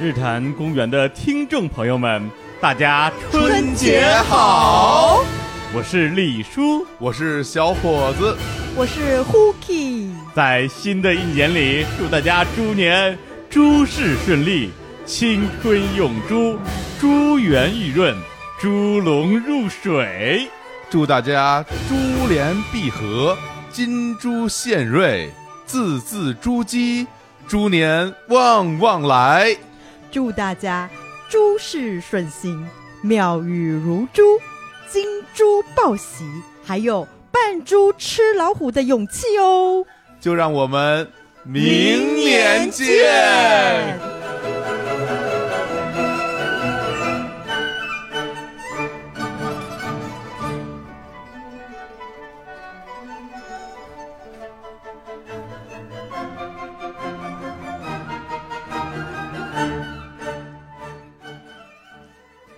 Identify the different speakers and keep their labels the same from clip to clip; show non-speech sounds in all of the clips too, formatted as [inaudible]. Speaker 1: 日坛公园的听众朋友们，大家春
Speaker 2: 节
Speaker 1: 节
Speaker 2: 好！
Speaker 1: 我是李叔，
Speaker 2: 我是小伙子，
Speaker 3: 我是 Hooky，
Speaker 1: 在新的一年里，祝大家猪年诸事顺利，青春永驻，珠圆玉润，猪龙入水。
Speaker 2: 祝大家珠联璧合，金珠献瑞，字字珠玑，猪年旺旺来。
Speaker 3: 祝大家诸事顺心，妙语如珠，金猪报喜，还有扮猪吃老虎的勇气哦！
Speaker 2: 就让我们明年见。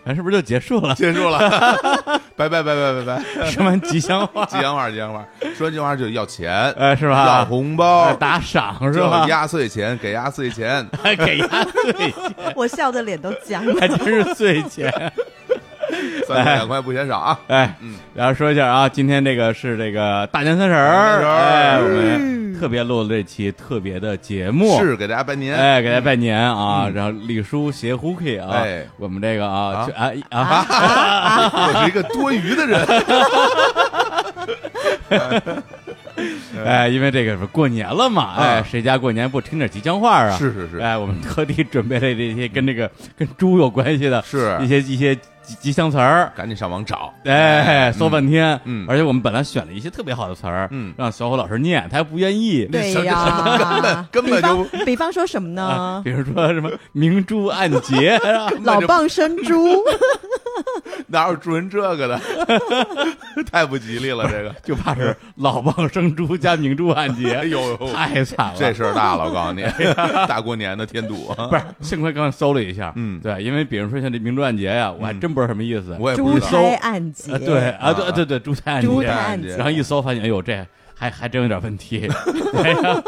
Speaker 1: 咱哎是不是就结束了？
Speaker 2: 结束了， [laughs] 拜拜拜拜拜拜。 [laughs]
Speaker 1: 什么吉祥话？
Speaker 2: 吉祥话，吉祥话，说完这话就要钱，
Speaker 1: 呃，是吧？
Speaker 2: 要红包
Speaker 1: 呃，打赏是
Speaker 2: 就
Speaker 1: 吧？
Speaker 2: 压岁钱，给压岁钱。
Speaker 1: [laughs] 还给压岁钱，
Speaker 3: 我笑的脸都僵了。 [laughs]
Speaker 1: 还真是岁钱。
Speaker 2: 三块两块不嫌少啊！
Speaker 1: 哎，然后说一下啊，今天这个是这个大年三十儿，
Speaker 2: 大
Speaker 1: 哎，
Speaker 2: 年三十儿
Speaker 1: 我们特别录了这期特别的节目，
Speaker 2: 是给大家拜年，
Speaker 1: 哎，给大家拜年啊！然后李叔携 Hooky 啊
Speaker 2: 哎，
Speaker 1: 我们这个啊
Speaker 2: 啊
Speaker 1: 就啊啊，
Speaker 2: 我是一个多余的人，
Speaker 1: 哎，因为这个是过年了嘛，哎，
Speaker 2: 啊
Speaker 1: 谁家过年不听点吉祥话啊？
Speaker 2: 是是是
Speaker 1: 哎，我们特地准备了这些跟这个跟猪有关系的，
Speaker 2: 是
Speaker 1: 一些一些吉吉祥词儿。
Speaker 2: 赶紧上网找。
Speaker 1: [laughs] 哎，搜半天，
Speaker 2: 嗯
Speaker 1: 而且我们本来选了一些特别好的词儿，
Speaker 2: 嗯
Speaker 1: 让小虎老师念，他还不愿意，
Speaker 3: 对呀，
Speaker 2: 根本根本就
Speaker 3: 比方比方说什么
Speaker 1: 啊
Speaker 3: 呢？
Speaker 1: 比如说什么明珠暗结，啊
Speaker 3: 老蚌生 [laughs] 珠，
Speaker 2: 哪有住人这个的？ [laughs] 太不吉利了，这个。
Speaker 1: [laughs] 就 [laughs] 怕是老蚌生珠加明珠暗
Speaker 2: [laughs] 哎
Speaker 1: 结，
Speaker 2: 呦，
Speaker 1: 太惨了。哎
Speaker 2: 这事儿大了，我告诉
Speaker 1: [laughs]
Speaker 2: 你，大过年的添堵啊！
Speaker 1: 不是，幸亏刚才搜了一下，
Speaker 2: 嗯
Speaker 1: 对，因为比如说像这明珠暗结呀，我还真不知道什么意思。
Speaker 2: 我也不
Speaker 3: 珠
Speaker 2: 知道。
Speaker 3: 胎暗结。
Speaker 1: 啊，对啊，对
Speaker 2: 啊
Speaker 1: 对对，珠胎暗
Speaker 3: 珠
Speaker 1: 结
Speaker 3: 胎，暗
Speaker 2: 结
Speaker 1: 然后一搜发现，哎呦，这还还真有点问
Speaker 2: [laughs]
Speaker 1: 题。哎呀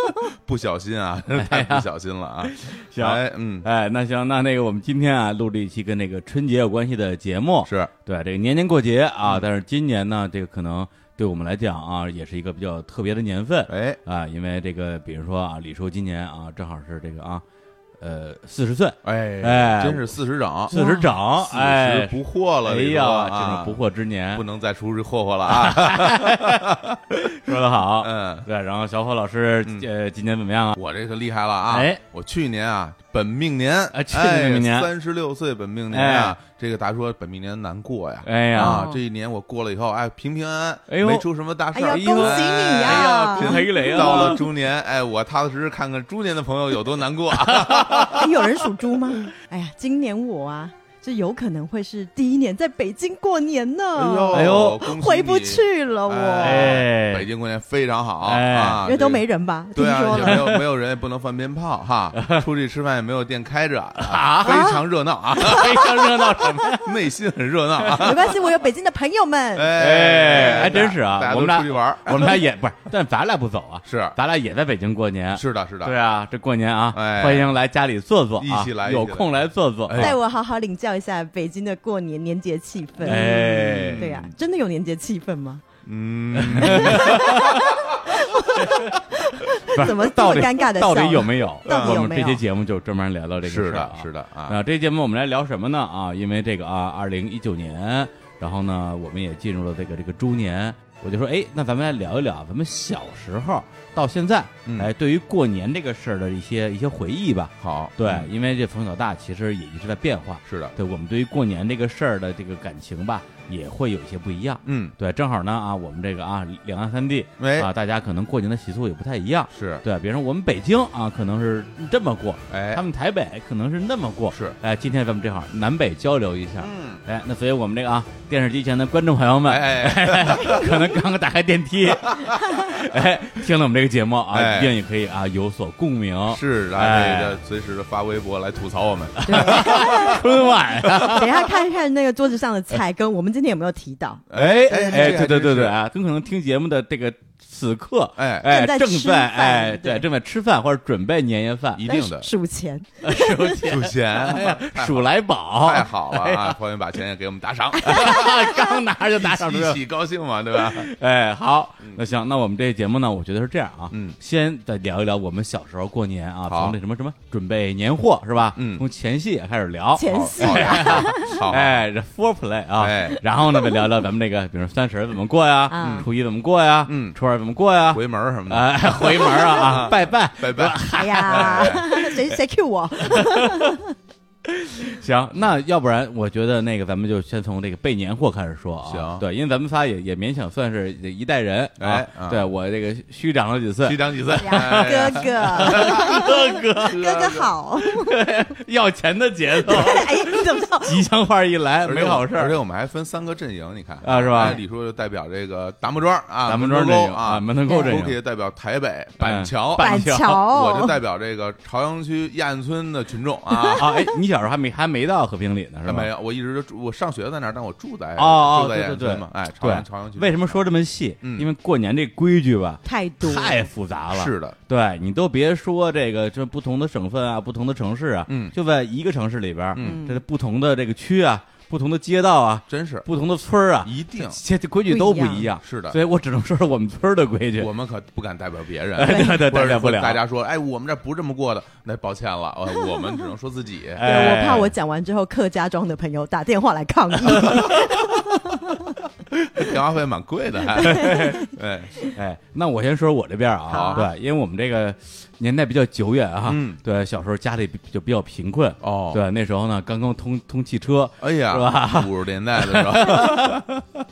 Speaker 2: 不小心啊， [laughs] 太不小心了啊！
Speaker 1: 哎行
Speaker 2: 哎，嗯，
Speaker 1: 哎，那行，那那个我们今天啊录了一期跟那个春节有关系的节目，
Speaker 2: 是
Speaker 1: 对这个年年过节啊，
Speaker 2: 嗯
Speaker 1: 但是今年呢，这个可能对我们来讲啊，也是一个比较特别的年份，
Speaker 2: 哎，
Speaker 1: 啊，因为这个，比如说啊，李叔今年啊，正好是这个啊，呃，四十岁，
Speaker 2: 哎
Speaker 1: 哎
Speaker 2: 真是四十长，
Speaker 1: 四十长，
Speaker 2: 四
Speaker 1: 哎
Speaker 2: 十，不惑了，
Speaker 1: 哎
Speaker 2: 这个
Speaker 1: 呀，
Speaker 2: 啊
Speaker 1: 这种不惑之年
Speaker 2: 不，能再出去霍霍了啊！
Speaker 1: 说得好，
Speaker 2: 嗯，
Speaker 1: 对。然后小伙老师，呃，今年怎么样啊？ [laughs]
Speaker 2: 我这可厉害了啊！
Speaker 1: 哎，
Speaker 2: 我去年啊，本命年，哎
Speaker 1: 啊去年本命年
Speaker 2: 三十六岁本命年啊，这个大家说本命年难过呀。
Speaker 1: 哎呀，
Speaker 2: 啊，这一年我过了以后，哎，平平安安，
Speaker 1: 哎呦
Speaker 2: 没出什么大事儿，
Speaker 3: 哎呀恭喜你呀
Speaker 2: 哎
Speaker 1: 平黑雷啊
Speaker 2: 到了猪年，哎，我踏踏实实看看猪年的朋友有多难过啊，
Speaker 3: 哎有人属猪吗？ [laughs] 哎呀，今年我啊，这有可能会是第一年在北京过年呢，
Speaker 1: 哎呦
Speaker 2: 恭喜你
Speaker 3: 回不去了我，
Speaker 1: 哎
Speaker 2: 北京过年非常好、
Speaker 1: 哎
Speaker 2: 啊，
Speaker 3: 因为都
Speaker 2: 这
Speaker 3: 没人吧？听
Speaker 2: 对啊，
Speaker 3: 说
Speaker 2: 而且没
Speaker 3: 了，
Speaker 2: 有 [laughs] 没有人，也不能放鞭炮
Speaker 1: [laughs]
Speaker 2: 哈，出去吃饭也没有店开着，啊、非常热闹啊， [laughs]
Speaker 1: 非常哎热闹什么？
Speaker 2: 内心很热闹啊，
Speaker 3: 没关系，我有北京的朋友们。
Speaker 1: 哎，还真是
Speaker 2: 大
Speaker 1: 啊，
Speaker 2: 家
Speaker 1: 我
Speaker 2: 都
Speaker 1: 们俩
Speaker 2: 出去玩儿，
Speaker 1: 我们俩也不是，但咱俩不走啊，
Speaker 2: 是
Speaker 1: 咱俩也在北京过年。
Speaker 2: 是的，是的，
Speaker 1: [laughs] 对啊，这过年啊，
Speaker 2: 哎
Speaker 1: 欢迎来家里坐坐啊，
Speaker 2: 一起来
Speaker 1: 有
Speaker 2: 一起来
Speaker 1: 空来坐啊坐。
Speaker 3: [laughs]
Speaker 2: 哎
Speaker 3: 带我好好领教一下北京的过年年节气氛。
Speaker 1: 哎
Speaker 3: 对呀、真的有年节气氛吗？ [laughs]
Speaker 2: 嗯，
Speaker 1: [laughs] 不是
Speaker 3: 怎么这
Speaker 1: 到
Speaker 3: 么
Speaker 1: 底
Speaker 3: 尴尬地
Speaker 1: 到底
Speaker 3: 笑了
Speaker 1: 有没有？嗯
Speaker 3: 到底有
Speaker 1: 我们
Speaker 3: 没
Speaker 1: 这
Speaker 3: 有
Speaker 1: 期节目就专门聊 [laughs] 聊这个
Speaker 2: 是
Speaker 1: 事儿
Speaker 2: 的
Speaker 1: 啊，
Speaker 2: 是的啊，
Speaker 1: 啊，这节目我们来聊什么呢？啊，因为这个啊，二零一九年，然后呢，我们也进入了这个这个猪年，我就说，哎，那咱们来聊一聊咱们小时候到现在，
Speaker 2: 嗯
Speaker 1: 哎，对于过年这个事儿的一些一些回忆吧。
Speaker 2: 好，
Speaker 1: 对，
Speaker 2: 嗯
Speaker 1: 因为这从小到大其实也一直在变化，
Speaker 2: 是的，
Speaker 1: 对我们对于过年这个事儿的这个感情吧，也会有一些不一样。
Speaker 2: 嗯，
Speaker 1: 对，正好呢啊，我们这个啊，两岸三地
Speaker 2: 哎
Speaker 1: 啊，大家可能过年的习俗也不太一样。
Speaker 2: 是，
Speaker 1: 对，比如说我们北京啊，可能是这么过，
Speaker 2: 哎
Speaker 1: 他，们台北可能是那么过，
Speaker 2: 是。
Speaker 1: 哎，今天咱们正好南北交流一下。
Speaker 2: 嗯，
Speaker 1: 哎，那所以我们这个啊，电视机前的观众朋友们，
Speaker 2: 哎哎，
Speaker 1: [laughs] 可能刚刚打开电
Speaker 2: [laughs]
Speaker 1: 梯，哎，听了我们这个节目啊，
Speaker 2: 哎
Speaker 1: 一定也可以啊有所共鸣。
Speaker 2: [laughs] 是
Speaker 1: 哎
Speaker 2: 啊，这个随时的发微博来吐槽我们，
Speaker 1: 春晚
Speaker 2: [laughs]
Speaker 1: 啊，
Speaker 3: 等一下看看那个桌子上的菜，跟我们今天有没有提到？
Speaker 2: 哎
Speaker 1: 哎，对对对对
Speaker 2: 啊，
Speaker 1: 啊，很可能听节目的这个此刻
Speaker 2: 哎
Speaker 1: 哎
Speaker 3: 正在
Speaker 1: 正
Speaker 3: 吃
Speaker 1: 在
Speaker 3: 饭
Speaker 1: 哎对
Speaker 3: 对
Speaker 1: 正在吃饭或者准备年夜饭，
Speaker 2: 一
Speaker 3: 但
Speaker 2: 定
Speaker 3: 是
Speaker 2: 的，
Speaker 3: 哎
Speaker 2: 哦
Speaker 3: 数钱，
Speaker 1: 数钱
Speaker 2: 数钱，
Speaker 1: 哎 [laughs] 呀
Speaker 2: 太好
Speaker 1: 数来宝，
Speaker 2: 太好
Speaker 1: 哎
Speaker 2: 了啊！朋友们把钱也给我们打赏，
Speaker 1: [laughs] 刚拿着 [laughs] 打赏
Speaker 2: 一
Speaker 1: 之
Speaker 2: 起
Speaker 1: 后
Speaker 2: 一，起高兴嘛，对吧？
Speaker 1: 哎，好，那行，那我们这节目呢，我觉得是这样啊，
Speaker 2: 嗯
Speaker 1: 先再聊一聊我们小时候过年啊，
Speaker 2: 好
Speaker 1: 从那什么什么准备年货是吧？
Speaker 2: 嗯
Speaker 1: 从前戏也开始聊，
Speaker 3: 前
Speaker 2: 好
Speaker 3: 戏
Speaker 2: 好呀好，
Speaker 1: [laughs] 哎，这 four play 啊，
Speaker 2: 哎
Speaker 1: 然后呢，再聊聊咱们这个，比 [laughs] 如说三十儿怎么过呀，
Speaker 3: 嗯
Speaker 1: 初一怎么过呀，
Speaker 2: 嗯
Speaker 1: 初二怎么过呀，
Speaker 2: 回门儿什么的，
Speaker 1: 哎，回门啊啊，
Speaker 2: [laughs]
Speaker 1: 拜拜。
Speaker 2: 拜拜。
Speaker 3: 哎
Speaker 2: [laughs]
Speaker 3: 呀，谁谁 Q 我？
Speaker 1: 行，那要不然我觉得那个咱们就先从这个备年货开始说啊。
Speaker 2: 行
Speaker 1: 对，因为咱们仨也也勉强算是一代人啊。
Speaker 2: 哎啊
Speaker 1: 对我这个虚长了几岁
Speaker 2: 虚，长几岁？
Speaker 3: 呀
Speaker 2: 哎
Speaker 3: [laughs] 哥
Speaker 2: 呀
Speaker 3: 哥，
Speaker 1: 哥 [laughs] 哥
Speaker 3: 哥哥好。 [laughs]
Speaker 1: 要钱的节奏，
Speaker 3: 哎，你怎么知道？
Speaker 1: 吉祥话一来
Speaker 2: 而且
Speaker 1: 没好事
Speaker 2: 而
Speaker 1: 儿
Speaker 2: 且我们还分三个阵营，你看
Speaker 1: 啊是吧
Speaker 2: 哎李叔就代表这个达摩庄啊，
Speaker 1: 咱们
Speaker 2: 门
Speaker 1: 这
Speaker 2: 头沟
Speaker 1: 阵营
Speaker 2: 啊，
Speaker 1: 门头沟阵营嗯
Speaker 2: Cookie 代表台北板桥，
Speaker 1: 板
Speaker 3: 板
Speaker 1: 桥
Speaker 2: 我就
Speaker 3: 桥，
Speaker 2: 代表这个朝阳区亚运村的群众啊。
Speaker 1: [laughs]
Speaker 2: 哎
Speaker 1: 啊！哎，你小时候还没还没到和平里呢是吧？
Speaker 2: 没有，我一直就住，我上学在那儿，但我住在
Speaker 1: 哦哦
Speaker 2: 住在
Speaker 1: 对
Speaker 2: 亚运
Speaker 1: 对
Speaker 2: 村
Speaker 1: 对
Speaker 2: 嘛，哎，朝阳朝阳区。
Speaker 1: 对，为什么说这么细？
Speaker 2: 嗯
Speaker 1: 因为过年这规矩吧，
Speaker 3: 太多，
Speaker 1: 太复杂了。
Speaker 2: 是的，
Speaker 1: 对你都别说这个，这不同的省份啊，不同的城市啊，
Speaker 2: 嗯
Speaker 1: 就在一个城市里边，
Speaker 2: 嗯
Speaker 1: 这是不同的这个区啊，不同的街道啊，
Speaker 2: 真是
Speaker 1: 不同的村儿啊，
Speaker 2: 一定
Speaker 1: 这这规矩都不
Speaker 3: 不
Speaker 1: 一
Speaker 3: 一
Speaker 1: 样。
Speaker 2: 是的
Speaker 1: 所。以我只能说是我们村儿的规矩。
Speaker 2: 我们可不敢代表别人，
Speaker 1: [laughs] 对对对
Speaker 2: 或
Speaker 1: 代
Speaker 2: 者
Speaker 1: 表不
Speaker 2: 说
Speaker 1: 了
Speaker 2: 大家说，哎，我们这不这么过的，那抱歉了，呃我们只能说自
Speaker 1: [laughs]
Speaker 2: 己。
Speaker 1: 哎
Speaker 3: 对我怕我讲完之后，客家庄的朋友打电话来抗议。
Speaker 1: [laughs]
Speaker 2: 电话费蛮贵的，
Speaker 1: [laughs]
Speaker 2: 还对，
Speaker 1: 哎，那我先说我这边啊
Speaker 3: 好，
Speaker 1: 对，因为我们这个年代比较久远啊，
Speaker 2: 嗯
Speaker 1: 对，小时候家里比就比较贫困，
Speaker 2: 哦
Speaker 1: 对，那时候呢刚刚通通汽车，
Speaker 2: 哎呀，
Speaker 1: 是吧
Speaker 2: 五十年代的时候，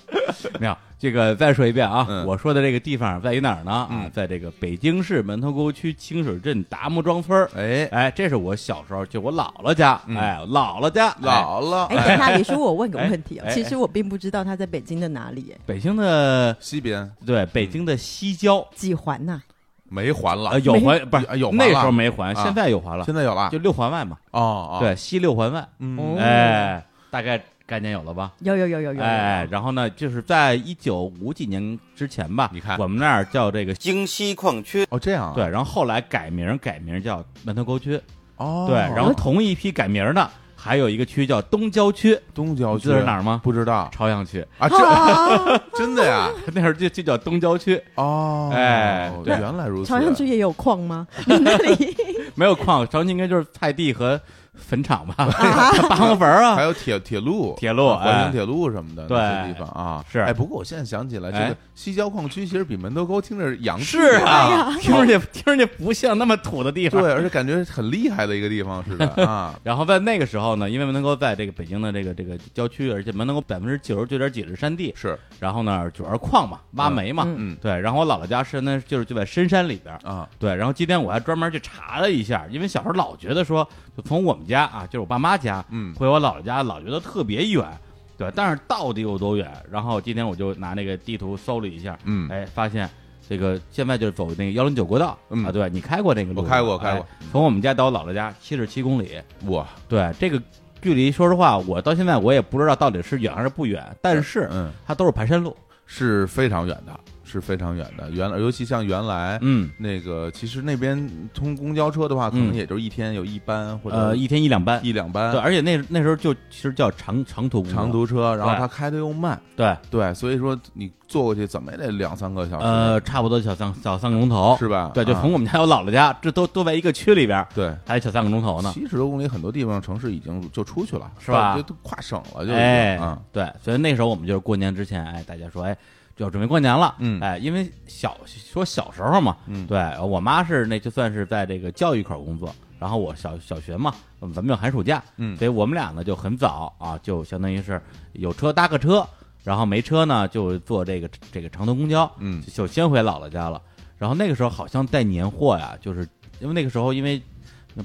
Speaker 1: 没有这个再说一遍啊，
Speaker 2: 嗯
Speaker 1: 我说的这个地方在于哪儿呢？啊，
Speaker 2: 嗯
Speaker 1: 在这个北京市门头沟区清水镇达木庄村儿。
Speaker 2: 哎，
Speaker 1: 哎，这是我小时候，就我姥姥家，
Speaker 2: 嗯
Speaker 1: 哎，姥姥家，哎
Speaker 2: 姥姥，
Speaker 3: 哎，等一下，李叔，我问个问题啊
Speaker 1: [laughs] 哎，哎
Speaker 3: 其实我并不知道他在北京的哪里，哎
Speaker 1: 北京的
Speaker 2: 西边
Speaker 1: 对北京的西郊，
Speaker 3: 几环呐？
Speaker 2: 嗯没还了
Speaker 1: 呃，，有还不
Speaker 2: 啊
Speaker 1: 是
Speaker 2: 有还了
Speaker 1: 那时候没还，
Speaker 2: 啊
Speaker 1: 现在有还了，
Speaker 2: 现在有了
Speaker 1: 就，六环外嘛，
Speaker 2: 哦哦，，
Speaker 1: 对，西六环外，
Speaker 2: 嗯，
Speaker 3: 哦
Speaker 1: 哎，大概概念有了吧？
Speaker 3: 有有有有有有，
Speaker 1: 哎，然后呢，就是在一九五几年之前吧，
Speaker 2: 你看
Speaker 1: 我们那儿叫这个
Speaker 4: 京西矿区。
Speaker 2: 哦这样啊，
Speaker 1: 对，然后后来改名改名叫门头沟区，
Speaker 2: 哦，
Speaker 1: 对，然后同一批改名的还有一个区叫东郊区，
Speaker 2: 东郊
Speaker 1: 你
Speaker 2: 区
Speaker 1: 知道是哪儿吗？
Speaker 2: 不知道
Speaker 1: 朝阳区，[laughs]
Speaker 2: 啊，这
Speaker 3: 啊，
Speaker 2: 真的呀，
Speaker 1: 那时候就就叫东郊区，
Speaker 2: 哦，
Speaker 1: 哎对
Speaker 2: 原来如此，
Speaker 3: 朝阳区也有矿
Speaker 1: [laughs]
Speaker 3: 吗？那里
Speaker 1: 没有矿，朝阳区应该就是菜地和坟场吧， [laughs] 八王坟啊
Speaker 2: [laughs] 还，有铁铁路、啊
Speaker 1: 铁路
Speaker 2: 环
Speaker 1: 哎
Speaker 2: 形铁路什么的
Speaker 1: 对
Speaker 2: 那些地方啊。
Speaker 1: 是
Speaker 2: 哎，不过我现在想起来，这
Speaker 1: 哎
Speaker 2: 个西郊矿区其实比门头沟听着洋气
Speaker 1: 是
Speaker 2: 啊
Speaker 1: 啊， [laughs] 听着听着不像那么土的地方，
Speaker 2: 对，而且感觉很厉害的一个地方似
Speaker 1: [laughs]
Speaker 2: 的啊。
Speaker 1: 然后在那个时候呢，因为门头沟在这个北京的这个这个郊区，而且门头沟百分之九十九点几是山地，
Speaker 2: 是
Speaker 1: 然后呢主要是矿嘛，挖煤嘛，
Speaker 2: 嗯嗯
Speaker 1: 对。然后我姥姥家是呢就是就在深山里边儿，
Speaker 2: 啊，
Speaker 1: 对。然后今天我还专门去查了一下，因为小时候老觉得说，就从我们家啊，就是我爸妈家，
Speaker 2: 嗯
Speaker 1: 回我姥姥家，老觉得特别远，对。但是到底有多远？然后今天我就拿那个地图搜了一下，
Speaker 2: 嗯
Speaker 1: 哎，发现这个现在就是走那个幺零九国道、
Speaker 2: 嗯
Speaker 1: 啊，对你开过那个路
Speaker 2: 我
Speaker 1: 吗，
Speaker 2: 开过开过
Speaker 1: 哎从我们家到我姥姥家七十七公里。
Speaker 2: 哇，
Speaker 1: 对这个距离，说实话，我到现在我也不知道到底是远还是不远，但是
Speaker 2: 嗯，
Speaker 1: 它都是盘山路。
Speaker 2: 是非常远的，是非常远的。原来，尤其像原来。
Speaker 1: 嗯，
Speaker 2: 那个其实那边通公交车的话，可能
Speaker 1: 嗯
Speaker 2: 也就一天有一班或者
Speaker 1: 呃，一天一两班。
Speaker 2: 一两班
Speaker 1: 对，而且那那时候就其实叫长长途公路
Speaker 2: 长途车，然后
Speaker 1: 对
Speaker 2: 它开的又慢，
Speaker 1: 对，
Speaker 2: 对，所以说你坐过去怎么也得两三个小时，
Speaker 1: 呃，差不多小三小三个钟头，
Speaker 2: 是吧？
Speaker 1: 对，就
Speaker 2: 啊
Speaker 1: 从我们家到姥姥家，这都都在一个区里边，
Speaker 2: 对
Speaker 1: 还有小三个钟头呢，
Speaker 2: 七十多公里，很多地方城市已经就出去了，
Speaker 1: 是吧
Speaker 2: 就都跨省了，就已经
Speaker 1: 哎
Speaker 2: 啊，，
Speaker 1: 对，所以那时候我们就是过年之前，哎，大家说，哎，就要准备过年了，
Speaker 2: 嗯
Speaker 1: 哎，因为小说小时候嘛，
Speaker 2: 嗯
Speaker 1: 对我妈是那就算是在这个教育口工作，然后我小小学嘛，嗯咱们有寒暑假，
Speaker 2: 嗯
Speaker 1: 所以我们俩呢就很早啊，就相当于是有车搭个车，然后没车呢就坐这个这个长途公交，
Speaker 2: 嗯
Speaker 1: 就先回姥姥家了。然后那个时候好像带年货呀，就是因为那个时候因为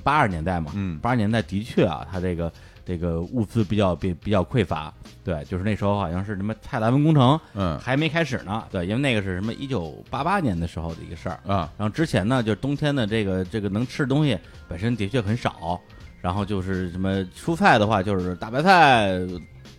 Speaker 1: 八十年代嘛，
Speaker 2: 嗯
Speaker 1: 八十年代的确啊，它这个这个物资比较比比较匮乏，对，就是那时候好像是什么蔡澜文工程
Speaker 2: 嗯
Speaker 1: 还没开始呢，对，因为那个是什么一九八八年的时候的一个事儿，
Speaker 2: 啊，
Speaker 1: 然后之前呢，就是冬天的这个这个能吃的东西本身的确很少，然后就是什么蔬菜的话，就是大白菜、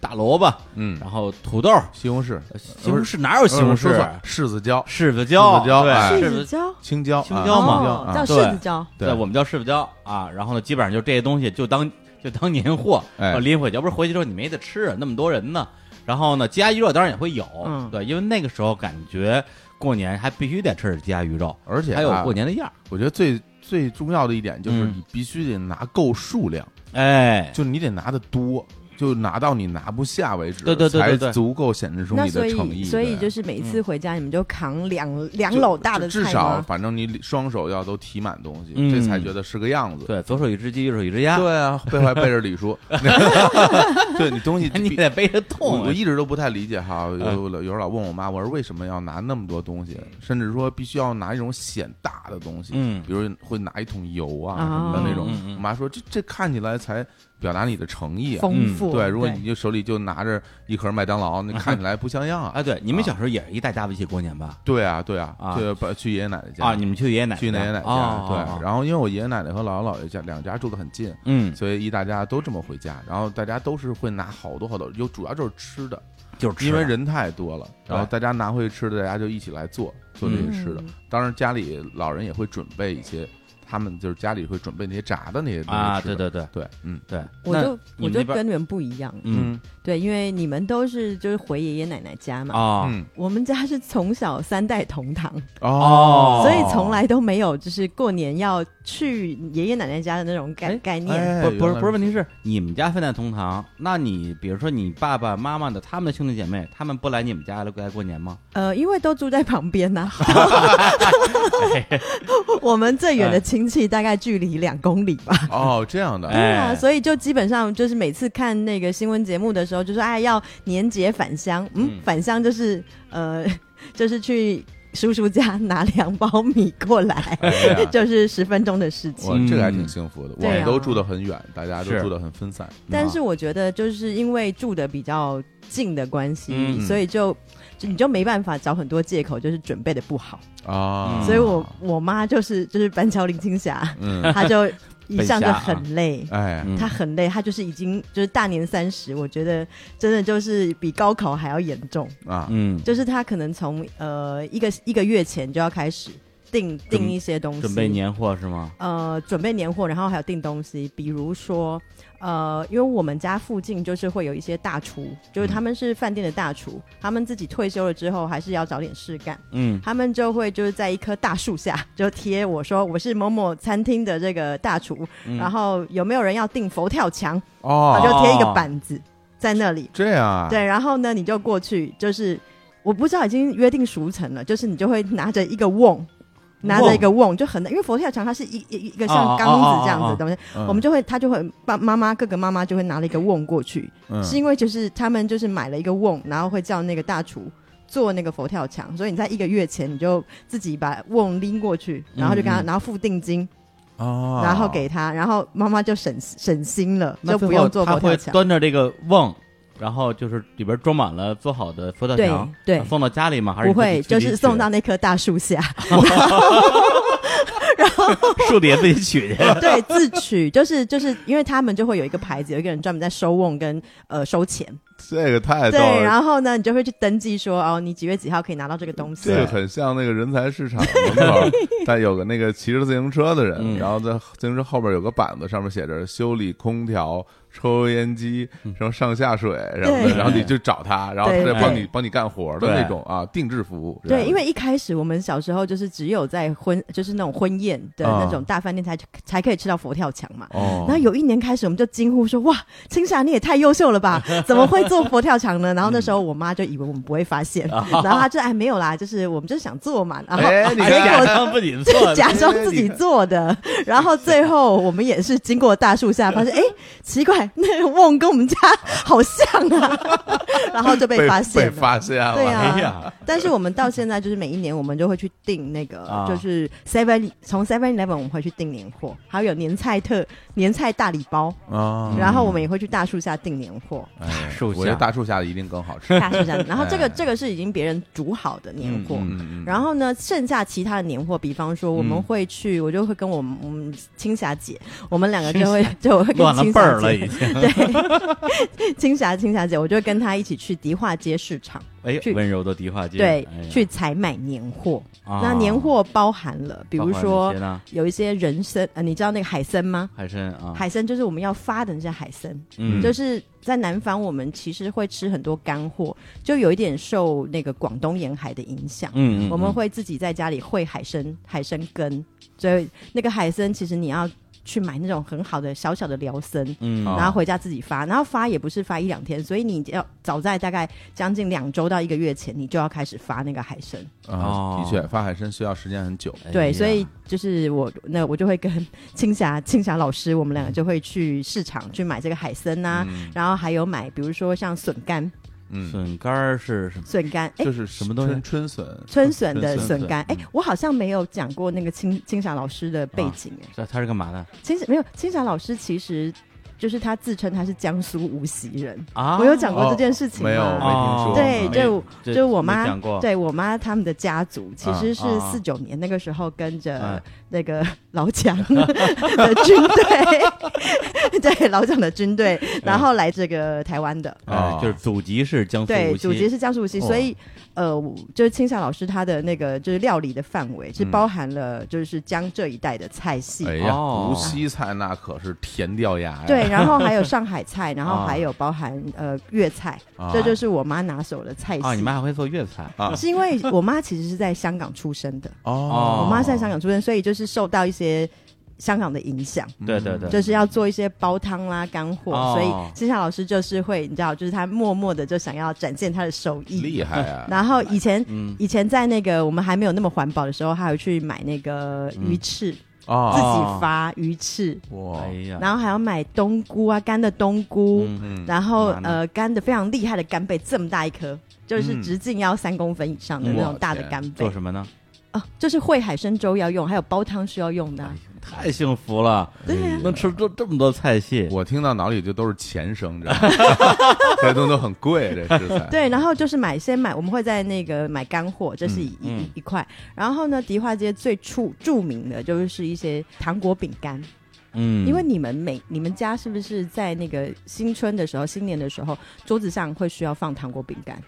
Speaker 1: 大萝卜，
Speaker 2: 嗯，
Speaker 1: 然后土豆，
Speaker 2: 西红柿、
Speaker 1: 西红柿哪有哎西红
Speaker 2: 呃说错
Speaker 1: 柿
Speaker 2: 了？柿子椒、
Speaker 1: 柿子椒，
Speaker 2: 柿子椒
Speaker 1: 对，
Speaker 2: 哎
Speaker 1: 柿
Speaker 5: 柿子
Speaker 1: 子，
Speaker 5: 椒，
Speaker 2: 青椒、
Speaker 1: 青
Speaker 2: 啊
Speaker 1: 椒嘛
Speaker 2: 啊
Speaker 3: 哦，叫
Speaker 1: 对
Speaker 3: 柿子椒，
Speaker 2: 对，
Speaker 1: 我们叫柿子椒啊。然后呢，基本上就这些东西就当就当年货，
Speaker 2: 哎
Speaker 1: 然后拎回去，要不是回去之后你没得吃，啊那么多人呢。然后呢，鸡鸭鱼肉当然也会有，
Speaker 5: 嗯
Speaker 1: 对，因为那个时候感觉过年还必须得吃鸡鸭鱼肉，
Speaker 2: 而且
Speaker 1: 还有
Speaker 2: 啊
Speaker 1: 过年的样儿。
Speaker 2: 我觉得最最重要的一点就是
Speaker 1: 嗯
Speaker 2: 你必须得拿够数量，
Speaker 1: 哎，
Speaker 2: 就你得拿的多，就拿到你拿不下为止，
Speaker 1: 对对对对对
Speaker 2: 才足够显示出
Speaker 3: 那
Speaker 2: 你
Speaker 3: 所
Speaker 2: 的诚意。
Speaker 3: 以所以
Speaker 2: 对
Speaker 3: 就是每次回家你们就扛
Speaker 1: 嗯
Speaker 3: 两两
Speaker 2: 就
Speaker 3: 篓大的
Speaker 2: 至
Speaker 3: 菜
Speaker 2: 少
Speaker 3: 吗？
Speaker 2: 反正你双手要都提满东西，
Speaker 1: 嗯
Speaker 2: 这才觉得是个样子。
Speaker 1: 对，啊左手一只鸡，右手一只鸭，
Speaker 2: 对啊，背后还背着李叔， [laughs] 对你东西
Speaker 1: [laughs] 哎你
Speaker 2: 比
Speaker 1: 得背着
Speaker 2: 我
Speaker 1: 痛
Speaker 2: 我
Speaker 1: 啊。
Speaker 2: 一直都不太理解哈，
Speaker 1: 嗯
Speaker 2: 有有有时候老问我妈，我说为什么要拿那么多东西，甚至说必须要拿一种显大的东西，
Speaker 1: 嗯
Speaker 2: 比如会拿一桶油啊
Speaker 3: 啊
Speaker 2: 什么的那种
Speaker 1: 嗯嗯。嗯
Speaker 2: 我妈说这这看起来才表达你的诚意啊，
Speaker 3: 丰
Speaker 1: 嗯
Speaker 3: 富，
Speaker 2: 对，如果你就手里就拿着一盒麦当劳，那看起来不像样啊。
Speaker 1: [laughs] 啊，对，你们小时候也是一大家子一起过年吧？
Speaker 2: 对啊，对啊，
Speaker 1: 啊
Speaker 2: 对，把去爷爷奶奶家
Speaker 1: 啊，你们去爷爷奶奶
Speaker 2: 去
Speaker 1: 家
Speaker 2: 奶奶家，
Speaker 1: 哦
Speaker 2: 对。
Speaker 1: 哦哦
Speaker 2: 然后因为我爷爷奶奶和姥姥姥爷家两家住得很近，
Speaker 1: 嗯，
Speaker 2: 所以一大家都这么回家，然后大家都是会拿好多好多，有主要就是吃的，
Speaker 1: 就是吃
Speaker 2: 因为
Speaker 3: 啊
Speaker 2: 人太多了，
Speaker 1: 对
Speaker 2: 然后大家拿回去吃的，大家就一起来做做这些吃的
Speaker 3: 嗯。
Speaker 2: 当然家里老人也会准备一些，他们就是家里会准备那些炸的那些东西
Speaker 1: 啊，
Speaker 2: 吃
Speaker 1: 对
Speaker 2: 的
Speaker 1: 对对
Speaker 2: 对，嗯
Speaker 1: 对，
Speaker 3: 我
Speaker 1: 那
Speaker 3: 就
Speaker 1: 你
Speaker 3: 我
Speaker 1: 们
Speaker 3: 就
Speaker 1: 那边
Speaker 3: 跟你们不一样，
Speaker 1: 嗯
Speaker 3: 对，因为你们都是就是回爷爷奶奶家嘛，
Speaker 1: 啊，
Speaker 2: 嗯
Speaker 3: 我们家是从小三代同堂，
Speaker 1: 哦
Speaker 3: 所以从来都没有就是过年要去爷爷奶奶家的那种概
Speaker 1: 哎
Speaker 3: 概念。
Speaker 1: 不
Speaker 2: 哎
Speaker 1: 不是
Speaker 2: 原来
Speaker 1: 不是，问题是你们家分在同堂，那你比如说你爸爸妈妈的他们的兄弟姐妹，他们不来你们家来来过年吗？
Speaker 3: 呃，因为都住在旁
Speaker 1: [laughs]
Speaker 3: 边呐、 [laughs] 我们最远的亲戚大概距离两公里吧。
Speaker 2: 哦这样的，
Speaker 1: 哎
Speaker 3: 对啊，所以就基本上就是每次看那个新闻节目的时候，就说哎要年节返乡，嗯，
Speaker 1: 嗯
Speaker 3: 返乡就是呃， [laughs] 就是去叔叔家拿两包米过
Speaker 1: [laughs]
Speaker 3: 来，
Speaker 2: 哎
Speaker 3: [laughs]
Speaker 2: 呀
Speaker 3: 就是十分钟的事情。
Speaker 2: 哇，这个还挺幸福的。我
Speaker 3: 对啊
Speaker 2: 们都住得很远，大家都
Speaker 1: 是
Speaker 2: 住得很分散。嗯
Speaker 3: 但
Speaker 1: 嗯
Speaker 3: 是我觉得，就是因为住的比较近的关系，
Speaker 1: 嗯
Speaker 3: 所以就就你就没办法找很多借口，就是准备的不好。
Speaker 2: 啊，
Speaker 1: 嗯
Speaker 3: 所以我我妈就是就是板桥林
Speaker 1: [laughs]
Speaker 3: 青霞，
Speaker 2: 嗯，
Speaker 3: 她就一向就
Speaker 1: 被吓啊
Speaker 3: 很累。
Speaker 2: 哎，
Speaker 1: 嗯
Speaker 3: 她很累，她就是已经就是大年三十，我觉得真的就是比高考还要严重。
Speaker 2: 啊，
Speaker 1: 嗯，
Speaker 3: 就是她可能从呃一个一个月前就要开始订
Speaker 1: 准
Speaker 3: 订一些东西，
Speaker 1: 准备年货是吗？
Speaker 3: 呃，准备年货，然后还有订东西，比如说，呃，因为我们家附近就是会有一些大厨，就是他们是饭店的大厨，他们自己退休了之后还是要找点事干，
Speaker 1: 嗯
Speaker 3: 他们就会就是在一棵大树下就贴我说我是某某餐厅的这个大厨，
Speaker 1: 嗯
Speaker 3: 然后有没有人要订佛跳墙，他
Speaker 2: 哦，
Speaker 3: 就贴一个板子在那里，
Speaker 2: 这样啊，
Speaker 3: 对，然后呢你就过去，就是我不知道已经约定俗成了，就是你就会拿着一个瓮。拿着一个瓮就很难，因为佛跳墙它是一一一个
Speaker 1: 哦
Speaker 3: 像缸子这样子的东西，
Speaker 2: 嗯，
Speaker 3: 我们就会他就会爸妈妈各个妈妈就会拿了一个瓮过去，
Speaker 2: 嗯
Speaker 3: 是因为就是他们就是买了一个瓮，然后会叫那个大厨做那个佛跳墙，所以你在一个月前你就自己把瓮拎过去，然后就跟他，
Speaker 1: 嗯嗯
Speaker 3: 然后付定金，
Speaker 2: 哦，
Speaker 3: 然后给他，然后妈妈就省省心了，
Speaker 1: 那
Speaker 3: 就
Speaker 1: 最
Speaker 3: 不
Speaker 1: 后
Speaker 3: 用做
Speaker 1: 他
Speaker 3: 佛跳
Speaker 1: 会
Speaker 3: 墙。
Speaker 1: 端着这个瓮，然后就是里边装满了做好的佛跳
Speaker 3: 对
Speaker 1: 墙，
Speaker 3: 对
Speaker 1: 送到家里吗？还是
Speaker 3: 不会，
Speaker 1: 你自
Speaker 3: 就
Speaker 1: 己去
Speaker 3: 是送到那棵大树下，
Speaker 1: [laughs] 树底下自己取去。
Speaker 3: [laughs]
Speaker 2: [laughs]
Speaker 3: 对，自取，就是就是因为他们就会有一个牌子，有一个人专门在收瓮跟呃收钱，
Speaker 2: 这个太逗
Speaker 3: 对，
Speaker 2: 了，
Speaker 3: 然后呢，你就会去登记说哦，你几月几号可以拿到这个东西
Speaker 2: 这，个很像那个人才市场门口，但有个那个骑着自行车的人，
Speaker 1: 嗯
Speaker 2: 然后在自行车后边有个板子，上面写着修理空调、抽油烟机、什么上下水什么的，
Speaker 3: 嗯对
Speaker 2: 然后你就找他，然后他
Speaker 3: 对
Speaker 2: 就帮你
Speaker 3: 对
Speaker 2: 帮你干活的
Speaker 1: 对
Speaker 2: 那种啊，定制服务。这
Speaker 3: 对，
Speaker 2: 样
Speaker 3: 因为一开始我们小时候就是只有在婚，就是那种婚宴的
Speaker 2: 啊
Speaker 3: 那种大饭店才、才可以吃到佛跳墙嘛。
Speaker 2: 哦
Speaker 3: 然后有一年开始，我们就惊呼说：“哇，青霞你也太优秀了
Speaker 2: [laughs]
Speaker 3: 吧！怎么会做佛跳墙呢？”然后那时候我妈就以为我们不会发
Speaker 2: [laughs]
Speaker 3: 现，然后她就哎没有啦，就是我们就是想做嘛，然后
Speaker 2: 啊哎，你
Speaker 1: 还假
Speaker 2: 看，
Speaker 1: 装自己 [laughs] 做
Speaker 3: 就
Speaker 1: 的，
Speaker 3: [laughs] 假装自己做的。然后最后我们也是经过大树下，发现哎奇怪，那个瓮跟我们家好像啊，然后就被
Speaker 2: 被
Speaker 3: 发现
Speaker 2: 被
Speaker 3: 了。
Speaker 2: 发现了，
Speaker 3: 对啊
Speaker 1: 哎呀，
Speaker 3: 但是我们到现在就是每一年我们就会去订那个，
Speaker 1: 啊
Speaker 3: 就是 Seven 从 Seven Eleven 我们会去订年货，还有年菜特年菜大礼包，
Speaker 2: 啊，
Speaker 3: 然后我们也会去大树下订年货。
Speaker 2: 哎
Speaker 1: 树
Speaker 2: 我觉得
Speaker 1: 下，
Speaker 2: 大树下的一定更好
Speaker 3: [laughs]
Speaker 2: 吃。
Speaker 3: 大树下。然后这个
Speaker 2: 哎
Speaker 3: 这个是已经别人煮好的年货，
Speaker 2: 嗯，
Speaker 3: 然后呢，剩下其他的年货，比方说我们
Speaker 1: 嗯
Speaker 3: 会去，我就会跟我们我们青霞姐，我们两
Speaker 1: [laughs]
Speaker 3: 个就会就我会跟
Speaker 1: [laughs] 乱了
Speaker 3: 青
Speaker 1: 辈
Speaker 3: 霞
Speaker 1: 儿了已
Speaker 3: 姐，
Speaker 1: 经。
Speaker 3: 对， [laughs] 青霞青霞姐，我就会跟她一起去迪化街市场，
Speaker 1: 哎
Speaker 3: 去，
Speaker 1: 温柔的迪化街，
Speaker 3: 对
Speaker 1: 哎，呀
Speaker 3: 去采买年货。
Speaker 1: 啊哦
Speaker 3: 那年货包含了，比
Speaker 1: 包
Speaker 3: 如
Speaker 1: 括哪
Speaker 3: 说
Speaker 1: 些呢
Speaker 3: 有一些人参，呃，你知道那个海参吗？
Speaker 1: 海参啊，
Speaker 3: 海参就是我们要发的那些海参，
Speaker 1: 嗯
Speaker 3: 就是在南方，我们其实会吃很多干货，就有一点受那个广东沿海的影响。
Speaker 1: 嗯，嗯
Speaker 3: 我们
Speaker 1: 嗯
Speaker 3: 会自己在家里烩海参、海参羹，所以那个海参其实你要去买那种很好的小小的辽参，
Speaker 1: 嗯
Speaker 3: 然后回家自己发，然后发也不是发一两天，所以你要早在大概将近两周到一个月前，你就要开始发那个海参。
Speaker 2: 啊，
Speaker 1: 哦
Speaker 2: 的确，发海参需要时间很久。
Speaker 1: 哎
Speaker 3: 对，
Speaker 1: 呀
Speaker 3: 所以就是我那我就会跟青霞 [laughs] 青霞老师，我们两个就会去市场去买这个海参呐、
Speaker 1: 嗯
Speaker 3: 然后还有买比如说像笋干，
Speaker 2: 嗯，
Speaker 1: 笋干儿是什么？
Speaker 3: 笋干，哎
Speaker 2: 就。是
Speaker 1: 什么东西
Speaker 2: 春春笋，
Speaker 3: 春笋的
Speaker 2: 春笋
Speaker 3: 笋干，哎、
Speaker 1: 嗯
Speaker 3: 我好像没有讲过那个青青霞老师的背景、哎、
Speaker 1: 这他是干嘛的
Speaker 3: 青霞没有，青霞老师其实就是他自称他是江苏无锡人，
Speaker 1: 啊？
Speaker 3: 我有讲过这件事情吗？
Speaker 2: 没有，没
Speaker 1: 哦
Speaker 2: 听说。
Speaker 3: 对，
Speaker 1: 没
Speaker 3: 就
Speaker 1: 这
Speaker 3: 就我
Speaker 1: 没
Speaker 3: 妈
Speaker 1: 讲过，
Speaker 3: 对我妈他们的家族其实是
Speaker 1: 啊啊
Speaker 3: 四九年那个时候跟着
Speaker 1: 啊
Speaker 3: 那个老蒋
Speaker 1: [laughs]
Speaker 3: 的军队， [laughs] 对老蒋的军队，然后来这个台湾的。
Speaker 1: 哎
Speaker 2: 啊
Speaker 1: 就是祖籍是江苏
Speaker 3: 哦对
Speaker 1: 无，锡
Speaker 3: 祖籍是江苏无锡，
Speaker 2: 哦
Speaker 3: 所以呃，我就是青霞老师他的那个就是料理的范围是
Speaker 2: 嗯
Speaker 3: 包含了就是江浙一带的菜系，
Speaker 2: 哎呀，
Speaker 1: 哦
Speaker 2: 无锡菜那可是甜掉牙呀！
Speaker 3: 对，然后还有
Speaker 1: [laughs]
Speaker 3: 上海菜，然后
Speaker 1: 哎啊
Speaker 3: 还有包含呃粤菜，
Speaker 2: 啊，
Speaker 3: 这就是我妈拿手的菜
Speaker 1: 啊，你
Speaker 3: 系。
Speaker 1: 妈还会做粤菜
Speaker 2: 啊
Speaker 3: 是因为我妈其实是在香港出生的，
Speaker 2: 哦，
Speaker 3: 我妈是在香港出生，所以就是受到一些香港的影响，
Speaker 2: 嗯
Speaker 1: 对对对
Speaker 3: [laughs] 就是要做一些煲汤啦、干货，
Speaker 1: 哦
Speaker 3: 所以青霞老师就是会，你知道，就是她默默的就想要展现她的手艺。
Speaker 2: 厉害啊！
Speaker 3: 然后以前
Speaker 1: 嗯，
Speaker 3: 以前在那个我们还没有那么环保的时候，还有去买那个
Speaker 1: 嗯
Speaker 3: 鱼翅，
Speaker 1: 哦
Speaker 3: 自
Speaker 2: 啊，
Speaker 3: 己发鱼翅，
Speaker 2: 哇
Speaker 1: 哎，呀，
Speaker 3: 然后还要买冬菇啊，干的冬菇。
Speaker 1: 嗯
Speaker 2: 嗯，
Speaker 3: 然后
Speaker 1: 麻呢
Speaker 3: 呃，干的非常厉害的干贝，这么大一颗，就是
Speaker 2: 嗯
Speaker 3: 直径要三公分以上的
Speaker 1: 嗯
Speaker 3: 那
Speaker 2: 我
Speaker 3: 种大的
Speaker 2: 天
Speaker 3: 干贝
Speaker 1: 做什么呢？
Speaker 3: 哦，就是烩海参粥要用，还有煲汤是要用的啊。
Speaker 1: 太幸福了，
Speaker 3: 对呀
Speaker 1: 能吃这这么多菜系，
Speaker 2: 我听到脑里就都是钱声， [laughs] 知道吗？这东西都很贵，这食材。
Speaker 3: 对，然后就是买先买，我们会在那个买干货，这是一、
Speaker 1: 嗯嗯
Speaker 3: 一一块。然后呢，迪化街最著著名的就是一些糖果饼干，
Speaker 1: 嗯，
Speaker 3: 因为你们每你们家是不是在那个新春的时候、新年的时候，桌子上会需要放糖果饼干？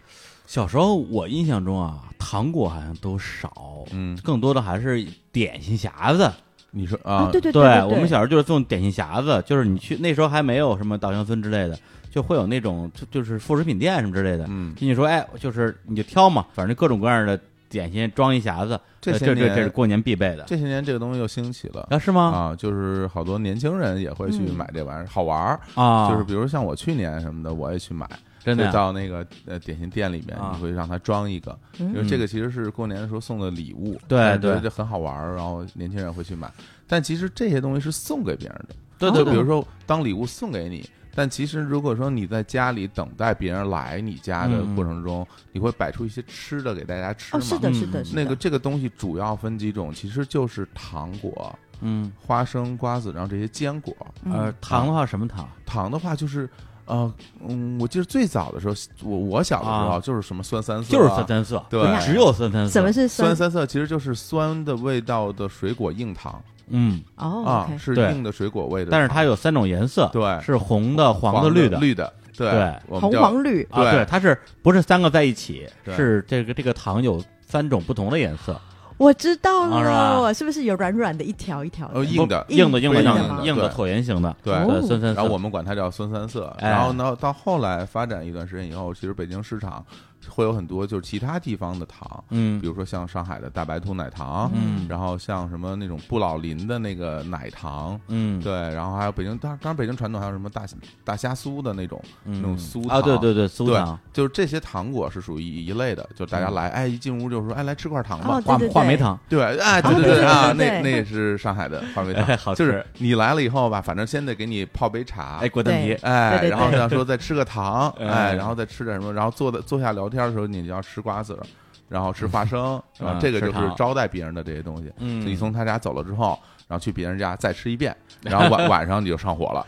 Speaker 1: 小时候我印象中啊，糖果好像都少，
Speaker 2: 嗯，
Speaker 1: 更多的还是点心匣子。
Speaker 2: 你说
Speaker 3: 哦
Speaker 2: 啊，
Speaker 3: 对对对
Speaker 1: 我们小时候就是送点心匣子，就是你去那时候还没有什么稻香村之类的，就会有那种就就是副食品店什么之类的，
Speaker 2: 嗯，
Speaker 1: 进去说哎，就是你就挑嘛，反正各种各样的点心装一匣子，
Speaker 2: 这
Speaker 1: 呃
Speaker 2: 些
Speaker 1: 这这这
Speaker 2: 年
Speaker 1: 是过年必备的
Speaker 2: 这些年这个东西又兴起了。
Speaker 1: 啊？是吗？
Speaker 2: 啊，就是好多年轻人也会去
Speaker 3: 嗯
Speaker 2: 买这玩意儿，好玩儿。
Speaker 1: 啊，
Speaker 2: 就是比如像我去年什么的，我也去买，
Speaker 1: 真的
Speaker 2: 就
Speaker 1: 呀
Speaker 2: 到那个呃点心店里面，
Speaker 1: 啊
Speaker 2: 你会让他装一个，
Speaker 3: 嗯
Speaker 2: 因为这个其实是过年的时候送的礼物，
Speaker 1: 对
Speaker 2: 但是觉得
Speaker 1: 对
Speaker 2: 这很好玩儿，然后年轻人会去买。但其实这些东西是送给别人的，
Speaker 1: 对
Speaker 2: 就
Speaker 1: 对，对
Speaker 2: 比如说当礼物送给你。但其实，如果说你在家里等待别人来你家的
Speaker 1: 嗯
Speaker 2: 过程中，你会摆出一些吃的给大家吃
Speaker 3: 哦，
Speaker 2: 嘛？
Speaker 3: 是的，是的，
Speaker 1: 嗯
Speaker 3: 是的。
Speaker 2: 那个这个东西主要分几种，其实就是糖果、
Speaker 1: 嗯
Speaker 2: 花生、瓜子，然后这些坚果。
Speaker 3: 嗯
Speaker 1: 呃糖的话什么糖？
Speaker 2: 糖的话就是，呃，嗯，我记得最早的时候，我我小的时候
Speaker 1: 啊
Speaker 2: 就是什么酸三色啊，
Speaker 1: 就是酸三色，
Speaker 2: 对
Speaker 1: 只有酸三色。
Speaker 3: 什么？是
Speaker 2: 酸三色，其实就是酸的味道的水果硬糖
Speaker 1: 嗯，
Speaker 3: 哦
Speaker 2: 啊，
Speaker 3: ，OK，
Speaker 2: 是
Speaker 1: 对
Speaker 2: 硬的水果味的糖，
Speaker 1: 但是它有三种颜色，
Speaker 2: 对
Speaker 1: 是红的、黄
Speaker 2: 的
Speaker 1: 的、绿的。
Speaker 2: 绿的，对
Speaker 1: 对，
Speaker 2: 我们
Speaker 3: 红
Speaker 2: 叫
Speaker 3: 黄绿
Speaker 1: 啊，
Speaker 2: 对
Speaker 1: 对，它是不是三个在一起？
Speaker 2: 对
Speaker 1: 是这个这个糖有三种不同的颜色，
Speaker 3: 我知道
Speaker 1: 啊是吧哦
Speaker 3: 了，是不是有软软的一条一条的？
Speaker 2: 呃硬的
Speaker 1: 不硬的硬的
Speaker 2: 硬的
Speaker 1: 硬的
Speaker 2: 对
Speaker 1: 硬的椭圆形的，
Speaker 2: 对
Speaker 1: 呃
Speaker 3: 哦
Speaker 1: 酸酸
Speaker 2: 然
Speaker 1: 色。
Speaker 2: 后我们管它叫酸三色。
Speaker 1: 哎
Speaker 2: 然后呢，到后来发展一段时间以后，其实北京市场会有很多就是其他地方的糖，
Speaker 1: 嗯
Speaker 2: 比如说像上海的大白兔奶糖，
Speaker 1: 嗯
Speaker 2: 然后像什么那种不老林的那个奶糖。
Speaker 1: 嗯，
Speaker 2: 对，然后还有北京，当当然北京传统还有什么大大虾酥的那种，
Speaker 1: 嗯
Speaker 2: 那种酥糖
Speaker 1: 啊，对对对，酥
Speaker 2: 对
Speaker 1: 糖，
Speaker 2: 就是这些糖果是属于一类的，就
Speaker 1: 嗯
Speaker 2: 大家来，哎，一进屋就说，哎，来吃块糖吧
Speaker 3: 哦，
Speaker 1: 话
Speaker 3: 对对
Speaker 1: 话梅
Speaker 3: 对
Speaker 1: 糖，
Speaker 2: 对，哎，对
Speaker 3: 哦对
Speaker 2: 对
Speaker 3: 对
Speaker 2: 啊，
Speaker 3: 对对
Speaker 2: 那那也是上海的话
Speaker 1: [laughs]
Speaker 2: 梅
Speaker 1: 哎
Speaker 2: 糖，
Speaker 1: 好
Speaker 2: 就是
Speaker 1: 吃
Speaker 2: 你来了以后吧，反正先得给你泡杯茶
Speaker 1: 哎，，果丹皮 [laughs]
Speaker 3: 对，
Speaker 2: 啊哎，
Speaker 3: 对对
Speaker 2: 然后
Speaker 3: 对
Speaker 2: 想说再吃个糖，
Speaker 1: 哎
Speaker 2: 哎，然后再吃点什么，然后坐的坐下聊天的时候，你就要吃瓜子儿，然后吃花生，然
Speaker 1: [laughs]
Speaker 2: 后
Speaker 1: 嗯
Speaker 2: 这个就
Speaker 1: 吃
Speaker 2: 是
Speaker 1: 糖
Speaker 2: 招待别人的这些东西。
Speaker 1: 嗯
Speaker 2: 所以从他家走了之后，然后去别人家再吃
Speaker 1: [laughs]
Speaker 2: 一遍，然后晚晚上你就上火了，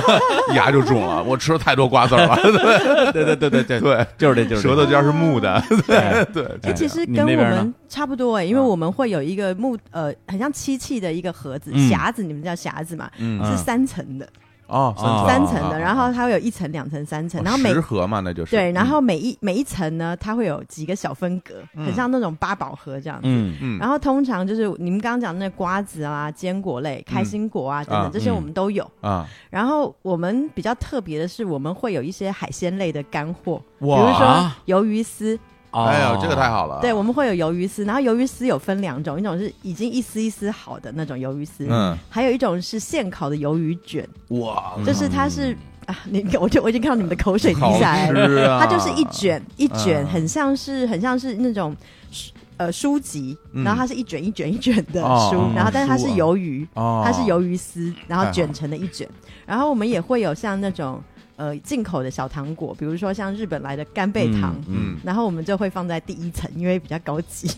Speaker 2: [laughs] 牙就肿了。我吃了太多瓜子儿
Speaker 1: [laughs]
Speaker 2: 了，
Speaker 1: 对对对对对，
Speaker 2: 对，
Speaker 1: 就是这就是
Speaker 2: 舌头尖儿是木的， [laughs]
Speaker 1: 对
Speaker 2: 对，
Speaker 3: 哎、
Speaker 1: 哎
Speaker 3: 其实
Speaker 1: 你
Speaker 3: 跟
Speaker 1: 们那
Speaker 3: 我
Speaker 1: 边呢
Speaker 3: 们差不多哎、因为
Speaker 1: 嗯
Speaker 3: 我们会有一个木呃，很像漆器的一个盒子
Speaker 1: 嗯
Speaker 3: 匣子，你们叫匣子嘛，
Speaker 2: 嗯
Speaker 1: 嗯
Speaker 3: 是三层的，
Speaker 2: 哦，
Speaker 1: 哦
Speaker 3: 三层
Speaker 2: 啊
Speaker 3: 的，然后它会有一层、两层、三层，然后每
Speaker 2: 十盒嘛，那就是
Speaker 3: 对，然
Speaker 2: 嗯
Speaker 3: 后每一每一层呢，它会有几个小分隔，很像那种八宝盒这样子。
Speaker 1: 嗯
Speaker 2: 嗯，
Speaker 3: 然后通常就是你们刚刚讲的那瓜子啊、坚果类、开心果啊等
Speaker 2: 啊
Speaker 3: 等，这些
Speaker 1: 嗯
Speaker 3: 我们都有。
Speaker 2: 啊，
Speaker 3: 然后我们比较特别的是，我们会有一些海鲜类的干货，比
Speaker 2: 比
Speaker 3: 如说鱿鱼丝，
Speaker 1: 哦
Speaker 2: 哎呦，这个太好了，
Speaker 3: 对，，我们会有鱿鱼丝。然后鱿鱼丝有分两种，一种是已经一丝一丝好的那种鱿鱼丝，
Speaker 2: 嗯，
Speaker 3: 还有一种是现烤的鱿鱼卷，
Speaker 2: 哇，
Speaker 3: 就是它是啊，你 [laughs] 我就我已经看到你们的口水滴
Speaker 2: 好
Speaker 3: 下来了。
Speaker 2: 吃啊，
Speaker 3: 它就是一卷一卷，
Speaker 2: 嗯
Speaker 3: 很像是很像是那种书呃书籍，
Speaker 2: 嗯
Speaker 3: 然后它是一卷一卷一卷的
Speaker 2: 哦
Speaker 3: 书，
Speaker 2: 哦
Speaker 3: 然后但是它
Speaker 2: 书
Speaker 3: 是
Speaker 2: 啊
Speaker 3: 鱿鱼，
Speaker 1: 嗯
Speaker 2: 哦，
Speaker 3: 它是鱿鱼丝，然
Speaker 2: 太
Speaker 3: 后
Speaker 2: 好
Speaker 3: 卷成了一卷。然后我们也会有像那种呃进口的小糖果，比如说像日本来的干贝糖。
Speaker 2: 嗯，
Speaker 3: 然后我们就会放在第一层，因为比较高
Speaker 2: [laughs]
Speaker 3: 级，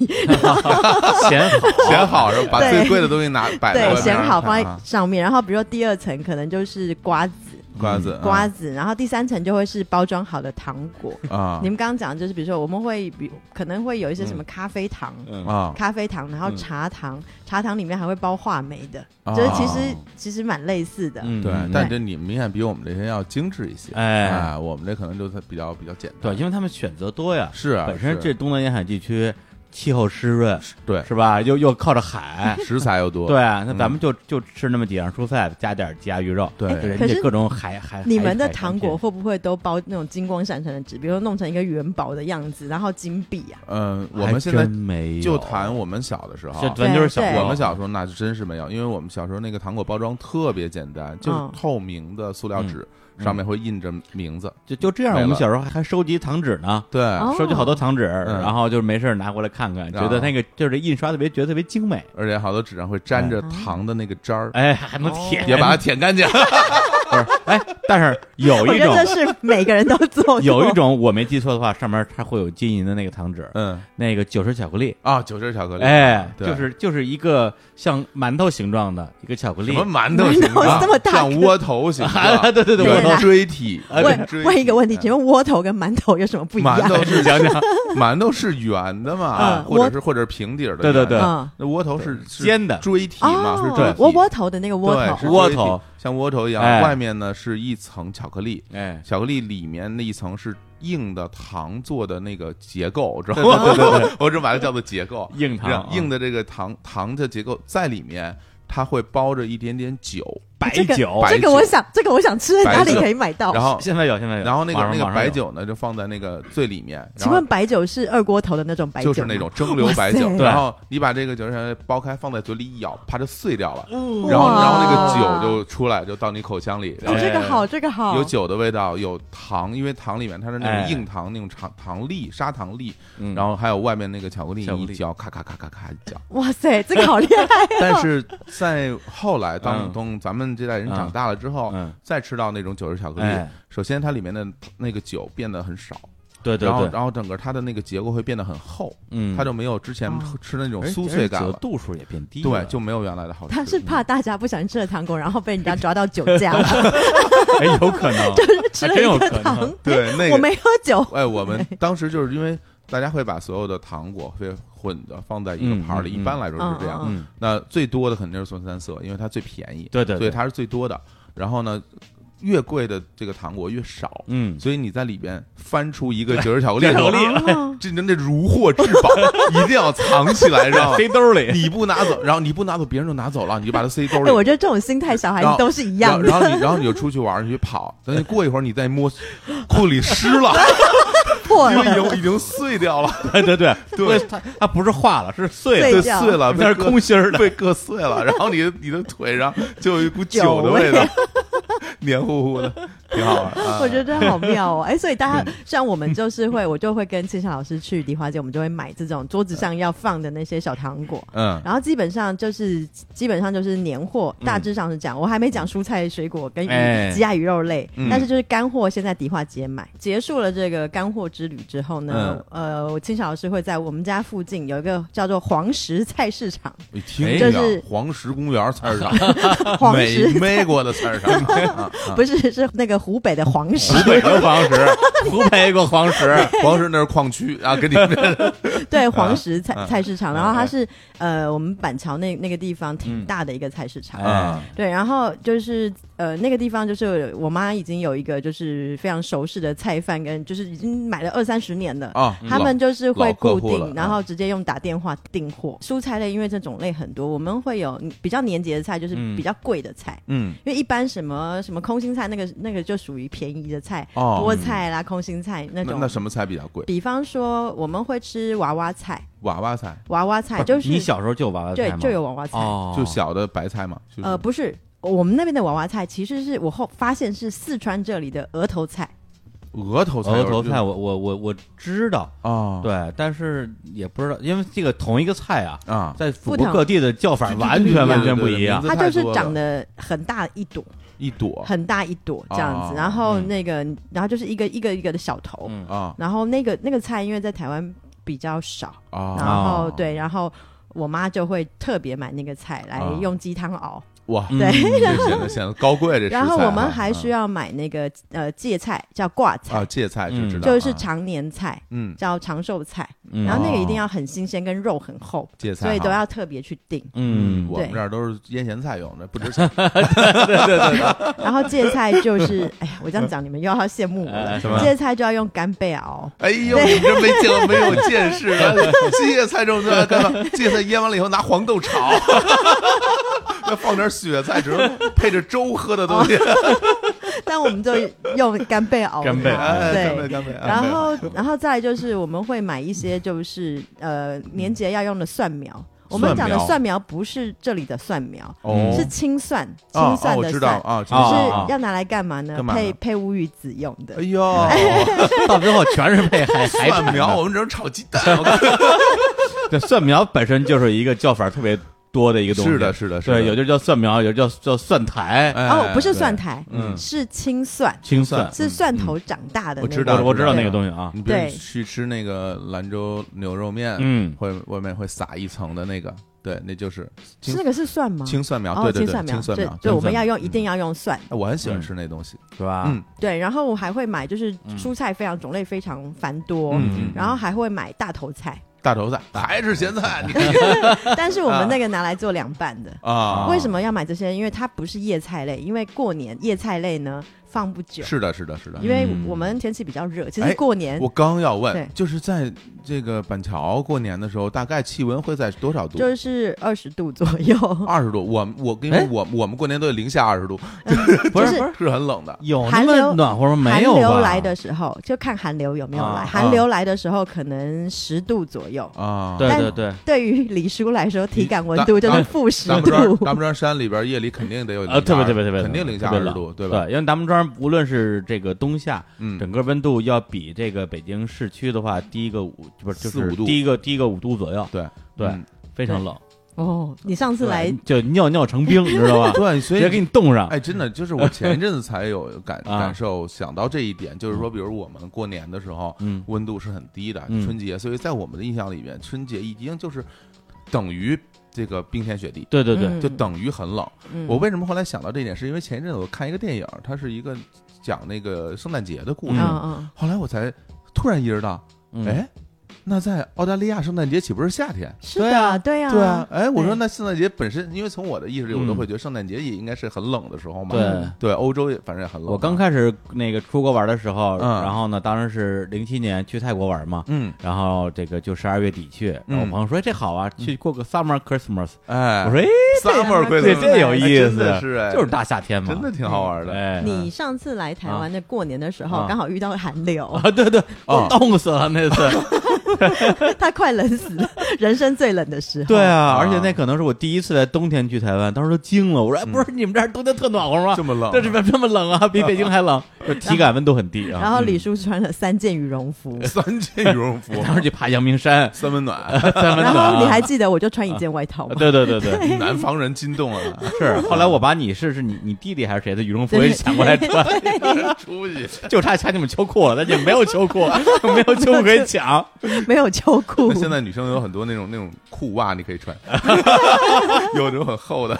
Speaker 2: 嗯
Speaker 1: 咸
Speaker 2: 选好然后把
Speaker 3: 对
Speaker 2: 最贵的东西拿摆在外
Speaker 3: 对，
Speaker 2: 面
Speaker 3: 选好
Speaker 2: 看
Speaker 3: 放
Speaker 2: 啊
Speaker 3: 在上面。然后比如说第二层可能就是瓜子，
Speaker 2: 瓜子
Speaker 3: 嗯瓜
Speaker 2: 子
Speaker 3: 子，然后第三层就会是包装好的糖果。
Speaker 2: 啊
Speaker 3: 你们刚刚讲的就是，比如说我们会比可能会有一些什么咖啡糖。
Speaker 1: 嗯
Speaker 2: 啊
Speaker 3: 咖啡糖，然后
Speaker 1: 嗯
Speaker 3: 茶糖，茶糖里面还会包话梅的，
Speaker 2: 啊
Speaker 3: 就是其实其实蛮类似的。
Speaker 1: 嗯
Speaker 2: 对
Speaker 1: 嗯，
Speaker 2: 但这你们明显比我们这些要精致一些，
Speaker 1: 哎
Speaker 2: 哎，我们这可能就是比较比较简单，
Speaker 1: 对，因为他们选择多呀，
Speaker 2: 是啊，
Speaker 1: 本身这
Speaker 2: 是
Speaker 1: 东南沿海地区气候湿润，
Speaker 2: 对，
Speaker 1: 是吧？又又靠着海
Speaker 2: 食材又多，
Speaker 1: 对，啊那咱
Speaker 2: 嗯
Speaker 1: 们就就吃那么几样蔬菜，加点鸡鸭鱼肉，
Speaker 2: 对
Speaker 1: 人
Speaker 3: 可是
Speaker 1: 家各种海海，
Speaker 3: 你们的
Speaker 1: 海
Speaker 3: 糖果，会不会都包那种金光闪闪的纸，比如说弄成一个元宝的样子，然后金币啊？
Speaker 2: 嗯，
Speaker 1: 海鲜
Speaker 2: 我们现
Speaker 1: 还
Speaker 2: 在
Speaker 1: 真没有
Speaker 2: 就谈，我们小的时候啊
Speaker 1: 这。咱就是小
Speaker 3: 对对
Speaker 2: 我们小时候那就真是没有，因为我们小时候那个糖果包装特别简
Speaker 3: 嗯
Speaker 2: 单，就是透明的塑料纸，
Speaker 1: 嗯
Speaker 2: 上面会印着名字。
Speaker 1: 就就这样，
Speaker 2: 没
Speaker 1: 我们
Speaker 2: 了
Speaker 1: 小时候还还收集糖纸呢。
Speaker 2: 对，
Speaker 3: 哦
Speaker 1: 收集好多糖纸，
Speaker 2: 嗯啊
Speaker 1: 然后就是没事儿拿回来看看，觉得那个就是印刷特别，觉得特别精美，
Speaker 2: 而且好多纸上会沾着糖的那个渣儿，
Speaker 1: 哎，还能舔，
Speaker 2: 哦也把它舔干净。 [laughs]
Speaker 1: 不是，哎，但是有
Speaker 3: 我
Speaker 1: 一
Speaker 3: 觉
Speaker 1: 种
Speaker 3: 得这是每个人都
Speaker 2: [laughs]
Speaker 3: 做过。
Speaker 1: 有一种我没记错的话，上面它会有金银的那个糖纸，
Speaker 2: 嗯，
Speaker 1: 那个九十巧克力，
Speaker 2: 啊，九汁巧克力，啊
Speaker 1: 哎，
Speaker 2: 对
Speaker 1: 就是就是一个像馒头形状的一个巧克
Speaker 2: 什
Speaker 1: 力
Speaker 2: 么，馒头形
Speaker 3: 馒
Speaker 2: 状，
Speaker 3: 头这么大
Speaker 2: 像窝头形状，
Speaker 1: 对对对，
Speaker 3: 对
Speaker 1: 我
Speaker 3: 啦
Speaker 2: 有锥体。
Speaker 1: 哎
Speaker 3: 问
Speaker 2: 锥体
Speaker 3: 问一个问题，请问窝头跟馒头有什么不一样
Speaker 2: 馒？头是
Speaker 1: 讲讲
Speaker 2: 馒头是圆的嘛，
Speaker 3: 嗯
Speaker 2: 或者是或者是平底儿的，
Speaker 1: 对对
Speaker 2: 圆的
Speaker 1: 对
Speaker 3: 嗯，
Speaker 2: 那窝头是是
Speaker 1: 尖的
Speaker 2: 锥体嘛，是锥
Speaker 3: 哦
Speaker 2: 体，
Speaker 3: 窝窝头的那个窝
Speaker 2: 对是
Speaker 3: 头，
Speaker 1: 窝
Speaker 2: 锥体
Speaker 1: 头
Speaker 2: 像窝头一样，
Speaker 1: 哎
Speaker 2: 外面呢是一层巧克力，
Speaker 1: 哎，
Speaker 2: 巧克力里面那一层是硬的糖做的那个结构，知道
Speaker 1: 对对
Speaker 2: 吗？
Speaker 1: 对对，
Speaker 2: 我只把它叫做结构，
Speaker 1: 硬糖啊
Speaker 2: 让硬的这个糖糖的结构在里面，它会包着一点点酒，
Speaker 1: 白
Speaker 3: 这个
Speaker 1: 酒，
Speaker 2: 白
Speaker 3: 这个我想，这个我想吃，
Speaker 2: 白
Speaker 3: 哪里
Speaker 2: 酒
Speaker 3: 可以买到？
Speaker 2: 然后
Speaker 1: 现在有现在有，
Speaker 2: 然后那个
Speaker 1: 马哎上
Speaker 2: 那个白，
Speaker 1: 马上有
Speaker 2: 酒呢就放在那个最里面，然
Speaker 3: 请
Speaker 2: 后
Speaker 3: 问白酒是二锅头的那种白酒
Speaker 2: 就
Speaker 3: 吗？
Speaker 2: 是那种蒸馏白酒
Speaker 3: 哇，塞
Speaker 2: 然后你把这个酒水剥开放在嘴里一咬，啪就碎掉了，
Speaker 1: 嗯
Speaker 2: 然后
Speaker 3: 哇
Speaker 2: 然后那个酒就出来，就到你口腔里，然
Speaker 3: 哦，
Speaker 2: 后
Speaker 3: 这个好，这个好，
Speaker 2: 有酒的味道，有糖，因为糖里面它是那
Speaker 1: 哎
Speaker 2: 种硬糖，那种糖糖粒、砂糖粒，
Speaker 1: 嗯
Speaker 2: 然后还有外面那个巧克力，
Speaker 1: 巧克
Speaker 2: 你
Speaker 1: 力
Speaker 2: 一嚼，咔咔咔咔咔一
Speaker 3: [laughs]
Speaker 2: 嚼。
Speaker 3: 哇塞，这个好厉害！
Speaker 2: 但是在后来，当
Speaker 1: 嗯
Speaker 2: 当咱们这代人长大了之后，
Speaker 1: 嗯，
Speaker 2: 再吃到那种酒是巧克力
Speaker 1: 哎，，
Speaker 2: 首先它里面的那个酒变得很少，
Speaker 1: 对对
Speaker 2: 然后
Speaker 1: 对，
Speaker 2: 然后整个它的那个结构会变得很厚，
Speaker 1: 嗯，
Speaker 2: 它就没有之前
Speaker 3: 哦
Speaker 2: 吃的那种
Speaker 1: 而且
Speaker 2: 酥脆感
Speaker 1: 而且酒哎
Speaker 2: 了
Speaker 1: 的。度数也变低了，
Speaker 2: 对，就没有原来的好吃。
Speaker 3: 他是怕大家不小心吃了糖果，然后被人家抓到酒驾了，
Speaker 2: [laughs]
Speaker 1: 哎，有可 [laughs] 能，
Speaker 3: 就是吃了
Speaker 1: 还真有
Speaker 3: 一
Speaker 1: 可
Speaker 3: 个
Speaker 1: 能
Speaker 3: 糖，
Speaker 2: 对那
Speaker 3: 我
Speaker 2: 个，
Speaker 3: 没喝酒，
Speaker 2: 哎，我
Speaker 1: [laughs]
Speaker 2: 们当时就是因为大家会把所有的糖果会混的放在一个盘儿里，
Speaker 1: 嗯嗯
Speaker 2: 一般来说是这样。
Speaker 3: 嗯
Speaker 1: 嗯，
Speaker 2: 那最多的肯定是松三色，因为它最便宜，
Speaker 1: 对对
Speaker 2: 所
Speaker 1: 对，
Speaker 2: 以它是最多的。然后呢，越贵的这个糖果越少，
Speaker 1: 嗯，
Speaker 2: 所以你在里边翻出一个哦九十巧克力，
Speaker 1: 巧克力
Speaker 3: 哦
Speaker 2: 这那如获至宝，一定要藏起来，知道吗？
Speaker 1: 塞兜里，
Speaker 2: 你不拿走，然后你不拿走，别人就拿走了，你就把它塞兜里
Speaker 3: 哎，。我觉得这种心态小孩子都是一
Speaker 2: 然
Speaker 3: 样
Speaker 2: 后，
Speaker 3: 的。
Speaker 2: 然后你，然后你就出去玩儿，你去跑。等你过一会儿，你再摸，裤里湿了，
Speaker 3: 破
Speaker 2: 因为已
Speaker 3: [laughs] 了，
Speaker 2: 经已经碎掉了，
Speaker 1: [laughs] 对对对，对它它不是化了，是碎
Speaker 3: 碎
Speaker 1: 了，
Speaker 2: 对，
Speaker 3: 掉
Speaker 2: 碎了，
Speaker 1: 那是空心儿的。
Speaker 2: 被硌碎了。然后你的你的腿上就有一股酒的味道，黏糊糊的。挺好玩儿。啊
Speaker 3: 我觉得好妙哦！哎，所以大
Speaker 2: 嗯
Speaker 3: 家像我们就是会，我就会跟气象老师去梨花街，我们就会买这种桌子上要放的那些小糖果。
Speaker 2: 嗯，
Speaker 3: 然后基本上就是基本上就是年货，大致上是这样。我还没讲蔬菜、水果跟鱼、
Speaker 1: 哎
Speaker 3: 鸡鸭鱼肉类，
Speaker 2: 嗯
Speaker 3: 但是就是干货，现在迪化街买。结束了这个干货之旅之后呢，
Speaker 2: 嗯
Speaker 3: 呃，我清小老师会在我们家附近有一个叫做黄石菜市
Speaker 2: [laughs]
Speaker 3: 场，
Speaker 2: 一听
Speaker 3: 就
Speaker 2: 这
Speaker 3: 是
Speaker 2: 个黄石公园菜市场，
Speaker 3: 黄
Speaker 2: 美
Speaker 3: 石
Speaker 2: 美国的菜
Speaker 3: [laughs]
Speaker 2: 市场，啊啊
Speaker 3: 不是是那个湖北的黄石，
Speaker 2: 湖北有黄石，
Speaker 1: 湖北过黄石，
Speaker 2: 黄石那是矿区啊，跟你们这
Speaker 3: 对黄石菜、
Speaker 2: 啊
Speaker 3: 菜市场，
Speaker 2: 啊嗯
Speaker 3: 然后它是呃我们板桥那那个地方挺大的一个菜市场，
Speaker 2: 啊
Speaker 3: 对，然后就是呃那个地方就是我妈已经有一个就是非常熟识的菜贩跟就是已经买了二三十年了。
Speaker 2: [laughs] 啊，
Speaker 3: 他们就是会固
Speaker 2: 老客户了啊
Speaker 3: 定，然后直接用打电话订货。蔬菜类因为这种类很多，我们会有比较年节的菜，就是比较贵的菜。
Speaker 2: 嗯
Speaker 3: 因为一般什么什么空心菜，那个那个就属于便宜的菜，
Speaker 2: 哦
Speaker 3: 菠菜啦、空心菜那
Speaker 2: 那
Speaker 3: 种。
Speaker 2: 那什么菜比较贵？
Speaker 3: 比方说，我们会吃娃娃菜，
Speaker 2: 娃娃菜
Speaker 3: 娃娃菜就是
Speaker 1: 你小时候就有娃娃菜
Speaker 3: 对
Speaker 1: 吗？
Speaker 3: 就有娃娃菜，
Speaker 1: 哦，
Speaker 2: 就小的白菜嘛，就是
Speaker 3: 呃不是。我们那边的娃娃菜其实是我后发现是四川这里的额头菜，
Speaker 2: 额头菜，
Speaker 1: 额头菜，我我我我知道，
Speaker 2: 啊，
Speaker 1: 对，但是也不知道，因为这个同一个菜啊，
Speaker 2: 啊，
Speaker 1: 在祖
Speaker 3: 不
Speaker 1: 国
Speaker 3: 同
Speaker 1: 各地的叫法
Speaker 2: 对对对
Speaker 1: 完
Speaker 2: 对
Speaker 1: 全
Speaker 2: 对
Speaker 1: 完全
Speaker 2: 对
Speaker 1: 不
Speaker 2: 对
Speaker 1: 一样
Speaker 2: 名。字
Speaker 3: 它
Speaker 2: 太
Speaker 3: 就是
Speaker 2: 多了
Speaker 3: 长得很大一朵，
Speaker 2: 一朵
Speaker 3: 很大一朵这样
Speaker 2: 哦
Speaker 3: 子，然后那个然后就是一个一个一个的小头，
Speaker 1: 嗯
Speaker 2: 啊
Speaker 3: 然后那个那个菜因为在台湾比较少，然
Speaker 2: 啊，
Speaker 3: 后
Speaker 1: 哦
Speaker 3: 对，然后我妈就会特别买那个菜来
Speaker 2: 哦
Speaker 3: 用鸡汤熬，
Speaker 2: 哇，
Speaker 1: 嗯
Speaker 3: [laughs] 对
Speaker 2: 这显得显得高贵这食材啊。
Speaker 3: 然后我们还需
Speaker 2: 要
Speaker 3: 要买那个呃芥菜，叫挂菜
Speaker 2: 啊，，芥菜就
Speaker 1: 嗯
Speaker 2: 知道啊，
Speaker 3: 就是常年菜，
Speaker 2: 嗯，
Speaker 3: 叫长寿菜。
Speaker 1: 嗯
Speaker 3: 然后那个一定要很新鲜，跟肉很厚，
Speaker 2: 哦芥菜
Speaker 3: 所以
Speaker 2: 哈
Speaker 3: 都要特别去定。
Speaker 1: 嗯，
Speaker 2: 我们
Speaker 3: 对
Speaker 2: 这儿都是腌咸菜用
Speaker 3: [laughs]
Speaker 2: 的，不值钱。
Speaker 3: 然后芥菜
Speaker 2: [laughs]
Speaker 3: 就是，哎呀，我这样讲你们又要羡慕我了
Speaker 1: 哎什么。
Speaker 3: 芥菜就要用干贝熬，
Speaker 2: 哎呦，你这没见过没有见
Speaker 3: [laughs]
Speaker 2: 识啊！芥菜这种东西干嘛？芥菜腌完了以后拿黄
Speaker 3: [laughs]
Speaker 2: 豆炒，再放点雪菜汁，配着粥喝的东西。
Speaker 3: 但我们就用干贝熬它。
Speaker 6: 干贝
Speaker 2: 哎，干杯
Speaker 3: [laughs] 对。
Speaker 2: 干杯！啊
Speaker 3: 然后，然后再来就是我们会买一些就是呃年节要用的蒜苗。我们讲的
Speaker 2: 蒜苗
Speaker 3: 蒜苗不是这里的蒜苗，
Speaker 2: 哦
Speaker 3: 是青蒜，
Speaker 2: 啊
Speaker 3: 青蒜
Speaker 2: 啊我
Speaker 3: 的
Speaker 2: 知道
Speaker 3: 蒜。
Speaker 2: 啊，
Speaker 3: 就
Speaker 1: 啊
Speaker 2: 啊。
Speaker 3: 是要拿来干嘛呢？
Speaker 2: 干嘛呢
Speaker 3: 配配乌鱼子用的
Speaker 2: 哎。呦，
Speaker 1: 到最后全是 [laughs] 配海海
Speaker 2: 蒜
Speaker 1: 产
Speaker 2: 苗，
Speaker 1: 的。
Speaker 2: 我们这种炒鸡蛋，
Speaker 3: [laughs]
Speaker 2: 我看
Speaker 1: 对，蒜苗本身就是一个叫法特别多的一个东西。
Speaker 2: 是的，是的，是的
Speaker 1: 对，有的叫蒜苗，有的叫叫蒜苔，
Speaker 2: 哎
Speaker 3: 哦，不是蒜苔，
Speaker 1: 嗯
Speaker 3: 是青蒜，
Speaker 1: 青蒜。
Speaker 3: 是蒜头长大的那
Speaker 2: 嗯我
Speaker 3: 个。
Speaker 2: 知道
Speaker 1: 我我知道
Speaker 3: 对
Speaker 1: 那个东西啊，
Speaker 2: 你比如
Speaker 3: 对
Speaker 2: 去吃那个兰州牛肉面，
Speaker 1: 嗯
Speaker 2: 会外面会撒一层的那个，对，那就是青
Speaker 3: 是那个是蒜吗？
Speaker 2: 青蒜苗，
Speaker 3: 哦，
Speaker 2: 对对
Speaker 3: 青
Speaker 2: 对，
Speaker 3: 蒜苗，
Speaker 2: 青蒜
Speaker 3: 对
Speaker 2: 苗，
Speaker 3: 对，嗯
Speaker 2: 青
Speaker 3: 我们
Speaker 2: 蒜
Speaker 3: 要
Speaker 2: 苗
Speaker 3: 用一定要用蒜。
Speaker 2: 哎我很喜欢吃那东西，
Speaker 1: 是吧？
Speaker 2: 嗯，
Speaker 3: 对，然后我还会买，就是蔬菜非常种类非常繁多
Speaker 1: 嗯嗯，
Speaker 3: 然后还会买大头菜，
Speaker 2: 大头菜还是咸菜，
Speaker 3: [laughs]
Speaker 2: 你
Speaker 3: 但是我们那个拿来做凉拌的。
Speaker 2: 啊，
Speaker 3: [laughs] 为什么要买这些？因为它不是叶菜类，因为过年叶菜类呢放不久，
Speaker 2: 是的，是的，是的嗯
Speaker 3: 因。为我们天气比较热。其
Speaker 2: 哎
Speaker 3: 实过年
Speaker 2: 我刚要
Speaker 3: 对
Speaker 2: 问，就是在这个板桥过年的时候，大概气温会在多少度？
Speaker 3: 就是二十度左右，
Speaker 2: [laughs] 二十度。我我跟你
Speaker 1: 哎
Speaker 2: 说，我我们过年都得零下
Speaker 3: [laughs]
Speaker 2: 二十度，
Speaker 1: 不
Speaker 3: 嗯就是是
Speaker 2: 是很冷的。
Speaker 1: 有那
Speaker 3: 寒
Speaker 1: 么
Speaker 3: 流
Speaker 1: 暖和吗？
Speaker 3: 寒
Speaker 1: 没有
Speaker 3: 流
Speaker 1: 吧？
Speaker 3: 来的时候，就看寒流有没有
Speaker 1: 啊
Speaker 3: 来。寒流来的时候可能十度左右，
Speaker 2: 啊，
Speaker 1: 对
Speaker 3: 但
Speaker 1: 对对，
Speaker 3: 对于李叔来说，体感温
Speaker 2: 咱
Speaker 3: 度就
Speaker 2: 咱
Speaker 3: 是负十
Speaker 2: 大木
Speaker 3: 度
Speaker 2: 庄。大木庄山里边夜里肯定得有零下
Speaker 1: [laughs] 呃，特别特别特别，
Speaker 2: 肯定零下
Speaker 1: 特别
Speaker 2: 二十
Speaker 1: 冷
Speaker 2: 度，对
Speaker 1: 对
Speaker 2: 吧？
Speaker 1: 因为咱们庄无论是这个冬夏，
Speaker 2: 嗯，
Speaker 1: 整个温度要比这个北京市区的话低个五，不是就
Speaker 2: 四五
Speaker 1: 是
Speaker 2: 度
Speaker 1: 低个低个五度左右，
Speaker 2: 对
Speaker 1: 对，
Speaker 2: 嗯
Speaker 1: 非常冷，
Speaker 3: 哦，你上次来
Speaker 1: 就尿尿成
Speaker 3: [laughs]
Speaker 1: 冰，你知道吧？
Speaker 2: 对，
Speaker 1: 直
Speaker 2: 所以
Speaker 1: 接给你冻上。
Speaker 2: 哎，真的就是我前一阵子才
Speaker 1: [laughs]
Speaker 2: 有感
Speaker 1: 啊
Speaker 2: 感受，想到这一点，就是说，比如我们过年的时候，
Speaker 1: 嗯，
Speaker 2: 温度是很低的，
Speaker 1: 嗯
Speaker 2: 春节，所以在我们的印象里面，春节已经就是等于这个冰天雪地。
Speaker 1: 对对对，
Speaker 3: 嗯
Speaker 2: 就等于很冷。
Speaker 3: 嗯
Speaker 2: 我为什么后来想到这一点，是因为前一阵子我看一个电影，它是一个讲那个圣诞节的故事，
Speaker 3: 嗯嗯，
Speaker 2: 后来我才突然意识到，
Speaker 1: 嗯，
Speaker 2: 哎，那在澳大利亚圣诞节岂不是夏天？
Speaker 3: 是
Speaker 1: 对啊
Speaker 3: 的，对呀，
Speaker 2: 对啊，哎，我说
Speaker 3: 对
Speaker 2: 那圣诞节本身，因为从我的意识里，我都
Speaker 1: 嗯
Speaker 2: 会觉得圣诞节也应该是很冷的时候嘛。
Speaker 1: 对
Speaker 2: 对，欧洲也反正也很冷嘛。啊
Speaker 1: 我刚开始那个出国玩的时候，
Speaker 2: 嗯
Speaker 1: 然后呢，当时是零七年去泰国玩嘛。
Speaker 2: 嗯，
Speaker 1: 然后这个就十二月底去，然后我
Speaker 2: 嗯
Speaker 1: 朋友说哎这好啊，去过个 summer Christmas。
Speaker 2: 哎，
Speaker 1: 我说哎，
Speaker 2: summer
Speaker 3: 对
Speaker 1: 这
Speaker 2: Christmas，
Speaker 1: 这有
Speaker 2: 哎
Speaker 1: 意
Speaker 2: 真
Speaker 1: 思，啊
Speaker 2: 的是哎，
Speaker 1: 就是大夏天嘛，
Speaker 2: 真的挺好玩的。
Speaker 1: 哎， [laughs]
Speaker 3: 你上次来台湾的过年的时
Speaker 1: 啊
Speaker 3: 候，刚好遇到寒流，
Speaker 1: 啊，对对，
Speaker 2: 啊
Speaker 1: 我
Speaker 2: [laughs]
Speaker 1: 冻死了那次，
Speaker 3: [laughs] 他快冷死了，人生最冷的时候。
Speaker 1: 对啊，
Speaker 2: 啊
Speaker 1: 而且那可能是我第一次在冬天去台湾，当时都惊了。我说，哎，
Speaker 2: 嗯
Speaker 1: 不是你们这儿冬天特暖和吗？
Speaker 2: 这么冷，嗯
Speaker 1: 这这边这么冷啊，比北京还冷，就体感温度很低啊。
Speaker 3: 然后
Speaker 1: 嗯，
Speaker 3: 李叔穿了三件羽绒服，
Speaker 2: 三件羽绒服，
Speaker 1: 当时去爬阳明山
Speaker 2: 三
Speaker 1: [laughs]
Speaker 2: 温暖，
Speaker 1: 三温
Speaker 3: [laughs] 然
Speaker 1: 暖
Speaker 3: 后
Speaker 1: 啊。
Speaker 3: 你还记得我就穿一件外套吗？
Speaker 1: 对对对对，
Speaker 3: [laughs]
Speaker 2: 南方人心动了， [laughs]
Speaker 1: 是。后来我把你是是你你弟弟还是谁的羽绒服也抢过来穿，
Speaker 2: 出去
Speaker 1: [laughs] 就差抢你们秋裤了，但也没有秋裤， [laughs] 没有秋裤可以
Speaker 2: [laughs]
Speaker 1: 抢。
Speaker 3: [laughs] 没有秋裤
Speaker 2: 那。现在女生有很多那种那种裤袜，你可
Speaker 3: [laughs]
Speaker 2: 以穿，有那种很厚的，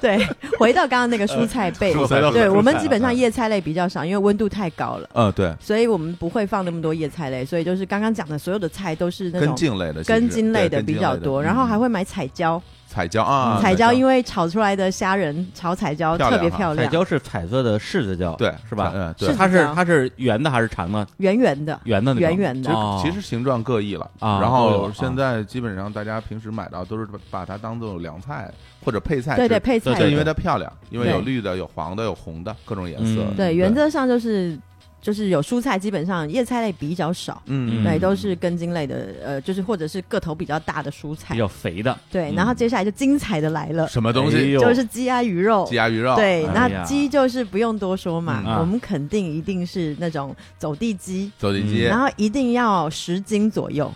Speaker 3: 对，回到刚刚那个蔬菜
Speaker 1: [laughs]
Speaker 3: 被，
Speaker 2: 蔬菜
Speaker 3: 对
Speaker 2: 蔬菜
Speaker 3: 我们基本上叶菜类比较少，因为温度太高了，
Speaker 1: 啊
Speaker 2: 嗯，对，
Speaker 3: 所以我们不会放那么多叶菜类，所以就是刚刚讲的所有的菜都是那
Speaker 2: 根
Speaker 3: 种。
Speaker 2: 茎类的，其实
Speaker 3: 根茎类的
Speaker 2: 对根茎
Speaker 3: 比较多，
Speaker 2: 嗯
Speaker 3: 然后还会买彩椒，嗯
Speaker 2: 彩椒啊，
Speaker 3: 彩椒因
Speaker 2: 为
Speaker 3: 为炒出来的虾仁炒彩椒
Speaker 2: 漂
Speaker 3: 特
Speaker 2: 亮
Speaker 3: 别
Speaker 2: 哈
Speaker 3: 漂
Speaker 1: 彩
Speaker 3: 亮，
Speaker 1: 椒是彩色的柿子椒，
Speaker 2: 对
Speaker 1: 是吧？呃
Speaker 2: 嗯，
Speaker 3: 柿
Speaker 2: 对
Speaker 3: 子，
Speaker 1: 它是
Speaker 3: 椒
Speaker 1: 它是圆的还是长的？
Speaker 3: 圆圆的，
Speaker 1: 圆的那种。
Speaker 3: 圆圆
Speaker 2: 其
Speaker 3: 的
Speaker 2: 实。
Speaker 1: 哦
Speaker 2: 其实形状各异了
Speaker 1: 啊
Speaker 2: 然
Speaker 1: 都有
Speaker 2: 后
Speaker 1: 啊
Speaker 2: 现在基本上大家平时买到都是把把它当做凉菜或者配菜吃，
Speaker 3: 对对，配菜
Speaker 2: 就
Speaker 1: 对
Speaker 2: 因为它漂亮，因为
Speaker 3: 对
Speaker 2: 有绿的、有黄的、有红的，各种颜色
Speaker 1: 嗯。
Speaker 3: 对，原则上就是就是有蔬菜，基本上叶菜类比较少，
Speaker 2: 嗯，嗯，
Speaker 3: 对，
Speaker 1: 嗯
Speaker 3: 都是根茎类的，呃，就是或者是个头比较大的蔬
Speaker 1: 比
Speaker 3: 菜，
Speaker 1: 较肥的，
Speaker 3: 对。
Speaker 1: 嗯
Speaker 3: 然后接下来就精彩的来了，
Speaker 2: 什么东
Speaker 1: 哎
Speaker 2: 西？
Speaker 1: 呦
Speaker 3: 就是鸡鸭鱼肉
Speaker 2: 鸡。鸭鱼肉，
Speaker 3: 对，
Speaker 1: 哎呀
Speaker 3: 那鸡就是不用多说嘛
Speaker 1: 嗯，啊
Speaker 3: 我们肯定一定是那种走地鸡，
Speaker 2: 走地鸡
Speaker 1: 嗯，
Speaker 3: 然后一定要十斤左右，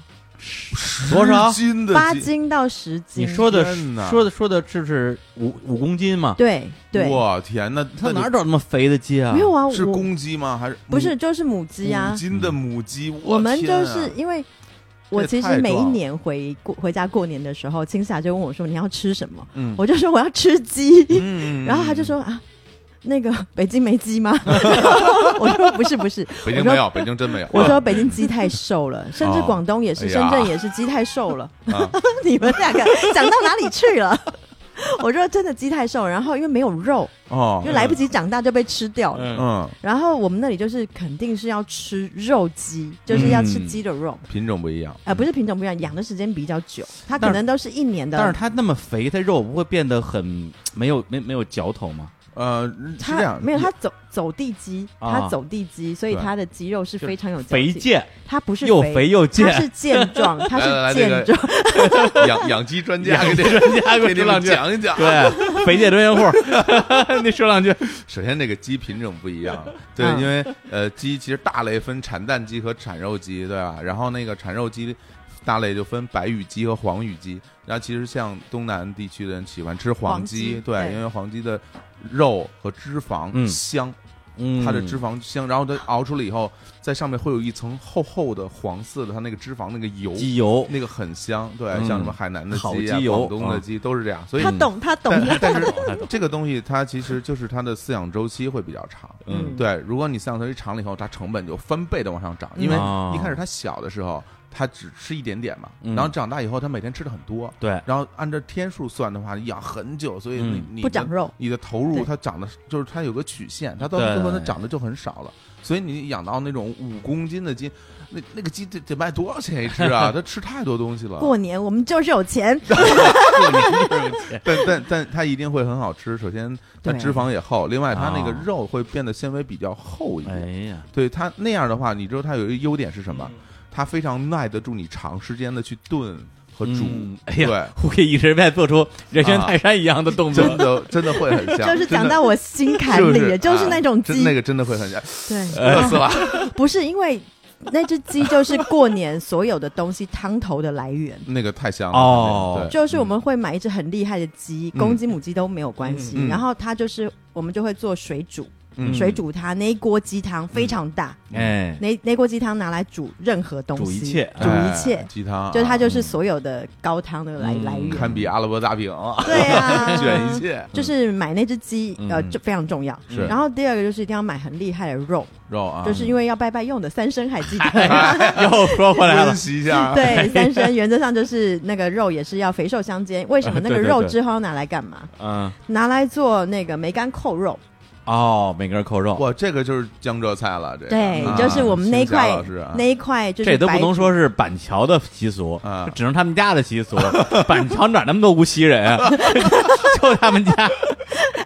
Speaker 1: 多少
Speaker 2: 十斤的
Speaker 3: 八
Speaker 2: 鸡
Speaker 3: 斤到十斤。
Speaker 1: 啊你说的
Speaker 2: 天哪
Speaker 1: 说的说的就是五五公斤嘛？
Speaker 3: 对对，
Speaker 2: 我天，那
Speaker 1: 他
Speaker 2: 那
Speaker 1: 哪找那么肥的鸡啊？
Speaker 3: 没有啊，
Speaker 2: 是
Speaker 3: 我
Speaker 2: 公鸡吗？还是
Speaker 3: 不是就是母鸡啊
Speaker 2: 五？斤的母鸡，
Speaker 3: 我们
Speaker 2: 天
Speaker 3: 就
Speaker 2: 啊
Speaker 3: 是因为。我
Speaker 2: 这
Speaker 3: 其
Speaker 2: 也
Speaker 3: 实
Speaker 2: 太
Speaker 3: 每一
Speaker 2: 壮了
Speaker 3: 年回过回家过年的时候，青霞就问我说：“你要吃什么？”
Speaker 2: 嗯，
Speaker 3: 我就说我要吃鸡，
Speaker 2: 嗯
Speaker 3: 然后他就说啊，那个北京没鸡吗？ [laughs] 我说不是不
Speaker 2: [laughs]
Speaker 3: 是，
Speaker 2: 北京没有，北京真没有。
Speaker 3: 我说北京鸡太瘦了，
Speaker 2: [laughs]
Speaker 3: 甚至
Speaker 2: 哦
Speaker 3: 广东也
Speaker 2: 哎
Speaker 3: 是，深
Speaker 2: 呀
Speaker 3: 圳也是鸡太瘦了。
Speaker 2: [laughs] 啊
Speaker 3: [laughs] 你们两个讲到哪里去了？我说真的鸡太瘦，然后因为没有肉，
Speaker 2: 哦
Speaker 3: 就，来不及长大就被吃掉了。
Speaker 1: 嗯，
Speaker 2: 嗯，
Speaker 3: 然后我们那里就是肯定是要吃肉鸡，就是要吃
Speaker 1: 嗯
Speaker 3: 鸡的肉。
Speaker 2: 品种不一样，
Speaker 3: 呃，不是品种不一样，养的时间比较久，它
Speaker 1: 但
Speaker 3: 可
Speaker 1: 是
Speaker 3: 能都是一年的。
Speaker 1: 但是它那么肥，它肉不会变得很没有没没有嚼头吗？
Speaker 2: 呃，是
Speaker 3: 它
Speaker 2: 这样，
Speaker 3: 没有，它走走地鸡，
Speaker 1: 啊
Speaker 3: 它走地鸡，所以
Speaker 2: 对
Speaker 3: 它的肌肉是非常有嚼
Speaker 1: 肥
Speaker 3: 劲，
Speaker 1: 健，
Speaker 3: 它不是
Speaker 1: 又肥又
Speaker 3: 它
Speaker 1: 健，
Speaker 2: [laughs]
Speaker 3: 是健壮，它
Speaker 2: 来来来
Speaker 3: 是
Speaker 2: 这个
Speaker 3: 健壮，
Speaker 2: 养养鸡专家给这
Speaker 1: 家
Speaker 2: 给你们讲一
Speaker 1: [laughs]
Speaker 2: 讲。
Speaker 1: 对，肥界专业户， [laughs] 你说两句。
Speaker 2: 首先，这个鸡品种不
Speaker 3: [laughs]
Speaker 2: 一样，对，
Speaker 3: 嗯
Speaker 2: 因为呃，鸡其实大类分产蛋鸡和产肉鸡，对吧？然后那个产肉鸡大类就分白羽鸡和黄羽鸡。然后其实像东南地区的人喜欢吃黄
Speaker 3: 黄鸡
Speaker 2: 对，
Speaker 3: 对
Speaker 2: 因为黄鸡的肉和脂肪
Speaker 1: 嗯
Speaker 2: 香，
Speaker 1: 嗯
Speaker 2: 它的脂肪香，然后它熬出了以后，在上面会有一层厚厚的黄色的，它那个脂肪那个油，
Speaker 1: 机油，
Speaker 2: 那个很香。对，
Speaker 1: 嗯
Speaker 2: 像什么海南的
Speaker 1: 烤
Speaker 2: 鸡啊，
Speaker 1: 鸡油
Speaker 2: 广东的
Speaker 1: 啊
Speaker 2: 鸡都是这样，所以
Speaker 3: 它懂，它
Speaker 2: [laughs]
Speaker 3: 懂，
Speaker 2: 但但是
Speaker 1: 太懂
Speaker 2: 这个东西它其实就是它的饲养周期会比较长。
Speaker 1: 嗯
Speaker 2: 对，如果你饲养周期长了以后，它成本就翻倍的往上涨，因为
Speaker 1: 哦
Speaker 2: 一开始它小的时候它只吃一点点嘛，
Speaker 1: 嗯
Speaker 2: 然后长大以后它每天吃的很多，
Speaker 1: 对，
Speaker 2: 然后按照天数算的话，养很久，所以
Speaker 1: 嗯
Speaker 2: 你你
Speaker 3: 不
Speaker 2: 的啊
Speaker 3: 长肉。
Speaker 2: 你的投入
Speaker 3: 对
Speaker 2: 它长得就是它有个曲线，它到
Speaker 1: 对
Speaker 2: 最后它长得就很少了。所以你养到那种五公斤的鸡，那那个鸡得得卖多少钱一只啊？
Speaker 1: [laughs]
Speaker 2: 它吃太多东西了。
Speaker 3: 过年我们就是有钱，
Speaker 2: 但但但它一定会很好吃。首先，它
Speaker 3: 对
Speaker 2: 脂肪也厚，另外它那个
Speaker 1: 啊
Speaker 2: 肉会变得纤维比较厚一
Speaker 1: [laughs] 哎嗯
Speaker 2: 点。
Speaker 1: 呀，
Speaker 2: 对它那样的话，你知道它有一个优点是什么？它非常耐得住你长时间的去炖和煮。
Speaker 1: 嗯哎呀
Speaker 2: 对，
Speaker 1: 我给一人外做出人猿
Speaker 2: 啊
Speaker 1: 泰山一样的动作
Speaker 2: 真，的真的会很香，
Speaker 3: [laughs] 就是
Speaker 2: 真
Speaker 3: 讲
Speaker 2: 的
Speaker 3: 到我心坎
Speaker 2: 啊是不
Speaker 3: 里，就是
Speaker 2: 啊
Speaker 3: 那种
Speaker 2: 真
Speaker 3: 鸡
Speaker 2: 那，个真的会很香，
Speaker 3: 对，
Speaker 2: [laughs]
Speaker 1: 呃
Speaker 3: 啊
Speaker 2: 饿死了。
Speaker 3: 不是因为那只鸡就是过年所有的东西汤头的来源。
Speaker 2: 那个太香了
Speaker 1: 哦
Speaker 2: 对
Speaker 3: 就是我们会买一只很厉害的鸡，
Speaker 2: 嗯
Speaker 3: 公鸡母鸡都没有关系。
Speaker 2: 嗯嗯
Speaker 3: 然后它就是我们就会做水煮，
Speaker 2: 嗯
Speaker 3: 水煮它那一锅鸡汤非常大，
Speaker 1: [laughs]
Speaker 2: [laughs]
Speaker 1: 哎，
Speaker 3: 那那锅鸡汤拿来煮任何东西，
Speaker 1: 煮一切
Speaker 3: 煮一切，
Speaker 2: 哎鸡汤啊，
Speaker 3: 就它就是
Speaker 1: 嗯
Speaker 3: 所有的高汤的来、
Speaker 1: 嗯
Speaker 3: 来源。
Speaker 2: 堪比阿拉伯大饼，
Speaker 3: 对啊，
Speaker 2: [laughs] 卷一切
Speaker 3: 就是买那只鸡，呃，
Speaker 1: 嗯
Speaker 3: 就非常重要。
Speaker 2: 是
Speaker 3: 然后第二个就是一定要买很厉害的肉，
Speaker 2: 肉啊，
Speaker 3: 就是因为要拜拜用的三牲，还记得？
Speaker 2: [laughs]
Speaker 1: 又说回来了
Speaker 2: 温，习一
Speaker 3: [laughs]
Speaker 2: 下，
Speaker 3: 对，三牲原则上就是那个肉也是要肥瘦
Speaker 2: 啊
Speaker 3: 相间。为什么那个
Speaker 1: 对对
Speaker 3: 肉
Speaker 1: 对
Speaker 3: 之后要拿来干嘛？
Speaker 1: 嗯，
Speaker 3: 拿来做那个梅干扣肉。
Speaker 1: 哦，每根扣肉，
Speaker 2: 哇，这个就是江浙菜了，这个
Speaker 3: 对
Speaker 2: 啊
Speaker 3: 就是我们那一块
Speaker 2: 新疆老师啊
Speaker 3: 那一块就是
Speaker 1: 这都不
Speaker 3: 白
Speaker 1: 能说是板桥的习俗
Speaker 2: 啊，
Speaker 1: 只能他们家的习俗。 [laughs] 板桥哪儿那么多无锡人
Speaker 2: [laughs]
Speaker 1: 啊？就他们家。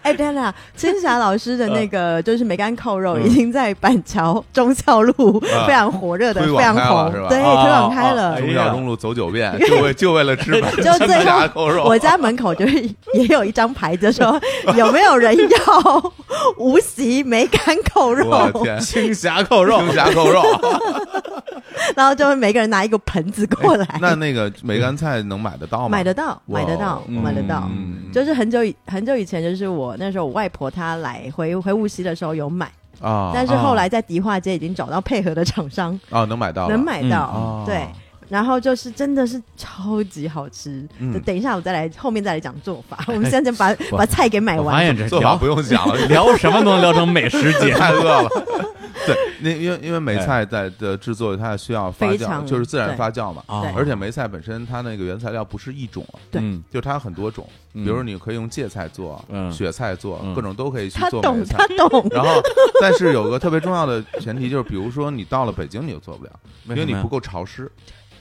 Speaker 3: 哎，等等，青霞老师的那
Speaker 2: 嗯
Speaker 3: 个就是梅干扣肉已经在板桥忠孝路
Speaker 2: 啊
Speaker 3: 非常火热的，
Speaker 2: 推
Speaker 3: 非
Speaker 2: 广
Speaker 3: 常
Speaker 2: 开了
Speaker 3: 红
Speaker 2: 是吧，啊
Speaker 3: 对，推
Speaker 1: 哦
Speaker 3: 广开了
Speaker 1: 哎哦。
Speaker 2: 中
Speaker 1: 呀
Speaker 2: 小中路走九遍，就为就为了吃
Speaker 3: [laughs]
Speaker 2: 板
Speaker 3: 哎就最
Speaker 2: 夹扣
Speaker 3: 后，
Speaker 2: [laughs] 肉。
Speaker 3: 我家门口就是也有一张牌子
Speaker 2: [laughs]
Speaker 3: 说有没有人要无锡梅干扣肉，
Speaker 2: 我天，
Speaker 1: 青霞扣肉
Speaker 2: 中夹
Speaker 3: [laughs]
Speaker 2: 扣肉。
Speaker 3: 然后就会每个人拿一个盆子过来，
Speaker 2: 哎那那个梅干菜能买得到吗？
Speaker 3: 买得到，
Speaker 2: 哇
Speaker 3: 买得到，
Speaker 2: 嗯
Speaker 3: 买得到。
Speaker 2: 嗯
Speaker 3: 就是很久以很久以前，就是我那时候我外婆她来回回无锡的时候有买，
Speaker 2: 啊，
Speaker 3: 但是后来在迪化街已经找到配合的厂商，
Speaker 2: 啊能买到了，
Speaker 3: 能买到，
Speaker 2: 哦
Speaker 3: 对。然后就是真的是超级好吃，
Speaker 2: 嗯
Speaker 3: 就等一下我再来后面再来讲做法，我们现在把把菜给买
Speaker 1: 我发
Speaker 3: 完。
Speaker 1: 现这
Speaker 2: 做法
Speaker 1: 聊
Speaker 2: 不用讲了，
Speaker 1: [laughs] 聊什么都能聊成美食 [laughs] 节目。
Speaker 2: 太饿了。 [laughs] 对，那因为因为梅
Speaker 1: 哎
Speaker 2: 菜在的制作，它需要发
Speaker 3: 非
Speaker 2: 酵，
Speaker 3: 常
Speaker 2: 就是自然
Speaker 3: 对
Speaker 2: 发酵嘛。
Speaker 1: 哦
Speaker 2: 而且梅菜本身它那个原材料不是一种啊，
Speaker 3: [laughs] 对
Speaker 1: 嗯
Speaker 2: 就它有很多种，比如你可以用芥菜做
Speaker 1: 嗯，
Speaker 2: 雪菜做
Speaker 1: 嗯，
Speaker 2: 各种都可以去
Speaker 3: 他
Speaker 2: 做
Speaker 3: 懂，
Speaker 2: 梅菜
Speaker 3: 他。
Speaker 2: [laughs]
Speaker 3: 懂，
Speaker 2: 然后，但是有个特别重要的前提就是，比如说你到了北京你就做不了，因
Speaker 1: 为
Speaker 2: 为
Speaker 1: 什
Speaker 2: 你
Speaker 1: 么呀
Speaker 2: 不够潮湿。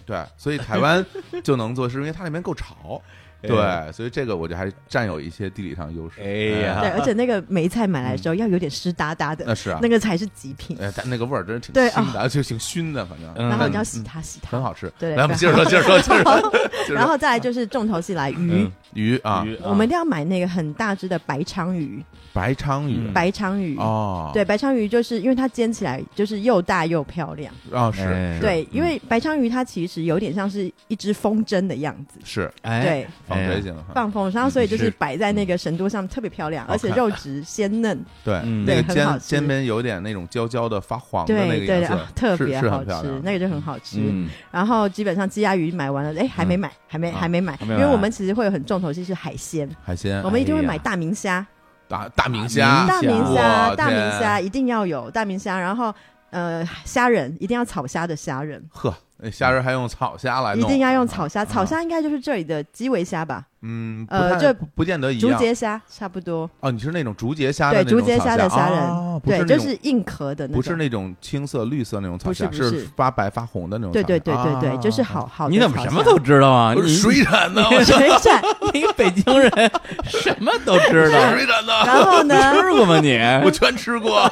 Speaker 2: 对，所以台湾就能做，是因为它那边够潮。
Speaker 1: [laughs] 哎
Speaker 2: 对，所以这个我觉得还占有一些地理上优势。
Speaker 1: 哎呀
Speaker 3: 对，而且那个梅菜买来的时候要有点湿哒哒的，
Speaker 2: 那是啊
Speaker 3: 那个才是极品。
Speaker 2: 哎，但那个味儿真是挺
Speaker 3: 对啊
Speaker 2: 腥的，就挺熏的，反正。
Speaker 1: 嗯
Speaker 3: 然后你要洗它洗它
Speaker 2: 很，好吃。
Speaker 3: 对
Speaker 2: 来，我 [laughs] 们接着说，接着说，接着
Speaker 3: [laughs]
Speaker 2: 说，接着
Speaker 3: 然
Speaker 2: 说。
Speaker 3: 后再来就是重头戏来鱼
Speaker 1: 嗯，
Speaker 2: 鱼啊，
Speaker 1: 鱼
Speaker 3: 我们一定要买那个很大只的白鲳鱼，
Speaker 2: 白鲳鱼
Speaker 1: 嗯，
Speaker 3: 白鲳鱼。
Speaker 2: 哦，
Speaker 3: 对，白鲳鱼就是因为它煎起来就是又大又漂亮。
Speaker 2: 啊是
Speaker 1: 哎
Speaker 2: 是嗯
Speaker 3: 对，因为白鲳鱼它其实有点像是一只风筝的样子，
Speaker 2: 是
Speaker 1: 哎
Speaker 3: 对，
Speaker 2: 放
Speaker 1: 哎
Speaker 2: 飞型哈，
Speaker 3: 放风，然后所以就是
Speaker 1: 是
Speaker 3: 摆在那个神桌上特别漂亮，
Speaker 2: 嗯好
Speaker 3: 而且
Speaker 2: 看啊
Speaker 3: 肉质鲜嫩，
Speaker 2: 对
Speaker 1: 嗯
Speaker 2: 那
Speaker 3: 对
Speaker 2: 个
Speaker 3: 很好
Speaker 2: 尖
Speaker 3: 吃
Speaker 2: 尖边有点那种焦焦的发黄的那
Speaker 3: 对对
Speaker 2: 个颜
Speaker 3: 的，
Speaker 2: 色
Speaker 3: 啊，特别
Speaker 2: 是是
Speaker 3: 好
Speaker 2: 很
Speaker 3: 吃
Speaker 2: 漂亮，
Speaker 3: 那个就很好吃。
Speaker 1: 嗯
Speaker 3: 然后基本上鸡鸭鱼买完了，哎，还没
Speaker 1: 嗯
Speaker 3: 买，还没
Speaker 2: 啊
Speaker 3: 还没买，
Speaker 1: 还没
Speaker 3: 因
Speaker 1: 买
Speaker 3: 为我们其实会有很重头戏是海鲜，
Speaker 2: 海鲜
Speaker 3: 我们一定会
Speaker 1: 哎呀
Speaker 3: 买大明虾，
Speaker 2: 大大明虾，
Speaker 3: 哦大明
Speaker 2: 哎哇
Speaker 3: 虾，大明
Speaker 2: 天啊
Speaker 3: 虾一定要有大明虾，然后呃，虾仁一定要炒虾的虾仁，
Speaker 2: 呵，那虾仁还用草虾来
Speaker 3: 一
Speaker 2: 啊弄，
Speaker 3: 定要用炒虾，炒虾应该就是这里的基围虾吧，
Speaker 2: 嗯，不
Speaker 3: 呃
Speaker 2: 太
Speaker 3: 就
Speaker 2: 不不见得一
Speaker 3: 竹
Speaker 2: 样
Speaker 3: 节虾差不多，
Speaker 2: 哦，你是那种竹节虾
Speaker 3: 对，
Speaker 2: 的那种
Speaker 3: 竹节
Speaker 2: 草虾
Speaker 3: 的虾仁，
Speaker 2: 哦不是
Speaker 3: 对，
Speaker 2: 那
Speaker 3: 就
Speaker 2: 种
Speaker 3: 是硬壳的那
Speaker 2: 不是
Speaker 3: 种，
Speaker 2: 那种青色绿色那种草
Speaker 3: 不是
Speaker 2: 虾，
Speaker 3: 不是
Speaker 2: 发白发红的那种草
Speaker 3: 对
Speaker 2: 虾，
Speaker 3: 对对对对，就是
Speaker 2: 啊。
Speaker 3: 好好的
Speaker 1: 你怎么
Speaker 3: 炒
Speaker 1: 什么
Speaker 3: 虾 [laughs]
Speaker 1: 都知道啊？
Speaker 2: 不是
Speaker 1: 你
Speaker 2: 水产的，我
Speaker 3: 水产？
Speaker 1: [laughs] 你个北京人什么都知道，
Speaker 2: [laughs] 水产的，
Speaker 3: 然后呢，
Speaker 2: [laughs]
Speaker 1: 吃过吗你？
Speaker 2: 我全吃过。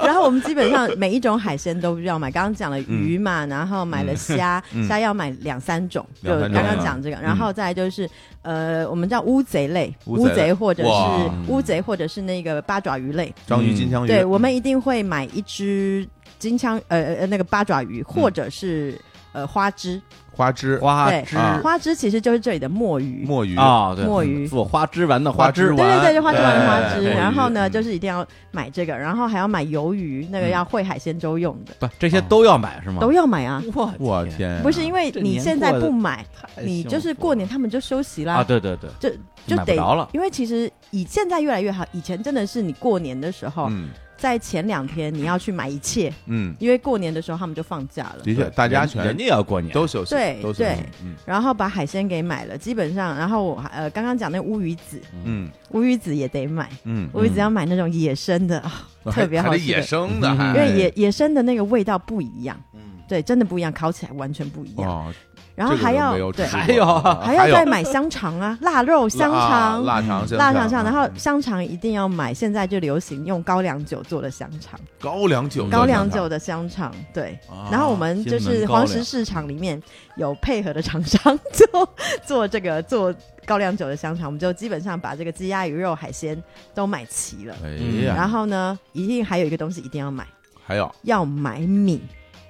Speaker 3: 然后我们基本上每一种海鲜都要买，刚刚讲
Speaker 2: 嗯
Speaker 3: 了鱼嘛，然后买了
Speaker 2: [laughs]
Speaker 3: 虾，虾要买两三种，就
Speaker 2: 两三
Speaker 3: 刚
Speaker 2: 种嗯
Speaker 3: 刚讲这个，然后再来就是呃，我们叫乌贼类，乌
Speaker 2: 乌贼类
Speaker 3: 贼或者
Speaker 2: 哇
Speaker 3: 是乌贼或者是那个八爪鱼类，
Speaker 2: 章鱼、金枪
Speaker 1: 哦
Speaker 3: 嗯
Speaker 2: 鱼，
Speaker 3: 对，我
Speaker 1: 嗯
Speaker 3: 们一定会买一只金枪呃呃呃那个八爪鱼，或者是呃花枝，
Speaker 2: 花枝、
Speaker 1: 嗯花
Speaker 3: 对
Speaker 1: 枝
Speaker 2: 啊
Speaker 3: 花枝其实就是这里的墨鱼，
Speaker 2: 墨鱼，
Speaker 1: 啊，对，
Speaker 3: 墨鱼
Speaker 1: 做花枝丸的
Speaker 2: 花
Speaker 1: 花枝
Speaker 3: 对对对，就花枝丸的花
Speaker 1: 对
Speaker 3: 枝，
Speaker 1: 对
Speaker 3: 然后
Speaker 2: 墨
Speaker 3: 呢
Speaker 2: 鱼
Speaker 3: 就是一定要买这个，然后还要买鱿鱼，那个
Speaker 1: 嗯
Speaker 3: 要烩海鲜粥用的，
Speaker 1: 不，这些都要买是吗？
Speaker 3: 都要买啊。
Speaker 1: 我
Speaker 2: 我，天，
Speaker 3: 不是因为
Speaker 1: 这
Speaker 3: 你
Speaker 1: 年
Speaker 3: 现在
Speaker 1: 嗯过得
Speaker 3: 不买，
Speaker 1: 太
Speaker 3: 你
Speaker 1: 幸
Speaker 3: 就是
Speaker 1: 福
Speaker 3: 过
Speaker 1: 了
Speaker 3: 年他们就休息啦，
Speaker 1: 啊，对对对，
Speaker 3: 就就
Speaker 1: 买不
Speaker 3: 得
Speaker 1: 着了
Speaker 3: 因为其实以现在越来越好，以前真的是你过年的时候，
Speaker 2: 嗯
Speaker 3: 在前两天你要去买一切，
Speaker 2: 嗯，
Speaker 3: 因为过年的时候他们就放假了，
Speaker 2: 的确，大家
Speaker 1: 人
Speaker 2: 全
Speaker 1: 人家也要过年，
Speaker 2: 都休息，
Speaker 3: 对
Speaker 2: 都休息
Speaker 3: 对，
Speaker 2: 嗯
Speaker 3: 然后把海鲜给买了，基本上，然后我还呃刚刚讲那乌鱼子，
Speaker 2: 嗯
Speaker 3: 乌鱼子也得买，
Speaker 2: 嗯
Speaker 3: 乌鱼子要买那种野生的，啊
Speaker 2: 还
Speaker 3: [laughs] 特别好
Speaker 2: 嗯还
Speaker 3: 吃
Speaker 2: 得
Speaker 3: 的
Speaker 2: 野生的，
Speaker 1: 嗯
Speaker 2: 还
Speaker 3: 因为野野生的那个味道不一样，
Speaker 2: 嗯
Speaker 3: 对，真的不一样，烤起来完全不一样，
Speaker 2: 哦，
Speaker 3: 然后
Speaker 2: 这个
Speaker 3: 还
Speaker 2: 就
Speaker 3: 要
Speaker 2: 没有
Speaker 3: 对
Speaker 2: 吃。过嗯
Speaker 1: 还有啊
Speaker 3: 还要再买香肠
Speaker 2: [laughs]
Speaker 3: 啊，腊肉、香
Speaker 2: 啊
Speaker 3: 肠、
Speaker 2: 腊肠、
Speaker 3: 腊
Speaker 2: 肠嗯
Speaker 3: 肠香，然后香肠一定要买，现在就流行用高粱酒做的香肠，
Speaker 2: 高粱酒，
Speaker 3: 高粱酒，的香肠，对。
Speaker 2: 啊
Speaker 3: 然后我们就
Speaker 1: 金
Speaker 3: 是
Speaker 1: 门高
Speaker 3: 黄石
Speaker 1: 粱
Speaker 3: 市场里面有配合的厂商 [laughs] 做做这个做高粱酒的香肠，我们就基本上把这个鸡鸭鱼肉海鲜都买齐了。
Speaker 2: 哎
Speaker 1: 嗯
Speaker 2: 呀，
Speaker 3: 然后呢，一定还有一个东西一定要买，
Speaker 2: 还有
Speaker 3: 要买米，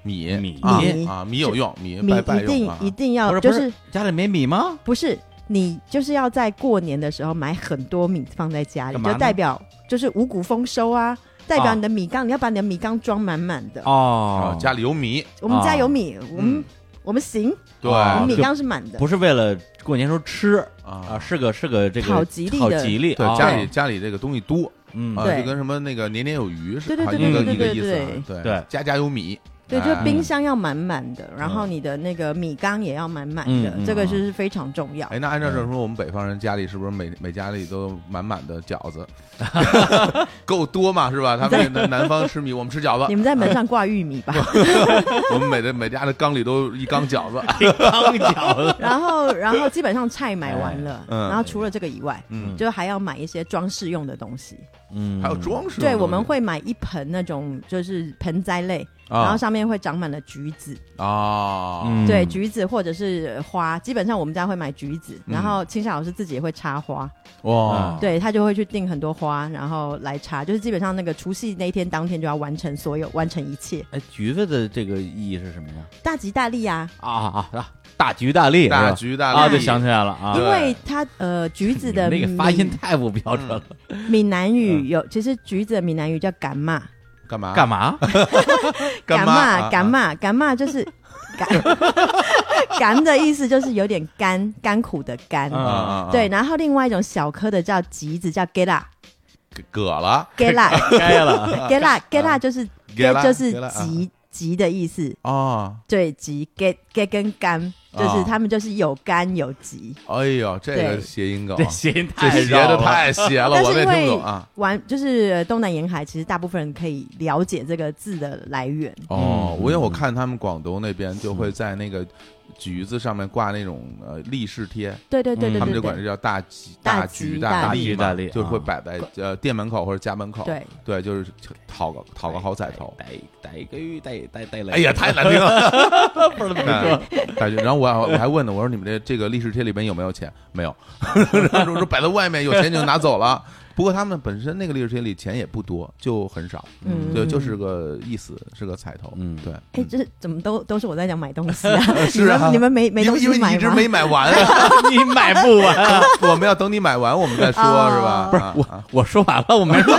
Speaker 2: 米
Speaker 1: 米
Speaker 2: 啊
Speaker 3: 米
Speaker 2: 啊，米有用，米
Speaker 3: 米
Speaker 2: 拜拜
Speaker 3: 一
Speaker 2: 用
Speaker 3: 定
Speaker 2: 啊
Speaker 3: 一定
Speaker 1: 不
Speaker 3: 要
Speaker 1: 是
Speaker 3: 就
Speaker 1: 不
Speaker 3: 是
Speaker 1: 家里没米吗？
Speaker 3: 不是你就是要在过年的时候买很多米放在家里，
Speaker 1: 干嘛
Speaker 3: 就
Speaker 1: 呢
Speaker 3: 代表就是五谷丰收啊，代表你的米缸，你要把你的米缸装满满的。
Speaker 1: 哦
Speaker 2: 啊，，家里有米，
Speaker 3: 我们家
Speaker 1: 哦
Speaker 3: 有米，我们、
Speaker 2: 嗯
Speaker 3: 我们行，
Speaker 2: 对
Speaker 3: 我们
Speaker 1: 啊
Speaker 3: 米
Speaker 1: 就
Speaker 3: 缸是满的。
Speaker 1: 不是为了过年时候吃啊，
Speaker 2: 啊。哦
Speaker 1: 是个是个这个
Speaker 3: 讨吉利
Speaker 1: 讨
Speaker 3: 的
Speaker 1: 吉利，
Speaker 2: 对
Speaker 1: 啊
Speaker 2: 家里家里这个东西多
Speaker 1: 嗯
Speaker 2: 啊，
Speaker 3: 对
Speaker 2: 就跟什么那个年年有余是
Speaker 3: 对对
Speaker 2: 啊
Speaker 3: 对
Speaker 2: 一个
Speaker 1: 对对
Speaker 2: 一个
Speaker 3: 对
Speaker 2: 意思啊，
Speaker 3: 对
Speaker 2: 对
Speaker 1: 对
Speaker 2: 家家有米，
Speaker 3: 对，就
Speaker 2: 哎
Speaker 3: 冰箱要满满的，然后你的那个米缸也要满满的，
Speaker 1: 嗯嗯
Speaker 3: 这个就是非常重要。
Speaker 2: 哎，那按照这么说，我们北方人家里是不是每每家里都满满的
Speaker 3: [laughs]
Speaker 2: 饺子，够多嘛，是吧？他们南南方吃米，我们吃饺
Speaker 3: 你
Speaker 2: 子，
Speaker 3: 们在门上挂玉米吧，
Speaker 2: 我们每的每家的缸里都一缸
Speaker 3: [laughs]
Speaker 2: 饺子。
Speaker 1: 当饺子，
Speaker 3: 然后然后基本上菜买完了，
Speaker 2: 嗯
Speaker 3: 然后除了这个以外，
Speaker 2: 嗯，
Speaker 3: 就还要买一些装饰用的东西。
Speaker 1: [laughs] 嗯
Speaker 2: 还有装饰的东西。
Speaker 3: 对，我们会买一盆那种就是盆栽类，然后
Speaker 2: 啊
Speaker 3: 上面会长满了橘子，
Speaker 2: 啊，
Speaker 1: 嗯
Speaker 3: 对，橘子或者是花，基本上我们家会买橘子，然后青夏老师自己也会插花，
Speaker 2: 哇，
Speaker 3: 对他就会去订很多花，然后来插，就是基本上那个除夕那一天当天就要完成所有，完成一切，
Speaker 1: 哎，橘子的这个意义是什么呀？
Speaker 3: 大吉大利啊！
Speaker 1: 啊啊啊！大吉大利，
Speaker 2: 大
Speaker 1: 是吧
Speaker 2: 吉大利
Speaker 1: 啊，就想起来了啊
Speaker 3: 因。为它呃，橘子的
Speaker 1: [laughs] 你那个发
Speaker 3: 闽
Speaker 1: 音嗯太不标准了，
Speaker 3: 闽南语有，其实橘子的闽南语叫干嘛，
Speaker 2: 干嘛啊
Speaker 1: 干嘛？
Speaker 3: 干
Speaker 2: 嘛
Speaker 1: 啊
Speaker 3: 嘛干？嘛干嘛就是干， [laughs] 干的意思就是有点干，甘苦的甘。
Speaker 2: 啊啊啊啊
Speaker 3: 对，，然后另外一种小颗的叫橘子，叫 gela
Speaker 1: [laughs]
Speaker 2: 给葛了，
Speaker 3: gela
Speaker 1: [laughs] 该 [laughs] 了，
Speaker 3: gela gela 就是
Speaker 2: 给了
Speaker 3: 就是
Speaker 2: 给了啊
Speaker 3: 橘橘的意思，
Speaker 2: 啊！
Speaker 3: 对，橘 get get 跟甘，就是
Speaker 2: 啊
Speaker 3: 他们就是有甘有橘。
Speaker 2: 哎呦，这个
Speaker 3: 对
Speaker 2: 谐音梗
Speaker 1: 这，谐音
Speaker 2: 这
Speaker 1: 太
Speaker 2: 谐
Speaker 1: 绕
Speaker 2: 的
Speaker 1: 了
Speaker 2: 太邪了，
Speaker 3: 但
Speaker 2: 我
Speaker 3: 是
Speaker 2: 也
Speaker 3: 因
Speaker 2: 听
Speaker 3: 为
Speaker 2: 不懂啊。
Speaker 3: 玩就是呃东南沿海，其实大部分人可以了解这个字的来源。
Speaker 2: 哦，
Speaker 1: 嗯
Speaker 2: 我因为我看他们广东那边就会在那个橘子上面挂那种呃立式贴，
Speaker 3: 对对对
Speaker 1: 嗯
Speaker 3: 对
Speaker 2: 他
Speaker 3: 对
Speaker 2: 们就管
Speaker 3: 对
Speaker 2: 这叫大橘、
Speaker 3: 大
Speaker 2: 橘、
Speaker 3: 橘
Speaker 2: 大
Speaker 3: 大
Speaker 1: 橘
Speaker 2: 嘛
Speaker 1: 大利
Speaker 2: 就
Speaker 1: 啊
Speaker 2: 会摆在呃店门口或者家门口。
Speaker 3: 对，哎
Speaker 2: 对，就是讨个讨个好彩头。
Speaker 1: 逮逮个鱼，逮逮逮雷。
Speaker 2: 哎呀，太难听了！
Speaker 1: [laughs] 不知道怎么说。
Speaker 2: 大橘。然后我还我还问呢，我说你们这这个立式贴里边有没有钱？没有。 [laughs] 然后说摆在外面，有钱就拿走了。不过他们本身那个立式贴里钱也不多，就很少，
Speaker 3: 嗯，
Speaker 2: 对，就是个意思，是个彩头。
Speaker 1: 嗯
Speaker 2: 对。
Speaker 3: 哎，这怎么都都是我在讲买东西啊？你
Speaker 2: [laughs] 是啊
Speaker 3: 们你们 [laughs] 没没
Speaker 2: 因
Speaker 3: 东
Speaker 2: 为
Speaker 3: 西
Speaker 2: 因为你
Speaker 3: 买
Speaker 2: 一直
Speaker 3: 吗？
Speaker 2: 没买完
Speaker 3: [laughs]
Speaker 2: 啊，
Speaker 1: [laughs] 你买不完。啊
Speaker 2: 我们要等你买完我们再说，
Speaker 3: 哦
Speaker 2: 是吧？
Speaker 1: 不是
Speaker 2: 啊
Speaker 1: 我，我说完了，我没说，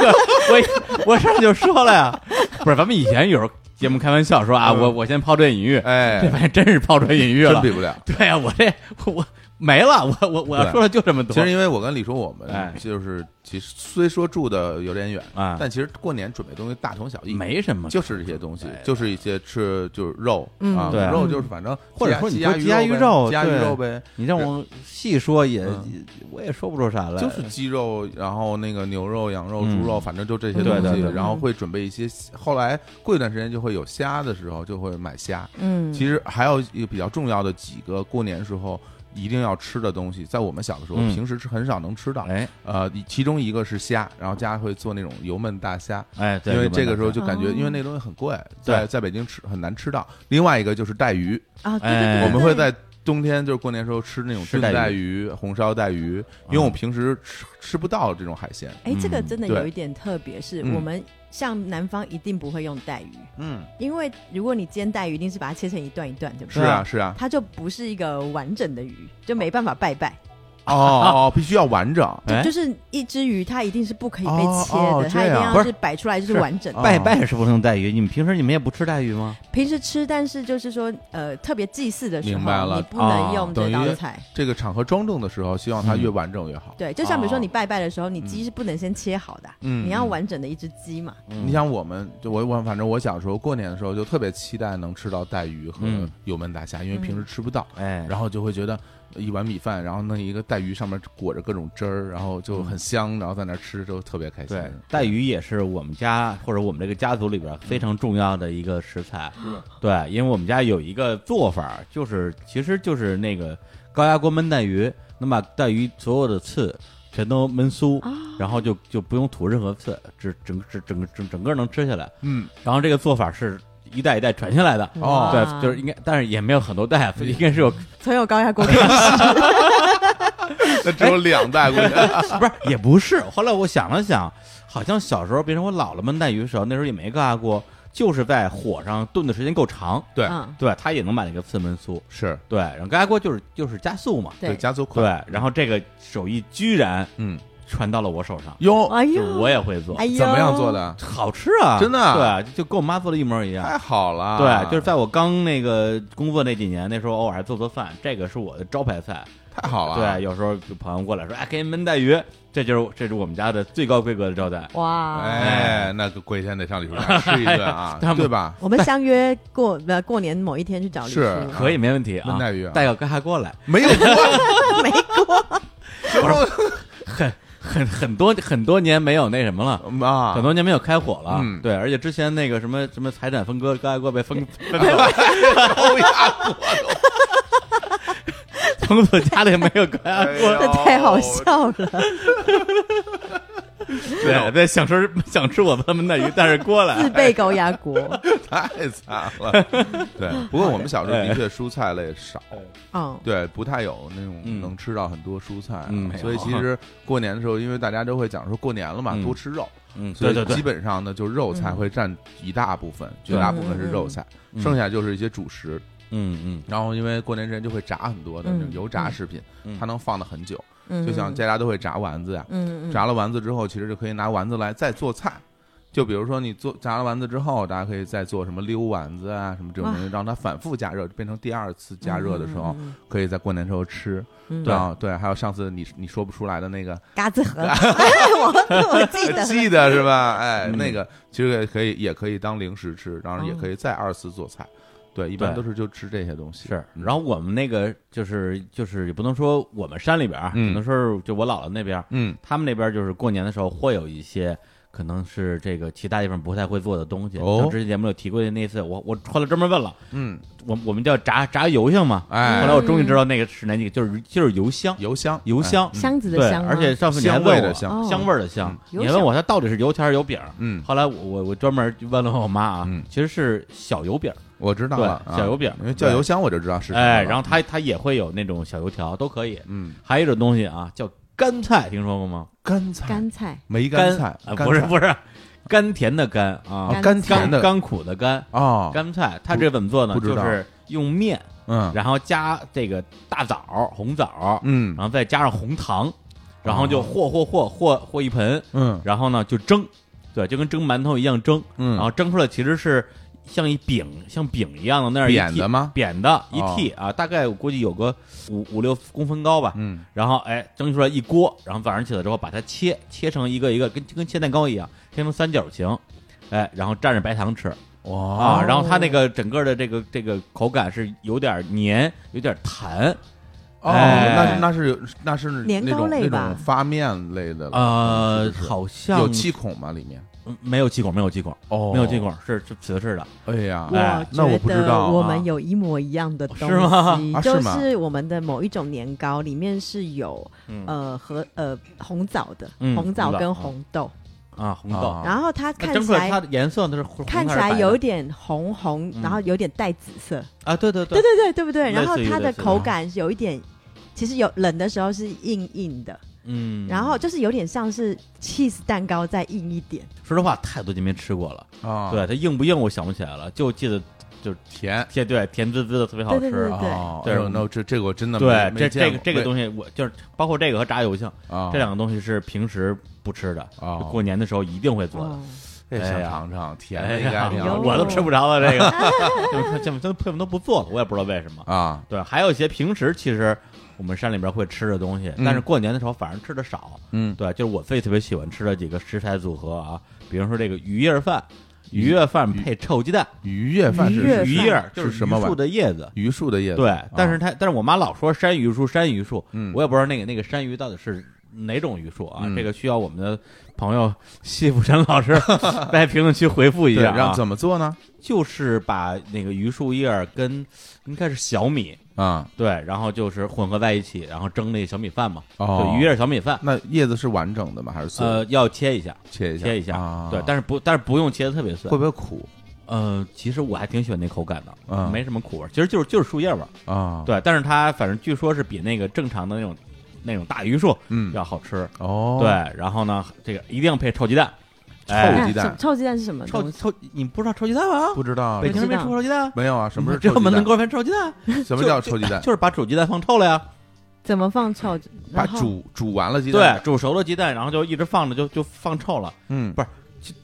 Speaker 1: 我我上来就说了呀。 [laughs] 不是，咱们以前有时候节目开玩笑说啊，
Speaker 2: 嗯
Speaker 1: 我我先抛砖引玉，这
Speaker 2: 哎，
Speaker 1: 玩意真是抛砖引玉
Speaker 2: 真
Speaker 1: 了
Speaker 2: 比。不了。
Speaker 1: 对啊，我这我我没了，我我我要
Speaker 2: 对
Speaker 1: 说的就这么多。
Speaker 2: 其实因为我跟李叔，我
Speaker 1: 哎
Speaker 2: 们就是其实虽说住的有点远，
Speaker 1: 啊，
Speaker 2: 但其实过年准备东西大同小异，
Speaker 1: 没什么，
Speaker 2: 就是这些东西
Speaker 1: 对，
Speaker 2: 就是一些吃就是肉
Speaker 3: 嗯
Speaker 2: 啊
Speaker 1: 对，啊
Speaker 2: 肉就是反正
Speaker 1: 或者说你
Speaker 2: 鸡
Speaker 1: 说
Speaker 2: 鸭
Speaker 1: 鸡鸭鱼
Speaker 2: 肉
Speaker 1: 肉
Speaker 2: 呗，鸡鸭鱼
Speaker 1: 对
Speaker 2: 肉呗，
Speaker 1: 你让我细说也
Speaker 2: 嗯，
Speaker 1: 我也说不出啥来。
Speaker 2: 就是鸡肉，然后那个牛肉、羊肉、
Speaker 1: 嗯
Speaker 2: 猪肉，反正就这些
Speaker 3: 嗯
Speaker 2: 东
Speaker 1: 对
Speaker 2: 西
Speaker 1: 对对，
Speaker 2: 然后会准备一些。后来过一段时间就会有虾的时候，就会买虾，
Speaker 3: 嗯，
Speaker 2: 其实还有一个比较重要的几个过年时候一定要吃的东西，在我们小的时候，
Speaker 1: 嗯
Speaker 2: 平时是很少能吃到。
Speaker 1: 哎
Speaker 2: 呃，其中一个是虾，然后家会做那种油焖大虾，
Speaker 1: 哎，对
Speaker 2: 因为这个时候就感觉，
Speaker 3: 哦
Speaker 2: 因为那东西很贵，在
Speaker 1: 对
Speaker 2: 在北京吃很难吃到。另外一个就是带鱼，
Speaker 3: 啊，对
Speaker 1: 哎
Speaker 3: 对对，
Speaker 2: 我们会
Speaker 3: 对
Speaker 2: 在冬天就是过年时候吃那种
Speaker 1: 吃
Speaker 2: 炖
Speaker 1: 带鱼
Speaker 2: 带鱼、红烧带鱼，因为我平时吃吃不到这种海鲜。
Speaker 3: 哎，这个
Speaker 1: 嗯
Speaker 3: 真的
Speaker 2: 对
Speaker 3: 有一点特别，是
Speaker 2: 嗯
Speaker 3: 我们像南方一定不会用带鱼，
Speaker 2: 嗯，
Speaker 3: 因为如果你煎带鱼，一定是把它切成一段一段，对不
Speaker 2: 是
Speaker 3: 对？
Speaker 2: 啊，是啊，
Speaker 3: 它就不是一个完整的鱼，就没办法拜拜。
Speaker 2: 哦哦，必须要完整。
Speaker 1: 哎
Speaker 3: 就是一只鱼，它一定是不可以被
Speaker 2: 哦
Speaker 3: 切的，
Speaker 2: 哦
Speaker 3: 它一
Speaker 2: 这
Speaker 3: 定
Speaker 2: 样
Speaker 1: 不
Speaker 3: 要
Speaker 1: 是
Speaker 3: 是摆出来就是
Speaker 1: 是
Speaker 3: 完整的。
Speaker 2: 哦
Speaker 1: 拜拜是不能带鱼，你们平时你们也不吃带鱼吗？
Speaker 3: 平时吃，但是就是说，呃，特别祭祀的时
Speaker 2: 明白
Speaker 3: 候，
Speaker 2: 了
Speaker 3: 你不能
Speaker 1: 哦
Speaker 3: 用这
Speaker 2: 等于
Speaker 3: 道菜。
Speaker 2: 这个场合庄重的时候，希望
Speaker 1: 嗯
Speaker 2: 它越完整越好。
Speaker 3: 对，就像比如说
Speaker 2: 哦
Speaker 3: 你拜拜的时候，你鸡是不能先切好的，
Speaker 2: 嗯
Speaker 3: 你要
Speaker 2: 嗯
Speaker 3: 完整的一只鸡嘛。
Speaker 1: 嗯
Speaker 2: 你想，我们就我我反正我小时候过年的时候就特别期待能吃到带鱼和
Speaker 1: 嗯
Speaker 2: 油焖大虾，因为
Speaker 3: 嗯
Speaker 2: 平时吃不到，
Speaker 1: 哎，
Speaker 2: 然后就会觉得一碗米饭，然后弄一个带鱼，上面裹着各种汁儿，然后就很香，然后在那儿吃就特别开心。
Speaker 1: 嗯
Speaker 2: 嗯
Speaker 1: 对，带鱼也是我们家或者我们这个家族里边非常重要的一个食材。对，因为我们家有一个做法，就是其实就是那个高压锅焖带鱼，能把带鱼所有的刺全都焖酥，然后就就不用吐任何刺，只整整整整整个能吃下来。
Speaker 2: 嗯，
Speaker 1: 然后这个做法是一代一代传下来的。
Speaker 2: 哦
Speaker 1: 对，就是应该，但是也没有很多代，应该是有，
Speaker 3: 从有高压锅开始，
Speaker 2: 那只有两
Speaker 1: [laughs]
Speaker 2: 袋，估计
Speaker 1: 不是也不是。后来我想了想，好像小时候，别人我姥姥焖带鱼的时候，那时候也没高压锅，就是在火上炖的时间够长，
Speaker 2: 对
Speaker 3: 嗯，
Speaker 1: 对，它也能把那个刺焖酥。
Speaker 2: 是
Speaker 1: 对，然后高压锅就是就是加速嘛，
Speaker 3: 对，
Speaker 2: 加速快
Speaker 1: 对，，然后这个手艺居然
Speaker 2: 嗯，
Speaker 1: 传到了我手上，
Speaker 2: 哟，
Speaker 3: 哎
Speaker 1: 就
Speaker 3: 呦，
Speaker 1: 我也会做
Speaker 3: 哎，呦，
Speaker 2: 怎么样做？的？
Speaker 1: 好吃啊，
Speaker 2: 真的啊
Speaker 1: 对，就就跟我妈做的一模一样。
Speaker 2: 太好了，
Speaker 1: 对，就是在我刚那个工作那几年，那时候偶尔还做做饭，这个是我的招牌菜。
Speaker 2: 太好了，啊
Speaker 1: 对，，有时候有朋友过来说，哎，给你焖带鱼，这就是这是我们家的最高规格的招待。，
Speaker 3: 哇，
Speaker 2: 哎，那个贵先得上李叔家吃一顿啊
Speaker 1: 啊 [laughs] 他们
Speaker 2: 对吧？
Speaker 3: 我们相约过 [laughs] 呃过年某一天去找李叔，
Speaker 2: 是
Speaker 1: 可以，没问题啊！
Speaker 2: 焖带鱼啊
Speaker 1: 带个干哈过来，
Speaker 2: 没有过，
Speaker 3: [laughs] 没过，
Speaker 1: 很很很多很多年没有那什么了，
Speaker 2: [laughs] 啊， [laughs]
Speaker 1: 很多年没有开火了。
Speaker 2: 嗯
Speaker 1: 对，而且之前那个什么什么财产分割，高压锅
Speaker 2: [laughs]
Speaker 1: 被封分
Speaker 2: 欧亚国
Speaker 3: [laughs]
Speaker 1: 封锁家里没有高压
Speaker 2: [laughs]
Speaker 1: 锅，
Speaker 2: 哎
Speaker 3: 这
Speaker 2: 呦
Speaker 3: 太好笑了，
Speaker 1: 对对，想吃想吃我们焖带鱼，但是过
Speaker 3: 自
Speaker 1: 来。
Speaker 3: 备高压锅
Speaker 2: 太惨
Speaker 1: [laughs]
Speaker 2: 了。对，不过我们小时
Speaker 1: 哎
Speaker 2: 候的确蔬菜类少，
Speaker 3: 嗯，
Speaker 2: 对，不太有那
Speaker 1: 嗯
Speaker 2: 种能吃到很多蔬菜啊
Speaker 1: 嗯没，有
Speaker 2: 所以其实过年的时候，因为大家都会讲说过年了嘛
Speaker 1: 嗯，
Speaker 2: 多吃肉，
Speaker 1: 嗯，
Speaker 2: 所
Speaker 1: 对
Speaker 2: 以
Speaker 1: 对
Speaker 2: 基
Speaker 1: 对，
Speaker 2: 本上呢，就肉菜会占一大部分，绝
Speaker 1: 对
Speaker 2: 大部分是肉菜，
Speaker 1: 嗯
Speaker 2: 剩下就是一些主食。
Speaker 1: 嗯嗯
Speaker 2: 然后因为过年之前就会炸很多的那种
Speaker 3: 嗯
Speaker 2: 油炸食品，
Speaker 1: 嗯
Speaker 2: 它能放的很久，
Speaker 3: 嗯
Speaker 2: 就像家家都会炸丸子呀，
Speaker 3: 嗯嗯
Speaker 2: 炸了丸子之后，其实就可以拿丸子来再做菜。就比如说你做炸了丸子之后，大家可以再做什么溜丸子啊，什么这种东西，让它反复加热，变成第二次加热的时候，
Speaker 3: 嗯
Speaker 2: 可以在过年时候吃。
Speaker 3: 嗯
Speaker 2: 对啊，对，还有上次你你说不出来的那
Speaker 3: [laughs]
Speaker 2: 个，
Speaker 3: 嘎
Speaker 1: [laughs]
Speaker 3: 子盒，我我记得
Speaker 2: 记得是吧？哎，
Speaker 1: 嗯
Speaker 2: 那个其实也可以，也可以当零食吃，当然也
Speaker 3: 哦
Speaker 2: 可以再二次做菜。对，一般
Speaker 1: 对
Speaker 2: 都是就吃这些东西。
Speaker 1: 是，
Speaker 2: 嗯
Speaker 1: 然后我们那个就是就是也不能说我们山里边儿，
Speaker 2: 嗯
Speaker 1: 只能说是就我姥姥那边儿，
Speaker 2: 嗯，
Speaker 1: 他们那边儿就是过年的时候会有一些可能是这个其他地方不太会做的东西。
Speaker 2: 哦
Speaker 1: 像之前节目有提过的那次，我我后来专门问了，
Speaker 2: 嗯，
Speaker 1: 我我们叫炸炸油香嘛，
Speaker 2: 哎
Speaker 1: 后来我终于知道那个是哪几个，就是就是油香，
Speaker 2: 油香，
Speaker 1: 油香，
Speaker 3: [laughs]
Speaker 1: 嗯
Speaker 3: 箱哎子的
Speaker 1: 对，
Speaker 3: 箱吗，
Speaker 1: 而且上次你还
Speaker 2: 香
Speaker 1: 问
Speaker 2: 味
Speaker 1: 我
Speaker 2: 的香
Speaker 3: 哦
Speaker 1: 香味儿的香，你
Speaker 3: 油
Speaker 1: 还问
Speaker 3: 香
Speaker 1: 我它到底是油条还是油饼儿？
Speaker 2: 嗯，
Speaker 1: 后来我我我专门问了我妈啊，
Speaker 2: 嗯
Speaker 1: 其实是小油饼儿，
Speaker 2: 我知道
Speaker 1: 对
Speaker 2: 了，啊
Speaker 1: 小油饼
Speaker 2: 因为叫
Speaker 1: 对
Speaker 2: 油香我就知道是什么
Speaker 1: 哎，
Speaker 2: 了
Speaker 1: 然后它它也会有那种小油条，都可以。
Speaker 2: 嗯，
Speaker 1: 还有一种东西啊，叫干菜，听说过吗？
Speaker 2: 干菜，
Speaker 3: 干菜，
Speaker 2: 梅
Speaker 1: 干
Speaker 2: 干菜
Speaker 1: 啊，不是
Speaker 2: 是
Speaker 1: 不是，甘甜的甘啊，
Speaker 3: 干
Speaker 2: 甘
Speaker 3: 菜
Speaker 2: 甜
Speaker 1: 甘
Speaker 2: 的
Speaker 1: 甘苦的甘，
Speaker 2: 哦，
Speaker 1: 干菜。它这怎么做呢？
Speaker 2: 不知
Speaker 1: 就
Speaker 2: 道
Speaker 1: 是用面，
Speaker 2: 嗯
Speaker 1: 然后加这个大枣、红枣，
Speaker 2: 嗯
Speaker 1: 然后再加上红糖，然后就
Speaker 2: 哦
Speaker 1: 和和和和和一盆，
Speaker 2: 嗯
Speaker 1: 然后呢就蒸，对，就跟蒸馒头一样蒸，
Speaker 2: 嗯，
Speaker 1: 然后蒸出来其实是像一饼，像饼一样的那样一
Speaker 2: 扁
Speaker 1: 屉
Speaker 2: 的吗？
Speaker 1: 扁的一
Speaker 2: 哦
Speaker 1: 屉啊，大概我估计有个五五六公分高吧。
Speaker 2: 嗯，
Speaker 1: 然后哎，蒸出来一锅，然后早上起来之后把它切切成一个一个跟跟切蛋糕一样，切成三角形，哎，然后蘸着白糖吃
Speaker 2: 哇
Speaker 1: 啊。然
Speaker 3: 哦
Speaker 1: 后它那个整个的这个这个口感是有点黏，有点弹
Speaker 2: 哦，
Speaker 1: 哎
Speaker 2: 那那是有那是
Speaker 3: 年
Speaker 2: 那
Speaker 3: 糕
Speaker 2: 种那
Speaker 3: 类吧
Speaker 2: 种发面类的了
Speaker 1: 呃
Speaker 2: 是，不是
Speaker 1: 好像
Speaker 2: 有气孔吗？里面
Speaker 1: 嗯没有气孔，没有气孔，
Speaker 2: 哦
Speaker 1: 没有气孔，是是瓷式的。
Speaker 2: 哎呀，
Speaker 1: [laughs] 哎
Speaker 3: 我
Speaker 2: 那我
Speaker 3: 觉
Speaker 2: 不知
Speaker 3: 得
Speaker 2: 道啊
Speaker 3: 我们有一模一样的东西， [laughs]
Speaker 1: 是吗
Speaker 2: 啊
Speaker 3: 就是
Speaker 2: 吗
Speaker 3: 是我们的某一种年糕里面是有
Speaker 1: 嗯
Speaker 3: 呃和呃红枣的，
Speaker 1: 嗯
Speaker 3: 红枣
Speaker 1: 红枣
Speaker 3: 跟红豆，
Speaker 1: 啊，红豆
Speaker 2: 啊。
Speaker 3: 然后它
Speaker 1: 那
Speaker 3: 看
Speaker 1: 蒸
Speaker 3: 起
Speaker 1: 出来
Speaker 3: 来
Speaker 1: 它的颜色它是红
Speaker 3: 看起
Speaker 1: 红还
Speaker 3: 来
Speaker 1: 是白的
Speaker 3: 有点红红，
Speaker 1: 嗯
Speaker 3: 然后有点带紫色，
Speaker 1: 啊，对对对，
Speaker 3: 对对对，对不对？
Speaker 1: 类似于
Speaker 3: 然后它
Speaker 1: 类
Speaker 3: 的
Speaker 1: 似于
Speaker 3: 口感是有一点，其实有冷的时候是硬硬的，
Speaker 1: 嗯。
Speaker 3: 然后就是有点像是 cheese 蛋糕再硬一点，
Speaker 1: 说实话，太多年没吃过了，
Speaker 2: 啊，
Speaker 1: 对它硬不硬我想不起来了，就记得
Speaker 2: 甜
Speaker 1: 甜对甜滋滋的特别好
Speaker 3: 对对
Speaker 1: 吃。啊嗯
Speaker 3: 对
Speaker 2: 哦，
Speaker 1: 对
Speaker 2: 哎呦那我这这个我真的
Speaker 1: 对，这
Speaker 2: 没没
Speaker 1: 这
Speaker 2: 见
Speaker 1: 个
Speaker 2: 过
Speaker 1: 这个东西，我就是包括这个和炸油香
Speaker 2: 没啊，
Speaker 1: 这两个东西是平时不吃的，
Speaker 2: 啊
Speaker 1: 就，过年的时候一定会做的
Speaker 3: 哦。
Speaker 2: 这
Speaker 1: 哎
Speaker 2: 想
Speaker 1: 呀
Speaker 2: 尝尝甜
Speaker 1: 哎
Speaker 2: 的应
Speaker 1: 呀
Speaker 2: 该挺
Speaker 3: 有
Speaker 2: 好
Speaker 1: 我都吃不着了，这
Speaker 2: [laughs]
Speaker 1: 个 [laughs] 就就就他们都不做了，我也不知道为什么。
Speaker 2: 啊，
Speaker 1: 对，还有一些平时其实我们山里边会吃的东西，
Speaker 2: 嗯
Speaker 1: 但是过年的时候反而吃的少。
Speaker 2: 嗯
Speaker 1: 对，就是我自己特别喜欢吃的几个食材组合啊，比如说这个鱼叶饭，鱼叶饭配臭鸡蛋，
Speaker 2: 鱼叶饭
Speaker 3: 鱼叶
Speaker 2: 是
Speaker 1: 鱼
Speaker 3: 饭
Speaker 1: 叶儿就是
Speaker 2: 什么
Speaker 1: 榆
Speaker 2: 玩
Speaker 1: 树
Speaker 2: 意儿？
Speaker 1: 的叶子。
Speaker 2: 榆树的叶子，
Speaker 1: 对
Speaker 2: 啊，
Speaker 1: 但是它，但是我妈老说山榆树，山榆树，
Speaker 2: 嗯
Speaker 1: 我也不知道那个那个山榆到底是哪种榆树啊，
Speaker 2: 嗯
Speaker 1: 这个需要我们的朋友谢富山老师 [laughs] 在评论区回复一
Speaker 2: 对，
Speaker 1: 下
Speaker 2: 让
Speaker 1: 啊，
Speaker 2: 怎么做呢？
Speaker 1: 就是把那个榆树叶儿跟应该是小米。
Speaker 2: 啊，
Speaker 1: 对，然后就是混合在一起，然后蒸那个小米饭嘛，
Speaker 2: 哦
Speaker 1: 就鱼叶小米饭，
Speaker 2: 那叶子是完整的吗？还是碎的？
Speaker 1: 呃，要切一下，
Speaker 2: 切一下，
Speaker 1: 切一下，
Speaker 2: 啊、
Speaker 1: 对，但是不，但是不用切的特别碎
Speaker 2: 会，不会苦
Speaker 1: 呃，其实我还挺喜欢那口感的，
Speaker 2: 嗯
Speaker 1: 没什么苦味儿，其实就是就是树叶味儿，
Speaker 2: 啊？，
Speaker 1: 对，但是它反正据说是比那个正常的那种那种大榆树
Speaker 2: 嗯，
Speaker 1: 要好吃，
Speaker 2: 哦，
Speaker 1: 对，，然后呢，这个一定要配臭鸡蛋，
Speaker 2: 臭
Speaker 1: 哎，
Speaker 2: 鸡蛋
Speaker 3: 那什臭鸡蛋是什么东
Speaker 1: 臭
Speaker 3: 西？
Speaker 1: 臭，你不知道臭鸡蛋吗？
Speaker 2: 不知道啊
Speaker 1: 北京人没
Speaker 3: 不知道
Speaker 1: 吃过臭鸡蛋，
Speaker 2: 没有啊？什
Speaker 1: [laughs]
Speaker 2: 么是
Speaker 1: 只有
Speaker 2: 臭
Speaker 1: 门头
Speaker 2: 鸡蛋？
Speaker 1: 沟吃臭鸡蛋，
Speaker 2: 什么叫臭鸡蛋？
Speaker 1: 就是把煮鸡蛋放臭了呀，
Speaker 3: 怎么放臭？
Speaker 2: 把
Speaker 3: 然后
Speaker 2: 煮煮完了鸡
Speaker 1: 对
Speaker 2: 蛋，，
Speaker 1: 煮熟了鸡蛋，然后就一直放着就就放臭了。
Speaker 2: 嗯，
Speaker 1: 不是，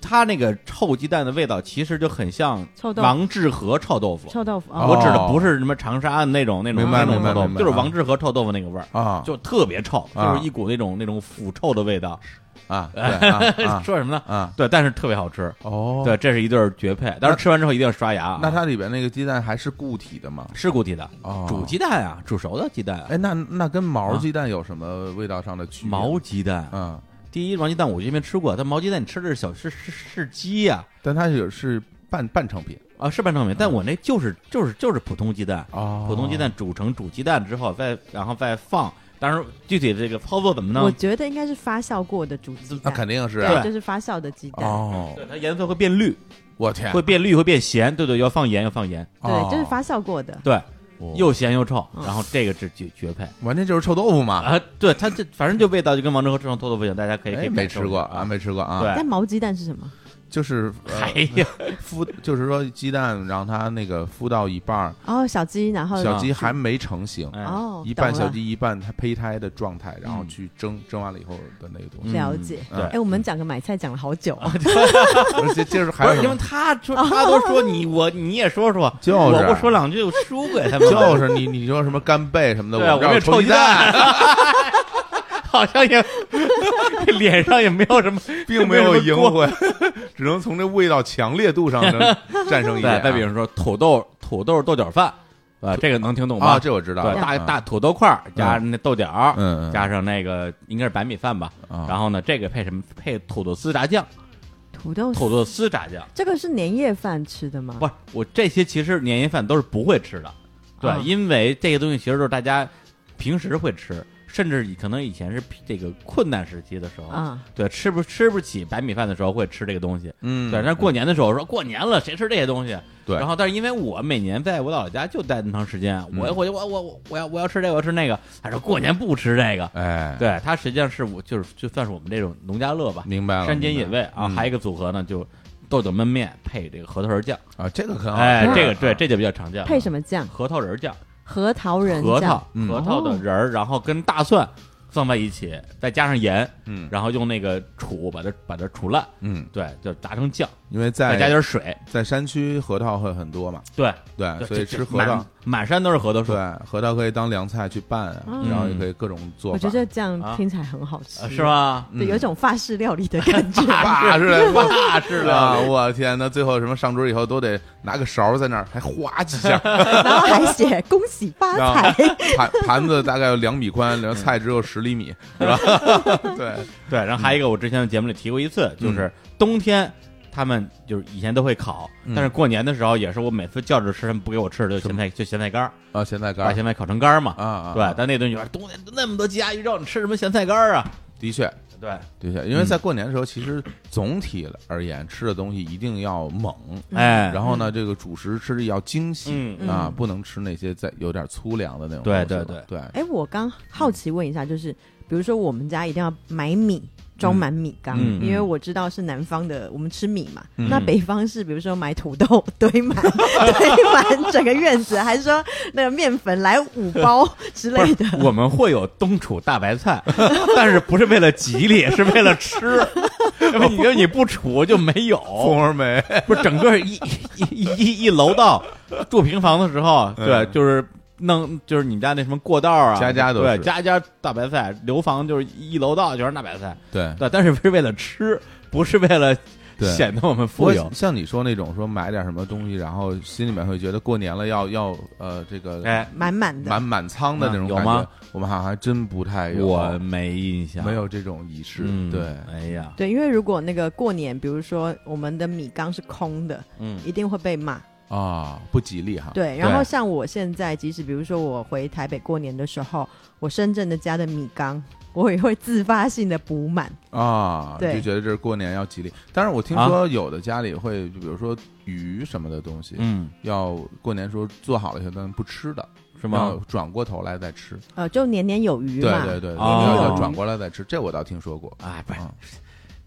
Speaker 1: 它那个臭鸡蛋的味道其实就很像
Speaker 3: 臭豆腐
Speaker 1: 王致和臭豆腐。
Speaker 3: 臭豆腐
Speaker 2: 哦
Speaker 3: 啊，
Speaker 1: 我指的不是什么长沙的那种那种
Speaker 2: 明白
Speaker 1: 那种
Speaker 2: 明白
Speaker 1: 臭豆
Speaker 2: 明
Speaker 1: 腐，
Speaker 2: 白
Speaker 1: 就是王致和臭豆腐那个味儿，
Speaker 2: 啊
Speaker 1: 就特别臭，
Speaker 2: 啊
Speaker 1: 就是一股那种那种腐臭的味道。 [laughs]
Speaker 2: 啊对啊啊
Speaker 1: 说什么呢？
Speaker 2: 啊
Speaker 1: 对，但是特别好吃。
Speaker 2: 哦，
Speaker 1: 对，这是一对儿绝配。但是吃完之后一定要刷牙啊。
Speaker 2: 那它里边那个鸡蛋还是固体的吗？
Speaker 1: 是固体的，
Speaker 2: 哦
Speaker 1: 煮鸡蛋啊，煮熟的鸡蛋啊，啊
Speaker 2: 哎，那那跟毛鸡蛋有什么味道上的区别？
Speaker 1: 毛鸡蛋。
Speaker 2: 嗯，
Speaker 1: 第一，毛鸡蛋我就没吃过，但毛鸡蛋你吃的是小是是是鸡呀
Speaker 2: 但它也是半半成品
Speaker 1: 啊，是半成品。但我那就是就是就是普通鸡蛋，
Speaker 2: 嗯哦
Speaker 1: 普通鸡蛋煮成煮鸡蛋之后，再然后再放。当然，具体这个操作怎么
Speaker 3: 我
Speaker 1: 弄？
Speaker 3: 觉得应该是发酵过的煮鸡
Speaker 2: 那
Speaker 3: 蛋，
Speaker 2: 肯定是
Speaker 1: 对
Speaker 2: 啊
Speaker 3: 对，就是发酵的鸡蛋，
Speaker 2: 哦，
Speaker 1: 对，它颜色会变绿，
Speaker 2: 我天，
Speaker 1: 会变绿，会变咸。对对，要放盐，要放盐。
Speaker 2: 哦
Speaker 3: 对，就是发酵过的。
Speaker 1: 对，
Speaker 2: 哦
Speaker 1: 又咸又臭，
Speaker 3: 嗯
Speaker 1: 然后这个是绝绝配
Speaker 2: 完全就是臭豆腐嘛，
Speaker 1: 啊！对，它这反正就味道就跟王致和这种臭豆腐一样，大家可以可
Speaker 2: 哎，
Speaker 1: 以
Speaker 2: 没
Speaker 1: 感受
Speaker 2: 吃过
Speaker 1: 一下
Speaker 2: 啊，没吃过啊，
Speaker 1: 对
Speaker 3: 但毛鸡蛋是什么？
Speaker 2: 就是
Speaker 1: [laughs] 哎
Speaker 2: 呃
Speaker 1: 呀，
Speaker 2: 孵，就是说鸡蛋让它那个孵到一半儿，
Speaker 3: 哦，小鸡，然后
Speaker 2: 小鸡还没成型，
Speaker 1: 哎
Speaker 3: 哦，
Speaker 2: 一半
Speaker 3: 懂了
Speaker 2: 小鸡一半它胚胎的状态，然后
Speaker 1: 嗯
Speaker 2: 去蒸，蒸完了以后的那个东西，
Speaker 3: [laughs] 了解。
Speaker 2: 嗯
Speaker 3: 哎，我们讲个买菜讲了好久，啊
Speaker 2: [laughs] 而且接着还
Speaker 1: 不
Speaker 2: 有
Speaker 1: 是因
Speaker 2: 什么
Speaker 1: 为他说他都说你我你也说说，
Speaker 2: 就是啊
Speaker 1: 我不说两句我输给他们了，
Speaker 2: 就是啊 [laughs] 你你说什么干贝什么的，
Speaker 1: 对，我
Speaker 2: 这儿
Speaker 1: 这
Speaker 2: 有臭
Speaker 1: 臭
Speaker 2: 鸡蛋，
Speaker 1: 蛋， [laughs] 好像也脸上也没有什么，
Speaker 2: [laughs] [laughs] 并没有赢
Speaker 1: [laughs]
Speaker 2: 回，只能从这味道强烈度上能战胜
Speaker 1: [laughs] 对，
Speaker 2: 一点。啊
Speaker 1: 再比如说土豆土豆豆角饭，啊，这个能听懂
Speaker 2: 啊，
Speaker 1: 吗？
Speaker 2: 这我知道，
Speaker 1: 对，大大土豆块儿加那豆角儿，
Speaker 2: 嗯嗯
Speaker 1: 加上那个应该是白米饭吧，
Speaker 2: 啊
Speaker 1: 然后呢，这个配什么？配土豆丝炸酱，
Speaker 3: 土豆
Speaker 1: 土豆丝炸酱。
Speaker 3: 这个是年夜饭吃的吗？
Speaker 1: 不是，我这些其实年夜饭都是不会吃的，对，
Speaker 3: 啊
Speaker 1: 因为这些东西其实都是大家平时会吃，甚至以可能以前是这个困难时期的时候，
Speaker 3: 啊，
Speaker 1: 对，吃不吃不起白米饭的时候会吃这个东西，
Speaker 2: 嗯，
Speaker 1: 对，但是过年的时候说过年了谁吃这些东西？
Speaker 2: 对
Speaker 1: 然后但是因为我每年在我姥姥家就待那么长时间，我
Speaker 2: 嗯
Speaker 1: 我我我我我要我要吃这个我要吃那个，他说过年不吃这个，
Speaker 2: 哎，，
Speaker 1: 对他实际上是我就是就算是我们这种农家乐吧，
Speaker 2: 明白了，
Speaker 1: 山间
Speaker 2: 明白
Speaker 1: 野味啊，
Speaker 2: 嗯
Speaker 1: 还有一个组合呢就豆角焖面配这个核桃仁酱。
Speaker 2: 啊，这个很好吃，啊
Speaker 1: 哎，这个对，这就比较常见了。
Speaker 3: 配什么酱？
Speaker 1: 核桃仁儿酱，
Speaker 3: 核桃仁
Speaker 1: 核
Speaker 3: 酱
Speaker 1: 桃，
Speaker 2: 嗯
Speaker 1: 核桃的仁儿，然后跟大蒜放在一起，再加上盐，
Speaker 2: 嗯
Speaker 1: 然后用那个杵把它把它杵烂，
Speaker 2: 嗯，
Speaker 1: 对，就打成酱，
Speaker 2: 因为
Speaker 1: 再加
Speaker 2: 在
Speaker 1: 点水，
Speaker 2: 在山区核桃会很多嘛，
Speaker 1: 对，对
Speaker 2: 对，啊所以
Speaker 1: 这这
Speaker 2: 吃核桃
Speaker 1: 满，满山都是核桃树，
Speaker 2: 对，核桃可以当凉菜去拌啊，
Speaker 3: 嗯
Speaker 2: 然后也可以各种做
Speaker 3: 我
Speaker 2: 法，
Speaker 3: 觉得
Speaker 2: [laughs]
Speaker 3: 这酱
Speaker 1: 啊
Speaker 3: 听起来很好吃
Speaker 1: 呃，是？吗？
Speaker 2: 嗯
Speaker 3: 对，有一种法式料理的感觉。
Speaker 2: 爸
Speaker 1: [laughs]
Speaker 2: 是的，
Speaker 1: 那是
Speaker 2: 是
Speaker 1: 的，
Speaker 2: 啊，我天呐，最后什么上桌以后都得拿个勺在那儿还划
Speaker 1: [laughs]
Speaker 2: 几下，
Speaker 3: 然后还写恭喜发财，
Speaker 2: 盘盘子大概有两米宽，然后菜只有十
Speaker 1: [laughs]
Speaker 2: 厘米，是吧？ [laughs] 对，
Speaker 1: 对。然后还有一个，我之前的节目里提过一次，就是冬天。他们就是以前都会烤，
Speaker 2: 嗯
Speaker 1: 但是过年的时候也是我每次叫着吃，他们不给我吃的就咸菜就咸菜干儿，
Speaker 2: 啊，咸菜干
Speaker 1: 把
Speaker 2: 儿
Speaker 1: 咸菜烤成干儿嘛。
Speaker 2: 啊啊，
Speaker 1: 对，，但那顿就是哎冬天那么多鸡鸭鱼肉，你吃什么咸菜干儿啊？
Speaker 2: 的确
Speaker 1: 对，
Speaker 2: 的确，
Speaker 1: 嗯
Speaker 2: 因为在过年的时候，其实总体而言吃的东西一定要猛，
Speaker 1: 哎，
Speaker 2: 嗯然后呢，这个主食吃的要精细
Speaker 1: 嗯
Speaker 3: 嗯
Speaker 2: 啊，不能吃那些再有点粗粮的那种东西
Speaker 1: 对
Speaker 2: 了。
Speaker 1: 对对
Speaker 2: 对
Speaker 3: [laughs] 哎，我刚好奇问一下，就是比如说我们家一定要买米。装满米缸，
Speaker 1: 嗯
Speaker 3: 因为我知道是南方的，我们吃米嘛。
Speaker 1: 嗯
Speaker 3: 那北方是比如说买土豆堆满 [laughs] 堆满整个院子，还是说那个面粉来五
Speaker 1: [laughs]
Speaker 3: 包之
Speaker 1: 不
Speaker 3: 类
Speaker 1: 是
Speaker 3: 的？
Speaker 1: 我们会有冬储大白菜， [laughs] 但是不是为了吉利，是为了吃。因为你觉得你不储就没
Speaker 2: [laughs]
Speaker 1: 有，
Speaker 2: 红儿梅，
Speaker 1: 不是整个一一一一一楼道住平房的时候，
Speaker 2: 嗯
Speaker 1: 对，就是弄就是你们家那什么过道啊，
Speaker 2: 家家都是
Speaker 1: 对，家家大白菜，楼房就是一楼道全是大白菜，
Speaker 2: 对
Speaker 1: 对，但是是为了吃，不是为了
Speaker 2: 对
Speaker 1: 显得我们
Speaker 2: 不
Speaker 1: 富有
Speaker 2: 过。像你说那种说买点什么东西，然后心里面会觉得过年了要要呃这个
Speaker 1: 哎，
Speaker 3: 满满的，
Speaker 2: 满满仓的那种
Speaker 1: 嗯有
Speaker 2: 感觉，
Speaker 1: 吗
Speaker 2: 我们好像还真不太有，
Speaker 1: 我没印象，
Speaker 2: 哎没有这种仪式。
Speaker 1: 嗯，
Speaker 2: 对，
Speaker 1: 哎呀，
Speaker 3: 对，因为如果那个过年，比如说我们的米缸是空的，
Speaker 1: 嗯
Speaker 3: 一定会被骂。
Speaker 2: 啊，不吉利哈。
Speaker 3: 对，然后
Speaker 1: 对
Speaker 3: 像我现在，即使比如说我回台北过年的时候，我深圳的家的米缸，我也会自发性的补满。
Speaker 2: 啊，
Speaker 3: 对
Speaker 2: 就觉得这过年要吉利。但是我听说有的家里会，就比如说鱼什么的东西，
Speaker 1: 嗯，
Speaker 2: 要过年时候做好了以后，但不吃的，
Speaker 1: 是吗
Speaker 2: 要？转过头来再吃。
Speaker 3: 呃，就年年有余
Speaker 2: 对
Speaker 3: 嘛。
Speaker 2: 对对，对
Speaker 1: 哦
Speaker 2: 要转过来再吃，这我倒听说过。
Speaker 1: 哎，不是
Speaker 2: 啊，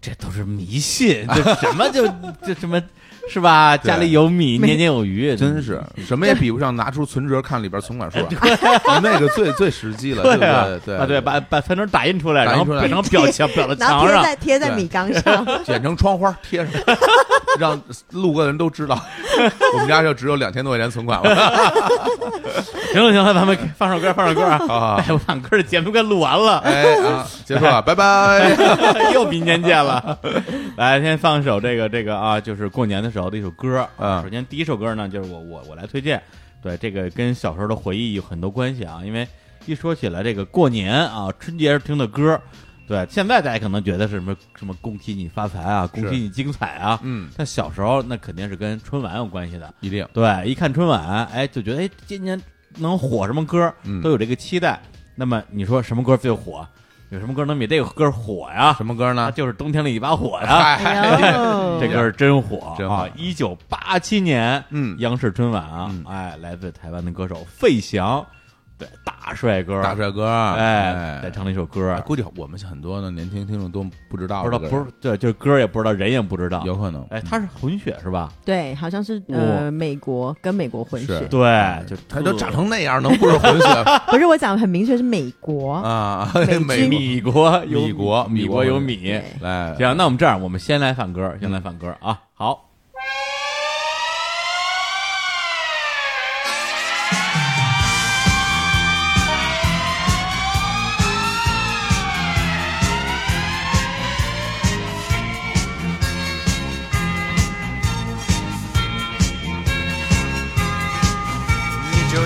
Speaker 1: 这都是迷
Speaker 2: [laughs]
Speaker 1: 信，这什么就这什么是吧？
Speaker 2: 对
Speaker 1: 家里有米，
Speaker 5: 没
Speaker 1: 年年有余，
Speaker 2: 真是
Speaker 1: 嗯
Speaker 2: 什么也比不上拿出存折看里边存款数，啊， [laughs] 那个最最实际了，对
Speaker 1: 啊
Speaker 2: 不对？
Speaker 1: 啊，哎对，把把传单打印出来，
Speaker 2: 打
Speaker 1: 然后
Speaker 2: 印出来
Speaker 1: 变成表情，
Speaker 3: [laughs]
Speaker 1: 表到
Speaker 5: 然后
Speaker 1: 墙
Speaker 5: 贴
Speaker 1: 上，
Speaker 5: 在贴在米缸上，
Speaker 2: 剪成窗花贴上， [laughs] 让路过的人都知道， [laughs] 我们家就只有两千多块钱存款了
Speaker 1: 行了行了，咱们放首歌，放首歌
Speaker 2: [laughs]
Speaker 1: 啊！
Speaker 2: 啊！
Speaker 1: 哎，我唱歌的节目快录完了，
Speaker 2: 哎啊，结束
Speaker 1: [laughs]
Speaker 2: 了，拜拜。
Speaker 1: 又明年见了。 [laughs] 来，先放一首这个这个啊，就是过年的时候的一首歌
Speaker 2: 嗯
Speaker 1: 首先第一首歌呢，就是我我我来推荐，对这个跟小时候的回忆有很多关系啊，因为一说起来这个过年啊，春节时听的歌。对，现在大家可能觉得是什么什么恭喜你发财啊，恭
Speaker 2: 是
Speaker 1: 喜你精彩啊，
Speaker 2: 嗯，
Speaker 1: 但小时候那肯定是跟春晚有关系的，
Speaker 2: 一定
Speaker 1: 对，一看春晚，哎，就觉得哎，今年能火什么歌，
Speaker 2: 嗯
Speaker 1: 都有这个期待。那么你说什么歌最火？有什么歌能比这个歌火呀？
Speaker 2: 什么歌
Speaker 1: 那
Speaker 2: 呢？
Speaker 1: 啊就是冬天里一把火呀！
Speaker 2: 嗨，
Speaker 3: 哎
Speaker 1: 这
Speaker 3: 呦，
Speaker 1: 歌是真火
Speaker 2: 真火
Speaker 1: 啊！一九八七年，
Speaker 2: 嗯
Speaker 1: 央视春晚啊，
Speaker 2: 嗯
Speaker 1: 哎，来自台湾的歌手费翔，对，大帅哥，
Speaker 2: 大帅哥，
Speaker 1: 哎，在唱了一首歌
Speaker 2: 哎，，估计我们很多的年轻听众都不知道，
Speaker 1: 不知道
Speaker 2: 这
Speaker 1: 不
Speaker 2: 个
Speaker 1: 是对，就是歌也不知道，人也不知道。
Speaker 2: 有可能，
Speaker 1: 哎，他是混血是吧？
Speaker 3: 对，好像是
Speaker 1: 哇
Speaker 3: 呃美国跟美国混
Speaker 2: 是
Speaker 3: 血，
Speaker 1: 对，哎就
Speaker 2: 哎他都
Speaker 1: 特
Speaker 2: 长成那样，能不是混血
Speaker 3: 不是我讲的很明确是美国，
Speaker 2: [laughs] 啊？
Speaker 3: 美
Speaker 2: [laughs]
Speaker 3: 军
Speaker 2: 美
Speaker 1: 米国有
Speaker 2: 米国
Speaker 1: 米
Speaker 2: 米
Speaker 1: 国
Speaker 2: 国
Speaker 1: 有
Speaker 2: 混
Speaker 1: 米，
Speaker 2: 来，
Speaker 1: 行，那我们这样，我们先来放歌，先
Speaker 2: 嗯
Speaker 1: 来放歌啊。好，
Speaker 7: 你就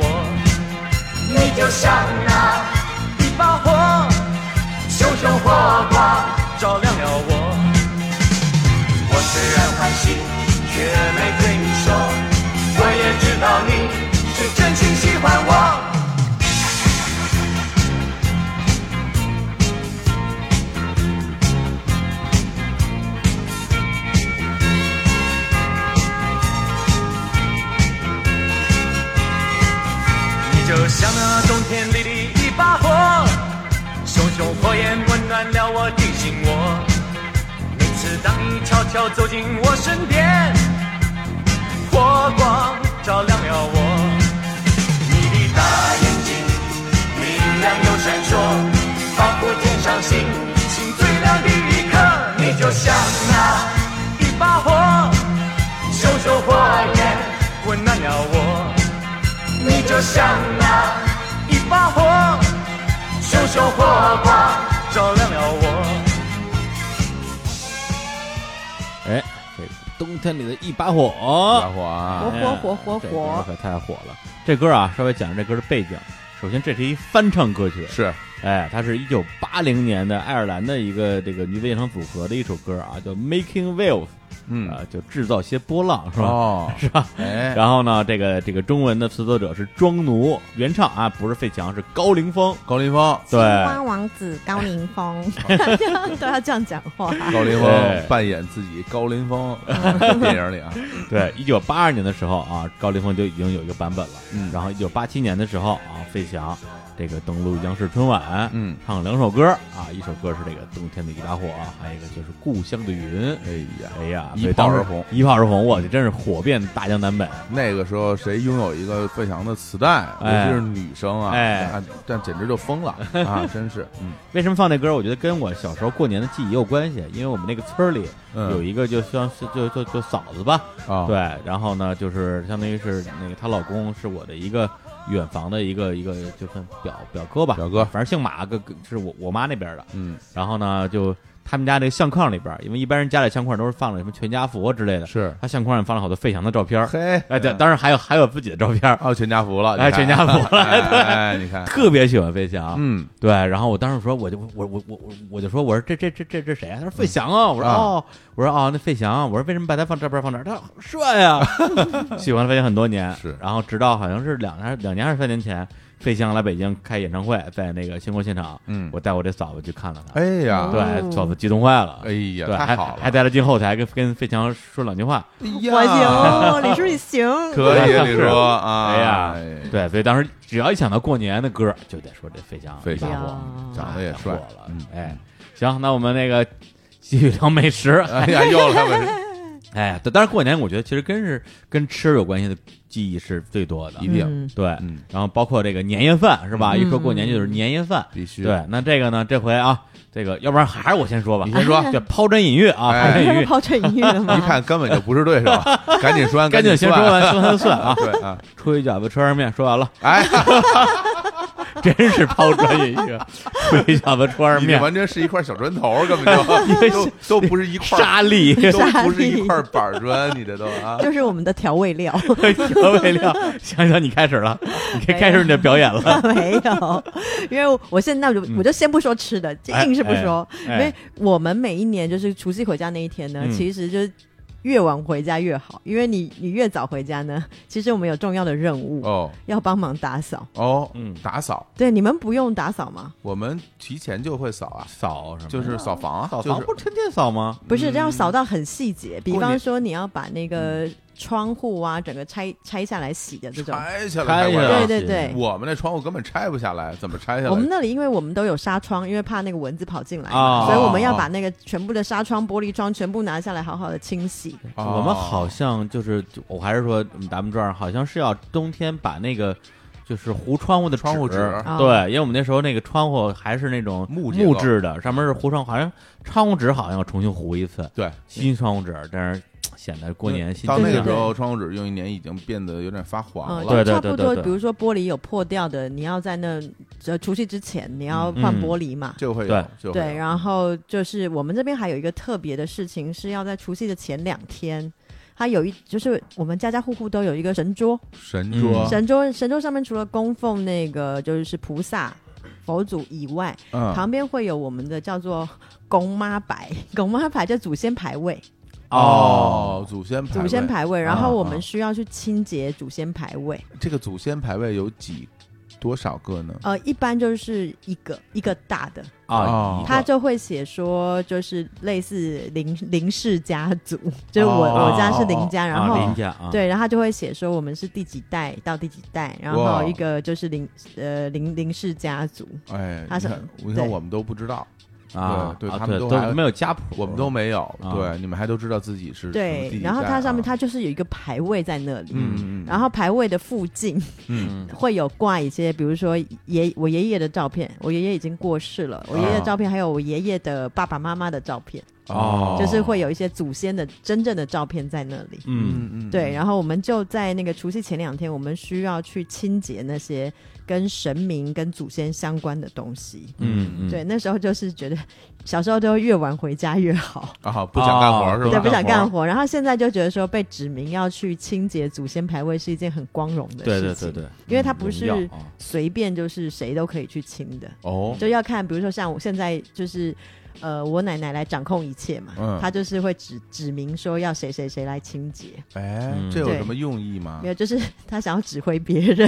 Speaker 7: 我。你就像那一把火，熊熊火光照亮了我。我虽然欢喜，却没对你说，我也知道你是真心喜欢我。你就像那冬天里的一把火，熊熊火焰温暖了我的心窝。每次当你悄悄走进我身边，火光照亮了我。你的大眼睛明亮又闪烁，仿佛天上星星最亮的一刻。你就像那一把火，熊熊火焰温暖了我。你就像那一把火，熊熊火光照亮了我。
Speaker 1: 哎，这个冬天里的一把
Speaker 2: 大
Speaker 1: 火，
Speaker 2: 伙啊，
Speaker 1: 火
Speaker 3: 火火火火
Speaker 1: 可太火了。这歌啊，稍微讲讲这歌的背景。首先，这是一翻唱歌曲，
Speaker 2: 是
Speaker 1: 哎，它是一九八零年的爱尔兰的一个这个女子演唱组合的一首歌啊，叫《Making Waves》，
Speaker 2: 嗯
Speaker 1: 啊，就制造些波浪，是吧？
Speaker 2: 哦，
Speaker 1: 是吧？[laughs]
Speaker 2: 哎，
Speaker 1: 然后呢，这个这个中文的词作者是庄奴，原唱啊不是费翔，是高凌风。
Speaker 2: 高凌风，
Speaker 1: 对，
Speaker 3: 王子高凌风， [laughs] 都要这样讲话。
Speaker 2: 高
Speaker 1: 对
Speaker 2: 凌风扮演自己高凌 [laughs] 风电影里啊，
Speaker 1: 对，一九八二年的时候啊，高凌风就已经有一个版本了。
Speaker 2: 嗯
Speaker 1: 然后一九八七年的时候啊，费翔这个登陆央视春晚，
Speaker 2: 嗯，
Speaker 1: 唱了两首歌啊，一首歌是这个《冬天的一把火》，还有一个就是《故乡的云》。
Speaker 2: 哎呀，
Speaker 1: 哎呀，
Speaker 2: 一
Speaker 1: 所以
Speaker 2: 炮
Speaker 1: 当时
Speaker 2: 而红，
Speaker 1: 一炮而红，我去，真是火遍大江南北。
Speaker 2: 那个时候谁拥有一个费翔的磁带，尤
Speaker 1: 哎
Speaker 2: 其是女生啊，
Speaker 1: 哎
Speaker 2: 那但简直就疯了
Speaker 1: [laughs]
Speaker 2: 啊，真是，嗯
Speaker 1: 为什么放这歌？我觉得跟我小时候过年的记忆也有关系，因为我们那个村儿里
Speaker 2: 嗯
Speaker 1: 有一个就像是就就就嫂子吧，
Speaker 2: 啊，
Speaker 1: 对，然后呢，就是相当于是那个她老公是我的一个远房的一个一个就算表表哥吧，
Speaker 2: 表哥
Speaker 1: 反正姓马，个个是我我妈那边的。
Speaker 2: 嗯，
Speaker 1: 然后呢，就他们家这个相框里边儿，因为一般人家里相框都是放了什么全家福啊之类的，
Speaker 2: 是
Speaker 1: 他相框里放了好多费翔的照片儿，
Speaker 2: 嘿，
Speaker 1: 哎，对，当然还有还有自己的照片儿，
Speaker 2: 哦，全家福了，你
Speaker 1: 哎，
Speaker 2: 看
Speaker 1: 全家福了，
Speaker 2: 哎哎，你看，
Speaker 1: 特别喜欢费翔，
Speaker 2: 嗯，
Speaker 1: 对，然后我当时说，我就我我我我我就说，我说这这这这这谁啊？他说费翔啊，我说
Speaker 2: 啊
Speaker 1: 哦，我说哦，那费翔，我说为什么把他放这边儿放那儿？他说帅啊， [laughs] 喜欢了费翔很多年，
Speaker 2: 是
Speaker 1: 然后直到好像是两还是两年还是三年前，费翔来北京开演唱会，在那个星光现场，
Speaker 2: 嗯
Speaker 1: 我带我这嫂子去看了他，
Speaker 2: 哎呀，
Speaker 1: 对，嫂子激动坏了，
Speaker 2: 哎呀，
Speaker 1: 对，
Speaker 2: 太
Speaker 1: 还
Speaker 2: 好了，
Speaker 1: 还带他进后台跟跟费翔说两句话，
Speaker 2: 哎呀
Speaker 5: 我行哦，李叔你行，
Speaker 2: 可以，李
Speaker 1: 是
Speaker 2: 叔啊，
Speaker 1: [laughs] 哎呀，对，所以当时只要一想到过年的歌儿，就得说这费哎翔，
Speaker 2: 费翔
Speaker 1: 一把火
Speaker 3: 呀
Speaker 2: 长得也
Speaker 1: 太
Speaker 2: 帅
Speaker 1: 火了，哎，行，那我们那个 [laughs] 继续聊美食，
Speaker 2: 哎呀，又来了，
Speaker 1: 哎，但当然过年我觉得其实跟是跟吃有关系的记忆是最多的
Speaker 2: 一，定
Speaker 3: 嗯
Speaker 1: 对
Speaker 2: 嗯，
Speaker 1: 然后包括这个年夜饭是吧？一说过年就是年夜饭，
Speaker 2: 必须
Speaker 1: 对，那这个呢，这回啊，这个要不然还是我先说吧，
Speaker 2: 你先说
Speaker 1: 对，抛砖引玉啊，
Speaker 2: 哎
Speaker 1: 抛砖引玉，
Speaker 3: 让他 [laughs] 抛砖引玉了吗？
Speaker 2: 一看根本就不是
Speaker 1: [laughs]
Speaker 2: 对手，赶紧说完，
Speaker 1: 赶紧
Speaker 2: 紧
Speaker 1: 先说
Speaker 2: 完，
Speaker 1: 完，说完就算啊，
Speaker 2: [laughs] 对啊，
Speaker 1: 出一饺子，吃二面，说完了，
Speaker 2: 哎，
Speaker 1: 真是抛砖引玉， [laughs] 出一饺子，吃二
Speaker 2: [laughs] 你这
Speaker 1: 面，
Speaker 2: 完全是一块小砖头，根
Speaker 3: [laughs]
Speaker 2: 本就都都不是一块儿，
Speaker 1: 沙粒。
Speaker 2: 都不是一块板砖，你这都啊，
Speaker 3: [laughs] 就是我们的调味料，
Speaker 1: 调味料，想想你开始了，你开开始你的表演了。
Speaker 3: [laughs] 没有，因为我现在我就我就先不说吃的，这硬是不说，因
Speaker 1: 嗯哎
Speaker 3: 为我们每一年就是除夕回家那一天呢，
Speaker 1: 嗯
Speaker 3: 其实就是越晚回家越好，因为你你越早回家呢， [laughs] 其实我们有重要的任务、
Speaker 2: 哦
Speaker 3: 要帮忙打扫。
Speaker 2: 哦，
Speaker 1: 嗯
Speaker 2: 打扫，
Speaker 3: 对，你们不用打扫吗？
Speaker 2: 我们提前就会扫啊，
Speaker 1: 扫什么？
Speaker 2: 就是扫房啊，
Speaker 1: 扫
Speaker 2: 就
Speaker 1: 房
Speaker 2: 是
Speaker 1: 不是天天扫吗？
Speaker 3: 不是，
Speaker 2: 嗯
Speaker 3: 这要扫到很细节，
Speaker 1: 嗯
Speaker 3: 比
Speaker 2: 过
Speaker 3: 方
Speaker 2: 年
Speaker 3: 说你要把那个窗户啊整个拆拆下来洗的这种。
Speaker 2: 拆下
Speaker 1: 开
Speaker 2: 来才
Speaker 1: 呀
Speaker 2: 怪
Speaker 3: 对
Speaker 2: 啊，
Speaker 3: 对对
Speaker 2: 我们那窗户根本拆不下来，怎么拆下来？
Speaker 3: 我们那里，因为我们都有纱窗，因为怕那个蚊子跑进来
Speaker 1: 哦
Speaker 3: 嘛，所以我们要把那个全部的纱窗、玻璃窗全部拿下来，好好的清洗。
Speaker 2: 哦
Speaker 1: 我们好像就是，就我还是说咱们这儿好像是要冬天把那个就是糊窗户的
Speaker 2: 窗户
Speaker 1: 纸
Speaker 2: 纸，
Speaker 3: 啊
Speaker 1: 对，因为我们那时候那个窗户还是那种
Speaker 2: 木结构
Speaker 1: 木质的，上面是糊窗，好像窗户纸好像要重新糊一次，
Speaker 2: 对。
Speaker 1: 新窗户纸，但是显得过年新
Speaker 2: 到那
Speaker 1: 鲜
Speaker 2: 个
Speaker 1: 感
Speaker 2: 时候，窗户纸用一年已经变得有点发黄
Speaker 3: 嗯，
Speaker 2: 了。
Speaker 1: 对
Speaker 3: 就
Speaker 1: 对
Speaker 3: 差
Speaker 1: 对
Speaker 3: 不
Speaker 1: 对
Speaker 3: 多
Speaker 1: 对，
Speaker 3: 比如说玻璃有破掉的，你要在那呃除夕之前你要换
Speaker 1: 嗯
Speaker 3: 玻璃嘛。
Speaker 2: 就会有
Speaker 1: 对
Speaker 2: 就会
Speaker 3: 对，
Speaker 2: 有
Speaker 3: 然后就是我们这边还有一个特别的事情，是要在除夕的前两天，它有一就是我们家家户户都有一个神桌，
Speaker 2: 神桌
Speaker 1: 啊，
Speaker 3: 嗯神桌神桌上面除了供奉那个就是菩萨、佛祖以外，
Speaker 2: 嗯
Speaker 3: 旁边会有我们的叫做拱妈牌， [laughs] 拱妈牌叫祖先牌位，
Speaker 2: 哦，祖先牌位
Speaker 3: 祖先牌位，然
Speaker 2: 啊
Speaker 3: 后我
Speaker 2: 啊
Speaker 3: 们需要去清洁祖先牌位，
Speaker 2: 这个祖先牌位有几多少个呢？
Speaker 3: 呃，一般就是一个一个大的，
Speaker 1: 啊，
Speaker 2: 哦
Speaker 3: 他就会写说，就是类似林林氏家族，就是我、
Speaker 2: 哦
Speaker 3: 我家是林家，然后、
Speaker 1: 啊邻家啊，
Speaker 3: 对，然后他就会写说我们是第几代到第几代，然
Speaker 2: 哇
Speaker 3: 后一个就是林呃林林氏家族，
Speaker 2: 哎，
Speaker 3: 他
Speaker 2: 你
Speaker 3: 是
Speaker 2: 看，你看
Speaker 3: 对
Speaker 2: 我们都不知道，
Speaker 1: 啊，
Speaker 2: 对对
Speaker 1: 啊
Speaker 2: 他们都还
Speaker 1: 没有家谱，
Speaker 2: 我们都没有，
Speaker 1: 啊
Speaker 2: 对，你们还都知道自己是什么第
Speaker 3: 对，
Speaker 2: 几
Speaker 3: 然后它
Speaker 2: 代
Speaker 3: 上面
Speaker 2: 啊
Speaker 3: 它就是有一个牌位在那里，
Speaker 2: 嗯嗯嗯
Speaker 3: 然后牌位的附近
Speaker 2: 嗯
Speaker 3: 会有挂一些，比如说爷我爷爷的照片，我爷爷已经过世了，我爷爷的照片还有我爷爷的爸爸妈妈的照片，
Speaker 1: 哦
Speaker 3: 就是会有一些祖先的真正的照片在那里。
Speaker 1: 嗯，
Speaker 2: 嗯嗯
Speaker 3: 对，然后我们就在那个除夕前两天，我们需要去清洁那些跟神明、跟祖先相关的东西。
Speaker 1: 嗯嗯，
Speaker 3: 对，那时候就是觉得小时候都越晚回家越好，
Speaker 2: 啊不想干活
Speaker 1: 哦
Speaker 2: 儿是吧？
Speaker 3: 对，不想干
Speaker 2: 活
Speaker 3: 活。然后现在就觉得说被指明要去清洁祖先牌位是一件很光荣的
Speaker 1: 对
Speaker 3: 事
Speaker 1: 对
Speaker 3: 情，
Speaker 1: 对对，
Speaker 3: 因为它不
Speaker 1: 荣
Speaker 3: 是
Speaker 1: 耀啊
Speaker 3: 随便就是谁都可以去清的，
Speaker 2: 儿哦，
Speaker 3: 就要看，比如说像我现在就是。呃，我奶奶来掌控一切嘛，
Speaker 2: 嗯
Speaker 3: 她就是会指指明说要谁谁谁来清洁，
Speaker 2: 哎
Speaker 1: 嗯，
Speaker 2: 这有
Speaker 3: 对
Speaker 2: 什么用意吗
Speaker 3: 没？有，就是她想要指挥别人，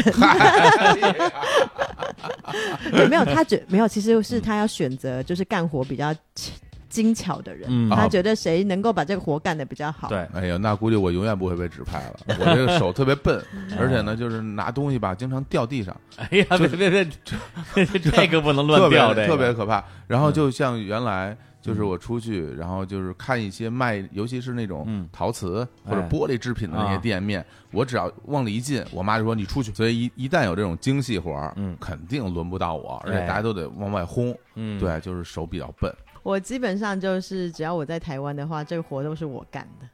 Speaker 3: [laughs] 对，没有，他觉没有，其实是他要选择就是干活比较精精巧的人，
Speaker 1: 嗯
Speaker 3: 他觉得谁能够把这个活干的比较好。，
Speaker 1: 对，
Speaker 2: [laughs] 哎呦，那估计我永远不会被指派了。我这个手特别
Speaker 3: [laughs]
Speaker 2: 笨，
Speaker 3: 嗯
Speaker 2: 而且呢，就是拿东西吧，经常掉地上，
Speaker 1: 哎呀，别别别，这这个不能乱
Speaker 2: 特别
Speaker 1: 掉，这个嗯
Speaker 2: 特别可怕。然后就像原来。就是我出去，然后就是看一些卖，尤其是那种
Speaker 1: 嗯
Speaker 2: 陶瓷或者
Speaker 1: 哎
Speaker 2: 玻璃制品的那些
Speaker 1: 啊
Speaker 2: 店面，我只要往里一进，我妈就说你出去。所以一一旦有这种精细活儿，
Speaker 1: 嗯
Speaker 2: 肯定轮不到我，而且
Speaker 1: 哎
Speaker 2: 大家都得往外轰。
Speaker 1: 嗯，
Speaker 2: 对，就是手比较笨。
Speaker 3: 我基本上就是只要我在台湾的话，这个活都是我干的。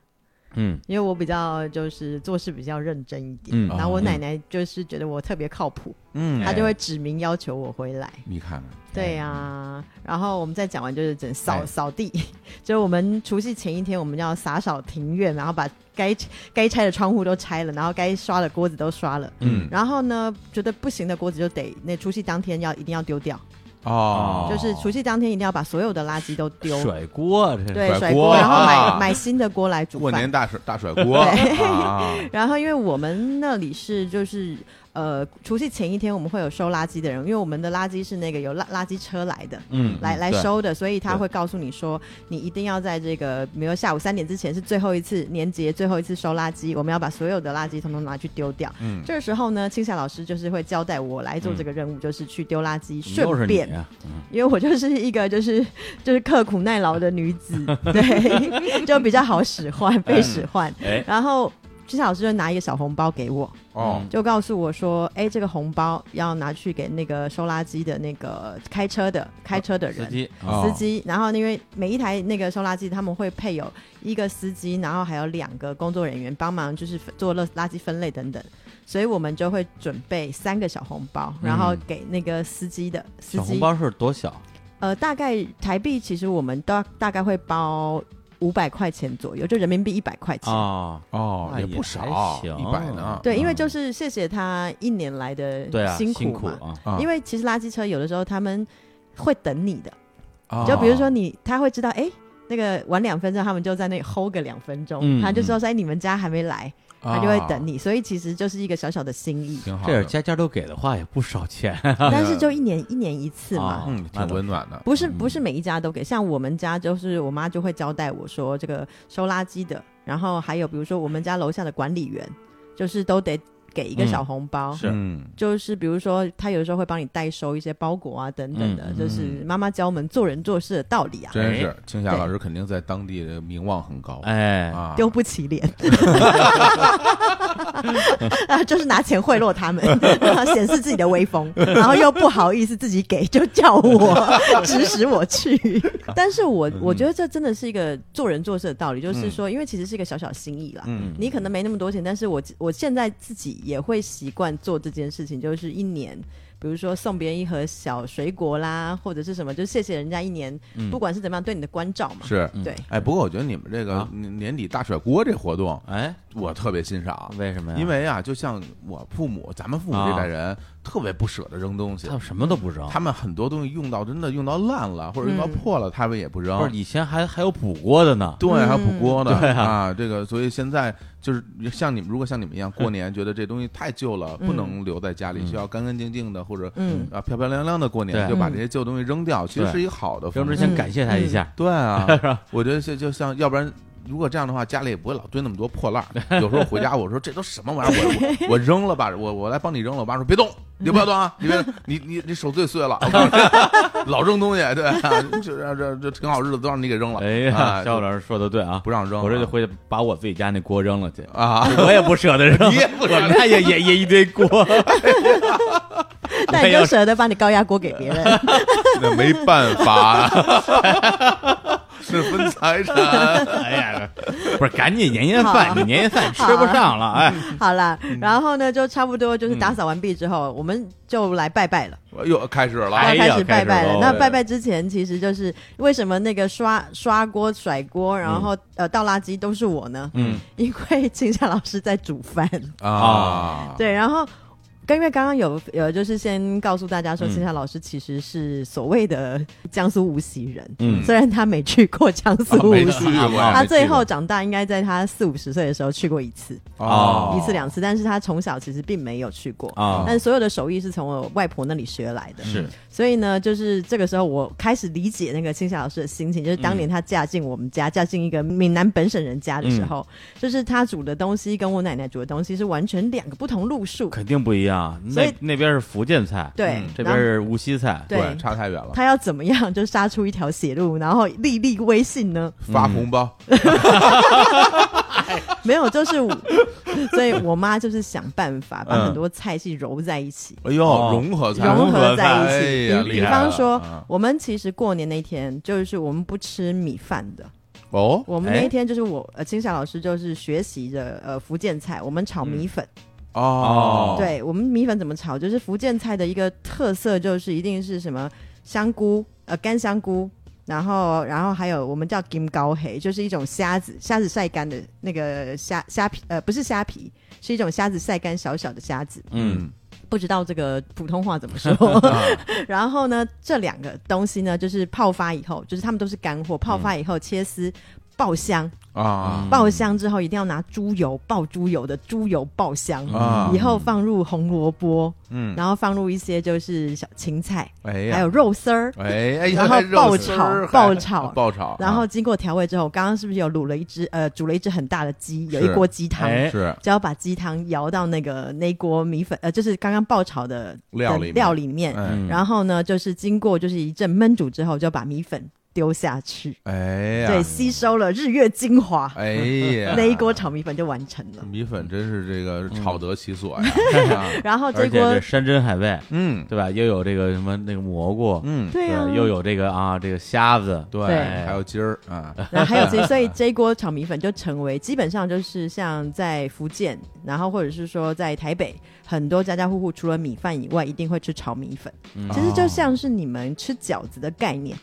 Speaker 1: 嗯
Speaker 3: 因为我比较就是做事比较认真一点，
Speaker 1: 嗯哎
Speaker 3: 然后我
Speaker 2: 哦
Speaker 3: 奶奶就是觉得我特别靠谱，
Speaker 2: 嗯
Speaker 3: 她就会指名要求我回来。
Speaker 2: 你看看，
Speaker 3: 对啊，然后我们再讲完就是整
Speaker 2: 哎
Speaker 1: 嗯
Speaker 3: 扫扫地， [laughs] 就是我们除夕前一天我们要打扫庭院，然后把该该拆的窗户都拆了，然后该刷的锅子都刷了。
Speaker 1: 嗯
Speaker 3: 然后呢，觉得不行的锅子就得那除夕当天要一定要丢掉，
Speaker 2: 哦，
Speaker 3: 就是除夕当天一定要把所有的垃圾都丢，
Speaker 1: 甩锅啊这
Speaker 3: 对
Speaker 2: 甩
Speaker 3: 甩
Speaker 2: 锅
Speaker 3: 锅，然后买、
Speaker 2: 啊
Speaker 3: 买新的锅来煮
Speaker 2: 过
Speaker 3: 饭。
Speaker 2: 年大甩大甩
Speaker 3: [laughs]
Speaker 2: 锅啊，
Speaker 3: 然后，因为我们那里是就是呃，除夕前一天我们会有收垃圾的人，因为我们的垃圾是那个有垃垃圾车来的，
Speaker 1: 嗯
Speaker 3: 来来
Speaker 1: 对
Speaker 3: 收的，所以他
Speaker 1: 对
Speaker 3: 会告诉你说，你一定要在这个，比如说下午三点之前是最后一次年节最后一次收垃圾，我们要把所有的垃圾统统拿去丢掉。
Speaker 2: 嗯，
Speaker 3: 这个时候呢，青霞老师就是会交代我来做这个任务，就是去丢垃圾，
Speaker 1: 嗯又是
Speaker 3: 顺
Speaker 1: 你
Speaker 3: 便，
Speaker 1: 啊，
Speaker 3: 因为我就是一个就是 [laughs] 就是刻苦耐劳的女
Speaker 1: [laughs]
Speaker 3: 子，对， [laughs] 就比较好使
Speaker 1: 嗯
Speaker 3: 唤，被使唤。
Speaker 1: 哎，
Speaker 3: 然后青霞老师就拿一个小红包给我，
Speaker 2: 哦，
Speaker 3: 就告诉我说：“哎，这个红包要拿去给那个收垃圾的那个开车的开车的
Speaker 1: 司
Speaker 3: 人。
Speaker 1: 机
Speaker 2: 哦
Speaker 3: 司机，然后因为每一台那个收垃圾，他们会配有一个司机，然后还有两个工作人员帮忙，就是做垃垃圾分类等等，所以我们就会准备三个小红包，然后给那个司机的司
Speaker 1: 嗯小红
Speaker 3: 机，
Speaker 1: 包是多小？
Speaker 3: 呃，大概台币其实我们大大概会包五百块钱左右，就人民币一百块钱。
Speaker 1: 哦，
Speaker 2: 哦，
Speaker 1: 那
Speaker 2: 也
Speaker 1: 也
Speaker 2: 不少，
Speaker 1: 还行
Speaker 2: 一百呢，
Speaker 3: 对，因为
Speaker 1: 嗯
Speaker 3: 就是谢谢他一年来的
Speaker 1: 对啊，
Speaker 3: 辛
Speaker 1: 辛
Speaker 3: 苦嘛，
Speaker 1: 啊，
Speaker 2: 啊
Speaker 3: 因为其实垃圾车有的时候他们会等你的，
Speaker 1: 哦
Speaker 2: 啊
Speaker 3: 就比如说你，他会知道，哎、那个晚两分钟，他们就在那里 hold 个两分钟，
Speaker 1: 嗯哦
Speaker 3: 他就说，哎，你们家还没来，他就会等，你，所以其实就是一个小小的心意
Speaker 1: [laughs]
Speaker 2: 啊，挺好
Speaker 1: 这
Speaker 2: 的，
Speaker 1: 要是家家都给的话，也不少钱。
Speaker 3: 但是就一年一年一次嘛。
Speaker 1: 啊
Speaker 2: 嗯，挺温暖的，
Speaker 3: 不是不是每一家都给，像我们家就是我妈就会交代我说这个收垃圾的，然后还有比如说我们家楼下的管理员，就是都得给一个
Speaker 1: 嗯
Speaker 3: 小红包，
Speaker 1: 是
Speaker 2: 嗯，
Speaker 3: 就是比如说，他有时候会帮你代收一些包裹啊，等等的，
Speaker 1: 嗯
Speaker 3: 就是妈妈教我们做人做事的道理啊，
Speaker 2: 真
Speaker 1: 哎
Speaker 2: 是青霞老师肯定在当地的名望很高，
Speaker 1: 哎，
Speaker 2: 啊，
Speaker 3: 丢不起脸， [laughs] 啊，就是拿钱贿赂他们， [laughs] 显示自己的威
Speaker 2: [laughs]
Speaker 3: 风，然后又不好意思自己给，就叫我指使我去。但是我
Speaker 2: 嗯
Speaker 3: 我觉得这真的是一个做人做事的道理，就是说，因为其实是一个小小心意啦，
Speaker 2: 嗯
Speaker 3: 你可能没那么多钱，但是我我现在自己也会习惯做这件事情，就是一年。比如说送别人一盒小水果啦，或者是什么，就谢谢人家一年，不管是怎么样对你的关照嘛。
Speaker 2: 嗯是。
Speaker 3: 对，
Speaker 2: 哎，不过我觉得你们这个
Speaker 1: 嗯啊
Speaker 2: 年年底大甩锅这活动，
Speaker 1: 哎，
Speaker 2: 我特别欣赏，
Speaker 1: 为什么呀？
Speaker 2: 因为啊，就像我父母，咱们父母这
Speaker 1: 啊
Speaker 2: 代人特别不舍得扔东西
Speaker 1: 他，们什么都不扔，
Speaker 2: 他们很多东西用到真的用到烂了或者用到
Speaker 3: 嗯
Speaker 2: 破了，他们也不扔
Speaker 1: 不。是以前还还有补锅的呢。
Speaker 2: 对，还有补
Speaker 3: 嗯
Speaker 2: 锅呢、
Speaker 1: 对啊
Speaker 2: 啊，这个，所以现在就是像你们，如果像你们一样过年，觉得这东西太旧了，不
Speaker 3: 嗯
Speaker 2: 能留在家里，需要干干净净的，或者
Speaker 3: 嗯
Speaker 2: 啊漂漂亮亮的过年，
Speaker 1: 对
Speaker 2: 就把这些旧东西扔掉，其实
Speaker 1: 对
Speaker 2: 是一个好的
Speaker 1: 扔
Speaker 2: 方
Speaker 1: 之
Speaker 2: 式。
Speaker 1: 前感谢他一下，[laughs]
Speaker 2: 对啊，我觉得就就像，要不然如果这样的话，家里也不会老堆那么多破烂儿。有时候回家我说这都什么玩意儿，我我我扔了吧，我我来帮你扔了。我爸说别动，你不要动啊，你别你你你手最碎了，我告诉你 [laughs] 老扔东西，对啊，这这这这挺好日子都让你给扔了，
Speaker 1: 哎
Speaker 2: 啊
Speaker 1: 呀，
Speaker 2: 就
Speaker 1: 小伙老师说的对啊，
Speaker 2: 不让扔啊，
Speaker 1: 我这就回去把我自己家那锅扔了去，
Speaker 2: 啊，
Speaker 1: 我也不舍得扔，
Speaker 2: [laughs] 你也不
Speaker 1: 我
Speaker 2: 舍得
Speaker 1: 们家也也也一堆锅，
Speaker 3: [laughs] 那
Speaker 1: 哎
Speaker 3: 你就舍得把你高压锅给别人，
Speaker 2: 那没办法， [laughs] 是分财产。
Speaker 1: 哎呀，不是赶紧年夜饭，
Speaker 3: 好
Speaker 1: 你年夜饭吃不上了，哎，
Speaker 3: 好啊啦，然后呢，就差不多就是打扫完毕之后，我们就来拜拜了，
Speaker 2: 又开始了，
Speaker 1: 哎
Speaker 3: 要
Speaker 1: 呀
Speaker 3: 开始拜拜
Speaker 1: 开始
Speaker 3: 了
Speaker 1: 喽。
Speaker 3: 那拜拜之前，其实就是为什么那个刷刷锅、甩锅，然后、呃倒垃圾都是我呢？
Speaker 1: 嗯，
Speaker 3: 因为青夏老师在煮饭，
Speaker 2: 啊，
Speaker 3: 对，然后。跟因为刚刚有有就是先告诉大家说，
Speaker 1: 嗯
Speaker 3: 青夏老师其实是所谓的江苏无锡人，
Speaker 1: 嗯
Speaker 3: 虽然他没去过江苏
Speaker 2: 啊
Speaker 3: 无
Speaker 2: 没
Speaker 3: 锡，
Speaker 2: 去过呀，
Speaker 3: 他
Speaker 2: 没
Speaker 3: 最
Speaker 2: 去过
Speaker 3: 后长大应该在他四五十岁的时候去过一次。
Speaker 2: 哦
Speaker 3: 一次两次，但是他从小其实并没有去过。
Speaker 1: 啊
Speaker 3: 但所有的手艺是从我外婆那里学来的，
Speaker 1: 是，
Speaker 3: 所以呢，就是这个时候我开始理解那个青霞老师的心情，就是当年她嫁进我们家，嫁进一个闽南本省人家的时候，就是她煮的东西跟我奶奶煮的东西是完全两个不同路数。
Speaker 1: 肯定不一样，
Speaker 3: 所
Speaker 1: 那
Speaker 3: 以
Speaker 1: 那边是福建菜，嗯
Speaker 3: 对，
Speaker 1: 这
Speaker 3: 然
Speaker 1: 边
Speaker 3: 后
Speaker 1: 是无锡菜，
Speaker 3: 对
Speaker 2: 对，差太远了。
Speaker 3: 她要怎么样就杀出一条血路，然后粒粒微信呢？
Speaker 2: 发红包，
Speaker 3: 没有，就是我，所以我妈就是想办法把
Speaker 1: 嗯
Speaker 3: 很多菜系揉在一起。
Speaker 2: 哎呦，
Speaker 1: 哦
Speaker 2: 融合菜，
Speaker 3: 融合在一
Speaker 2: 哎
Speaker 3: 起。
Speaker 2: 呀
Speaker 3: 比
Speaker 2: 厉
Speaker 3: 比
Speaker 2: 害
Speaker 3: 方
Speaker 2: 了
Speaker 3: 说
Speaker 2: 啊，
Speaker 3: 我们其实过年那天就是我们不吃米饭的，
Speaker 2: 哦，
Speaker 3: 我们那
Speaker 1: 哎
Speaker 3: 一天就是我呃，青霞老师就是学习着呃福建菜，我们炒米粉。
Speaker 2: 嗯哦，
Speaker 3: 对我们米粉怎么炒，就是福建菜的一个特色，就是一定是什么香菇，呃，干香菇，然后然后还有我们叫金高黑，就是一种虾子，虾子晒干的那个虾虾皮，呃，不是虾皮，是一种虾子晒干小小的虾子，
Speaker 1: 嗯，
Speaker 3: 不知道这个普通话怎么说。
Speaker 2: [laughs] 啊
Speaker 3: [laughs] 然后呢，这两个东西呢，就是泡发以后，就是它们都是干货，泡发以后切丝。爆香，
Speaker 2: 啊
Speaker 3: 爆香之后一定要拿猪油爆猪油的猪油爆香，
Speaker 2: 啊
Speaker 3: 以，后放入红萝卜，
Speaker 2: 嗯，
Speaker 3: 然后放入一些就是小芹菜，
Speaker 2: 哎
Speaker 3: 还
Speaker 2: 呀
Speaker 3: 有，肉丝儿，
Speaker 2: 哎哎呀，
Speaker 3: 然后
Speaker 2: 还肉
Speaker 3: 爆
Speaker 2: 丝
Speaker 3: 炒
Speaker 2: 儿
Speaker 3: 爆
Speaker 2: 还
Speaker 3: 炒
Speaker 2: 爆炒，啊
Speaker 3: 然后经过调味之后，刚刚是不是有卤了一只呃煮了一只很大的鸡，有
Speaker 2: 是
Speaker 3: 一锅鸡汤，
Speaker 2: 啊
Speaker 1: 哎，
Speaker 2: 是
Speaker 3: 只要把鸡汤舀到那个那锅米粉呃就是刚刚爆炒的
Speaker 2: 料
Speaker 3: 的
Speaker 2: 里面
Speaker 3: 料里面，
Speaker 1: 嗯
Speaker 2: 哎
Speaker 3: 然后呢就是经过就是一阵焖煮之后，就把米粉丢下去，
Speaker 2: 哎呀，
Speaker 3: 对，吸收了日月精华，
Speaker 2: 哎呀，
Speaker 3: 那一锅炒米粉就完成
Speaker 2: [laughs]
Speaker 3: 了。
Speaker 2: 米粉真是这个炒得其所呀，啊
Speaker 3: [laughs] 然后
Speaker 1: 而
Speaker 3: 这
Speaker 1: 且
Speaker 3: 锅
Speaker 1: 这山珍海味，
Speaker 2: 嗯
Speaker 1: 对吧？又有这个什么那个蘑菇，
Speaker 2: 嗯，
Speaker 3: 对啊，
Speaker 1: 又有这个啊这个虾子，
Speaker 2: 对，
Speaker 3: 对
Speaker 2: 还有鸡儿
Speaker 3: [laughs]
Speaker 2: 啊，
Speaker 1: 哎
Speaker 3: 然后还有这，所以这一锅炒米粉就成为基本上就是像在福建，然后或者是说在台北，很多家家户户除了米饭以外，一定会吃炒米粉。其实就像是你们吃饺子的概念，
Speaker 2: 哦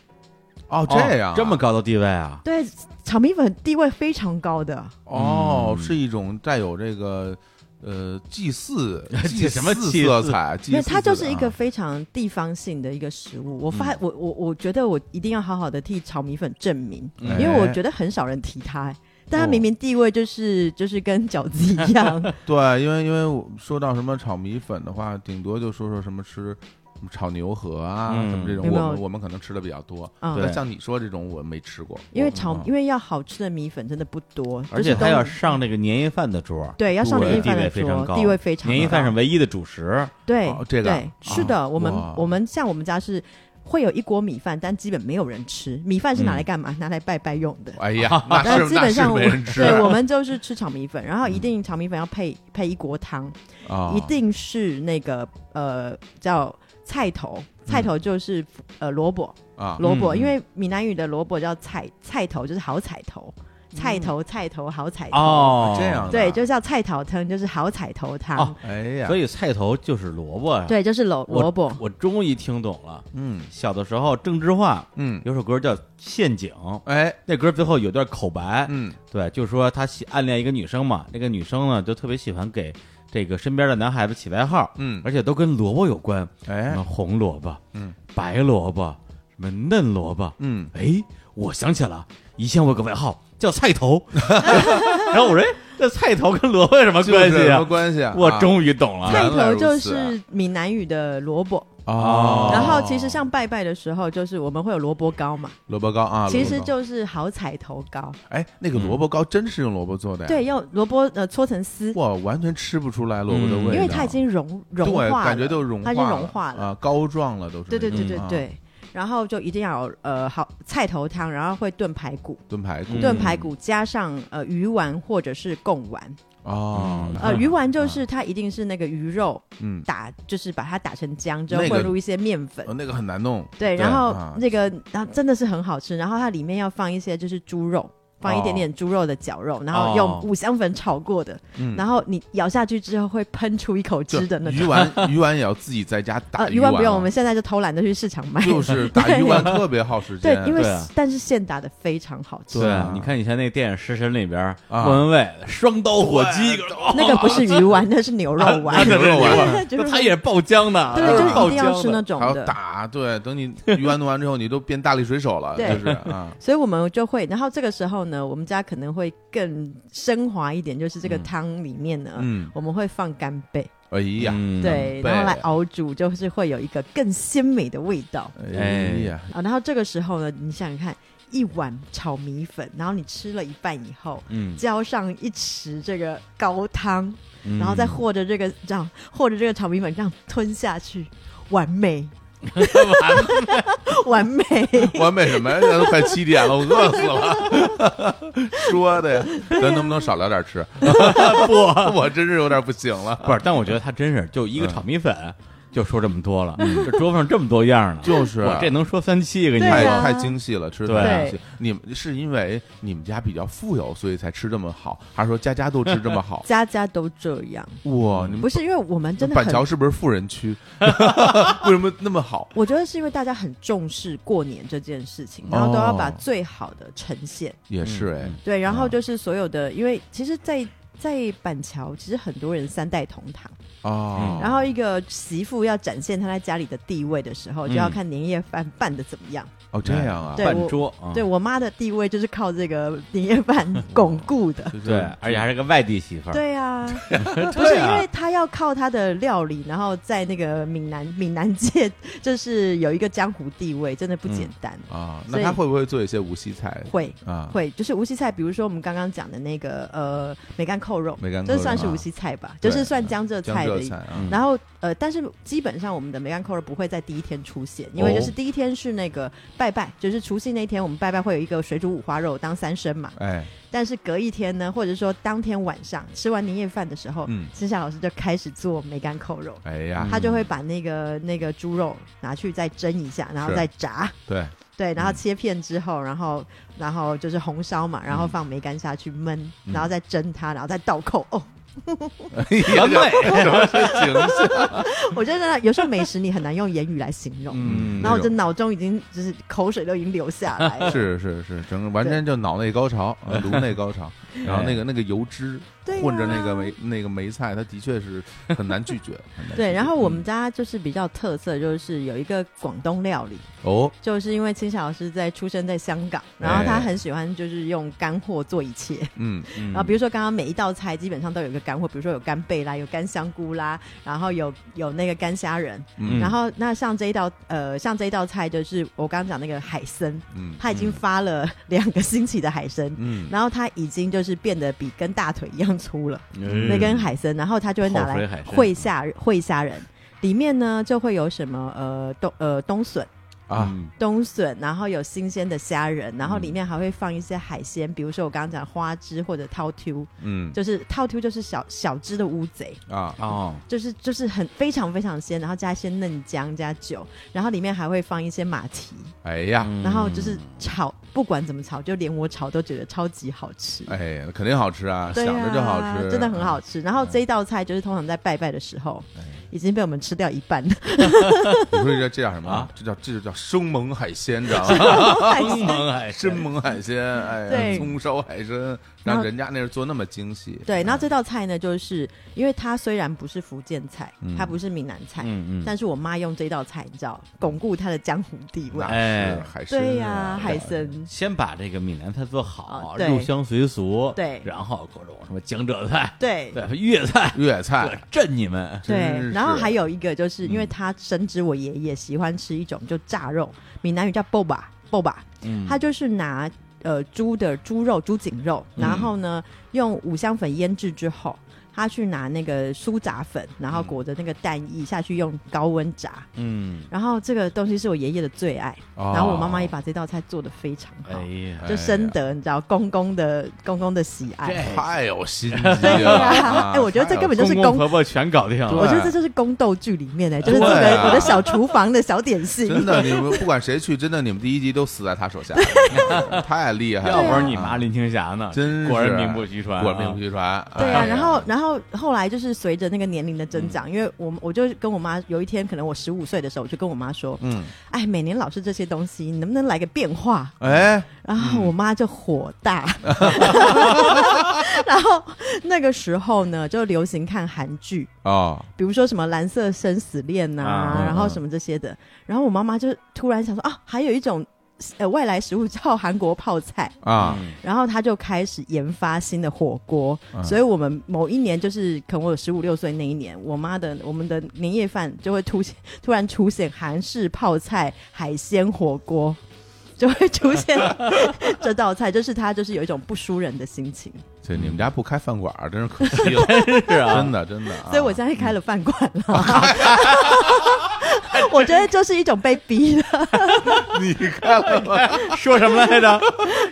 Speaker 1: 哦
Speaker 2: 这样啊
Speaker 1: 这么高的地位啊，
Speaker 3: 对，炒米粉地位非常高的，
Speaker 2: 哦，
Speaker 1: 嗯
Speaker 2: 是一种带有这个呃祭祀
Speaker 1: [laughs]
Speaker 2: 祭
Speaker 1: 这什么
Speaker 2: 祀
Speaker 1: 祭
Speaker 2: 色
Speaker 1: 祀
Speaker 2: 彩，祭
Speaker 3: 因为
Speaker 2: 祀
Speaker 3: 它就
Speaker 2: 色
Speaker 3: 是
Speaker 2: 彩
Speaker 3: 一个
Speaker 2: 啊
Speaker 3: 非常地方性的一个食物。我
Speaker 1: 嗯
Speaker 3: 发，我我我觉得我一定要好好的替炒米粉证明，
Speaker 1: 嗯
Speaker 2: 哎
Speaker 3: 因为我觉得很少人提它、欸但它
Speaker 1: 哦
Speaker 3: 明明地位就是就是跟饺子一样，
Speaker 1: [laughs]
Speaker 2: 对，因为因为我说到什么炒米粉的话，顶多就说说什么吃。什么炒牛河啊，
Speaker 1: 嗯
Speaker 2: 什么这种，
Speaker 3: 有没
Speaker 2: 我
Speaker 3: 有
Speaker 2: 们我们可能吃的比较多。
Speaker 3: 嗯
Speaker 2: 但
Speaker 1: 对
Speaker 2: 像你说这种，我没吃过。
Speaker 3: 因为
Speaker 2: 我
Speaker 3: 炒
Speaker 2: 嗯，
Speaker 3: 因为要好吃的米粉真的不多，
Speaker 1: 哦而且
Speaker 3: 就是都
Speaker 1: 它要上这个年夜饭的桌，
Speaker 3: 对要上
Speaker 1: 对
Speaker 3: 年夜饭
Speaker 1: 地位
Speaker 3: 的
Speaker 1: 非常
Speaker 3: 桌，
Speaker 1: 高
Speaker 3: 地位非常高。
Speaker 1: 年夜饭是唯一的主食，
Speaker 3: 对
Speaker 2: 哦这个
Speaker 1: 啊
Speaker 3: 对是的，我们
Speaker 2: 哇
Speaker 3: 我们像我们家是会有一锅米饭，但基本没有人吃。米饭
Speaker 1: 嗯
Speaker 3: 是拿来干嘛？拿来拜拜用的。
Speaker 2: [laughs] 哎
Speaker 3: [laughs]
Speaker 2: 呀，那
Speaker 3: 但
Speaker 2: 是
Speaker 3: 基本上
Speaker 2: 那
Speaker 3: 我
Speaker 2: 是没人啊嗯吃
Speaker 3: 对我们就是吃炒米粉，然后一定炒米粉要配配一锅汤，
Speaker 2: 啊，
Speaker 3: 一定是那个呃叫菜头，菜
Speaker 2: 嗯
Speaker 3: 头就是呃萝卜，
Speaker 2: 啊，
Speaker 3: 萝卜，
Speaker 1: 嗯
Speaker 3: 因为闽南语的萝卜叫菜菜头，
Speaker 2: 嗯
Speaker 3: 就是好彩头，菜头菜头好彩头。啊
Speaker 1: 哦，
Speaker 2: 这样的
Speaker 3: 对，就叫菜头汤，就是好彩头汤。
Speaker 1: 哦
Speaker 2: 哎呀，
Speaker 1: 所
Speaker 2: 以
Speaker 1: 以菜头就是萝卜呀，
Speaker 3: 对，就是萝
Speaker 1: 我
Speaker 3: 萝卜。
Speaker 1: 我终于听懂了。
Speaker 2: 嗯
Speaker 1: 小的时候，郑智化
Speaker 2: 嗯，
Speaker 1: 有首歌叫《陷阱》，
Speaker 2: 哎
Speaker 1: 那歌最后有段口白，
Speaker 2: 嗯
Speaker 1: 对，就是说他喜暗恋一个女生嘛，那个女生呢就特别喜欢给这个身边的男孩子起外号，
Speaker 2: 嗯，
Speaker 1: 而且都跟萝卜有关，什
Speaker 2: 哎
Speaker 1: 么红萝卜、
Speaker 2: 嗯
Speaker 1: 白萝卜、什么嫩萝卜。
Speaker 2: 嗯，
Speaker 1: 哎，我想起了，以前我有个外号叫菜头， [laughs] 然后我说哎这菜头跟萝卜有什么
Speaker 2: 就是
Speaker 1: 关系
Speaker 2: 什
Speaker 1: 啊
Speaker 2: 么？关系啊？
Speaker 1: 我
Speaker 2: 啊
Speaker 1: 终于懂了，
Speaker 3: 菜
Speaker 2: 原来
Speaker 3: 头
Speaker 2: 如
Speaker 3: 就
Speaker 2: 此啊
Speaker 3: 是闽南语的萝卜，
Speaker 2: 哦，
Speaker 3: 然后其实像拜拜的时候，就是我们会有萝卜糕嘛，
Speaker 2: 萝卜糕啊，
Speaker 3: 其实
Speaker 2: 萝卜糕
Speaker 3: 就是好彩头糕。
Speaker 2: 哎，那个
Speaker 1: 嗯
Speaker 2: 萝卜糕真是用萝卜做的呀？
Speaker 3: 对，用萝卜呃搓成丝，
Speaker 2: 哇，完全吃不出来萝卜的
Speaker 1: 嗯
Speaker 2: 味道，啊
Speaker 3: 因为它已经融融
Speaker 2: 对，
Speaker 3: 化了，
Speaker 2: 感觉就融化
Speaker 3: 它
Speaker 2: 了，
Speaker 3: 已经融化了。
Speaker 2: 啊，膏状了都是那
Speaker 3: 对
Speaker 2: 种。
Speaker 3: 对对
Speaker 1: 嗯
Speaker 3: 对
Speaker 2: 啊
Speaker 3: 对。然后就一定要有呃好菜头汤，然后会炖排骨，
Speaker 2: 炖排骨，
Speaker 1: 嗯
Speaker 3: 炖排骨加上呃鱼丸或者是贡丸，
Speaker 2: 哦，
Speaker 3: 呃鱼丸就是它一定是那个鱼肉
Speaker 2: 嗯，
Speaker 3: 打，就是把它打成浆之后
Speaker 2: 那个
Speaker 3: 混入一些面粉，
Speaker 2: 呃那个很难弄，
Speaker 3: 对，然后
Speaker 2: 啊
Speaker 3: 那个然后真的是很好吃，然后它里面要放一些就是猪肉。放一点
Speaker 2: 哦
Speaker 3: 点猪肉的绞肉，然后用五香粉炒过的，
Speaker 2: 嗯
Speaker 3: 然后你咬下去之后会喷出一口汁
Speaker 2: 就
Speaker 3: 的那
Speaker 2: 鱼
Speaker 3: 种。
Speaker 2: 丸，
Speaker 3: [laughs]
Speaker 2: 鱼丸也要自己在家打
Speaker 3: 呃，鱼
Speaker 2: 丸
Speaker 3: 丸
Speaker 2: 啊，
Speaker 3: 不用，我们现在就偷懒的去市场买。[laughs]
Speaker 2: [laughs] 就是打
Speaker 3: 对
Speaker 2: 鱼丸特别耗时
Speaker 3: 对
Speaker 2: 间，，
Speaker 3: 因 [laughs] 为
Speaker 1: 对啊
Speaker 3: 但是现打的非常好吃，
Speaker 2: 对
Speaker 1: 对
Speaker 2: 啊，
Speaker 1: 你看以前那个电影《食神》里边，
Speaker 2: 啊
Speaker 1: 莫文蔚双刀火鸡，哦
Speaker 3: 那个不是鱼丸，那是牛肉
Speaker 2: [laughs]
Speaker 3: 丸，
Speaker 2: 牛肉
Speaker 3: [laughs]
Speaker 2: 丸，
Speaker 3: 就是
Speaker 1: 他也是爆浆的，
Speaker 3: 对，
Speaker 1: 它
Speaker 3: 就是是
Speaker 1: 爆
Speaker 3: 一定要
Speaker 1: 浆
Speaker 3: 吃
Speaker 1: 的
Speaker 3: 那种
Speaker 2: 还要
Speaker 3: 的。
Speaker 2: 打，对，等你鱼丸弄完之后，你都变大力水手了，
Speaker 3: 对
Speaker 2: 就是啊，
Speaker 3: 所以我们就会，然后这个时候呢，我们家可能会更升华一点，就是这个汤里面呢，
Speaker 2: 嗯，
Speaker 3: 我们会放干贝，
Speaker 2: 哎呀，
Speaker 1: 嗯，
Speaker 3: 对，
Speaker 2: 干
Speaker 3: 然后来
Speaker 2: 贝
Speaker 3: 熬煮，就是会有一个更鲜美的味道
Speaker 2: 哎呀，
Speaker 3: 啊。然后这个时候呢，你想想看，一碗炒米粉，然后你吃了一半以后。
Speaker 1: 嗯，
Speaker 3: 浇上一匙这个高汤，
Speaker 1: 嗯
Speaker 3: 然后再和着这个这样和着这个炒米粉这样吞下去，完美， [laughs] 完美。
Speaker 2: 完美什么呀？现在都快七点了，我饿死了。
Speaker 3: [laughs]
Speaker 2: 说的呀，咱能不能少聊点 [laughs] 吃？不，我真是有点不行了。
Speaker 1: 不是，但我觉得他真是就一个炒米粉，就说这么多了，这桌上这么多样呢，
Speaker 2: 就是
Speaker 1: 我这能说三期给你
Speaker 2: 太
Speaker 3: 嗯对啊？
Speaker 2: 太精细了，吃的
Speaker 1: 对
Speaker 2: 太精细。你们是因为你们家比较富有，所以才吃这么好，还是说家家都吃这么好
Speaker 3: [laughs] 家家都这样，
Speaker 2: 哇，你们
Speaker 3: 不是因为我们嗯真的
Speaker 2: 嗯板
Speaker 3: 很
Speaker 2: 桥是不是富人
Speaker 3: [laughs]
Speaker 2: 区？为什么那么好？
Speaker 3: 我觉得是因为大家很重视过年这件事情，
Speaker 2: 哦
Speaker 3: 然后都要把最好的呈现。
Speaker 2: 也是哎
Speaker 1: 嗯，
Speaker 3: 对，然后
Speaker 2: 啊
Speaker 3: 就是所有的，因为其实在，在板桥，其实很多人三代同堂。
Speaker 2: 哦，
Speaker 3: 然后一个媳妇要展现她在家里的地位的时候，就要
Speaker 1: 嗯
Speaker 3: 看年夜饭办的怎么样。
Speaker 2: 哦这样啊，
Speaker 3: 对
Speaker 1: 半
Speaker 3: 我
Speaker 1: 桌啊，
Speaker 3: 对我妈的地位就是靠这个年夜饭
Speaker 2: [laughs]
Speaker 3: 巩固的。
Speaker 2: 就是
Speaker 1: 对，而且还是个外地媳妇儿，
Speaker 3: 对
Speaker 2: [laughs]
Speaker 3: 啊，不是
Speaker 1: 对
Speaker 3: 因
Speaker 1: 啊
Speaker 3: 为她要靠她的料理，然后在那个闽南闽南界就是有一个江湖地位，真的不简单。
Speaker 2: 啊，
Speaker 3: 所
Speaker 2: 那
Speaker 3: 以
Speaker 2: 他会不会做一些无锡菜
Speaker 3: 会
Speaker 2: 啊？
Speaker 3: 会，就是无锡菜，比如说我们刚刚讲的那个呃梅干扣肉，
Speaker 2: 梅干扣
Speaker 3: 这
Speaker 2: 肉啊
Speaker 3: 算是无锡菜吧，就是
Speaker 2: 对
Speaker 3: 算江浙
Speaker 2: 江
Speaker 3: 菜
Speaker 2: 浙
Speaker 3: 的一
Speaker 2: 菜啊，
Speaker 1: 嗯
Speaker 3: 然后呃，但是基本上我们的梅干扣肉不会在第一天出现，因为就是
Speaker 2: 哦
Speaker 3: 第一天是那个拜拜，就是除夕那天我们拜拜会有一个水煮五花肉当三牲嘛。
Speaker 2: 哎，
Speaker 3: 但是隔一天呢，或者说当天晚上吃完年夜饭的时候，
Speaker 2: 嗯
Speaker 3: 盛夏老师就开始做梅干扣肉。
Speaker 2: 哎呀，
Speaker 3: 他就会把那个那个猪肉拿去再蒸一下，然后
Speaker 2: 是嗯
Speaker 3: 再炸，
Speaker 2: 对，
Speaker 3: 对，然后切片之后，然后然后就是红烧
Speaker 2: 嗯
Speaker 3: 嘛，然后放梅干下去焖，然后再蒸它，然后再倒扣。哦，
Speaker 2: [laughs] 完美，什么是形象？
Speaker 3: 我觉得有时候美食你很难用言语来形容。
Speaker 1: 嗯，
Speaker 3: 然后我就脑中已经就是口水都已经流下来了。
Speaker 2: [laughs] [laughs] 是是是，整个完全就脑内高潮，啊颅内高 [laughs] 潮，然后那个那个油脂
Speaker 3: 对啊
Speaker 2: 混着那个梅那个梅菜，它的确是很难拒绝。很难拒
Speaker 3: 对，
Speaker 2: 绝
Speaker 3: 然后我们家就是比较特色，就是有一个广东料理，
Speaker 2: [laughs] 哦，
Speaker 3: 就是因为青霞老师在出生在香港，然后他
Speaker 2: 哎
Speaker 3: 很喜欢就是用干货做一切，
Speaker 2: 嗯，
Speaker 1: 嗯
Speaker 3: 然啊后比如说刚刚每一道菜基本上都有一个干货，比如说有干贝啦，有干香菇啦，然后有有那个干虾仁，
Speaker 2: 嗯
Speaker 3: 然后那像这一道呃像这一道菜就是我刚刚讲那个海参，
Speaker 2: 嗯
Speaker 3: 他已经发了两个星期的海参，
Speaker 2: 嗯，
Speaker 3: 然后它已经就是变得比跟大腿一样粗了。
Speaker 1: 嗯
Speaker 3: 那根海参，然后他就会拿
Speaker 1: 泡水海
Speaker 3: 来
Speaker 1: 参
Speaker 3: 烩虾烩虾仁，里面呢就会有什么呃冬呃冬笋。
Speaker 2: 啊，
Speaker 1: 嗯
Speaker 3: 冬笋，然后有新鲜的虾仁，然后里面还会放一些海鲜，比如说我刚刚讲花枝或者套 Q，
Speaker 2: 嗯
Speaker 3: 就是套 Q 就是小小只的乌贼，
Speaker 2: 啊，
Speaker 1: 哦，
Speaker 3: 就是就是很非常非常鲜，然后加一些嫩姜加酒，然后里面还会放一些马蹄，
Speaker 2: 哎呀，
Speaker 3: 然后就是炒，不管怎么炒，就连我炒都觉得超级好吃。
Speaker 2: 哎，肯定好吃啊，
Speaker 3: 对
Speaker 2: 想
Speaker 3: 啊
Speaker 2: 着就好吃，啊哎
Speaker 3: 真的很好吃。然后这一道菜就是通常在拜拜的时候，已经被我们吃掉一半
Speaker 2: [laughs]
Speaker 3: 了。 [laughs]
Speaker 2: 你说这这叫什么
Speaker 1: 啊？
Speaker 2: 这叫这就叫生猛海鲜，知道吗？
Speaker 1: 生猛海参
Speaker 2: 生
Speaker 3: 嗯
Speaker 2: 猛海鲜，哎呀，
Speaker 3: 对
Speaker 2: 葱烧海参，
Speaker 3: 然
Speaker 2: 然
Speaker 3: 后
Speaker 2: 后人家那是做那么精细，
Speaker 3: 对，然后这道菜呢，就是因为它虽然不是福建菜，
Speaker 2: 嗯
Speaker 3: 它不是闽南菜，
Speaker 1: 嗯嗯
Speaker 3: 但是我妈用这道菜，你知道，巩固她的江湖地位
Speaker 2: 那。
Speaker 1: 哎
Speaker 2: 是海参，啊
Speaker 3: 对呀、海参。
Speaker 1: 先把这个闽南菜做好，
Speaker 3: 啊对
Speaker 1: 入乡随俗，
Speaker 3: 对
Speaker 1: 然后各种什么江浙菜，
Speaker 3: 对
Speaker 1: 对，粤菜，
Speaker 2: 粤
Speaker 1: 对
Speaker 2: 菜，，
Speaker 1: 震你们，
Speaker 2: 真
Speaker 3: 对
Speaker 2: 是，啊嗯
Speaker 3: 然后还有一个就是因为她深知我爷爷喜欢吃一种就炸肉，闽南语叫 boba boba，
Speaker 1: 嗯
Speaker 3: 他就是拿呃猪的猪肉、猪颈肉，
Speaker 2: 嗯
Speaker 3: 然后呢用五香粉腌制之后，他去拿那个酥炸粉，然
Speaker 2: 嗯
Speaker 3: 后裹着那个蛋液下去用高温炸，
Speaker 1: 嗯，
Speaker 3: 然后这个东西是我爷爷的最爱，
Speaker 2: 哦
Speaker 3: 然后我妈妈也把这道菜做的非常好
Speaker 1: 哎，呀，
Speaker 3: 就深得你知道公公的公公的喜
Speaker 2: 哎
Speaker 3: 爱。
Speaker 2: 太有心机了，
Speaker 3: 对呀
Speaker 2: 啊，
Speaker 3: 哎哎，我觉得这根本就是
Speaker 1: 公公
Speaker 3: 宫
Speaker 1: 婆婆全搞定了
Speaker 3: 我，觉得这就是宫斗剧里面的，就是这
Speaker 2: 对啊
Speaker 3: 个我的小厨房的小点心。
Speaker 2: 真的，你们不管谁去，真的你们第一集都死在
Speaker 3: [laughs]
Speaker 2: 他手下，太厉害了，
Speaker 1: 要不然你
Speaker 2: 啊
Speaker 1: 妈林青霞呢，
Speaker 2: 真是
Speaker 1: 果然名不虚传啊，
Speaker 2: 果然名不虚传，
Speaker 3: 对
Speaker 2: 哎
Speaker 3: 啊，
Speaker 2: 呀嗯
Speaker 3: 然后然后后来就是随着那个年龄的增长，因为我们我就跟我妈有一天，可能我十五岁的时候，我就跟我妈说，
Speaker 2: 嗯，
Speaker 3: 哎，每年老是这些东西，你能不能来个变化？
Speaker 2: 哎，
Speaker 3: 然后我妈就火
Speaker 2: [laughs]
Speaker 3: 大，然后那个时候呢，就流行看韩剧，
Speaker 2: 哦，
Speaker 3: 比如说什么蓝色生死恋呐、
Speaker 1: 啊
Speaker 3: 然后什么这些的。然后我妈妈就突然想说啊，还有一种呃外来食物叫韩国
Speaker 1: [laughs]
Speaker 3: 泡菜，
Speaker 2: 啊，
Speaker 1: 嗯
Speaker 3: 然后她就开始研发新的火锅。
Speaker 1: 啊
Speaker 2: 嗯
Speaker 3: 所以我们某一年就是可能我十五六岁那一年，我妈的我们的年夜饭就会突现 [laughs] 突然出现韩式泡菜海鲜火锅。就会出现 [laughs] 这道菜，就是她就是有一种不输人的心情，
Speaker 2: 这你们家不开饭馆儿，真是可惜
Speaker 1: [laughs]
Speaker 2: 了，
Speaker 1: 是啊，
Speaker 2: 真的真的啊，
Speaker 3: 所以我现在开了饭馆了。 [laughs] 我觉得就是一种被逼的，
Speaker 2: 你开了吗？
Speaker 1: 说什么来
Speaker 3: [laughs]
Speaker 1: 着？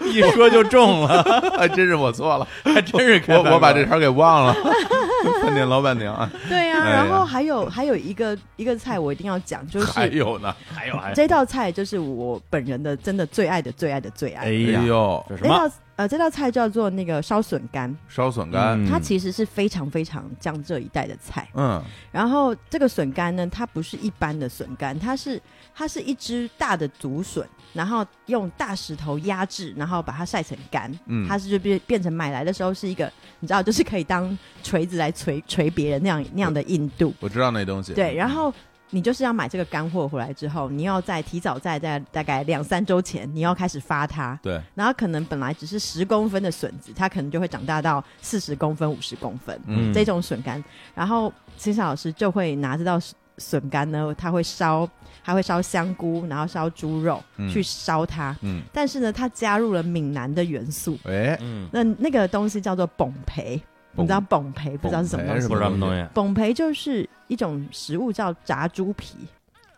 Speaker 1: 一说就中了，
Speaker 2: 还真是我错了，
Speaker 1: [laughs] 还真是开
Speaker 2: 我
Speaker 1: 饭
Speaker 2: 我把这
Speaker 1: 馆
Speaker 2: 茬给忘了， [laughs] 饭店老板娘啊，
Speaker 3: 对呀、
Speaker 2: 哎呀
Speaker 3: 然后还有还有一个一个菜我一定要讲，就
Speaker 1: 哎
Speaker 2: 还
Speaker 3: 是
Speaker 2: 有呢，
Speaker 6: 还有还有，
Speaker 3: 这道菜就是我本人的真的最爱的最爱的最
Speaker 6: 哎
Speaker 3: 爱。
Speaker 2: 哎
Speaker 6: 呀，
Speaker 2: 呦，
Speaker 6: 这什
Speaker 3: 这
Speaker 6: 么？
Speaker 3: 道呃这道菜叫做那个烧笋干，
Speaker 2: 烧笋干，
Speaker 1: 嗯
Speaker 3: 它其实是非常非常江浙一带的菜。
Speaker 2: 嗯，
Speaker 3: 然后这个笋干呢，它不是一般的笋干，它是它是一只大的竹笋，然后用大石头压制，然后把它晒成干。
Speaker 2: 嗯
Speaker 3: 它是就变变成买来的时候是一个，你知道，就是可以当锤子来锤锤别人那样那样的硬度。
Speaker 2: 我知道那东西。
Speaker 3: 对，然后你就是要买这个干货回来之后，你要在提早在在大概两三周前，你要开始发它，
Speaker 2: 对，
Speaker 3: 然后可能本来只是十公分的笋子，它可能就会长大到四十公分、五十公分、
Speaker 2: 嗯
Speaker 3: 这种笋干。然后秦夏老师就会拿这道笋笋干呢，他会烧，他会烧香菇，然后烧猪肉、
Speaker 2: 嗯
Speaker 3: 去烧它，
Speaker 2: 嗯，
Speaker 3: 但是呢，它加入了闽南的元素。
Speaker 2: 哎，
Speaker 6: 嗯，
Speaker 3: 那那个东西叫做“崩培”，你知道“崩培”不知道是什么东
Speaker 2: 崩培是
Speaker 3: 西
Speaker 6: 不
Speaker 2: 吗
Speaker 6: 知道什么东西，
Speaker 3: 崩培就是一种食物，叫炸猪皮。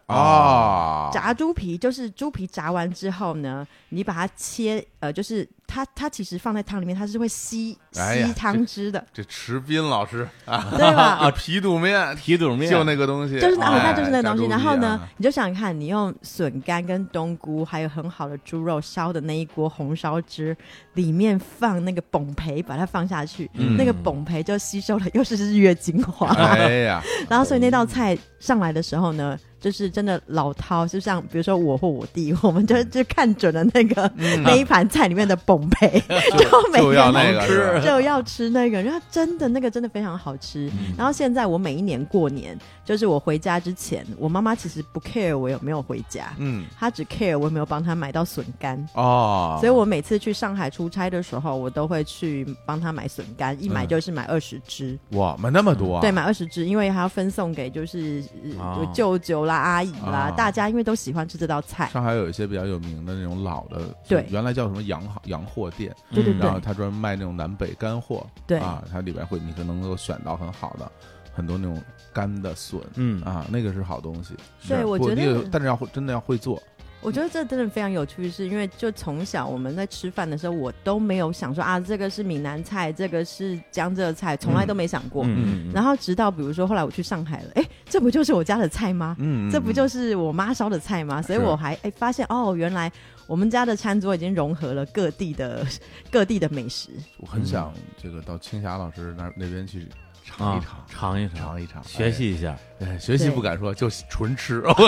Speaker 2: 哦，
Speaker 3: 炸猪皮就是猪皮炸完之后呢，你把它切，呃，就是它它其实放在汤里面，它是会吸
Speaker 2: 哎呀
Speaker 3: 吸汤汁
Speaker 2: [laughs]
Speaker 3: 的，
Speaker 2: 这池斌老师啊，
Speaker 3: 对吧？
Speaker 2: 皮肚面，
Speaker 6: 皮肚面
Speaker 2: 就那个东西，
Speaker 3: 就是那
Speaker 2: 哎
Speaker 3: 啊，那就是那个东西。
Speaker 2: 炸
Speaker 3: 然
Speaker 2: 猪皮
Speaker 3: 后呢
Speaker 2: 啊，
Speaker 3: 你就想想看，你用笋干跟冬菇，还有很好的猪肉烧的那一锅红烧汁，里面放那个崩培，把它放下去，
Speaker 2: 嗯
Speaker 3: 那个崩培就吸收了又是日月精华。
Speaker 2: 哎
Speaker 6: [laughs]
Speaker 2: 呀，
Speaker 3: 然后所以那道菜上来的时候呢，就是真的老饕，就像比如说我或我弟， [laughs] 我们就就看准了那个、那一盘菜里面的崩培，就每
Speaker 2: 嗯 [laughs] 就要
Speaker 3: 个
Speaker 2: 那
Speaker 3: 人
Speaker 2: 个
Speaker 6: 吃
Speaker 2: 是吧
Speaker 3: 就要吃那个，然后真的那个真的非常好吃。
Speaker 2: 嗯
Speaker 3: 然后现在我每一年过年，就是我回家之前，我妈妈其实不 care 我有没有回家，
Speaker 2: 嗯，
Speaker 3: 她只 care 我有没有帮她买到笋干。
Speaker 2: 哦，
Speaker 3: 所以我每次去上海出差的时候，我都会去帮她买笋干，一买就是买二十只。
Speaker 2: 哇，买那么多，啊
Speaker 3: 对，，买二十只，因为还要分送给就是、呃
Speaker 6: 哦
Speaker 3: 舅舅啦、阿姨啦，
Speaker 2: 哦
Speaker 3: 大家因为都喜欢吃这道菜。
Speaker 2: 上海有一些比较有名的那种老的，
Speaker 3: 对
Speaker 2: 原来叫什么洋行洋货店，
Speaker 3: 对对
Speaker 2: 然后
Speaker 3: 对
Speaker 2: 他专门卖那种南北干货，
Speaker 3: 对
Speaker 2: 啊，它里边会你可能够选到很好的，很多那种干的笋。
Speaker 6: 嗯
Speaker 2: 啊，那个是好东西，
Speaker 3: 对
Speaker 2: 是
Speaker 3: 我
Speaker 2: 不
Speaker 3: 觉
Speaker 2: 你
Speaker 3: 得
Speaker 2: 有但是要会真的要会做，
Speaker 3: 我觉得这真的非常有趣，是因为就从小我们在吃饭的时候，我都没有想说啊，这个是闽南菜，这个是江浙菜，从来都没想过。
Speaker 6: 嗯
Speaker 3: 然后直到比如说后来我去上海了，哎，这不就是我家的菜吗？
Speaker 2: 嗯，
Speaker 3: 这不就是是我妈烧的菜吗？所以
Speaker 2: 是
Speaker 3: 我还哎发现哦，原来我们家的餐桌已经融合了各地的各地的美食。
Speaker 2: 我很想这个到青霞老师那那边去尝
Speaker 6: 啊
Speaker 2: 一尝，，
Speaker 6: 尝一尝，
Speaker 2: 尝一尝，
Speaker 1: 学习一下，
Speaker 2: 哎，哎学习
Speaker 3: 对
Speaker 2: 不敢说，就纯吃， [laughs]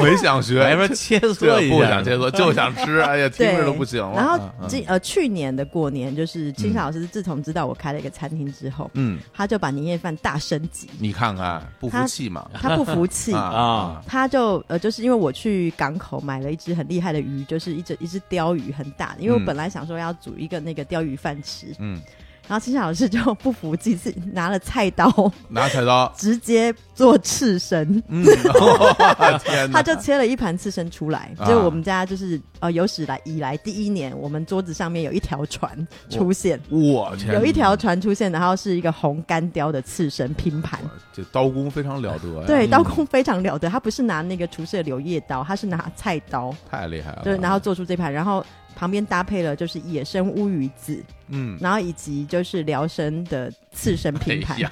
Speaker 2: 我也
Speaker 1: [laughs]
Speaker 2: 想学，
Speaker 1: 来说切
Speaker 2: 这
Speaker 1: 磋一
Speaker 2: 不
Speaker 1: 下
Speaker 2: 想，
Speaker 3: [laughs]
Speaker 2: 切磋，就想吃，哎呀，听着都不行了。
Speaker 3: 然后
Speaker 2: 嗯
Speaker 3: 这呃去年的过年，就是青
Speaker 2: 嗯
Speaker 3: 霞老师自从知道我开了一个餐厅之后，
Speaker 2: 嗯，
Speaker 3: 他就把年夜饭大升级，
Speaker 2: [laughs] 你看看不服
Speaker 3: 他
Speaker 2: 气嘛
Speaker 3: 他不服气。
Speaker 2: 啊
Speaker 1: 啊
Speaker 3: 他就呃，就是因为我去港口买了一只很厉害的鱼，就是一只一只鲷鱼，很大的。因为
Speaker 2: 嗯
Speaker 3: 我本来想说要煮一个那个鲷鱼饭吃，
Speaker 2: 嗯，
Speaker 3: 然后青霞老师就不服气，是拿了菜刀
Speaker 2: 拿菜刀，
Speaker 3: 直接做刺身，
Speaker 2: 嗯，哇哎天
Speaker 3: [laughs]
Speaker 2: 哪，
Speaker 3: 他就切了一盘刺身出来。
Speaker 2: 啊
Speaker 3: 就是我们家就是呃有史来以来第一年，我们桌子上面有一条船出现，
Speaker 2: 我天，
Speaker 3: 有一条船出现，然后是一个红干雕的刺身拼盘。
Speaker 2: 这刀工非常了得呀，嗯
Speaker 3: 对，刀工非常了得，他不是拿那个厨师的柳叶刀，他是拿菜刀，
Speaker 2: 太厉害了，
Speaker 3: 对，然后做出这盘，然后旁边搭配了就是野生乌鱼子，
Speaker 2: 嗯。
Speaker 3: 然后以及就是辽参的刺身
Speaker 2: 哎
Speaker 3: 拼盘。
Speaker 2: 呀，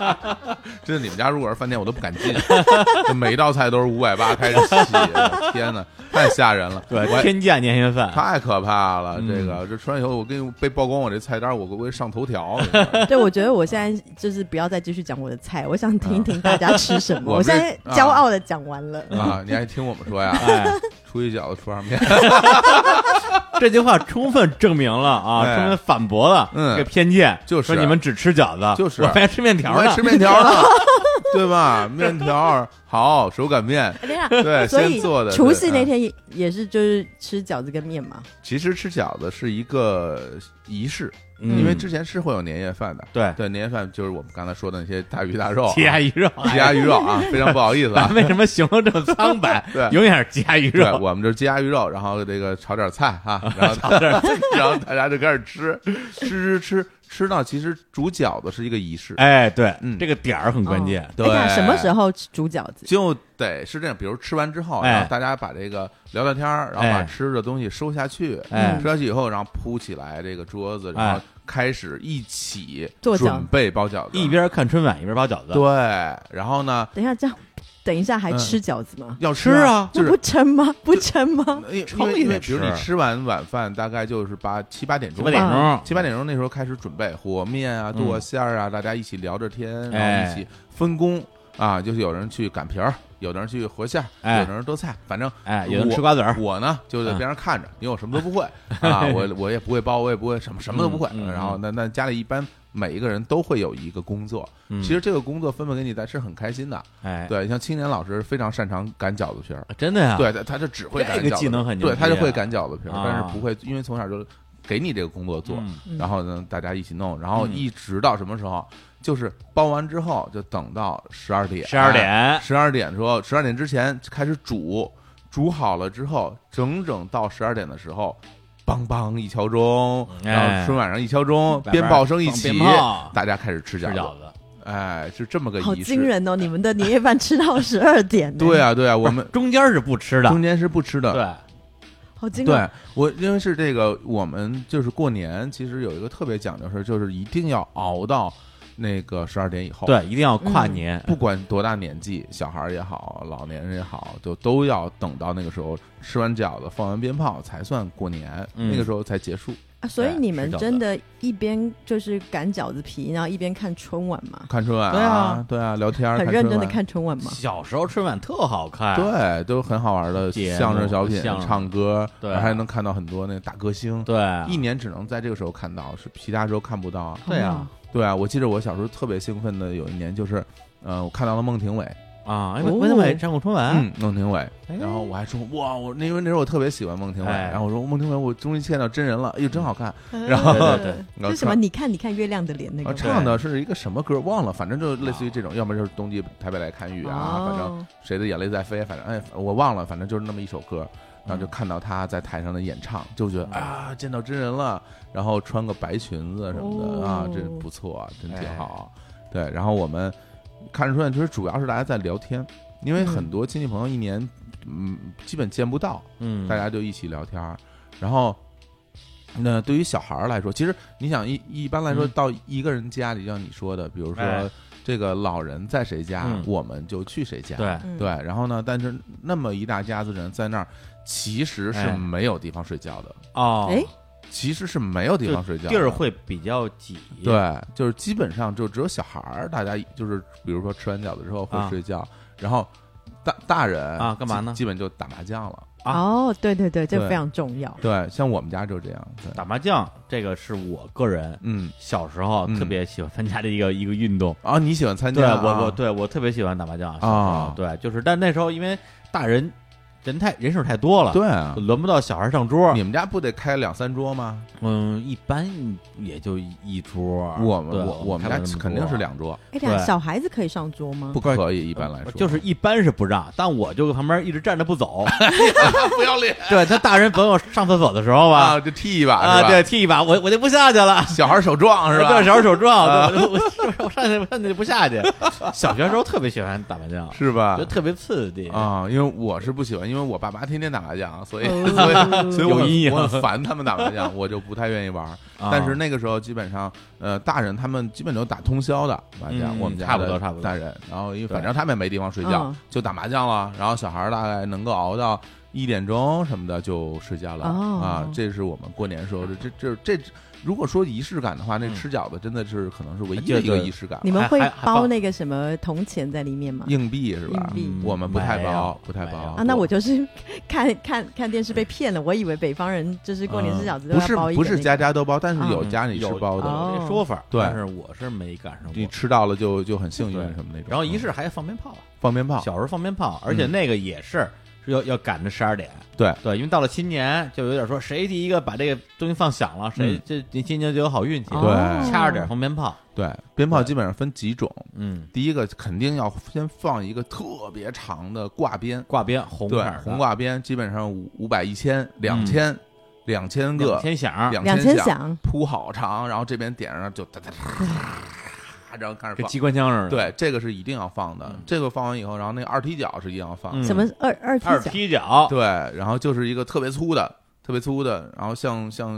Speaker 2: [laughs] 真的，你们家如果是饭店，我都不敢进。 [laughs] 这每道菜都是五百八开始起，天哪，太吓人了！我
Speaker 1: 对，天价年夜饭，
Speaker 2: 太可怕了，
Speaker 1: 嗯
Speaker 2: 这个这吃完以后，我跟被曝光我这菜单，我我会上头条。
Speaker 3: 对，我觉得我现在就是不要再继续讲我的菜，我想听一听大家吃什么。
Speaker 2: [laughs] 我
Speaker 3: 我
Speaker 2: 们
Speaker 3: 现在骄傲的讲完了，
Speaker 2: 啊，你还听我们说呀？
Speaker 1: 哎，
Speaker 2: 出一饺子，出二面，
Speaker 1: 这句话充分证明了
Speaker 2: 哎
Speaker 1: 啊，充分反驳了
Speaker 2: 嗯
Speaker 1: 这个偏见，
Speaker 2: 就是
Speaker 1: 说你们只吃饺子，
Speaker 2: 就是
Speaker 1: 我还吃面 [laughs] 条
Speaker 2: 我
Speaker 1: 呢
Speaker 2: 还吃，面
Speaker 1: [laughs]
Speaker 2: 条呢，对吧？面条好，手擀面，
Speaker 3: 等一下
Speaker 2: [laughs] 对，
Speaker 3: 哎所
Speaker 2: 先
Speaker 3: 以
Speaker 2: 做的。
Speaker 3: 除
Speaker 2: 对
Speaker 3: 夕那，
Speaker 2: 嗯
Speaker 3: 天也也是就是吃饺子跟面嘛，
Speaker 2: 其实吃饺子是一个仪式，
Speaker 1: 嗯
Speaker 2: 因为之前是会有年夜饭的。
Speaker 1: 对
Speaker 2: 对，年夜饭就是我们刚才说的那些大鱼大肉啊，
Speaker 1: [laughs] 鸡鸭鱼
Speaker 2: [laughs]
Speaker 1: 肉，
Speaker 2: 鸡鸭鱼肉啊，非常不好意思
Speaker 1: [laughs] 咱
Speaker 2: 啊？
Speaker 1: 们。为什么形容这么苍白
Speaker 2: [laughs] 对
Speaker 1: 永远是鸡鸭鱼
Speaker 2: 对，
Speaker 1: 肉。
Speaker 2: 我们就是鸡鸭鱼肉，然后这个炒点菜
Speaker 1: [laughs]
Speaker 2: 哈、然后炒点， [laughs] 然后大家就开始吃，吃吃吃吃到其实煮饺子是一个仪式，
Speaker 1: 哎，对
Speaker 2: 嗯，
Speaker 1: 这个点儿很关键
Speaker 3: 哦。
Speaker 2: 对
Speaker 3: 哎那什么时候吃煮饺子？
Speaker 2: 就得是这样，比如吃完之后，
Speaker 1: 哎
Speaker 2: 然后大家把这个聊聊天儿，然后把
Speaker 1: 哎
Speaker 2: 吃的东西收下去，
Speaker 1: 哎
Speaker 2: 吃下去以后，然后铺起来这个桌子，然后开始一起
Speaker 3: 做饺子
Speaker 2: 准备包饺子，
Speaker 1: 一边看春晚一边包饺子，
Speaker 2: 对，然后呢
Speaker 3: 等一下，这样，等一下还
Speaker 2: 嗯
Speaker 3: 吃饺子吗？
Speaker 2: 要
Speaker 1: 吃
Speaker 2: 啊
Speaker 1: 啊，
Speaker 2: 就
Speaker 3: 那
Speaker 2: 是
Speaker 3: 不撑吗？不撑吗？
Speaker 2: 因为
Speaker 1: 城里
Speaker 2: 因为
Speaker 1: 面
Speaker 2: 比如
Speaker 1: 吃
Speaker 2: 你吃完晚饭，大概就是八七八点
Speaker 1: 七
Speaker 2: 钟吧，
Speaker 1: 八点钟，
Speaker 2: 七八点钟那时候开始准备和面啊、
Speaker 1: 嗯
Speaker 2: 剁馅儿啊，大家一起聊着天，然后
Speaker 1: 哎
Speaker 2: 一起分工啊，就是有人去擀皮儿，有的人去和馅儿，
Speaker 1: 哎
Speaker 2: 有的人剁菜，反正
Speaker 1: 哎，有人吃瓜子儿，
Speaker 2: 我呢就在
Speaker 1: 嗯
Speaker 2: 边上看着，因为我什么都不会啊，我我也不会包，我也不会什么什么都不会。
Speaker 1: 嗯嗯嗯
Speaker 2: 然后那那家里一般每一个人都会有一个工作，
Speaker 1: 嗯
Speaker 2: 其实这个工作分配给你，但是很开心的。
Speaker 1: 哎，
Speaker 2: 对，像青年老师非常擅长擀饺子皮儿，
Speaker 1: 真的呀，
Speaker 2: 对，他他就只会擀
Speaker 1: 这
Speaker 2: 饺
Speaker 1: 个
Speaker 2: 子
Speaker 1: 技能很牛
Speaker 2: 对，他就
Speaker 1: 逼啊
Speaker 2: 会擀饺子皮儿，
Speaker 1: 啊
Speaker 2: 但是不会，因为从小就给你这个工作做，
Speaker 1: 嗯
Speaker 2: 然后呢大家一起弄，然后
Speaker 1: 嗯
Speaker 2: 一直到什么时候，就是包完之后就等到十二点，
Speaker 1: 十二点，
Speaker 2: [laughs] 十二点的时候，十二点之前开始煮，煮好了之后，整整到十二点的时候，梆梆一敲钟，
Speaker 1: 哎
Speaker 2: 然后春晚上一敲钟，
Speaker 1: 外边
Speaker 2: 鞭炮声一起
Speaker 1: 哎放鞭炮，
Speaker 2: 大家开始吃
Speaker 1: 吃
Speaker 2: 饺
Speaker 1: 饺
Speaker 2: 子。
Speaker 1: 子，
Speaker 2: 哎，是这么个
Speaker 3: 好
Speaker 2: 仪
Speaker 3: 惊
Speaker 2: 式。
Speaker 3: 人哦！你们的年夜饭吃
Speaker 2: [laughs]
Speaker 3: 到十二点呢，
Speaker 2: 对，啊，对啊，我们
Speaker 1: 中间 [laughs] 是不吃的，
Speaker 2: 中间是不吃的。
Speaker 1: 对，
Speaker 3: 好惊人
Speaker 2: 对，我因为是这个，我们就是过年，其实有一个特别讲究是，就是一定要熬到那个十二点以后。
Speaker 1: 对，一定要跨年，
Speaker 2: 不管多大年纪，小孩儿也好，老年人也好，就都要等到那个时候吃完饺子、放完鞭炮才算过年，
Speaker 1: 嗯
Speaker 2: 那个时候才结束。
Speaker 3: 啊！所以
Speaker 1: 对
Speaker 3: 你们
Speaker 1: 是的
Speaker 3: 真的，一边就是擀饺子皮，然后一边看春晚吗？
Speaker 2: 看春晚
Speaker 1: 对
Speaker 2: 啊
Speaker 1: 啊，
Speaker 2: 对啊，聊天儿，
Speaker 3: 很认真的
Speaker 2: 看
Speaker 3: 看春晚吗？
Speaker 1: 小时候春晚特好看，
Speaker 2: 春晚，对，都很好玩的
Speaker 1: 节目
Speaker 2: 相声小品、
Speaker 1: 相声
Speaker 2: 唱歌，
Speaker 1: 对
Speaker 2: 然后还能看到很多那大歌星。
Speaker 1: 对，啊
Speaker 2: 一年只能在这个时候看到，是其他时候看不到啊。
Speaker 1: 对啊
Speaker 2: 对啊，我记得我小时候特别兴奋的有一年就是，呃，我看到了孟庭苇，
Speaker 1: 啊，哎，
Speaker 3: 哦
Speaker 1: 孟孟伟上过春晚，
Speaker 2: 嗯，孟庭苇，
Speaker 1: 哎
Speaker 2: 然后我还说哇，我那因为那时候我特别喜欢孟庭苇，
Speaker 1: 哎
Speaker 2: 然后我说孟庭苇，我终于见到真人了，哎呦，真好看。
Speaker 3: 嗯
Speaker 2: 然后
Speaker 1: 对对对
Speaker 2: 然后
Speaker 3: 就什么？
Speaker 2: 唱？
Speaker 3: 你看，你看月亮的脸那个
Speaker 2: 啊，
Speaker 3: 吗
Speaker 2: 唱的是一个什么歌？忘了，反正就类似于这种，要么就是冬季台北来看雨啊，反正
Speaker 3: 哦
Speaker 2: 谁的眼泪在飞，反正哎，我忘了，反正就是那么一首歌。然后就看到她在台上的演唱，
Speaker 3: 嗯
Speaker 2: 就觉得啊，见到真人了。然后穿个白裙子什么的啊
Speaker 3: 哦，哎
Speaker 2: 这不错，真挺好。对，然后我们看春晚，其实主要是大家在聊天，因为很多亲戚朋友一年嗯基本见不到，
Speaker 1: 嗯，
Speaker 2: 大家就一起聊天儿。然后，那对于小孩儿来说，其实你想一一般来说
Speaker 1: 嗯
Speaker 2: 到一个人家里，像你说的，比如
Speaker 1: 哎
Speaker 2: 说这个老人在谁家
Speaker 1: 嗯，
Speaker 2: 我们就去谁家。
Speaker 1: 对，
Speaker 3: 嗯
Speaker 2: 对，然后呢，但是那么一大家子人在那儿，其实是
Speaker 1: 哎
Speaker 2: 没有地方睡觉的，
Speaker 1: 哦，
Speaker 3: 哎
Speaker 2: 其实是没有地
Speaker 1: 就
Speaker 2: 方睡觉的，
Speaker 1: 地儿会比较挤，，
Speaker 2: 对，就是基本上就只有小孩儿，大家就是比如说吃完饺子之后会
Speaker 1: 啊
Speaker 2: 睡觉，然后大大人
Speaker 1: 啊干嘛呢
Speaker 2: 基基本就打麻将了。
Speaker 1: 啊
Speaker 3: 哦，对对对，这
Speaker 2: 对
Speaker 3: 非常重要。
Speaker 2: 对，像我们家就这样。对，
Speaker 1: 打麻将这个是我个人
Speaker 2: 嗯，
Speaker 1: 小时候
Speaker 2: 嗯
Speaker 1: 特别喜欢参加的一个一个运动。
Speaker 2: 啊，你喜欢参
Speaker 1: 对
Speaker 2: 加啊？
Speaker 1: 我我对我特别喜欢打麻将小时候
Speaker 2: 啊
Speaker 1: 对，就是但那时候因为大人人太人数太多了，
Speaker 2: 对啊，
Speaker 1: 轮不到小孩上桌
Speaker 2: 你。们家不得开两三桌吗？
Speaker 1: 嗯，一般也就一桌。
Speaker 2: 我们
Speaker 1: 对
Speaker 2: 啊我
Speaker 1: 我
Speaker 2: 们
Speaker 1: 看
Speaker 2: 家
Speaker 1: 到这么啊
Speaker 2: 肯定
Speaker 1: 多
Speaker 2: 是两桌，
Speaker 3: 哎，等一下
Speaker 1: 对
Speaker 3: 小孩子可以上桌吗？
Speaker 2: 不可以一般来说
Speaker 1: 嗯就是一般是不让，但我就旁边一直站着不
Speaker 2: [laughs]
Speaker 1: 走。
Speaker 2: 不要脸
Speaker 1: 对他大人总有上厕所的时候吧
Speaker 2: [laughs] 啊，，就踢一把是吧
Speaker 1: 啊，对，，踢一把，我我就不下去了。
Speaker 2: 小孩手撞是吧
Speaker 1: 对，？手手
Speaker 2: 啊
Speaker 1: 撞，对我我我上去我上去就不下
Speaker 2: [laughs]
Speaker 1: 去。小学时候特别喜欢打麻将，
Speaker 2: 是吧
Speaker 1: 觉得？特别刺激。
Speaker 2: 啊，因为我是不喜欢，因为我爸妈天天打麻将，所以所以
Speaker 3: 哦
Speaker 2: 所以我
Speaker 1: 有阴
Speaker 2: 很
Speaker 1: 影
Speaker 2: 我很烦他们打麻将，我就不太愿意玩儿。
Speaker 1: 啊
Speaker 2: 但是那个时候基本上，呃，大人他们基本都打通宵的麻将，
Speaker 1: 嗯
Speaker 2: 我们家
Speaker 1: 差不多
Speaker 2: 的
Speaker 1: 差不多
Speaker 2: 大人，然后因为
Speaker 1: 对
Speaker 2: 反正他们也没地方睡觉
Speaker 3: 嗯，
Speaker 2: 就打麻将了。然后小孩儿大概能够熬到一点钟什么的就睡觉了
Speaker 3: 哦
Speaker 2: 啊。这是我们过年时候的这这这，如果说仪式感的话，那
Speaker 1: 嗯啊
Speaker 2: 吃饺子真的是可能是唯一
Speaker 1: 就
Speaker 2: 的一个
Speaker 1: 是
Speaker 2: 仪式感
Speaker 3: 你。们会
Speaker 1: 还还
Speaker 3: 包
Speaker 1: 包
Speaker 3: 那个什么铜钱在里面吗？
Speaker 2: 硬币是吧
Speaker 3: 硬？币
Speaker 2: 我们不太
Speaker 1: 嗯没
Speaker 2: 包
Speaker 1: 有，
Speaker 2: 不太
Speaker 1: 没有
Speaker 2: 包
Speaker 3: 啊，那我就是 [laughs] 看看看电视被骗了，我以为北方人就是过年吃饺子都
Speaker 2: 不
Speaker 3: 要
Speaker 2: 是
Speaker 3: 包一个
Speaker 2: 不是
Speaker 3: 那个
Speaker 2: 家家都包，但是
Speaker 3: 啊
Speaker 2: 有家里是
Speaker 1: 嗯有
Speaker 2: 包的，
Speaker 3: 哦
Speaker 1: 有这说法，
Speaker 2: 对
Speaker 1: 但是我是没赶上
Speaker 2: 你
Speaker 1: 过。
Speaker 2: 吃到了就就很幸运
Speaker 1: 对
Speaker 2: 什么那种。
Speaker 1: 然后仪式
Speaker 2: 嗯
Speaker 1: 还放鞭炮，
Speaker 2: 放鞭炮，
Speaker 1: 小时候放鞭炮，而且那个也是是要要赶着十二点。
Speaker 2: 嗯对
Speaker 1: 对，因为到了新年就有点说谁第一个把这个东西放响了，谁
Speaker 2: 嗯
Speaker 1: 这这新年就有好运气。
Speaker 2: 对
Speaker 3: 哦
Speaker 1: 掐着点放鞭炮，
Speaker 2: 对，鞭炮
Speaker 1: 对
Speaker 2: 基本上分几种，
Speaker 1: 嗯，
Speaker 2: 第一个肯定要先放一个特别长的挂鞭，
Speaker 1: 挂鞭红色
Speaker 2: 对
Speaker 1: 儿，的嗯
Speaker 2: 红挂鞭基本上五五百、一千、两千、两千个
Speaker 1: 两，千响，
Speaker 2: 两
Speaker 3: 两
Speaker 2: 千
Speaker 3: 千响
Speaker 2: 铺好长，然后这边点上就哒哒哒，啪这样开始
Speaker 1: 跟
Speaker 2: 放
Speaker 1: 机。关枪似的。
Speaker 2: 对，这个是一定要放的，这个放完以后，然后那个二踢脚是一定要放的。
Speaker 1: 嗯
Speaker 3: 什么二二踢
Speaker 1: 二
Speaker 3: 脚？
Speaker 1: 踢脚，
Speaker 2: 对，然后就是一个特别粗的，特别粗的，然后像像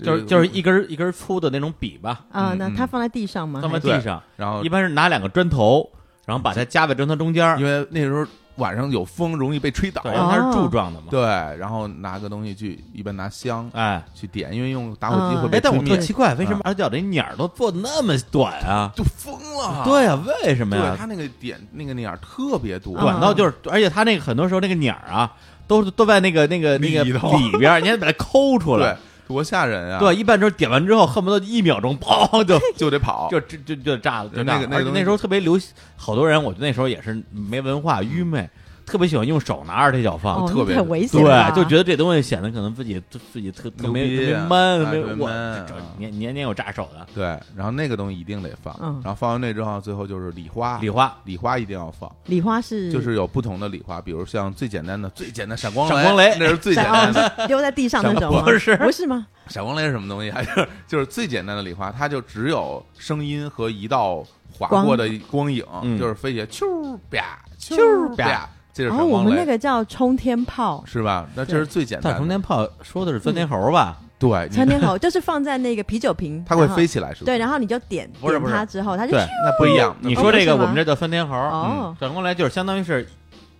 Speaker 2: 呃
Speaker 1: 就是就是一根儿一根儿粗的那种笔吧，
Speaker 3: 啊，那
Speaker 2: 嗯
Speaker 3: 它放在地上吗？
Speaker 1: 放在
Speaker 3: 还是
Speaker 1: 地上，
Speaker 2: 然后
Speaker 1: 一般是拿两个砖头，然后把它夹在砖头中间儿，
Speaker 2: 因为那时候晚上有风，容易被吹倒。
Speaker 1: 对，因为它是柱状的嘛。
Speaker 2: 对，然后拿个东西去，一般拿香
Speaker 1: 哎，
Speaker 2: 去点，因为用打火机
Speaker 3: 啊
Speaker 2: 会
Speaker 1: 哎
Speaker 2: 被，
Speaker 1: 但
Speaker 2: 吹
Speaker 1: 我特
Speaker 2: 灭，
Speaker 1: 奇怪，为什
Speaker 2: 嗯
Speaker 1: 么二踢脚这鸟儿都做那么短啊？
Speaker 2: 就疯了。
Speaker 1: 对啊呀，为什么
Speaker 2: 对，
Speaker 1: 呀？
Speaker 2: 它那个点那个鸟特别多，
Speaker 3: 对
Speaker 1: 短到就是，而且它那个很多时候那个鸟儿啊，都是都在那个那个那个
Speaker 2: 里头
Speaker 1: 里边儿，你还得把它抠出
Speaker 2: 对
Speaker 1: 来。，
Speaker 2: 多吓人啊！
Speaker 1: 对，，一般就是点完之后，恨不得一秒钟，砰就
Speaker 2: 就得跑。
Speaker 1: 就就就就炸了，就
Speaker 2: 那
Speaker 1: 炸
Speaker 2: 个
Speaker 1: 了。
Speaker 2: 那个
Speaker 1: 而且
Speaker 2: 东西
Speaker 1: 那时候特别流行，好多人，我觉得那时候也是没文化、愚昧，特别喜欢用手拿二踢脚放。
Speaker 3: 哦，
Speaker 2: 特别
Speaker 3: 那很危险吧，
Speaker 1: 对，就觉得这东西显得可能自己自己特特
Speaker 2: 牛
Speaker 1: 别
Speaker 2: 逼
Speaker 1: 特别
Speaker 2: 啊
Speaker 1: man，
Speaker 2: 哎
Speaker 1: 特别
Speaker 2: 特别
Speaker 1: 我
Speaker 2: man
Speaker 1: 这
Speaker 2: 啊
Speaker 1: 年年年有炸手的
Speaker 2: 对，然后那个东西一定得放，
Speaker 3: 嗯
Speaker 2: 然后放完那之后，最后就是礼花，
Speaker 1: 礼花，
Speaker 2: 礼花一定要放，
Speaker 3: 礼花
Speaker 1: 嗯
Speaker 3: 是
Speaker 2: 就是有不同的礼花，比如像最简单的、最简单闪光
Speaker 1: 闪光雷
Speaker 2: 那是最简
Speaker 1: [laughs]
Speaker 3: [laughs] 在
Speaker 2: 单的。
Speaker 3: 哦丢在地上那种吗？
Speaker 1: 不是
Speaker 3: 不是吗？
Speaker 2: 闪光雷是什么东西？还 [laughs] 是就是最简单的礼花，它就只有声音和一道划过的光影，
Speaker 1: 嗯
Speaker 2: 就是飞起来啾啪
Speaker 3: 啾
Speaker 2: 啾啪，这是
Speaker 3: 然哦后
Speaker 2: 闪
Speaker 3: 我
Speaker 2: 光
Speaker 3: 们
Speaker 2: 雷，
Speaker 3: 那个叫冲天炮，
Speaker 2: 是吧？那这是最简单
Speaker 1: 但
Speaker 2: 的。
Speaker 1: 冲天炮说的是钻
Speaker 3: 嗯
Speaker 1: 天猴吧？
Speaker 2: 对，
Speaker 3: 冲
Speaker 2: 你
Speaker 3: 天炮就是放在那个啤酒瓶，
Speaker 2: 它会
Speaker 3: 然后
Speaker 2: 飞起来，是吧？
Speaker 3: 对，哦然后你就点
Speaker 1: 不是
Speaker 3: 点
Speaker 1: 不是
Speaker 3: 它之后，它就
Speaker 1: 对，嗯
Speaker 2: 那不一样。那
Speaker 1: 你
Speaker 2: 不
Speaker 1: 说
Speaker 2: 一样
Speaker 1: 这
Speaker 3: 是
Speaker 1: 个
Speaker 3: 吗
Speaker 1: 我们这叫钻天猴， [laughs]
Speaker 3: 哦
Speaker 1: 转过来就是相当于是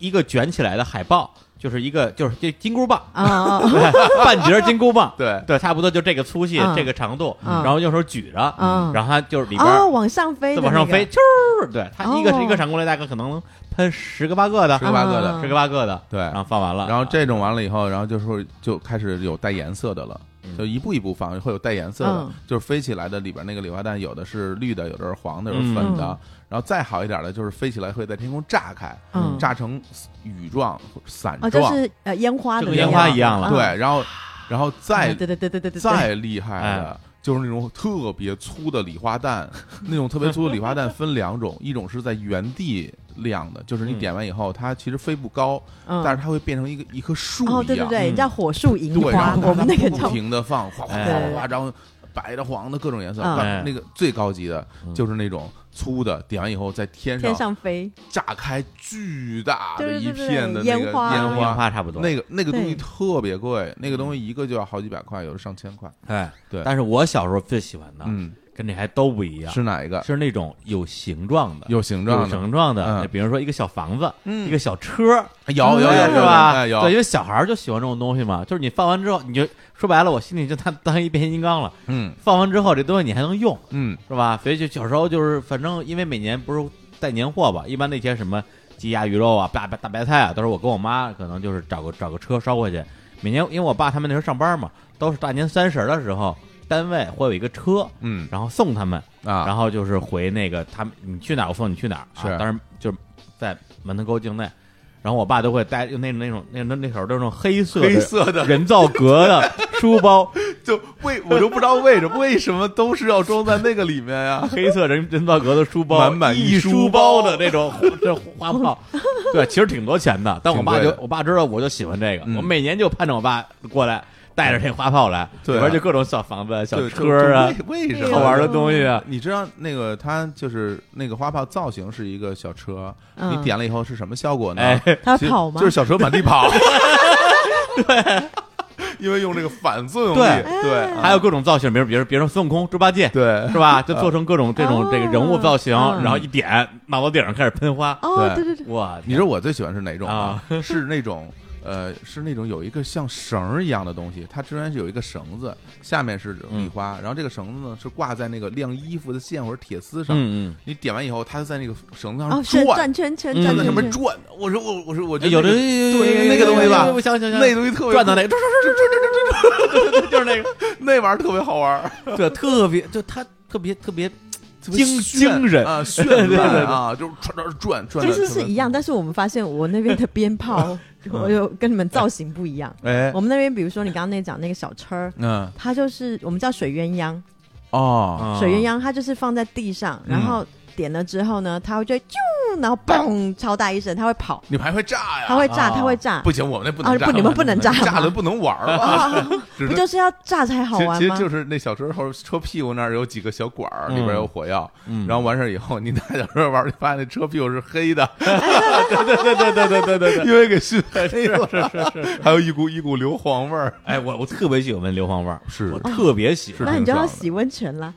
Speaker 1: 一个卷起来的海豹，就是一个就是这金箍棒，
Speaker 3: 啊啊啊
Speaker 1: 对半截金箍棒，
Speaker 2: 对
Speaker 1: 对，差不多就这个粗细
Speaker 3: 嗯，
Speaker 1: 这个长度，
Speaker 3: 嗯
Speaker 1: 然后右手举着，
Speaker 3: 嗯
Speaker 1: 然后它就是里边
Speaker 3: 哦，往上飞
Speaker 1: 再
Speaker 3: 的那个，
Speaker 1: 往上飞，啾儿，对，它一个
Speaker 3: 哦
Speaker 1: 一个闪光雷大概可能能喷十个八个的
Speaker 2: 十，个八个的，
Speaker 3: 啊
Speaker 1: 十个八个的，
Speaker 2: 对
Speaker 1: 然后放完了，啊
Speaker 2: 然后这种完了以后，然后就说就开始有带颜色的了，就一步一步放，会有带颜色的
Speaker 3: 嗯，
Speaker 2: 就是飞起来的里边那个礼花弹，有的是绿的，有的是黄的，有的是
Speaker 1: 嗯
Speaker 2: 粉的
Speaker 3: 嗯，
Speaker 2: 然后再好一点的就是飞起来会在天空炸开，
Speaker 3: 嗯
Speaker 2: 炸成雨状、伞
Speaker 3: 哦，就
Speaker 2: 状，
Speaker 3: 是呃烟花的
Speaker 1: 就
Speaker 3: 那
Speaker 1: 跟
Speaker 3: 个，嗯
Speaker 1: 烟花一样了，
Speaker 2: 对，然后然后
Speaker 3: 啊，
Speaker 2: 再
Speaker 3: 对对对对对对，
Speaker 2: 再厉害的。就是那种特别粗的礼
Speaker 3: [laughs]
Speaker 2: 花弹，那种特别粗的礼花弹分两种，一种是在原地亮的，就是你
Speaker 1: 嗯
Speaker 2: 点完以后，它其实飞不高，
Speaker 3: 嗯
Speaker 2: 但是它会变成一个一棵树一样。
Speaker 3: 哦，对对对，
Speaker 1: 嗯
Speaker 3: 叫火树银
Speaker 2: 对，然
Speaker 3: 花，
Speaker 2: 后
Speaker 3: 我们那个
Speaker 2: 不
Speaker 3: 叫
Speaker 2: 停的放，哗哗哗
Speaker 1: 哎
Speaker 2: 哗哗，然后白的、黄的各种颜色。
Speaker 3: 嗯
Speaker 2: 那那个最高级的
Speaker 1: 嗯
Speaker 2: 就是那种粗的，点完以后在天
Speaker 3: 天
Speaker 2: 上
Speaker 3: 上飞，
Speaker 2: 炸开巨大的
Speaker 3: 对
Speaker 2: 一
Speaker 3: 对对
Speaker 2: 片的
Speaker 3: 对
Speaker 2: 那个
Speaker 3: 烟花
Speaker 1: 跟烟花差不多，嗯
Speaker 2: 那个那个东西
Speaker 3: 对
Speaker 2: 特别贵，那个东西一个就要好几百块，有的上千块。
Speaker 1: 哎，
Speaker 2: 对
Speaker 1: 但是我小时候最喜欢的，
Speaker 2: 嗯，
Speaker 1: 跟这还都不一样，
Speaker 2: 是哪一个？
Speaker 1: 啊是那种有形状的，
Speaker 2: 有形
Speaker 1: 有
Speaker 2: 状的，
Speaker 1: 形状的，
Speaker 2: 嗯
Speaker 1: 比如说一个小房子，
Speaker 2: 嗯
Speaker 1: 一个小车，
Speaker 2: 有有有
Speaker 1: 哎
Speaker 2: 有
Speaker 1: 是吧？
Speaker 2: 哎有
Speaker 1: 对，因为小孩儿就喜欢这种东西嘛，就是你放完之后，你就说白了，我心里就当当一变形金刚了。
Speaker 2: 嗯
Speaker 1: 放完之后，这东西你还能用，
Speaker 2: 嗯
Speaker 1: 是吧？所以就小时候就是，反正因为每年不是带年货吧，一般那些什么鸡鸭鱼肉啊、大白大白菜啊，都是我跟我妈可能就是找个找个车捎过去。每年因为我爸他们那时候上班嘛，都是大年三十的时候，单位会有一个车，
Speaker 2: 嗯
Speaker 1: 然后送他们，
Speaker 2: 啊，
Speaker 1: 然后就是回那个他们，你去哪儿我送你去哪儿，
Speaker 2: 是
Speaker 1: 啊、当然就是在门头沟境内。然后我爸都会带用那种那种那那那时候都是那种黑色的
Speaker 2: 黑色的
Speaker 1: 人造革的书包， [laughs]
Speaker 2: 就为我就不知道为什么为什么都是要装在那个里面呀？
Speaker 1: 黑色人人造革的书包，
Speaker 2: 满满
Speaker 1: 一
Speaker 2: 一
Speaker 1: 书
Speaker 2: 书
Speaker 1: 包
Speaker 2: 包
Speaker 1: 的那种 [laughs] 这花炮，对，其实挺多钱的。但我爸
Speaker 2: 挺
Speaker 1: 就
Speaker 2: 贵的
Speaker 1: 我爸知道我就喜欢这个，
Speaker 2: 嗯
Speaker 1: 我每年就盼着我爸过来带着这花炮来，
Speaker 2: 对啊
Speaker 1: 里边就各种小房子、小
Speaker 2: 就就
Speaker 1: 车啊
Speaker 2: 就、为为什么
Speaker 1: 好玩的东西啊。
Speaker 2: 你知道那个它就是那个花炮造型是一个小车，
Speaker 3: 嗯
Speaker 2: 你点了以后是什么效果呢？
Speaker 1: 哎，
Speaker 3: 它
Speaker 2: 其实
Speaker 3: 跑吗
Speaker 2: 就是？小车满
Speaker 3: [laughs]
Speaker 2: 地跑。对，因为用这个反作用力，
Speaker 1: 对
Speaker 2: 对，
Speaker 3: 哎
Speaker 2: 啊
Speaker 1: 还有各种造型，比如比如比如说孙悟空、猪八戒，
Speaker 2: 对
Speaker 1: 是
Speaker 2: [laughs]
Speaker 1: 吧？就做成各种这种
Speaker 3: 哦
Speaker 1: 这个人物造型，
Speaker 3: 嗯
Speaker 1: 然后一点脑袋顶上开始喷花，
Speaker 3: 哦，
Speaker 2: 对
Speaker 3: 对对对，
Speaker 1: 哇！
Speaker 2: 你知道我最喜欢是哪种
Speaker 1: 啊
Speaker 2: 吗？是那种。呃，是那种有一个像绳儿一样的东西，它之前是有一个绳子，下面是
Speaker 1: 嗯
Speaker 2: 礼花，然后这个绳子呢是挂在那个晾衣服的线或者铁丝上，
Speaker 1: 嗯
Speaker 2: 你点完以后，它就在那个绳子
Speaker 3: 哦，
Speaker 2: 上
Speaker 3: 旋
Speaker 2: 转，
Speaker 3: 转圈圈，
Speaker 1: 嗯
Speaker 3: 转
Speaker 2: 在上
Speaker 3: 圈
Speaker 2: 面
Speaker 3: 圈，
Speaker 2: 转。我说我我说我觉
Speaker 1: 嗯，
Speaker 2: 得
Speaker 1: 有的
Speaker 2: 那个
Speaker 1: 对
Speaker 2: 那个东西吧
Speaker 1: 我想想想，
Speaker 2: 那东西特别
Speaker 1: 转到
Speaker 2: 酷
Speaker 1: 那个，就是那个，
Speaker 2: 那玩意儿特别好玩儿，
Speaker 1: 对，特别就他特别特别
Speaker 2: 特别
Speaker 1: 惊
Speaker 2: 炫
Speaker 1: 惊人
Speaker 2: 啊，炫
Speaker 1: 对对对
Speaker 2: 烂啊，就是转转转转，嗯
Speaker 3: 其实是一样，但是我们发现我那边的鞭炮， [laughs] 我有跟你们造型不一样。
Speaker 2: 哎
Speaker 3: 我，们那边比如说你刚刚那讲那个小车儿，
Speaker 2: 嗯
Speaker 3: 它就是我们叫水鸳鸯，
Speaker 2: 哦，嗯
Speaker 3: 水鸳鸯它就是放在地上，然后点了之后呢，它会就啾砰，然后嘣，超大一声，它会跑，
Speaker 2: 你们还会炸呀？
Speaker 3: 它会炸，
Speaker 1: 啊
Speaker 3: 它会炸。
Speaker 2: 啊哦不行，我们那不
Speaker 3: 啊
Speaker 2: 能炸，
Speaker 3: 不你们不能炸
Speaker 2: 炸
Speaker 3: 吗
Speaker 2: 了不能玩儿了，只
Speaker 3: 不
Speaker 2: 能
Speaker 3: 就是要炸才好
Speaker 2: 其实
Speaker 3: 玩
Speaker 2: 其实
Speaker 3: 吗？
Speaker 2: 就是那小时候车屁股那儿有几个小管儿，
Speaker 1: 嗯
Speaker 2: 里边有火药，
Speaker 1: 嗯
Speaker 2: 然后完事儿以后，你拿小时候玩儿，发现那车屁股是黑的，
Speaker 6: 对对
Speaker 1: [laughs]
Speaker 6: 对对对对对对对，
Speaker 2: [laughs] 因为给熏黑了，
Speaker 6: 是是是是，
Speaker 2: 还有一股一股硫磺味儿。
Speaker 1: 哎，我我特别喜欢硫磺味儿，
Speaker 2: 是
Speaker 1: 我特别喜欢，
Speaker 3: 那
Speaker 2: 挺
Speaker 3: 你就要
Speaker 2: 爽的
Speaker 3: 洗温泉啦。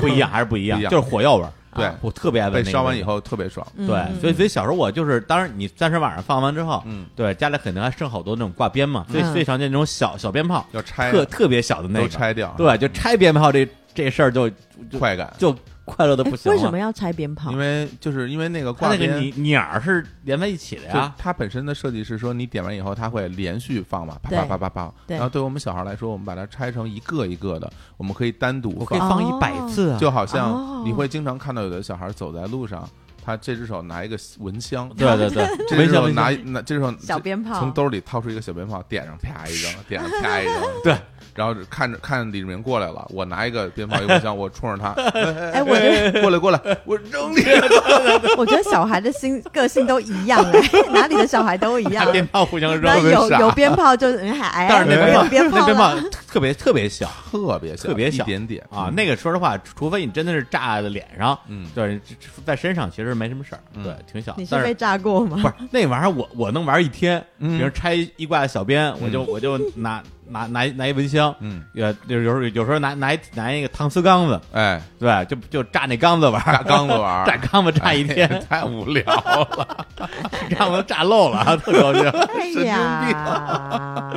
Speaker 1: 不一样还是不一样，
Speaker 2: 不一样
Speaker 1: 就是火药味儿。啊
Speaker 2: 对
Speaker 1: 我特别爱闻
Speaker 2: 被
Speaker 1: 那个
Speaker 2: 烧完
Speaker 1: 味
Speaker 2: 以
Speaker 1: 道。
Speaker 2: 后特别爽，
Speaker 3: 嗯
Speaker 1: 对，所以所以小时候我就是，当然你三十晚上放完之后，
Speaker 2: 嗯，
Speaker 1: 对，家里肯定还剩好多那种挂鞭嘛，最
Speaker 3: 嗯
Speaker 1: 最常见那种小小鞭炮，
Speaker 2: 要拆
Speaker 1: 特特别小的那
Speaker 2: 都
Speaker 1: 个，
Speaker 2: 拆掉，
Speaker 1: 对，就拆鞭炮这这事儿就就
Speaker 2: 快感。
Speaker 1: 就快乐的
Speaker 3: 哎
Speaker 1: 不，行了。啊
Speaker 3: 为什么要拆鞭炮
Speaker 2: 因？为就是因为那个
Speaker 1: 它
Speaker 2: 挂
Speaker 1: 那个啊
Speaker 2: 鞭
Speaker 1: 你，鸟儿是连在一起的
Speaker 2: 就
Speaker 1: 呀？
Speaker 2: 它本身的设计是说你点完以后它会连续放嘛，啪
Speaker 3: 对
Speaker 2: 啪啪啪啪。
Speaker 3: 对
Speaker 2: 然后对我们小孩来说，我们把它拆成一个一个的，我们可以单独
Speaker 1: 我可以
Speaker 2: 放，
Speaker 1: 放一百次啊！
Speaker 2: 就好
Speaker 3: 哦
Speaker 2: 像你会经常看到有的小孩走在路上，他这只手拿一个蚊香，
Speaker 1: 对对
Speaker 3: [laughs]
Speaker 1: 对， [laughs]
Speaker 2: 这
Speaker 1: 没
Speaker 2: 只
Speaker 1: 想
Speaker 2: 手
Speaker 1: 没
Speaker 2: 拿
Speaker 1: 想，
Speaker 2: 拿这只手
Speaker 3: 小鞭炮
Speaker 2: 从兜里掏出一个小鞭炮，点上啪一扔，点上啪一扔，
Speaker 1: [laughs] 对。
Speaker 2: 然后看着看李志明过来了，我拿一个
Speaker 1: [laughs]
Speaker 2: 鞭炮一蚊香，我冲着他，
Speaker 3: 哎，我觉得
Speaker 2: 过来过来，我
Speaker 1: [laughs]
Speaker 2: 扔你！
Speaker 3: 我觉得小孩的心个性都一样哎，哪里的小孩都一样
Speaker 1: 拿。鞭炮互相扔
Speaker 3: 然，后有
Speaker 2: 特别傻
Speaker 3: 有鞭炮就哎，
Speaker 1: 但是那
Speaker 3: 我
Speaker 1: 鞭
Speaker 3: 有
Speaker 1: 炮
Speaker 3: 鞭
Speaker 1: 那
Speaker 3: 炮
Speaker 1: 鞭
Speaker 3: 了，
Speaker 1: 炮特别特别小
Speaker 2: 特别小，
Speaker 1: 特别
Speaker 2: 一
Speaker 1: 小
Speaker 2: 点点
Speaker 1: 啊！那个说实话，除非你真的是炸在脸上，
Speaker 2: 嗯
Speaker 1: 对，在身上其实没什么事儿，对，挺小
Speaker 3: 你。是
Speaker 1: 但
Speaker 3: 被
Speaker 1: 是
Speaker 3: 炸过吗
Speaker 1: 不？是那玩意儿，我我能玩一天，
Speaker 2: 嗯
Speaker 1: 比如拆一挂小鞭，我就我就拿拿拿一拿一蚊香，
Speaker 2: 嗯，
Speaker 1: 呃，有时候有时候拿拿一拿一个搪瓷缸子，
Speaker 2: 哎，
Speaker 1: 对，就就炸那缸子玩
Speaker 2: 炸
Speaker 1: 儿，
Speaker 2: 缸子玩
Speaker 1: [laughs]
Speaker 2: 儿，
Speaker 1: 炸缸子炸一
Speaker 2: 哎
Speaker 1: 天，
Speaker 2: 太无聊了。
Speaker 1: 让我炸漏了，啊特高
Speaker 3: [laughs]
Speaker 1: 兴。
Speaker 3: 哎
Speaker 2: 病
Speaker 3: 呀，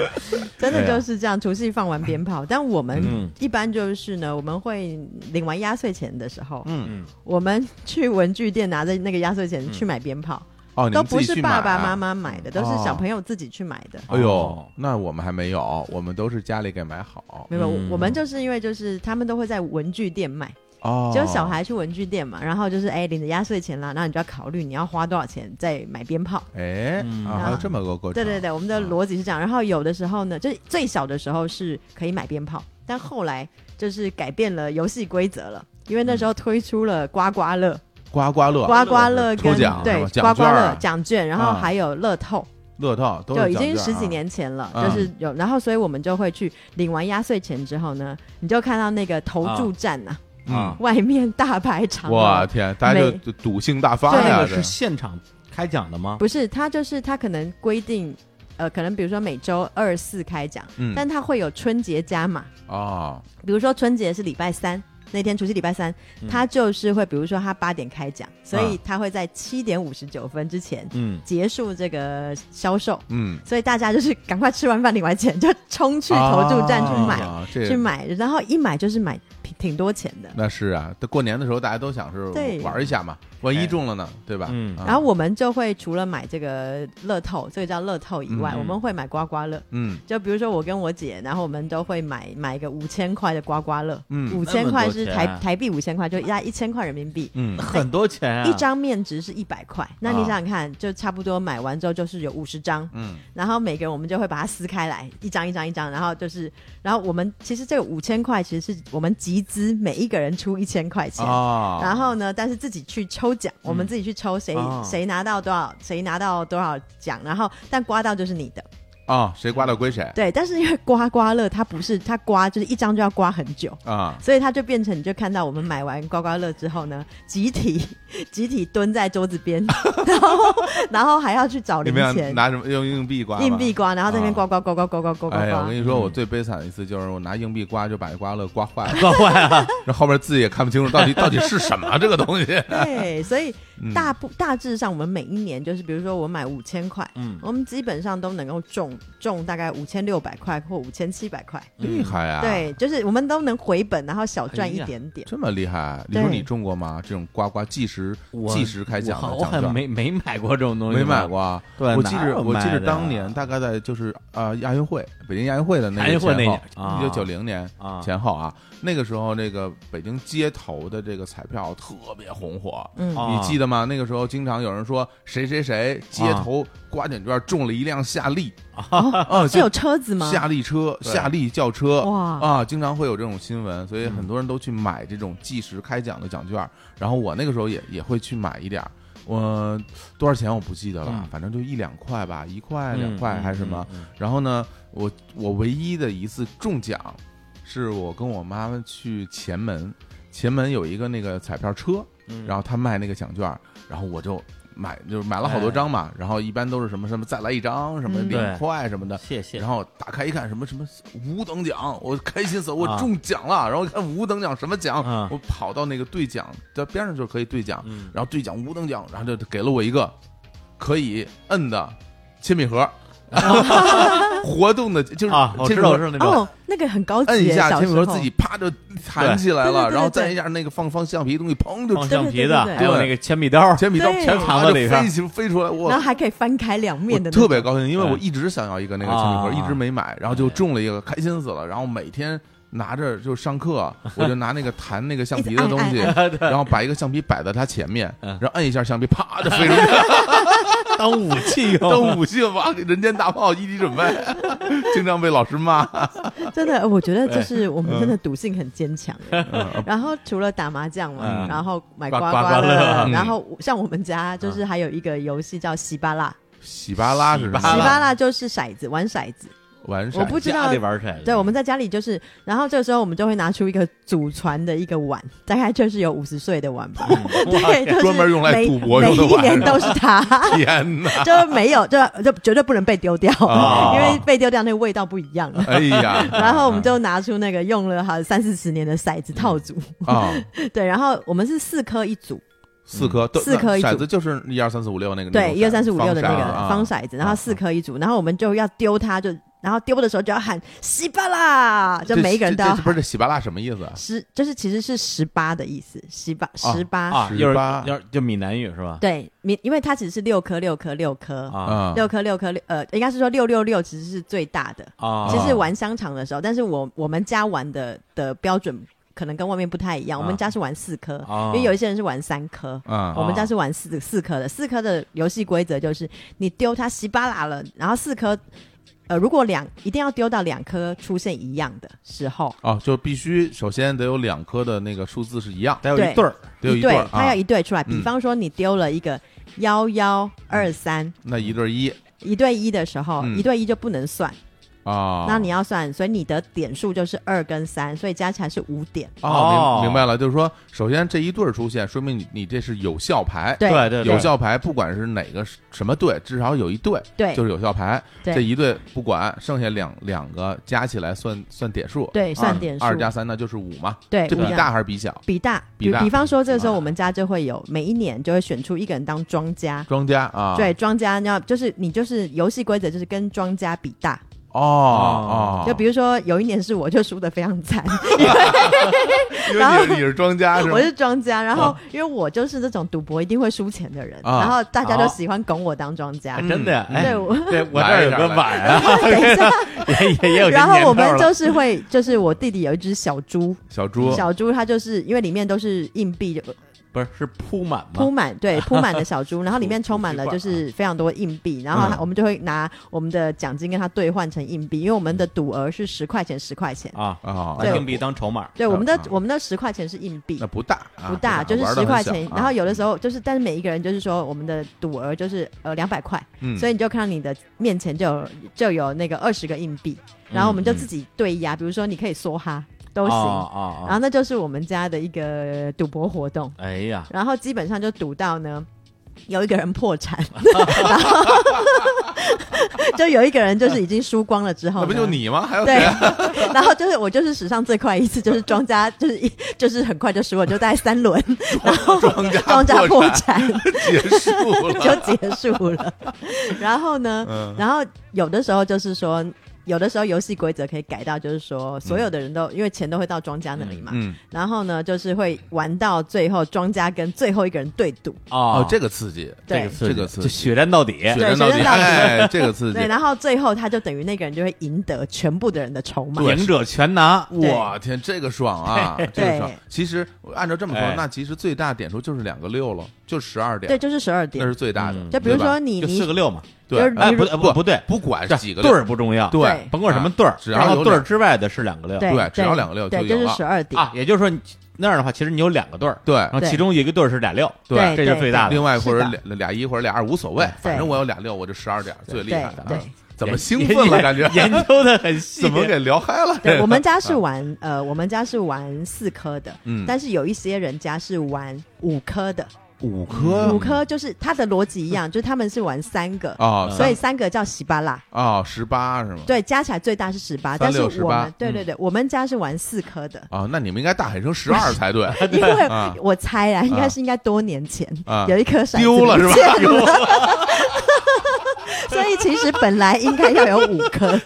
Speaker 3: 真的就是这样，除夕放完鞭炮，但我
Speaker 1: 嗯
Speaker 3: 们一般就是呢，我们会领完压岁钱的时候，
Speaker 1: 嗯，
Speaker 3: 我们去文具店拿着那个压岁钱去买鞭炮，
Speaker 2: 哦，
Speaker 3: [laughs]
Speaker 2: 你
Speaker 3: 都
Speaker 2: 们自
Speaker 3: 不
Speaker 2: 己
Speaker 3: 是
Speaker 2: 去
Speaker 3: 爸
Speaker 2: 买
Speaker 3: 爸
Speaker 2: 啊
Speaker 3: 妈。妈买的，都是
Speaker 2: 哦
Speaker 3: 小朋友自己去买的。
Speaker 2: 哎呦
Speaker 1: 哦，
Speaker 2: 那我们还没有，我们都是家里给买好
Speaker 3: 没有，
Speaker 1: 嗯
Speaker 3: 我们就是因为就是他们都会在文具店买，
Speaker 2: 哦。
Speaker 3: 只有小，孩去文具店嘛，然后就是哎领着压岁钱啦，然后你就要考虑你要花多少钱再买鞭炮。
Speaker 2: 哎
Speaker 1: 嗯，
Speaker 2: 啊，还有这么个过程，
Speaker 3: 对对，对，我们的逻辑是这样。然后有的时候呢，就是最小的时候是可以买鞭炮，但后来就是改变了游戏规则了。因为那时候推出了刮刮乐、
Speaker 2: 刮刮乐、
Speaker 3: 刮刮乐
Speaker 2: 嗯抽
Speaker 3: 跟
Speaker 2: 奖是
Speaker 3: 对
Speaker 2: 吧奖
Speaker 3: 刮
Speaker 2: 券
Speaker 3: 刮
Speaker 2: 儿
Speaker 3: 乐
Speaker 2: 啊
Speaker 3: 奖券，然后
Speaker 2: 啊
Speaker 3: 还有乐透，
Speaker 2: 乐透都
Speaker 3: 就是已
Speaker 2: 奖
Speaker 3: 经
Speaker 2: 券
Speaker 3: 十几
Speaker 2: 啊
Speaker 3: 年前了，
Speaker 2: 嗯
Speaker 3: 就是有。然后所以我们就会去领完压岁钱之后呢，你就看到那个投注站啊，
Speaker 2: 嗯
Speaker 1: 啊，
Speaker 3: [laughs] 外面大排长
Speaker 2: 我
Speaker 3: 龙。
Speaker 2: 天，大家就
Speaker 3: 每
Speaker 2: 就赌性大发
Speaker 3: 对
Speaker 1: 那
Speaker 2: 呀！
Speaker 1: 个
Speaker 2: 这
Speaker 1: 是现场开奖的吗？
Speaker 3: 不是，他就是他可能规定，呃，可能比如说每周二四开奖，
Speaker 2: 嗯
Speaker 3: 但他会有春节加码。
Speaker 2: 哦，
Speaker 3: 比如说春节是礼拜三那天，除夕礼拜三，
Speaker 2: 嗯
Speaker 3: 他就是会，比如说他八点开奖，所
Speaker 2: 啊
Speaker 3: 以他会在七点五十九分之前
Speaker 1: 嗯，
Speaker 3: 结束这个销售，
Speaker 2: 嗯，
Speaker 3: 所以大家就是赶快吃完饭领完钱就冲去投注站去买、
Speaker 2: 啊这
Speaker 3: 去买，然后一买就是买挺挺多钱的。
Speaker 2: 那是啊，这过年的时候大家都想是
Speaker 3: 对
Speaker 2: 玩一下嘛，万一中了呢，对吧？
Speaker 1: 嗯
Speaker 2: 啊
Speaker 3: 然后我们就会除了买这个乐透，这个叫乐透以外，
Speaker 1: 嗯
Speaker 3: 我们会买刮刮乐。
Speaker 2: 嗯
Speaker 3: 就比如说我跟我姐，然后我们都会买买一个五千块的刮刮乐，
Speaker 2: 嗯
Speaker 3: 五千块是台
Speaker 1: 那么多钱
Speaker 3: 台币五千块，就大概一千块人民币。
Speaker 2: 嗯，
Speaker 1: 很多钱啊，
Speaker 3: [laughs] 一
Speaker 1: [laughs]
Speaker 3: 张面值是一百块，那你想想看，就差不多买完之后就是有五十张，
Speaker 2: 嗯，
Speaker 3: 然后每个人我们就会把它撕开来，一张一张一张，然后就是，然后我们其实这个五千块其实是我们集资，每一个人出一千块钱。
Speaker 2: 哦，
Speaker 3: 然后呢？但是自己去抽奖，
Speaker 2: 嗯
Speaker 3: 我们自己去抽谁、
Speaker 2: 啊
Speaker 1: 哦
Speaker 3: 谁拿到多少，谁拿到多少奖，然后但刮到就是你的，
Speaker 2: 啊，谁刮到归谁
Speaker 3: 对。但是因为刮刮乐它不是它刮就是一张就要刮很久，
Speaker 2: 啊，
Speaker 3: 所以它就变成，你就看到我们买完刮刮乐之后呢，集体 [laughs] 集体蹲在桌子
Speaker 2: [laughs]
Speaker 3: 边，然后然后还要去找
Speaker 2: 你
Speaker 3: 零
Speaker 2: 们要
Speaker 3: 钱、
Speaker 2: 拿什么用硬币刮吗？啊
Speaker 3: 硬币刮，然后在那边刮刮刮刮刮刮刮刮嗯
Speaker 2: 哎呀，我
Speaker 3: 刮？
Speaker 2: 跟。你说，我最悲惨的一次就是我拿硬币刮，就把刮刮乐刮坏
Speaker 1: [laughs]
Speaker 2: 了，刮坏了，然后后面字也看不清楚，到底到底是什么这个东西
Speaker 3: 对，所以
Speaker 2: 嗯
Speaker 3: [laughs] 大部大致上，我们每一年就是，比如说我买五千块，
Speaker 1: 嗯
Speaker 3: 我们基本上都能够中中大概五千六百块或五千七百块，
Speaker 2: 厉害啊！，
Speaker 3: 对，就是我们都能回本，然后小赚
Speaker 1: 哎
Speaker 3: 一
Speaker 1: 呀
Speaker 3: 点点。
Speaker 2: 这么厉害，李叔
Speaker 3: 对
Speaker 2: 你中过吗？这种刮刮计时
Speaker 1: 我
Speaker 2: 计时开奖的
Speaker 1: 我
Speaker 2: 奖
Speaker 1: 好
Speaker 2: 券
Speaker 1: 像没 [laughs] 没买过这种东西，
Speaker 2: 没买。过啊？
Speaker 1: 对
Speaker 2: 我记
Speaker 1: 哪有
Speaker 2: 着我记
Speaker 1: 卖
Speaker 2: 着
Speaker 1: 的
Speaker 2: 当
Speaker 1: 呀
Speaker 2: 年大概在就是呃亚运会，北京亚运会的
Speaker 1: 亚
Speaker 2: 那个哦
Speaker 1: 运会那
Speaker 2: 前后
Speaker 1: 年，啊
Speaker 2: 一九九零年
Speaker 1: 啊
Speaker 2: 前后啊，那个时候那个北京街头的这个彩票特别红火。
Speaker 3: 嗯，
Speaker 1: 哦
Speaker 2: 你记得吗？那个时候经常有人说谁谁谁街
Speaker 1: 啊
Speaker 2: 头刮奖券中了一辆夏利啊，
Speaker 3: 是
Speaker 2: 就
Speaker 3: 有车子吗？
Speaker 2: 夏利车、
Speaker 1: 对
Speaker 2: 夏利轿车
Speaker 3: 哇
Speaker 2: 啊，经常会有这种新闻，所以
Speaker 1: 嗯
Speaker 2: 很多人都去买这种计时开奖的奖券。然后我那个时候也也会去买一点儿，我多少钱我不记得了
Speaker 1: 嗯，
Speaker 2: 反正就一两块吧，一块两块还是什么。
Speaker 1: 嗯？嗯嗯
Speaker 2: 然后呢，我我唯一的一次中奖，是我跟我妈妈去前门，前门有一个那个彩票车，
Speaker 1: 嗯
Speaker 2: 然后他卖那个奖券儿，然后我就买，就是买了好多张嘛，然后一般都是什么什么再来一张，什么
Speaker 5: 嗯
Speaker 2: 两
Speaker 1: 哎对
Speaker 2: 块什么的。
Speaker 1: 谢谢
Speaker 2: 然。后打开一看，什么什么五等奖，我开心死了，
Speaker 1: 啊
Speaker 2: 我中奖了。然后看五等奖什么奖
Speaker 1: 啊，
Speaker 2: 我跑到那个兑奖在边上就可以兑奖，
Speaker 1: 嗯，
Speaker 2: 然后兑奖五等奖，然后就给了我一个可以摁的铅
Speaker 1: [laughs]
Speaker 2: 笔盒，活动的就是
Speaker 1: 啊，我知
Speaker 2: 铅笔
Speaker 1: 道
Speaker 2: 盒
Speaker 1: 是那种
Speaker 3: 哦，那个很高级
Speaker 2: 摁
Speaker 3: 耶，
Speaker 2: 一下
Speaker 3: 小
Speaker 2: 铅笔
Speaker 3: 时
Speaker 2: 盒
Speaker 3: 候
Speaker 2: 自己啪就弹起
Speaker 3: 哦
Speaker 2: 来
Speaker 3: 对对对
Speaker 2: 了，
Speaker 3: 对
Speaker 2: 然后
Speaker 3: 对
Speaker 2: 再一下那个放放橡皮东西，砰就
Speaker 1: 放橡皮的，
Speaker 3: 对对对对
Speaker 1: 还有那个铅笔刀，
Speaker 2: 铅笔刀
Speaker 3: 对
Speaker 2: 全
Speaker 1: 藏在里边
Speaker 2: 飞起飞出来，我
Speaker 3: 然后还可以翻开两
Speaker 2: 我
Speaker 3: 面的那种，
Speaker 2: 特别高兴，因为
Speaker 1: 对
Speaker 2: 我一直想要一个那个铅笔盒，
Speaker 1: 啊
Speaker 2: 一直没买，然后就中了一个，开心死了。然后每天拿着就
Speaker 1: [laughs]
Speaker 2: 上课，我就拿那个弹那个橡皮的东西
Speaker 3: 一直，
Speaker 2: 然后把一个橡皮摆在它前面，
Speaker 1: 嗯
Speaker 2: 然后摁一下橡皮，啪就飞出
Speaker 1: [laughs]
Speaker 2: 去，
Speaker 1: [laughs] 当武器用。
Speaker 2: 当武器哇，人间大炮一级准备，经常被老师骂。
Speaker 3: 真的，我觉得就是我们真的赌性很坚强。
Speaker 2: 嗯
Speaker 3: [laughs] 然后除了打麻将嘛，
Speaker 1: 嗯
Speaker 3: 然后买
Speaker 1: 刮
Speaker 3: 刮
Speaker 1: 刮刮乐
Speaker 3: 乐，
Speaker 2: 嗯
Speaker 3: 然后像我们家就是还有一个游戏叫洗巴拉，
Speaker 2: 喜巴拉是什么
Speaker 1: 喜
Speaker 3: 洗
Speaker 1: 巴拉
Speaker 3: 巴拉就是骰子，玩骰子。
Speaker 2: 玩
Speaker 3: 我
Speaker 2: 骰
Speaker 3: 不知道
Speaker 1: 家里玩骰子，
Speaker 3: 对，我们在家里就是，然后这个时候我们就会拿出一个祖传的一个碗，大概就是有五十岁的碗吧，
Speaker 1: 嗯 [laughs]
Speaker 3: 对， [laughs] 就是
Speaker 2: 专门用来
Speaker 3: 每
Speaker 2: 赌博用的
Speaker 3: 每一
Speaker 2: 碗
Speaker 3: 年都是它。 [laughs]
Speaker 2: 天哪！
Speaker 3: 就是没有，就就绝对不能被丢掉，
Speaker 2: 哦
Speaker 3: 因为被丢掉那味道不一样。
Speaker 2: 哎呀，
Speaker 3: 然后我们就拿出那个用了好三四十年的骰子套组，
Speaker 2: 啊，
Speaker 3: 对，然后我们是四颗一组，
Speaker 2: 四颗都
Speaker 3: 嗯四颗一组
Speaker 2: 骰子就是一二三四五六那个那
Speaker 3: 对，
Speaker 2: 种
Speaker 3: 一二三四五
Speaker 2: 骰
Speaker 3: 六的那
Speaker 2: 方
Speaker 3: 个
Speaker 2: 骰啊
Speaker 3: 方骰子，然后四颗一组，然后我们就要丢它，就然后丢的时候就要喊“西巴啦”，就
Speaker 2: 这
Speaker 3: 每一个人
Speaker 2: 这
Speaker 3: 都要
Speaker 2: 这不是这喜巴拉什么意思啊？
Speaker 3: 十，就是其实是十八的意思，十八十八，
Speaker 1: 啊，又是
Speaker 2: 十八
Speaker 1: 又是就闽南语是吧？
Speaker 3: 对，你因为它其实是六颗六颗六颗，
Speaker 1: 啊
Speaker 2: 啊，
Speaker 3: 六颗六颗六，呃，应该是说六六六其实是最大的。
Speaker 1: 啊，
Speaker 3: 其实玩香肠的时候，但是我我们家玩的的标准可能跟外面不太一样，
Speaker 1: 啊
Speaker 3: 我们家是玩四颗，
Speaker 1: 啊
Speaker 3: 因为有一些人是玩三颗。
Speaker 2: 啊
Speaker 3: 我们家是玩四四颗的，四颗的游戏规则就是你丢它稀巴拉了，然后四颗，呃，如果两一定要丢到两颗出现一样的时候，
Speaker 2: 哦，就必须首先得有两颗的那个数字是一样，
Speaker 1: 得有一对儿，
Speaker 2: 得有
Speaker 3: 一
Speaker 2: 对儿
Speaker 3: 它要
Speaker 2: 啊，
Speaker 3: 一对出来。比
Speaker 2: 嗯
Speaker 3: 方说你丢了一个幺幺二三
Speaker 2: 那一对儿一
Speaker 3: 一对一的时候，
Speaker 2: 嗯
Speaker 3: 一对一就不能算，
Speaker 2: 啊。
Speaker 3: 那你要算，所以你的点数就是二跟三，所以加起来是五点。
Speaker 2: 哦，
Speaker 1: 哦
Speaker 2: 明明白了，就是说，首先这一对儿出现，说明你你这是有效牌，
Speaker 3: 对
Speaker 1: 对对，对
Speaker 2: 有效牌，不管是哪个什么队，至少有一队
Speaker 3: 对
Speaker 2: 就是有效牌，
Speaker 3: 对
Speaker 2: 这一队不管，剩下两两个加起来算算点数，
Speaker 3: 对
Speaker 2: 二
Speaker 3: 算点数
Speaker 2: 二加三那就是五嘛，
Speaker 3: 对，
Speaker 2: 这比
Speaker 3: 五点
Speaker 2: 大还是比小？
Speaker 3: 比大，
Speaker 2: 比大嗯
Speaker 3: 比方说这个时候我们家就会有每一年就会选出一个人当庄家。
Speaker 2: 庄家啊，
Speaker 3: 对，庄家要就是你就是游戏规则就是跟庄家比大，
Speaker 2: 哦哦，
Speaker 3: 就比如说有一年是我就输的非常惨，
Speaker 2: 因
Speaker 3: 然后
Speaker 2: 为你你是庄
Speaker 1: 哎
Speaker 2: 家是吗
Speaker 3: [laughs] 我？是庄家，
Speaker 1: 啊
Speaker 3: 然后因为我就是这种赌博一定会输钱的人，
Speaker 2: 啊
Speaker 3: 然后大家
Speaker 1: 哦
Speaker 3: 都喜欢拱我当庄家
Speaker 1: 哎，真的呀，哎 [laughs]
Speaker 3: 对我
Speaker 1: 对我这儿有个碗啊， [laughs] 也也也有些
Speaker 3: 然后我
Speaker 1: 年
Speaker 3: 们
Speaker 1: 头了
Speaker 3: 就是会就是我弟弟有一只小猪，
Speaker 2: 小猪，
Speaker 3: 小猪它就是因为里面都是硬币，就
Speaker 1: 不是是铺满
Speaker 3: 铺
Speaker 1: 吗？[laughs]
Speaker 3: 满对铺满的小猪，然后里面充满了就是非常多硬币，然后
Speaker 1: 嗯
Speaker 3: 它我们就会拿我们的奖金跟它兑换成硬币，因为我们的赌额是十块钱十块钱，
Speaker 1: 啊，
Speaker 2: 啊，
Speaker 1: 拿
Speaker 3: 对
Speaker 1: 硬币当筹码，
Speaker 3: 对我们的
Speaker 2: 啊
Speaker 3: 我们的十块钱是硬币
Speaker 2: 那，不大啊，
Speaker 3: 不大，就是
Speaker 2: 玩得
Speaker 3: 十
Speaker 2: 很
Speaker 3: 块
Speaker 2: 小
Speaker 3: 钱。
Speaker 2: 啊
Speaker 3: 然后有的时候就是，但是每一个人就是说，我们的赌额就是呃两百块，
Speaker 2: 嗯
Speaker 3: 所以你就看到你的面前就有就有那个二十个硬币，
Speaker 2: 嗯
Speaker 3: 然后我们就自己对压，比如说你可以梭哈都
Speaker 2: 哦
Speaker 3: 行，
Speaker 1: 啊啊
Speaker 3: 然
Speaker 1: 啊！
Speaker 3: 后那就是我们家的一个赌博活动，
Speaker 1: 哎呀，
Speaker 3: 然后基本上就赌到呢。有一个人破产， [laughs] 然后 [laughs] 就有一个人就是已经输光了之后，
Speaker 2: 那不就？你吗？还有
Speaker 3: 对
Speaker 2: 谁？，
Speaker 3: 然后就是我就是史上最快一次，就是庄家就是一就是很快就输了，就大概三
Speaker 2: [laughs]
Speaker 3: 轮，然后庄家破产
Speaker 2: 结束
Speaker 3: 就 [laughs]
Speaker 2: 了，
Speaker 3: 结束
Speaker 2: [laughs]
Speaker 3: 了。然后呢，
Speaker 2: 嗯
Speaker 3: 然后有的时候就是说，有的时候游戏规则可以改到，就是说所有的人都因为钱都会到庄家那里嘛，
Speaker 2: 嗯，
Speaker 3: 然后呢就是会玩到最后，庄家跟最后一个人对赌，
Speaker 1: 哦
Speaker 2: 哦，，这个刺激，
Speaker 3: 对
Speaker 1: 刺激
Speaker 2: 这个刺
Speaker 1: 就
Speaker 2: 激
Speaker 1: 血战到底
Speaker 2: 血战到
Speaker 3: 血
Speaker 2: 底，
Speaker 3: 战到底
Speaker 2: 哎，这
Speaker 3: [laughs]
Speaker 2: 个刺激
Speaker 3: 对，，然后最后他就等于那个人就会赢得全部的人的筹码，
Speaker 1: 赢者全拿，
Speaker 3: 对
Speaker 2: 我天，这个
Speaker 3: [laughs]
Speaker 2: 爽啊，这个爽
Speaker 3: 对。
Speaker 2: 其实按照这么
Speaker 1: 哎
Speaker 2: 说，那其实最大点数就是两个六了，就十二
Speaker 3: 对，
Speaker 2: 点，
Speaker 3: 就是十二
Speaker 2: 那
Speaker 3: 点
Speaker 2: 是。最大的
Speaker 1: 嗯。
Speaker 3: 就比如
Speaker 2: 对吧
Speaker 3: 说，你
Speaker 1: 就
Speaker 3: 你
Speaker 1: 四个六嘛，
Speaker 3: 就
Speaker 2: 对
Speaker 3: 是，
Speaker 1: 哎，
Speaker 3: 你
Speaker 1: 不
Speaker 3: 如
Speaker 1: 呃不不对，
Speaker 2: 不管
Speaker 1: 这
Speaker 2: 是哎几个
Speaker 1: 对
Speaker 2: 六，
Speaker 1: 儿不重要，
Speaker 2: 对，啊
Speaker 1: 甭管什么对儿，
Speaker 2: 只要
Speaker 1: 然后
Speaker 2: 有
Speaker 1: 对儿
Speaker 2: 两
Speaker 1: 之外的是两个六，
Speaker 3: 对
Speaker 2: 对只要
Speaker 3: 对
Speaker 2: 两个六就
Speaker 3: 对，就
Speaker 2: 赢
Speaker 3: 是
Speaker 2: 了
Speaker 3: 十二点。
Speaker 1: 啊，也就是说你那样的话，其实你有两个队儿，
Speaker 2: 对
Speaker 1: 然后
Speaker 3: 对
Speaker 1: 其中一个队儿是俩六，
Speaker 2: 对
Speaker 1: 这就是最大的。
Speaker 2: 另外
Speaker 3: 是
Speaker 2: 或者
Speaker 3: 的
Speaker 2: 俩俩一或者俩二无所谓，反正我有俩六，我就十二点最厉害的。
Speaker 3: 对
Speaker 2: 啊
Speaker 3: 对
Speaker 2: 怎么兴奋了？感觉
Speaker 1: 研究的很细，
Speaker 2: [laughs] 怎么给聊嗨了？
Speaker 3: 对，我们家是玩呃，我们家是玩四颗的，
Speaker 2: 啊嗯
Speaker 3: 但是有一些人家是玩五颗的，
Speaker 1: 五颗
Speaker 3: 五颗就是它的逻辑一样，就是他们是玩三个，
Speaker 2: 嗯哦，
Speaker 3: 所以
Speaker 2: 三
Speaker 3: 三个叫喜巴拉，
Speaker 2: 哦十八是吗？
Speaker 3: 嗯对，加起来最大是十八，但是
Speaker 2: 36
Speaker 3: 我
Speaker 2: 18
Speaker 3: 们对对对，我们家是玩四颗
Speaker 2: [laughs]
Speaker 3: 的，
Speaker 2: 啊，那你们应该大喊一声
Speaker 3: [laughs]
Speaker 2: 十二才对
Speaker 3: 因为
Speaker 2: 啊
Speaker 3: 我猜啊，应
Speaker 2: 啊
Speaker 3: 该是应该多年前
Speaker 2: 啊
Speaker 3: 有一颗骰子
Speaker 2: 丢了是吧
Speaker 3: 不
Speaker 2: [laughs]
Speaker 3: 见了 [laughs] 所以其实本来应该要有五
Speaker 2: [laughs]
Speaker 3: 颗，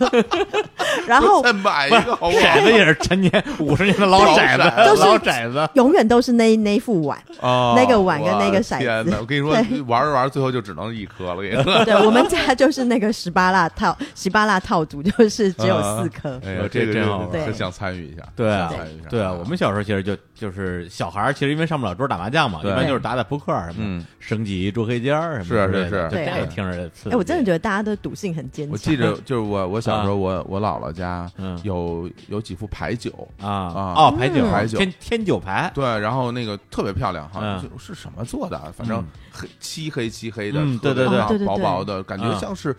Speaker 3: 然后
Speaker 2: 再买一个啊好不
Speaker 1: 骰子也是陈年五十年的老骰
Speaker 2: 老
Speaker 3: 骰
Speaker 1: 子，
Speaker 3: 子
Speaker 1: 老骰子。
Speaker 3: 永远都是那那一副碗。
Speaker 2: 好？
Speaker 3: 那个碗跟那个
Speaker 2: 啊我
Speaker 3: 骰子
Speaker 2: 天哪我跟你说，
Speaker 3: 对
Speaker 2: 玩着玩着最后就只能一颗了，我跟你说。
Speaker 3: 对我们家就是那个十八蜡套，十八蜡套组就是 [laughs] 只有四颗。
Speaker 2: 哎呀，
Speaker 1: 这真
Speaker 2: 个真
Speaker 1: 好玩
Speaker 2: 很
Speaker 3: 对
Speaker 2: 想参与一下。
Speaker 1: 对啊
Speaker 2: 想参与一下，
Speaker 1: 对啊，我们小时候其实就就是小孩儿，其实因为上不了桌打麻将嘛，一
Speaker 2: 对
Speaker 1: 般就是打打扑克儿什么
Speaker 2: 嗯
Speaker 1: 的，升级捉黑尖儿什么之
Speaker 2: 是
Speaker 1: 类的，就
Speaker 2: 是
Speaker 3: 对
Speaker 1: 这
Speaker 3: 啊
Speaker 1: 个听着刺激。
Speaker 3: 哎、我真的觉得大家的赌性很坚强。
Speaker 2: 我记着，就是我我小时候，我我姥姥家
Speaker 1: 啊嗯
Speaker 2: 有有几副牌九，
Speaker 1: 啊
Speaker 2: 啊
Speaker 1: 哦，牌九
Speaker 2: 嗯牌九
Speaker 1: 天天九牌，
Speaker 2: 对，然后那个特别漂亮，好像
Speaker 1: 嗯
Speaker 2: 就是什么做的啊，反正
Speaker 1: 嗯
Speaker 2: 黑漆黑漆黑的，
Speaker 1: 嗯对
Speaker 2: 特别
Speaker 1: 对对
Speaker 2: 大
Speaker 3: 哦对对对
Speaker 2: 薄薄的，感觉
Speaker 1: 嗯
Speaker 2: 像是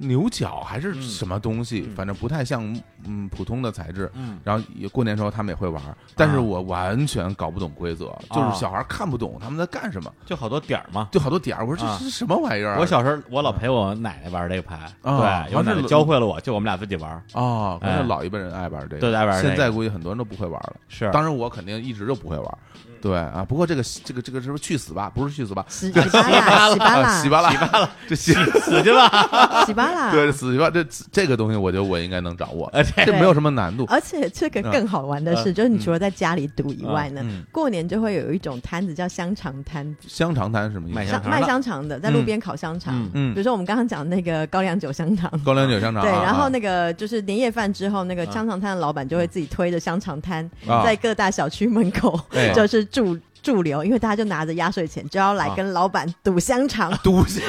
Speaker 2: 牛角还是
Speaker 1: 嗯
Speaker 2: 什么东西，反正不太像嗯普通的材质。
Speaker 1: 嗯，
Speaker 2: 然后也过年时候他们也会玩，但是
Speaker 1: 啊
Speaker 2: 我完全搞不懂规则，就是
Speaker 1: 啊
Speaker 2: 小孩看不懂他们在干什么，
Speaker 1: 就好多点儿嘛。
Speaker 2: 就好多点儿。我说
Speaker 1: 啊
Speaker 2: 这是什么玩意儿啊？
Speaker 1: 我小时候我老陪我奶奶玩这个牌，
Speaker 2: 啊
Speaker 1: 对，我奶
Speaker 2: 好像
Speaker 1: 奶
Speaker 2: 是
Speaker 1: 教会了我，就我们俩自己玩儿，
Speaker 2: 哦，反
Speaker 1: 哎
Speaker 2: 正老一辈人爱玩这个，
Speaker 1: 对爱玩这个
Speaker 2: 现在估计很多人都不会玩了。
Speaker 1: 是嗯
Speaker 2: 当然我肯定一直就不会玩，对啊。不过这个这个这个是不是去死吧？不是去死吧？
Speaker 3: 十十八蜡，十八
Speaker 2: 啊，洗
Speaker 3: 蜡，
Speaker 2: 吧啦，洗吧啦，这洗
Speaker 1: 死去吧！
Speaker 3: 十八蜡。
Speaker 2: [laughs] 对，死吧，这这个东西，我觉得我应该能掌握，
Speaker 1: 而且
Speaker 2: 这没有什么难度。
Speaker 3: 而且这个更好玩的是，就是你除了在家里赌以外呢，
Speaker 2: 嗯，
Speaker 3: 过年就会有一种摊子叫香肠摊子，
Speaker 2: 香肠摊是什么意
Speaker 1: 卖
Speaker 2: 思？
Speaker 1: 香肠
Speaker 3: 卖
Speaker 1: 的
Speaker 3: 香肠的，在路边烤香肠。
Speaker 1: 嗯
Speaker 3: 比
Speaker 2: 嗯，
Speaker 3: 如说我们刚刚讲那个高粱酒香肠，
Speaker 2: 高粱酒香肠啊。
Speaker 3: 对，然后
Speaker 2: 啊
Speaker 3: 那个就是年夜饭之后，那个
Speaker 1: 啊
Speaker 3: 香肠摊的老板就会自己推着香肠摊，
Speaker 2: 啊哎
Speaker 3: 在各大小区门口
Speaker 2: 对
Speaker 3: 就是驻驻留，因为大家就拿着压岁钱就要
Speaker 2: 啊
Speaker 3: 来跟老板赌香
Speaker 2: [laughs]
Speaker 3: 肠，
Speaker 2: 赌香，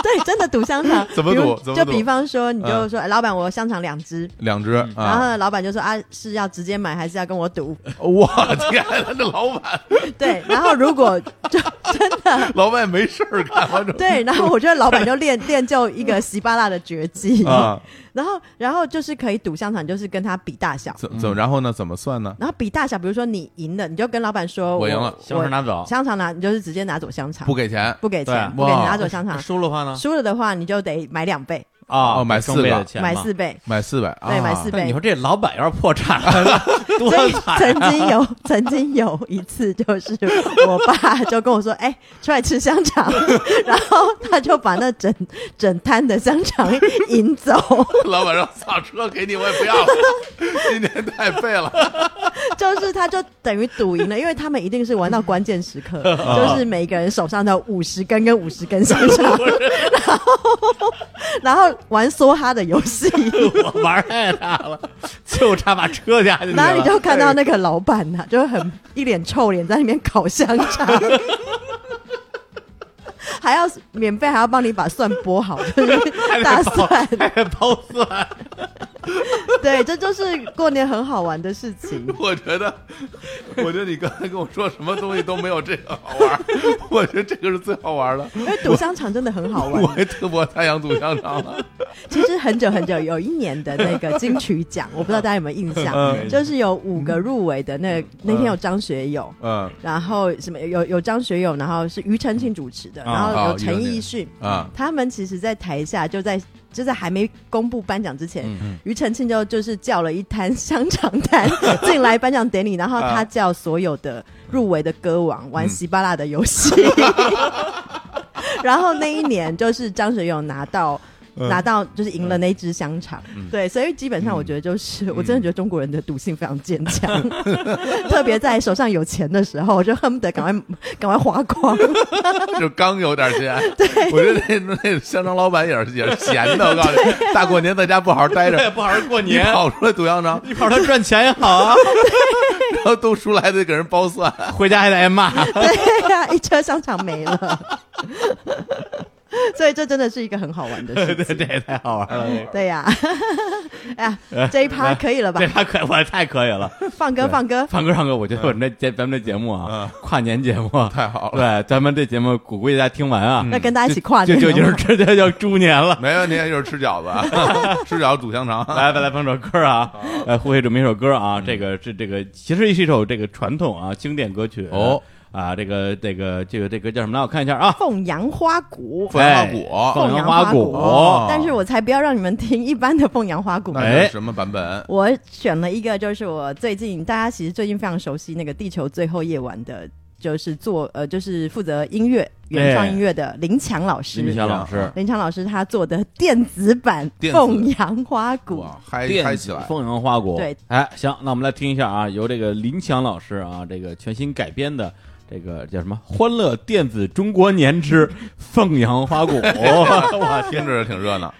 Speaker 3: 对，真的赌香肠。
Speaker 2: 怎么
Speaker 3: 比如
Speaker 2: 赌怎么
Speaker 3: 就
Speaker 2: 赌
Speaker 3: 比方说，你就说，哎老板，我香肠两只。
Speaker 2: 两只
Speaker 3: 然后
Speaker 2: 啊！
Speaker 3: 呢老板就说啊，是要直接买还是要跟我
Speaker 2: [laughs]
Speaker 3: 赌？
Speaker 2: 我天哪，这老板，
Speaker 3: 对，然后如果就 [laughs] 真的
Speaker 2: 老板也没事儿干，反正
Speaker 3: 对，然后我觉得老板就练 [laughs] 练就一个喜巴拉的绝技，
Speaker 2: 啊，
Speaker 3: 然后然后就是可以赌香肠，就是跟他比大小，
Speaker 2: 怎怎然后呢？怎么算呢？
Speaker 3: 然后比大小，比如说你赢了，你就跟老板说
Speaker 2: 我赢了
Speaker 1: 香肠拿走，
Speaker 3: 香肠拿，你就是直接拿走香肠，
Speaker 2: 不给钱
Speaker 3: 不给钱，
Speaker 1: 对啊
Speaker 3: 不给
Speaker 2: 哇
Speaker 3: 拿走
Speaker 1: [laughs]
Speaker 3: 香肠。
Speaker 1: 输了的话呢？
Speaker 3: 输了的话，你就得买两倍，
Speaker 1: 啊
Speaker 2: 哦买
Speaker 1: 双
Speaker 2: 四
Speaker 1: 倍
Speaker 2: 个
Speaker 1: 的钱嘛
Speaker 3: 买四倍。
Speaker 2: 买四百，啊
Speaker 3: 对买四
Speaker 1: 但
Speaker 3: 倍
Speaker 1: 你说这老板要是破产
Speaker 3: [laughs]
Speaker 1: 了，多
Speaker 3: 所以
Speaker 1: 惨啊
Speaker 3: 曾经有 [laughs] 曾经有一次，就是我爸就跟我说：“哎，出来吃香肠。” [laughs] 然后他就把那整整摊的香肠 [laughs] 引走，
Speaker 2: 老板说：“操，车给你我也不要了，今年太背了。
Speaker 3: [laughs] 就是他就等于赌赢了，因为他们一定是玩到关键时 [laughs] 刻，就是每个人手上都有五十根跟五十根香肠，然后然后玩梭哈的游戏，
Speaker 1: [laughs] 我玩太大了，就差把车压进去了。
Speaker 3: 然后你就看到那个老板呐、就是很一脸臭脸在那边烤香肠， [laughs] 还要免费还要帮你把蒜剥好，就是大蒜。
Speaker 1: [laughs] 还包蒜，
Speaker 3: 对，这就是过年很好玩的事情。
Speaker 2: 我觉得，我觉得你刚才跟我说什么东西都没有这个好玩儿，我觉得这个是最好玩儿的。
Speaker 3: 因为哎赌香肠真的很好
Speaker 2: 我
Speaker 3: 玩。
Speaker 2: 还特我太想赌香肠了，
Speaker 3: 其实很久很久有一年的那个金曲奖，我不知道大家有没有印象，就是有五个入围的那那天有张学友。
Speaker 2: 嗯
Speaker 3: 然后什么有有张学友，然后是庾澄庆主持的，然后
Speaker 2: 哦
Speaker 3: 嗯有陈奕迅，
Speaker 2: 啊
Speaker 3: 他们其实，在台下就在就在还没公布颁奖之前，
Speaker 2: 嗯
Speaker 3: 庾澄庆就就是叫了一摊香肠摊 [laughs] 进来颁奖典礼，然后他叫所有的入围的歌王
Speaker 2: 嗯
Speaker 3: 玩西巴拉的游
Speaker 2: [laughs]
Speaker 3: 戏，然后那一年就是张学友拿到。
Speaker 2: 嗯
Speaker 3: 拿到就是赢了那只香肠，对，所以基本上我觉得就是，
Speaker 2: 嗯
Speaker 3: 我真的觉得中国人的赌性非常坚强，
Speaker 2: [laughs]
Speaker 3: 特别在手上有钱的时候，就恨不得赶快赶快花光。
Speaker 2: 就刚有点钱。我觉得那那香肠老板也是也是闲的，我告诉你，大过年在家不好好
Speaker 1: 我
Speaker 2: 待
Speaker 1: 也
Speaker 2: 着，
Speaker 1: 不好好过
Speaker 2: 你
Speaker 1: 年。
Speaker 2: 跑出来赌香肠，
Speaker 1: 你跑他赚钱也好啊，
Speaker 2: 然后都出来还得给人包蒜。 [laughs]
Speaker 1: 回家还得挨骂。 [laughs]
Speaker 3: 对呀、一车香肠没了。所以这真的是一个很好玩的事
Speaker 1: 这
Speaker 3: 情。
Speaker 1: 也太好玩了，这个
Speaker 3: 对呀， [laughs] 哎呀，这一趴可以了吧
Speaker 1: 这？他可我太可以了，
Speaker 3: 放歌，
Speaker 1: 对
Speaker 3: 放歌，
Speaker 1: 胖哥胖哥，我觉得我们这节咱们这节目啊，跨年节目
Speaker 2: 嗯太好了，嗯
Speaker 1: 对，咱们这节目估计大家听完啊，
Speaker 3: 要跟大家一起跨
Speaker 1: 就
Speaker 3: 年
Speaker 1: 就
Speaker 3: 了
Speaker 1: 已经是 [laughs]
Speaker 3: 吗。
Speaker 1: 这就叫猪年了。
Speaker 2: 没问题，就是吃饺子 [laughs] 啊，吃饺子煮香肠，
Speaker 1: 来，来，来，放首歌啊！
Speaker 2: 嗯
Speaker 1: 呃，互惠准备一首歌啊，这个是这个，其实是一首这个传统啊经典歌曲
Speaker 2: 哦
Speaker 1: 啊，这个这个这个这个叫什么来？我看一下啊，
Speaker 3: 凤阳花鼓，
Speaker 2: 凤阳花鼓
Speaker 1: 凤
Speaker 3: 阳
Speaker 1: 阳
Speaker 3: 花
Speaker 1: 花
Speaker 3: 鼓
Speaker 2: 哦
Speaker 3: 但是我才不要让你们听一般的凤阳花鼓。
Speaker 1: 哎
Speaker 2: 那是什么版本？
Speaker 3: 我选了一个，就是我最近大家其实最近非常熟悉那个《地球最后夜晚》的，就是做呃，就是负责音乐原创音乐的林强老师。
Speaker 1: 哎林强老师，
Speaker 3: 林强老师他做的电子版
Speaker 2: 电
Speaker 3: 《
Speaker 2: 子
Speaker 3: 凤阳花鼓》，
Speaker 2: 哇，嗨
Speaker 1: 电
Speaker 2: 嗨起来！
Speaker 1: 凤阳花鼓。
Speaker 3: 对，
Speaker 1: 哎，行，那我们来听一下啊，由这个林强老师啊，这个全新改编的这个叫什么《欢乐电子中国年之凤阳花鼓》。
Speaker 2: 哇，听着挺热闹。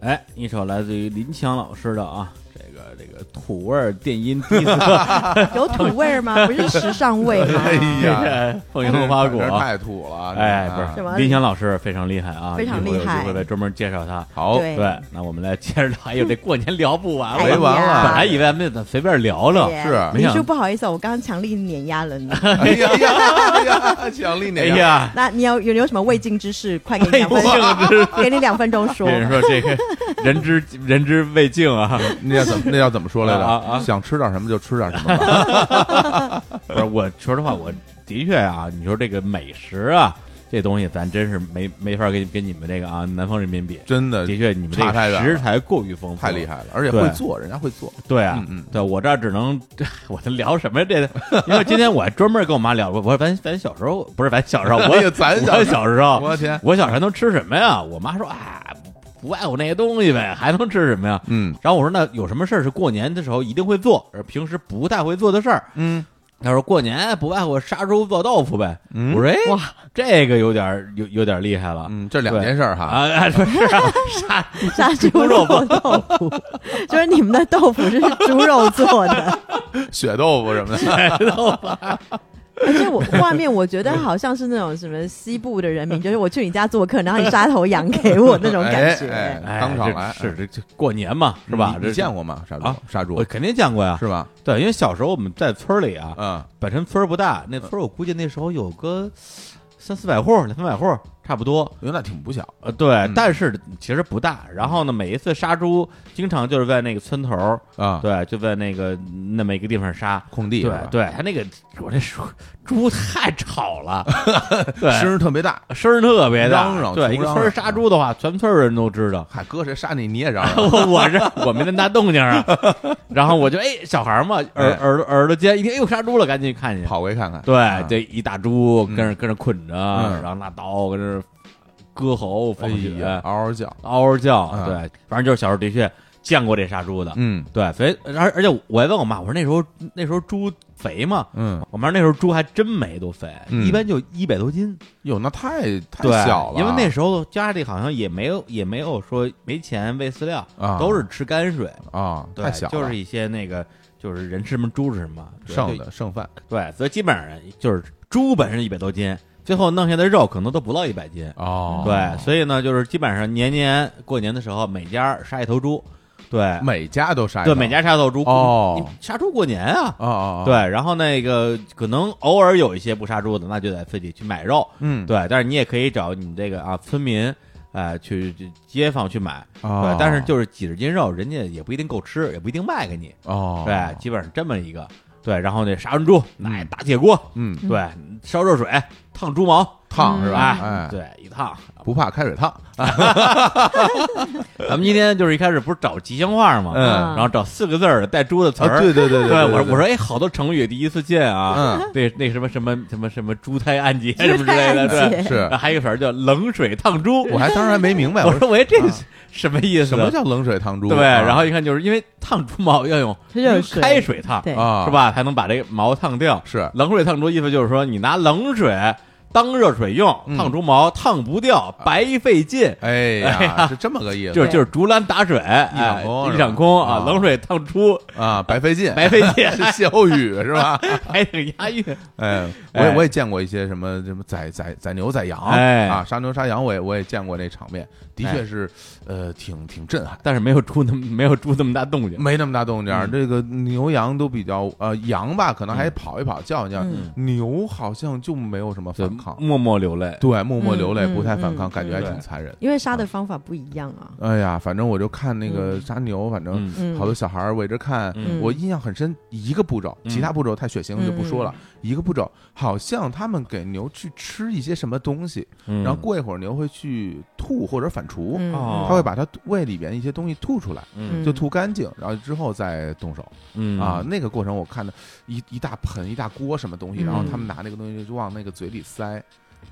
Speaker 1: 哎，一首来自于林强老师的啊，这个这个土味儿电音第四
Speaker 3: 有土味儿
Speaker 2: [laughs]
Speaker 3: 吗？不是时尚味吗？
Speaker 2: 哎 [laughs] 呀，
Speaker 1: 凤阳花鼓
Speaker 2: 这
Speaker 1: 啊。
Speaker 2: 太土了啊！
Speaker 1: 哎，
Speaker 2: 这
Speaker 1: 不
Speaker 3: 什
Speaker 1: 是
Speaker 3: 么
Speaker 1: 林强老师非常厉害啊，
Speaker 3: 非常厉害
Speaker 1: 一会儿有机会再专门介绍他。
Speaker 2: 好，
Speaker 3: 对
Speaker 1: 对，那我们来接着聊，哎呦，这过年聊不完
Speaker 3: 哎
Speaker 2: 没
Speaker 3: 呀
Speaker 1: 了，
Speaker 2: 完了
Speaker 1: 本来以为咱们随便聊聊，
Speaker 3: 哎呀
Speaker 2: 啊是啊
Speaker 1: 没
Speaker 3: 李
Speaker 1: 想
Speaker 3: 叔不好意思哦，我刚刚强力碾压了你。
Speaker 2: 哎呀哎呀哎呀，奖励你！
Speaker 1: 哎，呀，
Speaker 3: 那你有有有什么未尽之事？快给你两分
Speaker 1: 未
Speaker 2: 哎
Speaker 1: [laughs] 尽之
Speaker 3: 钟，给你两分钟说
Speaker 1: 别。人说这个人之人之未竟啊，
Speaker 2: 那要怎么那要怎么说来
Speaker 1: 啊啊啊
Speaker 2: 着？想吃点什么就吃点什么吧。
Speaker 1: 不是，我说实话，我的确啊，你说这个美食啊，这东西咱真是没没法跟跟你们这个啊南方人民比，
Speaker 2: 真的
Speaker 1: 的确你们这
Speaker 2: 差太
Speaker 1: 个
Speaker 2: 远
Speaker 1: 食材过于丰富，
Speaker 2: 太厉
Speaker 1: 害。
Speaker 2: 害了，而且
Speaker 1: 对
Speaker 2: 会做，人家会做。
Speaker 1: 对啊，
Speaker 2: 嗯嗯
Speaker 1: 对我这儿只能 [laughs] 我在聊什么呀？这个， [laughs] 因为今天我还专门跟我妈聊过，我说咱咱小时候不是咱小
Speaker 2: [laughs]
Speaker 1: 时候，
Speaker 2: 哎呀
Speaker 1: 我
Speaker 2: 咱小时候
Speaker 1: 我小时候，
Speaker 2: 我的天，
Speaker 1: 我小时候能吃什么呀？我妈说啊，不外乎那些东西呗，还能吃什么呀？
Speaker 2: 嗯
Speaker 1: 然后我说那有什么事儿是过年的时候一定会做，而平时不太会做的事儿？
Speaker 2: 嗯，
Speaker 1: 她说过年不外乎杀猪做豆腐呗。
Speaker 2: 嗯
Speaker 1: 我说哎，哇，这个有点儿有有点儿厉害了。
Speaker 2: 嗯，这两件事儿哈，
Speaker 1: 啊，啊不是 [laughs] 啊，杀
Speaker 3: 杀 [laughs] 猪肉
Speaker 2: [laughs]
Speaker 3: 做豆腐，就是你们的豆腐是猪肉做的。
Speaker 2: 血豆腐什么
Speaker 1: [laughs]
Speaker 2: 的，
Speaker 3: 而且我画面我觉得好像是那种什么西部的人民，就是我去你家做客，然后你杀头羊给我那种感觉。
Speaker 2: 哎
Speaker 1: 哎
Speaker 2: 当场
Speaker 1: 这
Speaker 2: 来
Speaker 1: 是这这过年嘛，是吧？
Speaker 2: 嗯你
Speaker 1: 这
Speaker 2: 你见过吗？杀猪
Speaker 1: 啊，
Speaker 2: 杀
Speaker 1: 我
Speaker 2: 猪
Speaker 1: 肯定见过呀。
Speaker 2: 是吧？
Speaker 1: 对，因为小时候我们在村儿里啊，
Speaker 2: 嗯，
Speaker 1: 本身村儿不大，那村儿我估计那时候有个三四百户儿，两三百户儿差不多。
Speaker 2: 因为那挺不小，
Speaker 1: 呃，
Speaker 2: 嗯
Speaker 1: 对，但是其实不大。然后呢，每一次杀猪，经常就是在那个村头儿，
Speaker 2: 啊，
Speaker 1: 对，就在那个那么一个地方杀。
Speaker 2: 空地
Speaker 1: 对
Speaker 2: 是吧
Speaker 1: 对，他那个我这说猪太吵
Speaker 2: [laughs]
Speaker 1: 了，对，
Speaker 2: 声儿特别大，
Speaker 1: 声儿特别大，
Speaker 2: 嚷嚷
Speaker 1: 对，一
Speaker 2: 穷
Speaker 1: 个
Speaker 2: 嚷
Speaker 1: 村儿
Speaker 2: 嚷啊
Speaker 1: 杀猪的话，全村儿人都知道。 [laughs]
Speaker 2: 嗨，哥谁杀你你也嚷嚷，
Speaker 1: 我我这我没那么大动静
Speaker 2: [laughs]
Speaker 1: 啊，然后我就哎，小孩儿嘛，耳
Speaker 2: 哎
Speaker 1: 耳朵耳朵尖一听，哎呦杀猪了，赶紧看去。
Speaker 2: 跑过去看看。啊
Speaker 1: 对，这一大猪跟着跟着捆着，
Speaker 2: 嗯
Speaker 1: 然后拿刀跟着割喉
Speaker 2: 哎
Speaker 1: 放血，
Speaker 2: 呀，嗷嗷叫，
Speaker 1: 嗷嗷叫。
Speaker 2: 啊
Speaker 1: 对，反正就是小时候的确见过这杀猪的。
Speaker 2: 嗯
Speaker 1: 对，所以而而且我还问我妈，我说那时候那时候猪肥吗？
Speaker 2: 嗯，
Speaker 1: 我妈说那时候猪还真没多肥，
Speaker 2: 嗯
Speaker 1: 一般就一百多斤。
Speaker 2: 哟，那太太
Speaker 1: 对，
Speaker 2: 小了，
Speaker 1: 因为那时候家里好像也没有也没有说没钱喂饲料，
Speaker 2: 啊
Speaker 1: 都是吃泔水，
Speaker 2: 啊
Speaker 1: 对
Speaker 2: 太小了，
Speaker 1: 就是一些那个就是人吃什么猪吃什么对
Speaker 2: 剩
Speaker 1: 就
Speaker 2: 的剩饭
Speaker 1: 对，所以基本上就是猪本身一百多斤，最后弄下来肉可能都不到一百斤。
Speaker 2: 哦
Speaker 1: 对，所以呢，就是基本上年年过年的时候，每家杀一头猪，对，
Speaker 2: 每家都杀一
Speaker 1: 对，
Speaker 2: 头
Speaker 1: 每家杀一头猪
Speaker 2: 哦
Speaker 1: 你杀猪过年啊。
Speaker 2: 哦哦，哦，
Speaker 1: 对，然后那个可能偶尔有一些不杀猪的，那就得自己去买肉。
Speaker 2: 嗯，
Speaker 1: 对，但是你也可以找你这个啊村民，呃，去去街坊去买。
Speaker 2: 哦
Speaker 1: 对，但是就是几十斤肉，人家也不一定够吃，也不一定卖给你。
Speaker 2: 哦，
Speaker 1: 对，，基本上这么一个。对，然后那杀完猪，拿一大铁锅，
Speaker 2: 嗯，
Speaker 1: 对，烧热水烫猪毛，
Speaker 2: 烫是吧？
Speaker 1: 哎
Speaker 2: 哎，，
Speaker 1: 对，一烫。
Speaker 2: 不怕开水烫，
Speaker 1: 咱们今天就是一开始不是找吉祥话吗？
Speaker 2: 嗯
Speaker 1: 然后找四个字儿的带猪的词儿。
Speaker 2: 啊对对对
Speaker 1: 对
Speaker 2: 对，
Speaker 1: 我说我说，哎，好多成语第一次见啊。
Speaker 2: 嗯
Speaker 1: 对，那什么什么什么什么猪胎暗结
Speaker 3: 胎
Speaker 1: 什么之类的，
Speaker 3: 暗
Speaker 1: 对，
Speaker 3: 结
Speaker 2: 是
Speaker 1: 然后还有一个词儿叫冷水烫猪。
Speaker 2: 我还当时还没明白，我
Speaker 1: 哎我
Speaker 2: 说
Speaker 1: 说我这是什么意思？
Speaker 2: 什么叫冷水烫猪？
Speaker 1: 对，
Speaker 2: 啊
Speaker 1: 然后一看就是因为烫猪毛要用
Speaker 3: 热水
Speaker 1: 开水烫，
Speaker 3: 对
Speaker 2: 啊，
Speaker 1: 是？吧？才能把这个毛烫掉。
Speaker 2: 是
Speaker 1: 冷水烫猪意思就是说，你拿冷水当热水用，
Speaker 2: 嗯啊
Speaker 1: 烫猪毛烫不掉，白费劲。
Speaker 2: 哎呀，是这么个意思，
Speaker 1: 就是
Speaker 3: 对
Speaker 1: 就是竹篮打水，一
Speaker 2: 场空是吧
Speaker 1: 一场空啊
Speaker 2: 啊！
Speaker 1: 冷水烫猪，
Speaker 2: 啊，白费劲，，
Speaker 1: 白费劲
Speaker 2: 是歇后语是吧？
Speaker 1: 还挺押韵。 [laughs]
Speaker 2: 哎，我
Speaker 1: 哎
Speaker 2: 也我也见过一些什么什么宰宰宰牛宰羊，
Speaker 1: 哎
Speaker 2: 啊，杀牛杀羊，我也我也见过那场面，的
Speaker 1: 哎
Speaker 2: 确是，呃，挺挺震撼。
Speaker 1: 但是没有猪那么没有猪那么大动静。
Speaker 2: 没那么大动静儿，
Speaker 1: 嗯
Speaker 2: 这个牛羊都比较呃，羊吧可能还跑一跑叫一叫，
Speaker 3: 嗯
Speaker 2: 牛好像就没有什么
Speaker 1: 对
Speaker 2: 反抗，
Speaker 1: 默默流泪。
Speaker 2: 对，默默流泪，
Speaker 3: 嗯
Speaker 2: 不太反抗，
Speaker 3: 嗯
Speaker 2: 感觉还
Speaker 1: 嗯
Speaker 2: 挺残忍。
Speaker 3: 因为杀的方法不一样啊。
Speaker 2: 哎呀，反正我就看那个杀牛，反正
Speaker 1: 嗯
Speaker 3: 嗯，
Speaker 2: 好多小孩儿围着看，
Speaker 1: 嗯
Speaker 2: 我印象很深，一个步骤，
Speaker 1: 嗯
Speaker 2: 其他步骤太血腥了就不说了。
Speaker 3: 嗯
Speaker 2: 一个步骤，好像他们给牛去吃一些什么东西，
Speaker 1: 嗯
Speaker 2: 然后过一会儿牛会去吐或者反刍，
Speaker 3: 嗯
Speaker 1: 哦
Speaker 2: 它会把它胃里边一些东西吐出来，
Speaker 1: 嗯
Speaker 2: 就吐干净，然后之后再动手
Speaker 1: 嗯
Speaker 2: 啊。那个过程我看的一一大盆一大锅什么东西，
Speaker 3: 嗯
Speaker 2: 然后他们拿那个东西就往那个嘴里塞。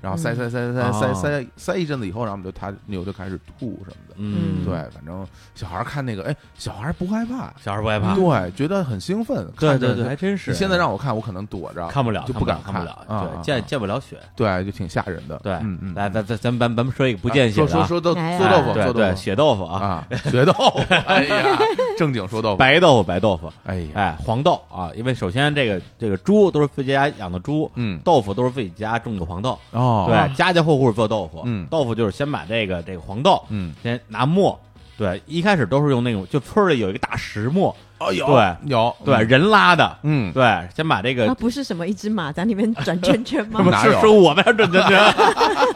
Speaker 2: 然后塞
Speaker 3: 嗯
Speaker 2: 塞塞塞
Speaker 1: 哦
Speaker 2: 塞塞塞一阵子以后，然后我们就它牛就开始吐什么的。
Speaker 1: 嗯，
Speaker 2: 对，反正小孩儿看那个，哎，小孩儿不害怕，
Speaker 1: 小孩不害怕。
Speaker 2: 对，觉得很兴奋。
Speaker 1: 对
Speaker 2: 看
Speaker 1: 对
Speaker 2: 着
Speaker 1: 对，还真是。啊
Speaker 2: 你现在让我看，我可能躲着，
Speaker 1: 看不了，
Speaker 2: 就不敢
Speaker 1: 看不了，
Speaker 2: 看
Speaker 1: 看不了
Speaker 2: 啊
Speaker 1: 对，见
Speaker 2: 啊
Speaker 1: 见不了血。
Speaker 2: 对，就挺吓人的。
Speaker 1: 对，
Speaker 2: 嗯嗯，
Speaker 1: 来，咱咱咱们咱咱们说一个不见血
Speaker 2: 说
Speaker 1: 的
Speaker 2: 说
Speaker 1: 啊，
Speaker 2: 说豆
Speaker 3: 哎呀
Speaker 2: 做豆腐，
Speaker 1: 对
Speaker 2: 做
Speaker 1: 对，
Speaker 2: 豆腐
Speaker 1: 血豆腐啊，
Speaker 2: 啊，学豆
Speaker 1: [laughs]
Speaker 2: 腐，哎呀，正经说豆腐，
Speaker 1: 白豆腐白豆腐，
Speaker 2: 哎呀，
Speaker 1: 哎，黄豆啊，因为首先这个这个猪都是自己家养的猪，
Speaker 2: 嗯，
Speaker 1: 豆腐都是自己家种的黄豆，
Speaker 2: 哦，
Speaker 1: 对，家家户户做豆腐，
Speaker 2: 嗯
Speaker 1: 豆腐就是先把这个这个黄豆
Speaker 2: 嗯，
Speaker 1: 先拿磨，对，一开始都是用那种就村儿里有一个大石磨，
Speaker 2: 哦有
Speaker 1: 对
Speaker 2: 有
Speaker 1: 对，，人拉的，
Speaker 2: 嗯，
Speaker 1: 对，先把这个
Speaker 3: 啊，不是什么一只马在那边转圈圈吗
Speaker 2: 什？么 [laughs] 哪
Speaker 1: 是
Speaker 2: 有
Speaker 1: 说我们要转圈圈，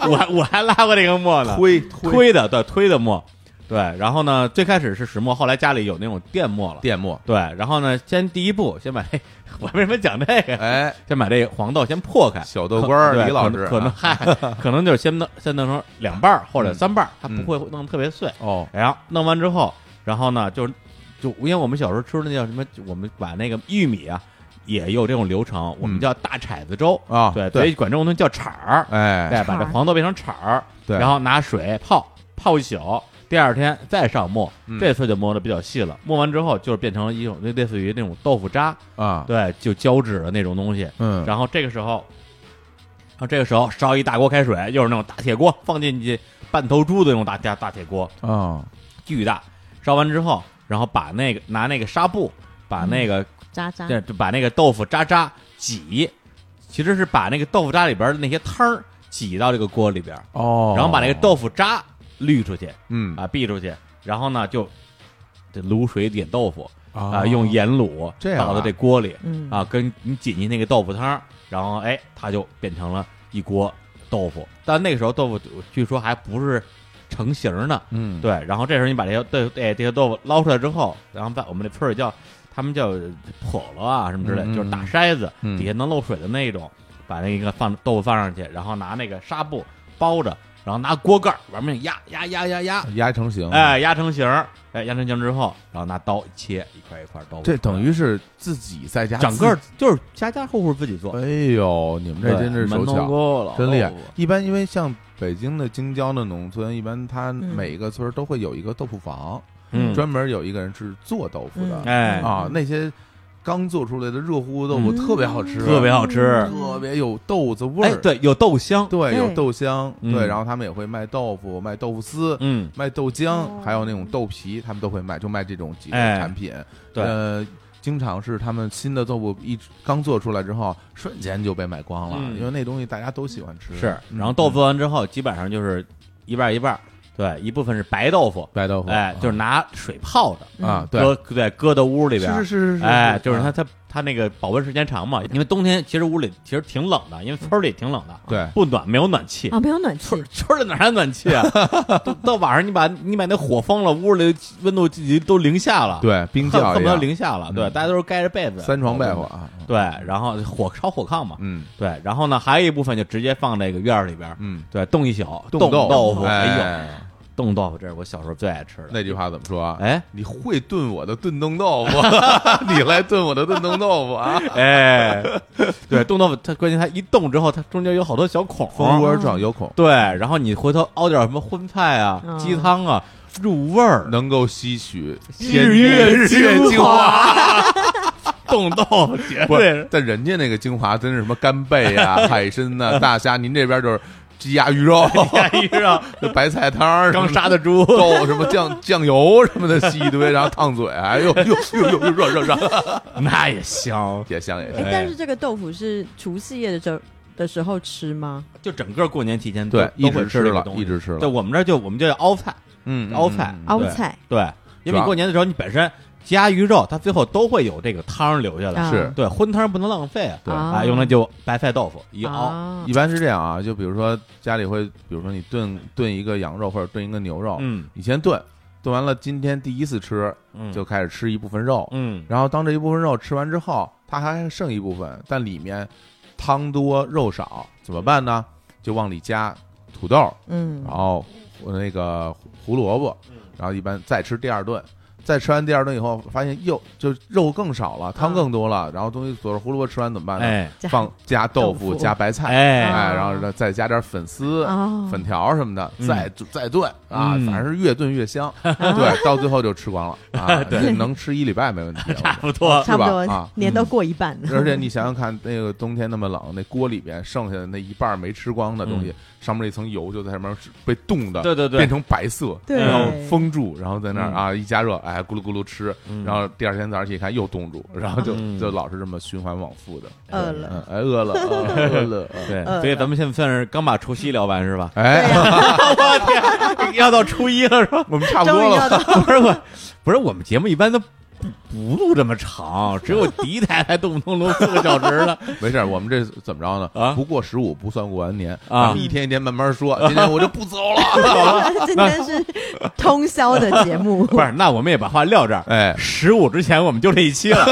Speaker 1: 我还 [laughs] 我还拉过这个磨呢，
Speaker 2: 推
Speaker 1: 推的，对，推的磨，对，然后呢，最开始是石磨，后来家里有那种电磨了，
Speaker 2: 电
Speaker 1: [laughs]
Speaker 2: 磨，
Speaker 1: 对，然后呢，先第一步，先把这， [laughs] 我为什么讲这个？
Speaker 2: 哎，
Speaker 1: 先把这黄豆先破开，
Speaker 2: 小豆官儿
Speaker 1: 对
Speaker 2: 李老
Speaker 1: 可
Speaker 2: 师，
Speaker 1: 可能嗨，
Speaker 2: [laughs]
Speaker 1: 可能就是先弄先弄成两瓣儿或者三瓣儿，它
Speaker 2: 嗯
Speaker 1: 不会弄得特别碎。
Speaker 2: 哦，
Speaker 1: 然后弄完之后，然后呢，就是就因为我们小时候吃那叫什么，我们把那个玉米啊也有这种流程，我们
Speaker 2: 嗯
Speaker 1: 叫大铲子粥
Speaker 2: 啊
Speaker 1: 对，
Speaker 2: 对
Speaker 1: 所以管这种东西叫铲儿，
Speaker 2: 哎，
Speaker 1: 对，把这
Speaker 3: 铲儿
Speaker 1: 黄豆变成铲儿，
Speaker 2: 对
Speaker 1: 然后拿水泡泡一宿。第二天再上磨，
Speaker 2: 嗯
Speaker 1: 这次就磨的比较细了。磨完之后就是变成一种类类似于那种豆腐渣，
Speaker 2: 啊，
Speaker 1: 对，就胶质的那种东西。
Speaker 2: 嗯，
Speaker 1: 然后这个时候，然后这个时候烧一大锅开水，又是那种大铁锅，放进去半头猪的那种大大大铁锅，
Speaker 2: 啊，
Speaker 1: 巨大。烧完之后，然后把那个拿那个纱布把那个、
Speaker 3: 渣
Speaker 2: 嗯啊
Speaker 3: 渣，
Speaker 1: 这就把那个豆腐渣渣挤，其实是把那个豆腐渣里边的那些汤儿挤到这个锅里边，
Speaker 2: 哦，
Speaker 1: 然后把那个豆，腐渣滤出去
Speaker 2: 嗯
Speaker 1: 啊，避出去，然后呢就这卤水点豆腐啊、
Speaker 2: 啊
Speaker 1: 用，盐卤
Speaker 2: 这样啊
Speaker 1: 倒到这锅里，
Speaker 3: 嗯
Speaker 1: 啊，跟你挤进那个豆腐汤儿，然后哎，它就变成了一锅豆腐。但那个时候豆腐据说还不是成型儿呢，
Speaker 2: 嗯，
Speaker 1: 对。然后这时候你把这些豆哎这些豆腐捞出来之后，然后在我们那村儿里叫他们叫笸箩啊什么之类，
Speaker 2: 嗯嗯
Speaker 1: 就是大筛子、
Speaker 2: 嗯
Speaker 1: 底下能漏水的那种，把那个放豆腐放上去，然后拿那个纱布包着，然后拿锅盖儿玩命压压压压压，
Speaker 2: 压成型。
Speaker 1: 哎，压成型儿，哎，压成型之后，然后拿刀一切一块一块豆腐，
Speaker 2: 这等于是自己在家
Speaker 1: 整
Speaker 2: 自
Speaker 1: 个儿就是家家户户自己做，
Speaker 2: 哎呦，你们这
Speaker 1: 对
Speaker 2: 真是手
Speaker 8: 门头
Speaker 2: 巧，
Speaker 8: 沟老
Speaker 2: 真厉
Speaker 1: 哦
Speaker 2: 害
Speaker 8: 豆腐。
Speaker 2: 一般因为像北京的京郊的农村，一般它
Speaker 3: 嗯
Speaker 2: 每个村儿都会有一个豆腐房，
Speaker 1: 嗯，
Speaker 2: 专门有一个人是做豆腐
Speaker 3: 嗯
Speaker 2: 的
Speaker 1: 哎，
Speaker 2: 啊。那些刚做出来的热乎乎豆腐
Speaker 3: 嗯
Speaker 2: 特别好吃，啊
Speaker 1: 特别好吃
Speaker 2: 特别有豆子味
Speaker 1: 哎，
Speaker 2: 儿。
Speaker 1: 对，有豆香，
Speaker 2: 对，有
Speaker 3: 哎
Speaker 2: 豆香，
Speaker 1: 嗯
Speaker 2: 对，然后他们也会卖豆腐、卖豆腐丝、
Speaker 1: 嗯，
Speaker 2: 卖豆浆，
Speaker 3: 哦
Speaker 2: 还有那种豆皮，他们都会卖，就卖这种几种
Speaker 1: 哎
Speaker 2: 产品。
Speaker 1: 对
Speaker 2: 呃，经常是他们新的豆腐一刚做出来之后，瞬间就被卖光了，
Speaker 1: 嗯
Speaker 2: 因为那东西大家都喜欢吃。
Speaker 1: 是。
Speaker 2: 嗯
Speaker 1: 然后豆腐做完之后，基本上就是一半儿一半儿，对，一部分是白豆腐，
Speaker 2: 白豆腐，
Speaker 1: 哎，就是拿水泡的，
Speaker 2: 啊，对，
Speaker 1: 搁对搁到屋里边，
Speaker 2: 是是是是是，
Speaker 1: 哎，就是它
Speaker 2: 啊
Speaker 1: 它它那个保温时间长嘛，因为冬天其实屋里其实挺冷的，因为村儿里挺冷的，
Speaker 2: 对
Speaker 1: 不暖没有暖气。
Speaker 3: 啊，没有暖气
Speaker 1: 村，村儿里哪来暖气啊？ [laughs] 都到晚上你把你把那火封了，屋里温度已经都零下了，，
Speaker 2: 对
Speaker 1: [laughs]
Speaker 2: 冰
Speaker 1: 恨
Speaker 2: 窖
Speaker 1: 恨不
Speaker 2: 一
Speaker 1: 得嗯
Speaker 2: 样，
Speaker 1: 零下了，对，
Speaker 2: 嗯
Speaker 1: 大家都是盖着被子，
Speaker 2: 三床被窝，啊，
Speaker 1: 对，然后火烧火炕嘛，
Speaker 2: 嗯
Speaker 1: 对，然后呢还有一部分就直接放那个院儿里边儿，
Speaker 2: 嗯，
Speaker 1: 对，冻一宿，冻
Speaker 2: 豆
Speaker 1: 豆腐，哎
Speaker 2: 哎
Speaker 1: 呦，冻豆腐这是我小时候最爱吃的，
Speaker 2: 那句话怎么说啊？
Speaker 1: 哎
Speaker 2: 你会炖我的炖冻豆腐， [laughs] 你来炖我的炖冻豆腐啊！
Speaker 1: 哎，
Speaker 2: [laughs]
Speaker 1: 对，冻豆腐它关键它一冻之后，它中间有好多小孔，
Speaker 2: 蜂窝状有孔，
Speaker 1: 对，然后你回头熬点什么荤菜啊、
Speaker 3: 嗯
Speaker 1: 鸡汤啊，入味儿，
Speaker 2: 能够吸取
Speaker 1: 日月
Speaker 2: 日月
Speaker 1: 精
Speaker 2: 精华。
Speaker 1: 冻豆
Speaker 2: [laughs]
Speaker 1: 腐绝
Speaker 2: 不
Speaker 1: 对
Speaker 2: 是
Speaker 1: 是，
Speaker 2: 但人家那个精华真是什么干贝
Speaker 1: [laughs]
Speaker 2: 呀、海参呐、大虾，您这边就是鸡鸭鱼肉、
Speaker 1: 便宜上
Speaker 2: 白菜汤儿、
Speaker 1: 刚
Speaker 2: 什么
Speaker 1: 杀的猪，
Speaker 2: 豆什么酱酱油什么的，吸一堆，然后烫嘴，
Speaker 1: [laughs]
Speaker 2: 哎呦呦呦呦呦，热热热，
Speaker 1: 那也香。
Speaker 2: 也香也
Speaker 3: 哎
Speaker 2: 香。，
Speaker 3: 但是这个豆腐是除夕夜的时候的时候吃吗？
Speaker 2: 嗯
Speaker 1: 就整个过年期间都
Speaker 2: 对，
Speaker 1: 都
Speaker 2: 一
Speaker 1: 会
Speaker 2: 直吃
Speaker 1: 这个
Speaker 2: 了，
Speaker 1: 东西
Speaker 2: 一。直吃
Speaker 1: 对，
Speaker 2: 了，
Speaker 1: 我们这儿就我们就叫熬菜，
Speaker 2: 嗯，
Speaker 1: 熬菜
Speaker 2: 嗯
Speaker 3: 凹
Speaker 1: 对
Speaker 3: 啊菜
Speaker 1: 对，因
Speaker 2: 主
Speaker 1: 为
Speaker 2: 要
Speaker 1: 过年的时候你本身鸡鸭鱼肉，它最后都会有这个汤儿留下来。
Speaker 3: 啊
Speaker 2: 是
Speaker 1: 对，荤汤儿不能浪费啊，
Speaker 2: 对
Speaker 1: 啊，用来就白菜豆腐一熬，
Speaker 3: 啊
Speaker 2: 一，般是这样啊，就比如说家里会，比如说你炖炖一个羊肉或者炖一个牛肉，
Speaker 1: 嗯
Speaker 2: 你先炖，炖完了今天第一次吃
Speaker 1: 嗯，
Speaker 2: 就开始吃一部分肉，
Speaker 1: 嗯
Speaker 2: 然后当这一部分肉吃完之后，它还剩一部分，但里面汤多肉少，怎么办呢？就往里加土豆，
Speaker 3: 嗯
Speaker 2: 然后我那个胡萝卜，然后一般再吃第二顿。再吃完第二顿以后，发现又就肉更少了，汤更多了，然后东西佐着胡萝卜吃完怎么办呢？
Speaker 1: 哎
Speaker 3: 加
Speaker 2: 放加豆
Speaker 3: 豆
Speaker 2: 腐、
Speaker 3: 腐
Speaker 2: 加白菜，
Speaker 1: 哎
Speaker 2: 哎，然后再加点粉丝、
Speaker 3: 哦
Speaker 2: 粉条什么的，
Speaker 1: 嗯
Speaker 2: 再再炖啊，
Speaker 1: 嗯
Speaker 2: 反正是越炖越香。对，到最后就吃光了啊，这能吃一礼拜没问题。
Speaker 1: 差不多，
Speaker 3: 差不
Speaker 2: 是吧啊
Speaker 3: 多年都过一半了。
Speaker 2: [laughs] 而且你想想看，那个冬天那么冷，那锅里边剩下的那一半没吃光的东西，上面那层油就在上面被冻的，
Speaker 1: 嗯对对对
Speaker 2: 变成白色，
Speaker 3: 对
Speaker 2: 然后封住，然后在那儿
Speaker 1: 嗯
Speaker 2: 啊一加热，哎咕噜咕噜吃，
Speaker 1: 嗯
Speaker 2: 然后第二天早上起来一看又冻住，然后就
Speaker 1: 嗯
Speaker 2: 就老是这么循环往复的。
Speaker 3: [laughs] 饿
Speaker 2: 嗯
Speaker 3: 了，，
Speaker 2: 哎饿了，饿了，饿了？
Speaker 1: [laughs] 对，
Speaker 3: 呃
Speaker 1: 所以咱们现在算是刚把除夕聊完是吧
Speaker 2: 哎，
Speaker 1: 我
Speaker 3: 嗯
Speaker 1: 天， [laughs] 要到初一了是吧？ [laughs]
Speaker 2: 我们哎差不
Speaker 3: 终
Speaker 2: 多
Speaker 3: 于要
Speaker 2: 了。
Speaker 3: 到
Speaker 1: 不是我，不是我们节目一般都不不录这么长，只有第一台才动不动
Speaker 2: [laughs]
Speaker 1: 录四个小时了。
Speaker 2: 没事儿，我们这怎么着呢？
Speaker 1: 啊
Speaker 2: 不过十五不算过完年
Speaker 1: 啊
Speaker 2: 咱们一天一天慢慢说。今天我就不走了。
Speaker 1: [laughs]
Speaker 2: [laughs]
Speaker 3: 今天是通宵的节目，
Speaker 1: 不是，那我们也把话撂这儿。
Speaker 2: 哎，
Speaker 1: 十五之前我们就这一期了，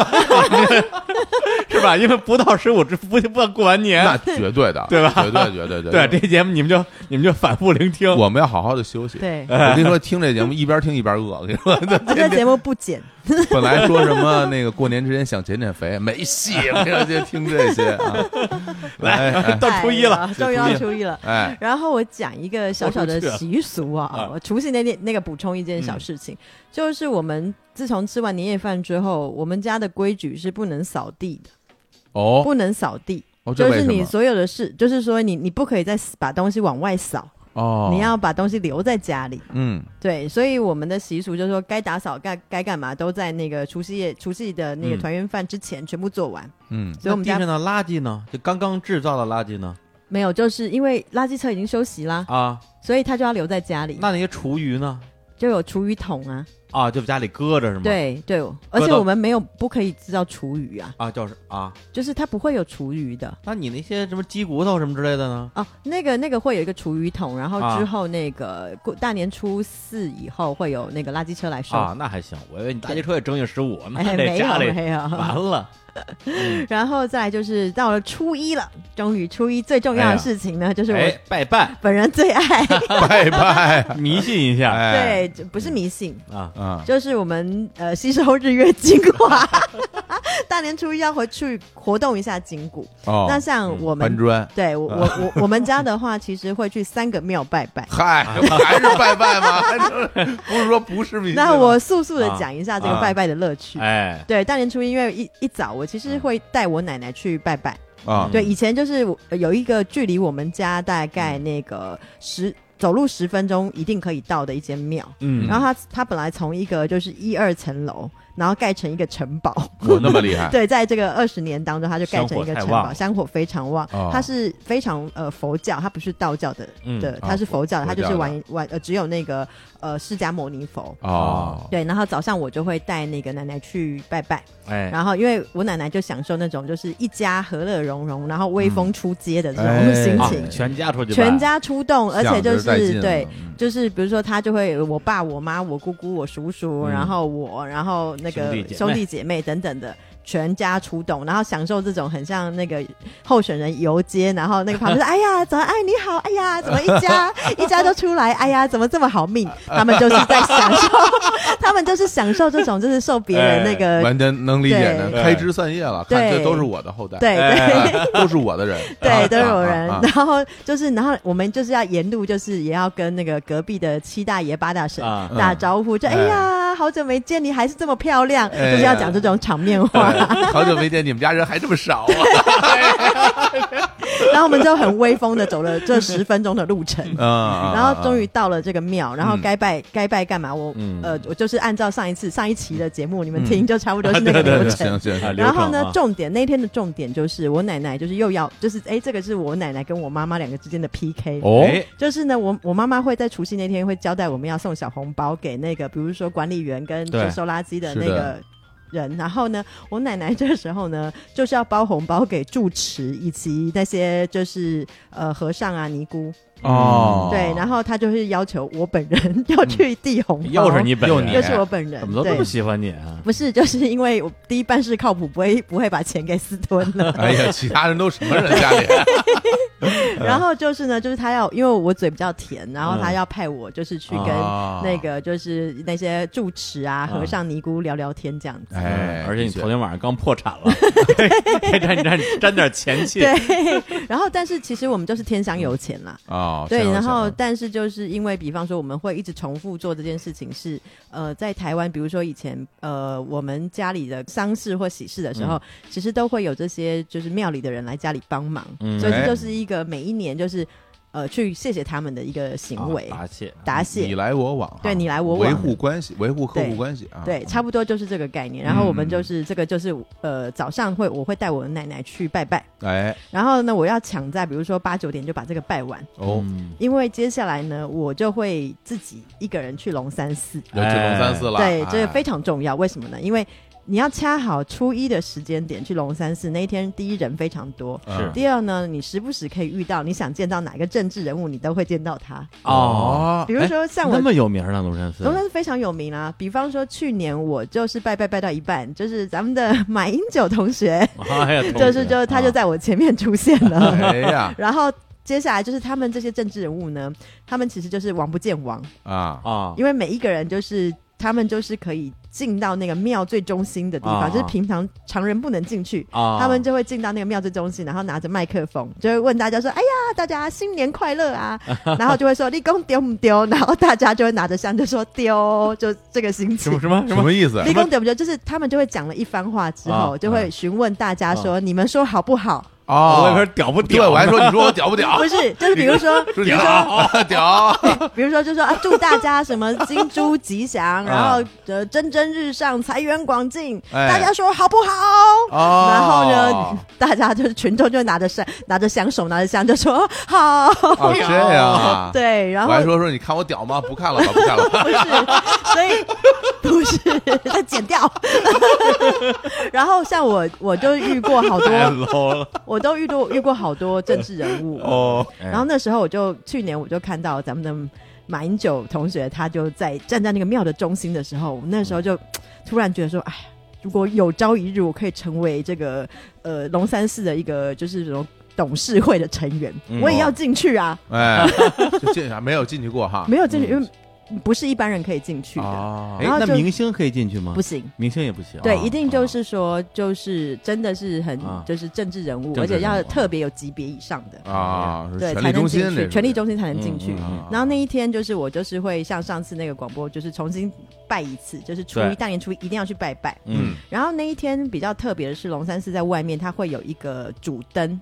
Speaker 1: [laughs] 是吧？因为不到十五之不不到过完
Speaker 2: 那
Speaker 1: 年，
Speaker 2: 绝对的，
Speaker 1: [laughs] 对吧
Speaker 2: 绝对，绝对，
Speaker 1: 对这节目你们就你们就反复聆
Speaker 3: [laughs]
Speaker 1: 听。
Speaker 2: 我们要好好的休息。
Speaker 3: 对，
Speaker 2: [laughs] 我跟你说，听这节目一边听一边饿。我跟你说， [laughs]
Speaker 3: 啊这节目不剪，
Speaker 2: 本来说什么那个过年之前想减减肥，没戏。我跟你说，就听这些
Speaker 3: [laughs]
Speaker 2: 啊。
Speaker 1: [laughs] 来 [laughs]
Speaker 2: 哎
Speaker 1: 到初一了，
Speaker 3: 哎呀
Speaker 1: 初一
Speaker 3: 终于要
Speaker 1: 了
Speaker 3: 初一了。
Speaker 2: 哎，
Speaker 3: 然后我讲一个小小的习俗
Speaker 1: 啊
Speaker 3: 啊，我除夕那天那个补充一件小事情，
Speaker 2: 嗯
Speaker 3: 就是我们自从吃完年夜饭之后，我们家的规矩是不能扫地的，
Speaker 2: 哦，
Speaker 3: 不能扫地，
Speaker 2: 哦这
Speaker 3: 就
Speaker 2: 为
Speaker 3: 是
Speaker 2: 什
Speaker 3: 你
Speaker 2: 么？
Speaker 3: 所有的事，就是说你你不可以再把东西往外扫，
Speaker 2: 哦，
Speaker 3: 你要把东西留在家里。
Speaker 2: 嗯
Speaker 3: 对，所以我们的习俗就是说，该打扫、该该干嘛，都在那个除夕夜、除夕的那个
Speaker 2: 嗯
Speaker 3: 团圆饭之前全部做完。
Speaker 2: 嗯
Speaker 3: 所以我们
Speaker 1: 地
Speaker 3: 家
Speaker 1: 上的垃圾呢？就刚刚制造的垃圾呢？
Speaker 3: 没有，就是因为垃圾车已经休息啦，
Speaker 1: 啊，
Speaker 3: 所以他就要留在家里，
Speaker 1: 那那些厨余呢？
Speaker 3: 就有厨余桶啊。
Speaker 1: 啊，就家里搁着是吗？
Speaker 3: 对对，而且
Speaker 1: 到
Speaker 3: 我们没有不可以制造厨余啊，
Speaker 1: 啊，就是啊，
Speaker 3: 就是它不会有厨余的
Speaker 1: 那你那些什么鸡骨头什么之类的呢？
Speaker 3: 哦。那个那个会有一个厨余桶，然后
Speaker 1: 啊
Speaker 3: 之后那个过大年初四以后会有那个垃圾车来收。
Speaker 1: 啊，那还行，我以为你大街车也正月十五，那 [laughs]
Speaker 3: 哎，
Speaker 1: 这
Speaker 3: 没
Speaker 1: 家
Speaker 3: 有
Speaker 1: 里
Speaker 3: 没
Speaker 1: 完
Speaker 3: 有，
Speaker 1: 了，
Speaker 3: 然后再来就是到了初一了，终于初一最重要
Speaker 1: 哎呀
Speaker 3: 的事情呢，就是我
Speaker 1: 哎，拜拜，
Speaker 3: 本人最爱，
Speaker 2: 拜拜，
Speaker 1: 迷信一下
Speaker 2: 哎，
Speaker 3: 对，不是迷信，
Speaker 1: 啊，
Speaker 2: 嗯，
Speaker 3: 就是我们呃吸收日月精华， [laughs] 大年初一要回去活动一下筋骨。
Speaker 2: 哦，
Speaker 3: 那像我
Speaker 2: 搬
Speaker 3: 们。
Speaker 2: 砖，
Speaker 3: 对我我我我们家的话，其实会去三个庙拜拜。
Speaker 2: 嗨，还是拜拜吗？ [laughs] 还是不是说不是迷信吗？
Speaker 3: 那我速速的讲一下这个拜拜的乐趣。
Speaker 1: 啊哎，嗯
Speaker 3: 对，大年初一，因为一一早，我其实会带我奶奶去拜拜。
Speaker 2: 啊，
Speaker 3: 对，以前就是我呃有一个距离我们家大
Speaker 1: 嗯
Speaker 3: 概那个十走路十分钟一定可以到的一间庙，
Speaker 1: 嗯，
Speaker 3: 然后它它本来从一个就是一二层楼，然后盖成一个城堡。
Speaker 2: 我哦那么厉害，
Speaker 3: [laughs] 对，在这个二十年当中，它就盖成一个
Speaker 1: 啊香火太
Speaker 3: 城
Speaker 1: 旺
Speaker 3: 堡，
Speaker 1: 了
Speaker 3: 香火非常旺
Speaker 2: 哦。
Speaker 3: 它是非常呃佛教，它不是道教的
Speaker 1: 嗯
Speaker 3: 的，
Speaker 2: 哦
Speaker 3: 它是佛教的，
Speaker 2: 佛
Speaker 3: 它就
Speaker 2: 佛
Speaker 3: 是
Speaker 2: 教的
Speaker 3: 玩玩呃只有那个呃释迦牟尼佛。
Speaker 2: 哦，
Speaker 3: 对，然后早上我就会带那个奶奶去拜拜，
Speaker 1: 哎，
Speaker 3: 然后因为我奶奶就享受那种就是一家和乐融融，然后微风出街的这
Speaker 2: 哎
Speaker 3: 种心
Speaker 1: 啊
Speaker 3: 情，
Speaker 1: 全家出去，
Speaker 3: 全，家出动，而且就
Speaker 2: 想着带劲
Speaker 3: 是
Speaker 2: 了
Speaker 3: 对，，
Speaker 2: 嗯
Speaker 3: 就是比如说，他就会我爸、我妈、我姑姑、我叔叔，
Speaker 1: 嗯
Speaker 3: 然后我，然后那
Speaker 1: 兄
Speaker 3: 个
Speaker 1: 弟姐妹
Speaker 3: 兄弟姐妹等等的，全家出动，然后享受这种很像那个候选人游街，然后那个
Speaker 1: [laughs]
Speaker 3: 旁边说：“哎呀，早安，哎你好，哎呀，怎么一家一家都出来？哎呀，怎么这么好命？”他们就是在享受， [laughs] 他们就是享受这种就是受别人那
Speaker 1: 哎
Speaker 3: 个
Speaker 2: 完全能理解的，
Speaker 1: 对
Speaker 2: 开枝散叶了，看
Speaker 3: 呃对
Speaker 2: 这都是我的后代，
Speaker 3: 对对。
Speaker 2: 哎， [laughs] 都是我的人，
Speaker 3: 对，
Speaker 2: 啊
Speaker 3: 都有人，
Speaker 2: 啊啊啊
Speaker 3: 然后就是，然后我们就是要沿路，就是也要跟那个隔壁的七大爷八大婶
Speaker 1: 啊
Speaker 3: 打招呼，就
Speaker 2: 嗯
Speaker 3: 哎呀，好久没见，你还是这么漂亮，
Speaker 2: 哎呀哎
Speaker 3: 就是要讲这种场面话，
Speaker 2: 对啊 [laughs] 好久没见，你们家人还这么少啊！
Speaker 3: [laughs] 然后我们就很威风的走了这十分钟的路程。
Speaker 2: 嗯
Speaker 3: 然后终于到了这个庙，然后
Speaker 2: 嗯
Speaker 3: 该拜、该拜干嘛？我、
Speaker 1: 嗯
Speaker 3: 呃，我就是按照上一次上一期的节目，你们
Speaker 2: 嗯
Speaker 3: 听就差不多是那个
Speaker 1: 对对对
Speaker 3: 流程。
Speaker 2: 行行
Speaker 1: 啊
Speaker 2: 行，
Speaker 3: 然后
Speaker 1: 流
Speaker 3: 呢，
Speaker 1: 程啊
Speaker 3: 重点那天的重点就是我奶奶就是又要就是哎，这个是我奶奶跟我妈妈两个之间的 PK
Speaker 2: 哦
Speaker 1: 哎，
Speaker 3: 就是呢，我我妈妈会在除夕那天会交代我们要送小红包给那个，比如说管理员跟
Speaker 1: 对
Speaker 3: 就收垃圾的
Speaker 2: 是
Speaker 3: 那
Speaker 2: 的
Speaker 3: 个人。然后呢，我奶奶这时候呢， [laughs] 就是要包红包给住持以及那些就是呃和尚啊尼姑。
Speaker 2: 哦，
Speaker 3: 对，然后她就是要求我本人 [laughs] 要去递红包，
Speaker 1: 又是你本人，
Speaker 3: 又是我本人，
Speaker 1: 怎么都这
Speaker 3: 对
Speaker 1: 么。喜欢你啊？
Speaker 3: 不是，就是因为我第一办事靠谱，不会不会把钱给私吞了。
Speaker 2: 哎呀，其他人都什么人家里？啊
Speaker 3: [laughs] 然后就是呢，就是他要，因为我嘴比较甜，然后他要派我就是去跟
Speaker 2: 哦
Speaker 3: 那个就是那些住持啊、
Speaker 1: 啊
Speaker 3: 和尚、尼姑聊聊天这样子。
Speaker 2: 哎，
Speaker 1: 嗯而且你
Speaker 2: 的确
Speaker 1: 头天晚上刚破产
Speaker 2: [laughs]
Speaker 1: 了，该沾沾沾点钱气，
Speaker 3: 对， [laughs] 然后但是其实我们就是天上有钱啦。
Speaker 2: 哦，
Speaker 3: 对，
Speaker 2: 行
Speaker 3: 然
Speaker 2: 行
Speaker 3: 后但是就是因为，比方说我们会一直重复做这件事情是，呃，在台湾，比如说以前，呃，我们家里的丧事或喜事的时候，其实都会有这些就是庙里的人来家里帮忙，
Speaker 1: 嗯
Speaker 3: 所以
Speaker 2: 哎
Speaker 3: 这就是一个每一年就是呃去谢谢他们的一个行为，
Speaker 1: 啊答谢，
Speaker 3: 答
Speaker 2: 你
Speaker 3: 谢。
Speaker 2: 来我往啊，
Speaker 3: 对你来我往
Speaker 2: 维护关系，维护客户
Speaker 3: 对
Speaker 2: 关系啊，嗯
Speaker 3: 对，差不多就是这个概念。然后我们就是、这个就是呃早上会我会带我的奶奶去拜拜，
Speaker 2: 哎，
Speaker 3: 然后呢我要抢在比如说八九点就把这个拜完，
Speaker 2: 哦，
Speaker 1: 嗯
Speaker 3: 因为接下来呢我就会自己一个人去龙山寺。
Speaker 2: 有九龙三四了，
Speaker 3: 对，这个
Speaker 2: 哎
Speaker 3: 非常重要。为什么呢？因为你要掐好初一的时间点去龙山寺，那一天第一人非常多。
Speaker 2: 嗯
Speaker 3: 第二呢，你时不时可以遇到你想见到哪个政治人物，你都会见到他。
Speaker 1: 哦，
Speaker 2: 哦
Speaker 3: 比如说像我
Speaker 1: 那么有名儿呢，龙山寺，
Speaker 3: 龙山寺非常有名啊，比方说去年我就是拜拜拜到一半，就是咱们的 [laughs] 马英九同学，
Speaker 1: 哎呀，同
Speaker 3: 就是
Speaker 1: 志
Speaker 3: 就他就在我前面出现
Speaker 1: [laughs]
Speaker 3: 了，
Speaker 2: 哎呀
Speaker 3: 然后。接下来就是他们这些政治人物呢，他们其实就是王不见王， [laughs]
Speaker 2: 啊，
Speaker 1: 啊，
Speaker 3: 因为每一个人就是他们就是可以进到那个庙最中心的地
Speaker 1: 啊
Speaker 3: 方，就是平常常人不能进去，
Speaker 1: 啊，
Speaker 3: 他们就会进到那个庙最中心，然后拿着麦克风，就会问大家说：“哎呀，大家新年快乐啊！” [laughs] 然后就会说：“立功丢不丢？”然后大家就会拿着香就说：“丢！”就这个心
Speaker 1: 什
Speaker 3: 情
Speaker 1: 么。什么
Speaker 2: 什么
Speaker 3: [laughs]
Speaker 2: 意思？啊
Speaker 3: 立功丢不丢？就是他们就会讲了一番话之后，
Speaker 1: 啊
Speaker 3: 就会询问大家说：“你们说好不好？”
Speaker 2: 哦，
Speaker 1: 我也说屌不屌
Speaker 2: 对，
Speaker 1: 呢？
Speaker 2: 我还说你 [laughs] 说我屌不屌？
Speaker 3: 不是，就是比如说，啊
Speaker 2: 说屌 [laughs] 屌，
Speaker 3: 比如说，就说啊，祝大家什么金猪吉祥，然后呃蒸蒸日上，财源广进，
Speaker 2: 哎
Speaker 3: 大家说好不好？
Speaker 2: 哦
Speaker 3: 然后呢， [laughs] 大家就是群众就拿着香，拿着香手，拿着香就说 [laughs] 好，
Speaker 2: 哦这样啊？
Speaker 3: [laughs] 对，然
Speaker 2: 我
Speaker 3: 后
Speaker 2: 还说说你看我屌吗？不看了吧，不看了
Speaker 3: [laughs]
Speaker 2: 吧。
Speaker 3: 不是，所以不是再剪
Speaker 2: [laughs]
Speaker 3: 掉。然后像我，我就遇过好
Speaker 2: 哎
Speaker 3: 多，
Speaker 1: 太 low 了。
Speaker 3: 我都遇到遇过好多政治人物。
Speaker 1: 哦，
Speaker 3: 然后那时候我就去年我就看到咱们的马英九同学，他就在站在那个庙的中心的时候，我那时候就突然觉得说，哎，如果有朝一日我可以成为这个呃龙山寺的一个就是这种董事会的成员，
Speaker 1: 嗯
Speaker 3: 我也要进去啊！
Speaker 2: 哎，就进去啊没有进去过哈？
Speaker 3: 没有进去，因
Speaker 1: 嗯
Speaker 3: 为不是一般人可以进去的，
Speaker 2: 哦
Speaker 1: 哎，
Speaker 3: 然后
Speaker 1: 那
Speaker 3: 啊就
Speaker 1: 明星可以进去吗？
Speaker 3: 不，行。
Speaker 1: 明星也不行。
Speaker 3: 对，
Speaker 1: 啊
Speaker 3: 一定就是说，就是真的是很
Speaker 1: 啊
Speaker 3: 就是政治人物，
Speaker 1: 政
Speaker 3: 而
Speaker 1: 治
Speaker 3: 且
Speaker 1: 人
Speaker 3: 要
Speaker 1: 物
Speaker 3: 特别有级别以上的，
Speaker 2: 啊，是
Speaker 3: 哎对，
Speaker 2: 权
Speaker 3: 才
Speaker 2: 力
Speaker 3: 能
Speaker 2: 中
Speaker 3: 进
Speaker 2: 心这
Speaker 3: 去，
Speaker 2: 是，
Speaker 3: 权力中心才能进去
Speaker 1: 嗯。
Speaker 2: 啊
Speaker 3: 然后那一天就是我就是会像上次那个广播，就是重新拜一次，就是初
Speaker 1: 对
Speaker 3: 一大年初一一定要去拜拜。
Speaker 1: 嗯，
Speaker 3: 然后那一天比较特别的是，龙山寺在外面它会有一个主灯，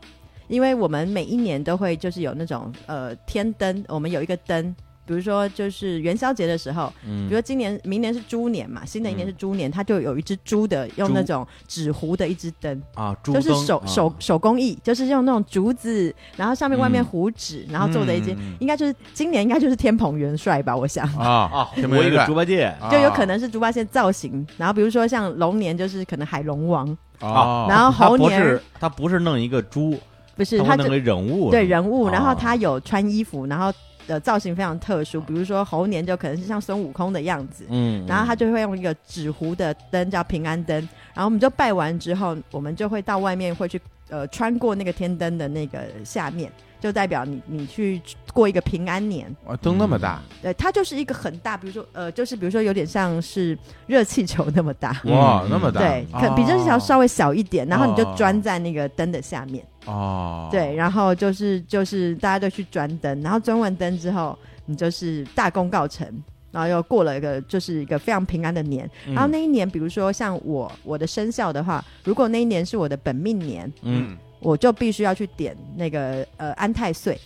Speaker 3: 因为我们每一年都会就是有那种呃天灯，我们有一个灯。比如说，就是元宵节的时候，
Speaker 1: 嗯
Speaker 3: 比如说今年、明年是猪年嘛，新的一年是猪年，它就有一只猪的，用
Speaker 1: 猪
Speaker 3: 那种纸糊的一只灯，
Speaker 1: 啊，猪
Speaker 3: 就是
Speaker 1: 灯
Speaker 3: 手
Speaker 1: 啊
Speaker 3: 手手工艺，就是用那种竹子，然后上面外面
Speaker 1: 嗯
Speaker 3: 糊纸，然后做的一件
Speaker 2: 嗯嗯嗯，
Speaker 3: 应该就是今年应该就是天蓬元帅吧，我想。
Speaker 2: 啊
Speaker 1: 啊，
Speaker 2: 天
Speaker 1: 我
Speaker 2: 门
Speaker 1: 一
Speaker 2: 元
Speaker 1: 个
Speaker 2: 帅
Speaker 1: 猪八戒
Speaker 2: 啊
Speaker 3: 就有可能是猪八戒造型，然后比如说像龙年就是可能海龙王，
Speaker 2: 哦
Speaker 3: 啊然
Speaker 1: 啊他
Speaker 3: 后猴
Speaker 1: 不
Speaker 3: 年
Speaker 1: 是他不是弄一个猪，
Speaker 3: 不是
Speaker 1: 他会
Speaker 3: 他
Speaker 1: 弄
Speaker 3: 就
Speaker 1: 个人物，
Speaker 3: 对
Speaker 1: 是吗
Speaker 3: 人物，然后
Speaker 1: 啊
Speaker 3: 他有穿衣服，然后呃造型非常特殊，比如说猴年就可能是像孙悟空的样子，
Speaker 1: 嗯，
Speaker 3: 然后他就会用一个纸糊的灯叫平安灯，然后我们就拜完之后，我们就会到外面会去呃穿过那个天灯的那个下面，就代表你你去过一个平安年。
Speaker 2: 啊灯那么大，
Speaker 3: 对，它就是一个很大，比如说呃，就是比如说有点像是热气球那么
Speaker 2: [laughs]
Speaker 3: 大。
Speaker 1: 嗯
Speaker 2: 哇
Speaker 1: 嗯，
Speaker 2: 那么大，啊
Speaker 3: 对，可比热气球稍微小一点，然后你就钻在那个灯的下面，
Speaker 2: 哦，
Speaker 3: 对，然后就是就是大家都去钻灯，然后钻完灯之后，你就是大功告成，然后又过了一个就是一个非常平安的年。
Speaker 1: 嗯
Speaker 2: 嗯
Speaker 3: 然后那一年，比如说像我我的生肖的话，如果那一年是我的本命年，
Speaker 1: 嗯，
Speaker 3: 我就必须要去点那个呃安太岁，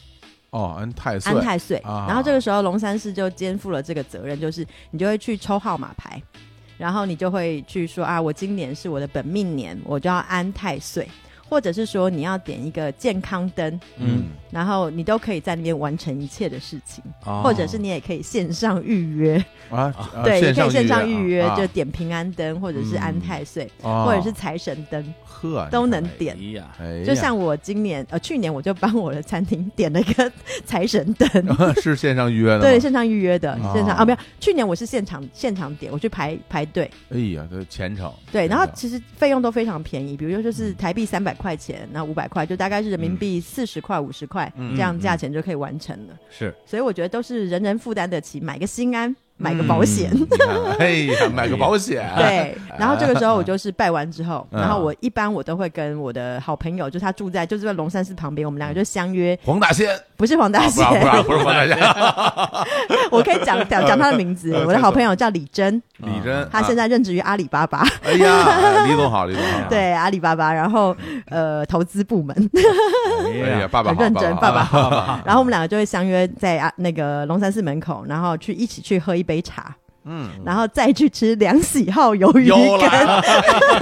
Speaker 2: 哦，安太岁
Speaker 3: 安太岁。
Speaker 2: 啊
Speaker 3: 然后这个时候龙山寺就肩负了这个责任，就是你就会去抽号码牌，然后你就会去说啊，我今年是我的本命年，我就要安太岁，或者是说你要点一个健康灯，
Speaker 1: 嗯，
Speaker 3: 然后你都可以在那边完成一切的事情，
Speaker 2: 哦
Speaker 1: 啊
Speaker 3: 或者是你也可以线上预约，
Speaker 2: 啊，啊
Speaker 3: 嗯对，也可以线上预约，
Speaker 2: 啊
Speaker 3: 就点平安灯或者是安太岁，
Speaker 2: 啊
Speaker 3: 或者是财神灯，
Speaker 2: 呵
Speaker 3: 都能
Speaker 2: 你看
Speaker 3: 点
Speaker 1: 哎。呀，
Speaker 2: 哎呀
Speaker 3: 就像我今年呃去年我就帮我的餐厅点了一个 [laughs] 财神灯，
Speaker 2: [laughs] 是线上预约的吗，
Speaker 3: 对，现场预约的，
Speaker 2: 哦
Speaker 3: 现场啊，没有，去年我是现场现场点，我去排排队，
Speaker 2: 哎呀，这虔诚。
Speaker 3: 对，
Speaker 2: 真的嗯
Speaker 3: 然后其实费用都非常便宜，比如说就是台币三百块钱，那五百块，就大概是人民币四十块、五十块
Speaker 2: 嗯
Speaker 3: 这样价钱就可以完成了，
Speaker 1: 是
Speaker 3: 所以我觉得都是人人负担得起，买个心安，买个
Speaker 2: 嗯
Speaker 3: 保险。
Speaker 2: 你看，哎呀，买个保险，
Speaker 3: [laughs] 对，然后这个时候我就是拜完之后，
Speaker 2: 啊嗯
Speaker 3: 然后我一般我都会跟我的好朋友，就是他住在就是在龙山寺旁边，我们两个就相约，
Speaker 2: 黄大仙，
Speaker 3: 不是黄大
Speaker 2: 啊，不
Speaker 3: 仙，
Speaker 2: 是嗯不是不是黄大仙，
Speaker 3: [laughs] 我可以讲讲讲他的名
Speaker 2: 嗯
Speaker 3: 字，我的好朋友叫李珍，
Speaker 2: 李真，
Speaker 3: 他现在任职于阿里巴巴。
Speaker 2: 哎
Speaker 3: [laughs]
Speaker 2: 呀，李总好，李总好，，
Speaker 3: 对阿里巴巴，然后呃投资部门
Speaker 2: 哎呀，， [laughs] 爸爸
Speaker 3: 很
Speaker 2: 好，
Speaker 3: 认真，爸
Speaker 2: [laughs] 爸
Speaker 3: 爸
Speaker 2: 好
Speaker 3: 好。然后我们两个就会相约在啊那个龙山寺门口，然后去一起去喝一杯茶，
Speaker 2: 嗯，
Speaker 3: 然后再去吃梁喜浩鱿鱼
Speaker 2: 又
Speaker 3: 羹。
Speaker 2: 来
Speaker 3: [laughs]
Speaker 2: 了，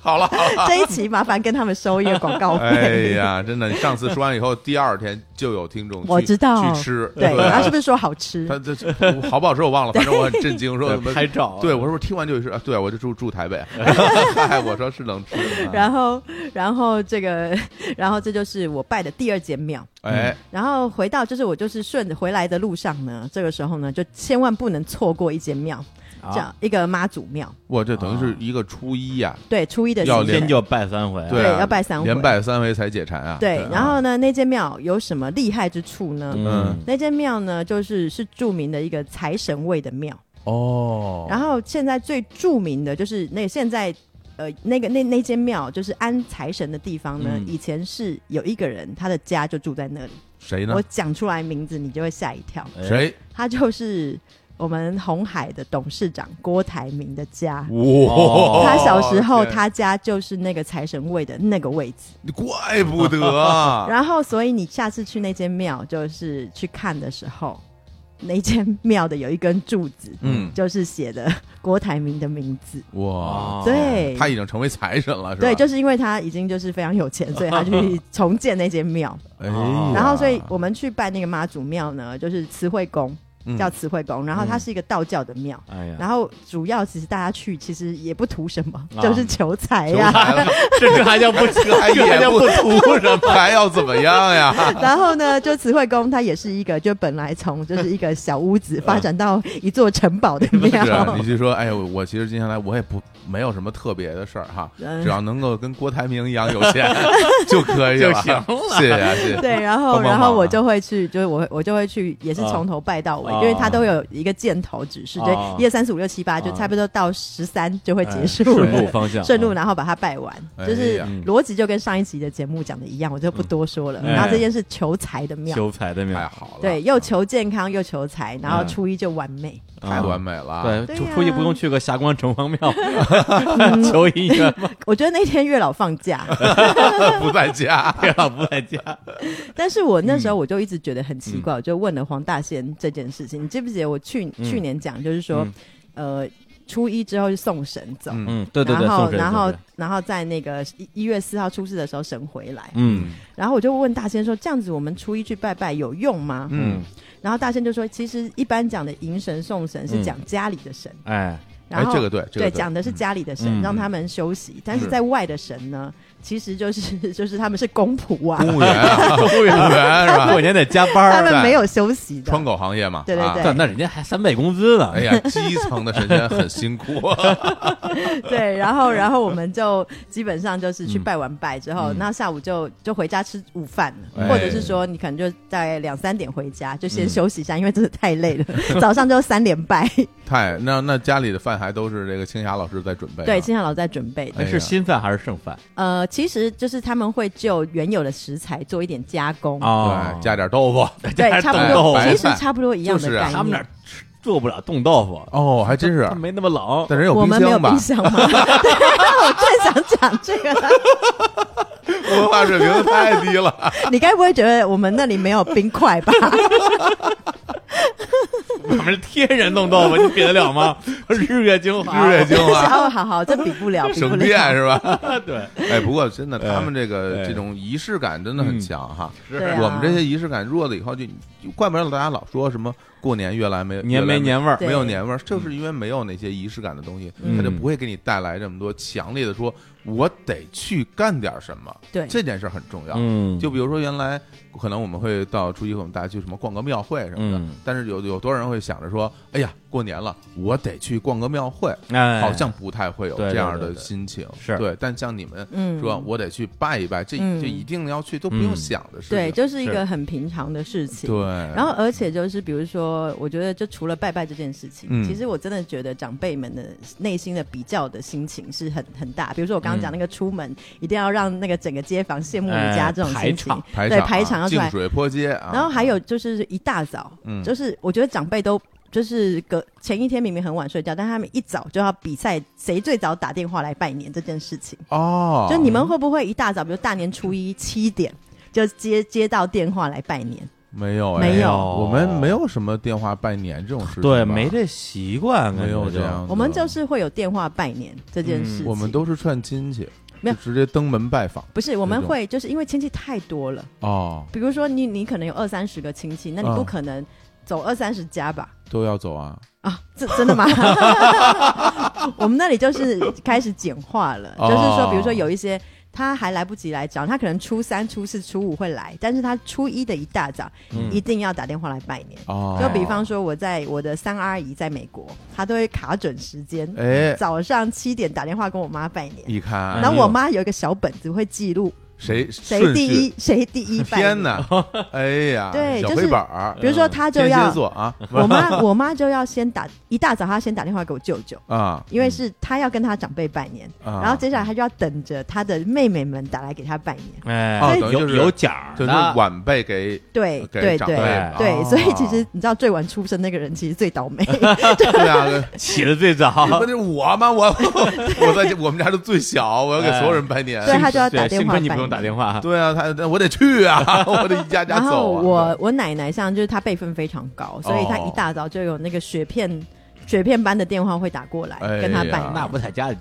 Speaker 2: 好了好了，
Speaker 3: 这一期麻烦跟他们收一个广告
Speaker 2: 哎
Speaker 3: 费。
Speaker 2: 呀，真的，你上次说完以后，第二天就有听众去
Speaker 3: 我知道
Speaker 2: 去吃，
Speaker 3: 对，然后是不是说好吃？
Speaker 2: 他这这好不好吃我忘了，反正我很震惊，说
Speaker 1: 对
Speaker 2: 怎 [laughs] 么
Speaker 1: 拍照
Speaker 2: 对，我说我听完就是，啊对我就住
Speaker 3: [laughs]
Speaker 2: 住台北，哎我说是能吃的吗，
Speaker 3: 然后，然后这个，然后这就是我拜的第二间庙。
Speaker 2: 哎，
Speaker 3: 然后回到就是我就是顺着回来的路上呢，这个时候呢，就千万不能错过一间庙，
Speaker 1: 啊
Speaker 3: 这样一个妈祖庙。
Speaker 2: 我这等于是一个初一呀，
Speaker 3: 对，初一的
Speaker 2: 要
Speaker 3: 行
Speaker 2: 连
Speaker 3: 程
Speaker 1: 先就拜三回，
Speaker 2: 对啊
Speaker 3: 要拜三回
Speaker 2: 连拜三回才解馋啊，
Speaker 3: 对，然后
Speaker 2: 啊
Speaker 3: 呢，那间庙有什么厉害之处呢？
Speaker 1: 嗯，
Speaker 3: 那间庙呢，就是是著名的一个财神位的庙，
Speaker 2: 哦，
Speaker 3: 然后现在最著名的就是那现在。呃，那个那那间庙就是安财神的地方呢，
Speaker 1: 嗯
Speaker 3: 以前是有一个人，他的家就住在那里。
Speaker 2: 谁呢
Speaker 3: 我？讲出来名字，你就会吓一跳。
Speaker 1: 哎？
Speaker 2: 谁？
Speaker 3: 他就是我们红海的董事长郭台铭的家。
Speaker 2: 哇哦
Speaker 3: 他小时候，
Speaker 2: 天
Speaker 3: 他家就是那个财神位的那个位置，
Speaker 2: 你怪不得啊
Speaker 3: 然后所以你下次去那间庙，就是去看的时候，那间庙的有一根柱子，
Speaker 2: 嗯
Speaker 3: 就是写的郭台铭的名字，
Speaker 2: 哇，
Speaker 1: 哦
Speaker 3: 对，
Speaker 2: 哦他已经成为财神了，是吧？
Speaker 3: 对，就是因为他已经就是非常有钱，所以
Speaker 2: [laughs]
Speaker 3: 他去重建那间庙。
Speaker 2: 哎呀，
Speaker 3: 然后，所以我们去拜那个妈祖庙呢，就是慈惠宫，
Speaker 2: 嗯
Speaker 3: 叫慈惠宫。然后它是一个道教的庙。
Speaker 1: 哎呀，
Speaker 3: 然后主要其实大家去其实也不图什么，
Speaker 1: 啊
Speaker 3: 就是求财
Speaker 2: 哦求
Speaker 3: 哎呀、
Speaker 2: 财了，
Speaker 6: 这这还叫
Speaker 1: [laughs]
Speaker 6: 不
Speaker 2: [laughs] 这还
Speaker 6: 这还
Speaker 2: 也
Speaker 6: 叫
Speaker 2: 不
Speaker 6: 不图什么？
Speaker 2: [laughs] 还要怎么样
Speaker 3: [laughs]
Speaker 1: [laughs]
Speaker 2: 呀？
Speaker 3: 然后呢，就慈惠宫它也是一个，就本来从就是一个小屋子发展到一座城堡的 [laughs]
Speaker 2: 是，
Speaker 3: 庙
Speaker 2: 你。就说，哎，我我其实接下来我也不没有什么特别的事儿哈，
Speaker 3: 嗯
Speaker 2: 只要能够跟郭台铭一样有
Speaker 3: [laughs]
Speaker 2: 钱就可以了，
Speaker 6: 就行
Speaker 2: 了。谢谢啊，谢谢。
Speaker 3: 对，然
Speaker 1: 帮
Speaker 3: 后
Speaker 1: 帮忙
Speaker 3: 然
Speaker 1: 啊
Speaker 3: 后我就会去，就是我会我就会去，也是从头拜到尾，
Speaker 1: 啊
Speaker 3: 因为它都有一个箭头指示，对
Speaker 1: 啊，
Speaker 3: 一二三四五六七八，就
Speaker 1: 啊
Speaker 3: 差不多到十三就会结
Speaker 1: 哎
Speaker 3: 束
Speaker 1: 顺路
Speaker 3: 了。
Speaker 1: 方向，
Speaker 3: 顺路，然后把它拜完，
Speaker 2: 哎呀
Speaker 3: 就是
Speaker 1: 嗯
Speaker 3: 逻辑就跟上一集的节目讲的一样，我就不多说了。
Speaker 1: 嗯
Speaker 3: 然后这件是求财的庙，
Speaker 1: 求财的
Speaker 2: 太
Speaker 1: 庙，哎
Speaker 2: 好了，
Speaker 3: 对，，又求健康又求财，然后
Speaker 1: 嗯
Speaker 3: 初一就完美。
Speaker 2: 太完美了。
Speaker 1: 对，嗯
Speaker 3: 对
Speaker 1: 出
Speaker 3: 呀
Speaker 1: 出去不用去个霞光城隍庙求姻缘吗？
Speaker 3: 我觉得那天月老放假，
Speaker 2: 不在家，
Speaker 1: 月老不在 [laughs] 家，
Speaker 3: 但是我那时
Speaker 2: 嗯
Speaker 3: 候我就一直觉得很奇怪，我就问了黄大仙这件事情，你记不记得我去、
Speaker 1: 嗯
Speaker 3: 去年讲，就是说，呃，初一之后就送神走，
Speaker 2: 嗯
Speaker 1: 嗯，对对对，
Speaker 3: 然后
Speaker 1: 送神
Speaker 3: 然
Speaker 1: 送
Speaker 3: 后
Speaker 1: 神
Speaker 3: 然后在那个一一月四号出事的时候神回来，
Speaker 1: 嗯
Speaker 3: 然后我就问大仙说，这样子我们初一去拜拜有用吗？
Speaker 1: 嗯，
Speaker 3: 然后大仙就说，其实一般讲的迎神送神是讲家里的神，
Speaker 1: 哎，
Speaker 3: 然后、
Speaker 2: 嗯哎这个对这个对嗯
Speaker 3: 讲的是家里的神，
Speaker 1: 嗯
Speaker 3: 让他们休息，但是在外的神呢，其实就是就是 [laughs] 他们是公仆啊，
Speaker 2: [laughs] 公务员啊，公务员
Speaker 3: [laughs]
Speaker 2: 是吧
Speaker 1: [laughs] 过？年得加班 [laughs]
Speaker 3: 他
Speaker 1: 儿，
Speaker 3: 们没有休息的，
Speaker 2: 窗口行业嘛，
Speaker 3: 对对
Speaker 2: 啊
Speaker 3: 对
Speaker 1: 但那人家还三倍工资呢
Speaker 2: 哎，呀，基层的神仙很辛苦，啊
Speaker 1: [laughs]
Speaker 2: [laughs]
Speaker 3: 对，然后然后我们就基本上就是去拜完拜之后，那下午就就回家吃午饭了，
Speaker 2: 嗯哎嗯
Speaker 3: 或者是说你可能就大概两三点回家，就先休息一下，因为真的太累
Speaker 2: [laughs]
Speaker 3: 了。早上就三连拜，
Speaker 2: 太那那家里的饭还都是这个青霞老师在准备啊，
Speaker 3: 对，金夏老师在准备。
Speaker 2: 哎
Speaker 1: 那
Speaker 2: 呀
Speaker 1: 是新饭还是剩饭
Speaker 3: 呃，其实就是他们会就原有的食材做一点加工，
Speaker 1: 啊？
Speaker 2: 对，加点豆腐，
Speaker 3: 对，差不多，
Speaker 2: 白
Speaker 3: 其实
Speaker 2: 菜
Speaker 3: 差不多一样的
Speaker 2: 就是啊
Speaker 3: 概
Speaker 1: 他们那
Speaker 3: 念
Speaker 1: 儿。吃做不了冻豆腐，
Speaker 2: 哦，还真是
Speaker 1: 它，没那么冷。
Speaker 2: 但人有
Speaker 3: 我们
Speaker 2: 冰
Speaker 3: 没有
Speaker 2: 箱吧
Speaker 3: 冰？箱吗？
Speaker 2: [laughs]
Speaker 3: 对我正想讲这个，
Speaker 2: 文化水平太低了，
Speaker 3: [laughs] 你该不会觉得我们那里没有冰块
Speaker 2: [laughs]
Speaker 3: 吧？
Speaker 1: 我们是天然冻豆腐，你比得了 [laughs] 吗？日月精华，
Speaker 2: 日月精华。
Speaker 3: [laughs] 哦，好好，这比不了，比不
Speaker 2: 省
Speaker 3: 了。
Speaker 2: 电是
Speaker 3: [laughs]
Speaker 2: 吧？
Speaker 1: 华， [laughs] 对，
Speaker 2: 哎，不过真的，
Speaker 1: 哎
Speaker 2: 他们这个
Speaker 1: 哎嗯
Speaker 2: 这种仪式感真的很强哈。
Speaker 3: 对啊
Speaker 2: 我们这些仪式感弱了以后，就就怪不得大家老说什么过年越来没
Speaker 1: 年没，年味儿
Speaker 3: 对，
Speaker 2: 越来没有年味儿，就是因为没有那些仪式感的东西，
Speaker 1: 嗯
Speaker 2: 它就不会给你带来这么多强烈的说，我得去干点什么。
Speaker 3: 对
Speaker 2: 这件事儿很重要。
Speaker 1: 嗯，
Speaker 2: 就比如说，原来可能我们会到初一，我们大家去什么逛个庙会什么的，
Speaker 1: 嗯
Speaker 2: 但是有有多少人会想着说，哎呀，过年了，我得去逛个庙会，
Speaker 1: 哎，
Speaker 2: 好像不太会有
Speaker 1: 对对
Speaker 2: 这样
Speaker 1: 对
Speaker 2: 的
Speaker 1: 对
Speaker 2: 心情。
Speaker 1: 是
Speaker 2: 对，但像你们
Speaker 3: 嗯
Speaker 2: 说，我得去拜一拜，这
Speaker 3: 嗯
Speaker 2: 这一定要去，都不用
Speaker 1: 嗯
Speaker 2: 想的事情。
Speaker 3: 对，就是一
Speaker 1: 是
Speaker 3: 个很平常的事情。
Speaker 2: 对。
Speaker 3: 然后，而且就是，比如说，我觉得就除了拜拜这件事情，
Speaker 2: 嗯
Speaker 3: 其实我真的觉得长辈们的内心的比较的心情是很很大。比如说我刚刚
Speaker 2: 嗯
Speaker 3: 讲那个出门、一定要让那个整个街坊羡慕你家
Speaker 1: 哎
Speaker 3: 这种
Speaker 1: 排
Speaker 3: 心情，
Speaker 1: 场
Speaker 2: 排
Speaker 3: 对
Speaker 2: 场
Speaker 3: 排
Speaker 2: 啊
Speaker 3: 场要出
Speaker 2: 净
Speaker 3: 来。
Speaker 2: 水坡街啊，
Speaker 3: 然后还有就是一大早，
Speaker 2: 嗯
Speaker 3: 就是我觉得长辈都。就是隔前一天明明很晚睡觉，但他们一早就要比赛谁最早打电话来拜年这件事情。
Speaker 2: 哦，
Speaker 3: 就你们会不会一大早，比如大年初一七点就接接到电话来拜年？
Speaker 2: 没有哎
Speaker 3: 没有
Speaker 2: 我们没有什么电话拜年这种事情吧，
Speaker 1: 对，没这习惯，
Speaker 2: 没有
Speaker 1: 感觉就
Speaker 2: 这样的，
Speaker 3: 我们就是会有电话拜年这件事情。
Speaker 2: 哦嗯我们都是串亲戚，
Speaker 3: 没有
Speaker 2: 就直接登门拜访
Speaker 3: 不是，我们会就是因为亲戚太多了，
Speaker 2: 哦，
Speaker 3: 比如说你你可能有二三十个亲戚，那你
Speaker 2: 嗯
Speaker 3: 不可能走二三十家吧？
Speaker 2: 都要走啊，
Speaker 3: 啊，这真
Speaker 2: [laughs]
Speaker 3: 的吗？我们那里就是开始简化了，
Speaker 2: 哦
Speaker 3: 就是说，比如说有一些他还来不及来找，他可能初三、初四、初五会来，但是他初一的一大早、
Speaker 2: 嗯
Speaker 3: 一定要打电话来拜年。
Speaker 2: 哦，
Speaker 3: 就比方说，我在我的三阿姨在美国，她都会卡准时间，
Speaker 2: 哎，
Speaker 3: 早上七点打电话跟我妈拜年。
Speaker 2: 你看
Speaker 3: 然后
Speaker 1: 哎呦
Speaker 3: 我妈有一个小本子会记录
Speaker 2: 谁
Speaker 3: 谁
Speaker 2: 顺
Speaker 3: 第
Speaker 2: 序？
Speaker 3: 一谁第一反应。
Speaker 2: 天
Speaker 1: [laughs]
Speaker 2: 哪！哎呀，
Speaker 3: 对
Speaker 2: 小
Speaker 3: 就是
Speaker 2: 黑板儿，
Speaker 3: 比如说他就
Speaker 2: 天蝎
Speaker 3: 要
Speaker 2: 座啊
Speaker 3: 我妈，我妈就要先打一大早，她先打电话给我舅舅，
Speaker 2: 啊
Speaker 3: 因为是她要跟她长辈拜年，
Speaker 2: 啊！
Speaker 3: 然后接下来她就要等着她的妹妹们打来给她拜年。
Speaker 1: 哎
Speaker 2: 哦，等于
Speaker 1: 有
Speaker 2: 就是
Speaker 1: 有奖儿
Speaker 2: 就是
Speaker 1: 的，
Speaker 2: 晚辈给
Speaker 3: 对
Speaker 2: 给
Speaker 3: 对
Speaker 2: 长
Speaker 3: 对
Speaker 2: 辈
Speaker 1: 了
Speaker 3: 对，
Speaker 2: 哦
Speaker 3: 所以其实你知道最晚出生那个人其实最倒霉，
Speaker 1: [laughs]
Speaker 2: 对啊，
Speaker 1: [laughs] 起的最早， [laughs]
Speaker 2: 不是我吗？我 [laughs] 我在我们家是最小，我要给所有人拜年。
Speaker 3: 对他就要
Speaker 1: 对
Speaker 3: 打电
Speaker 1: 幸
Speaker 3: 话
Speaker 1: 亏你不
Speaker 3: 拜
Speaker 1: 用打
Speaker 3: 年
Speaker 1: 电话，
Speaker 2: 对啊，他但我得去啊， [laughs] 我得一家家
Speaker 3: 然后
Speaker 2: 走啊。
Speaker 3: 我我奶奶上就是她辈分非常高，所以她一大早就有那个雪片雪片般的电话会打过来
Speaker 2: 哎呀
Speaker 3: 跟她拜
Speaker 1: 啊那
Speaker 3: 年。
Speaker 1: 不在家里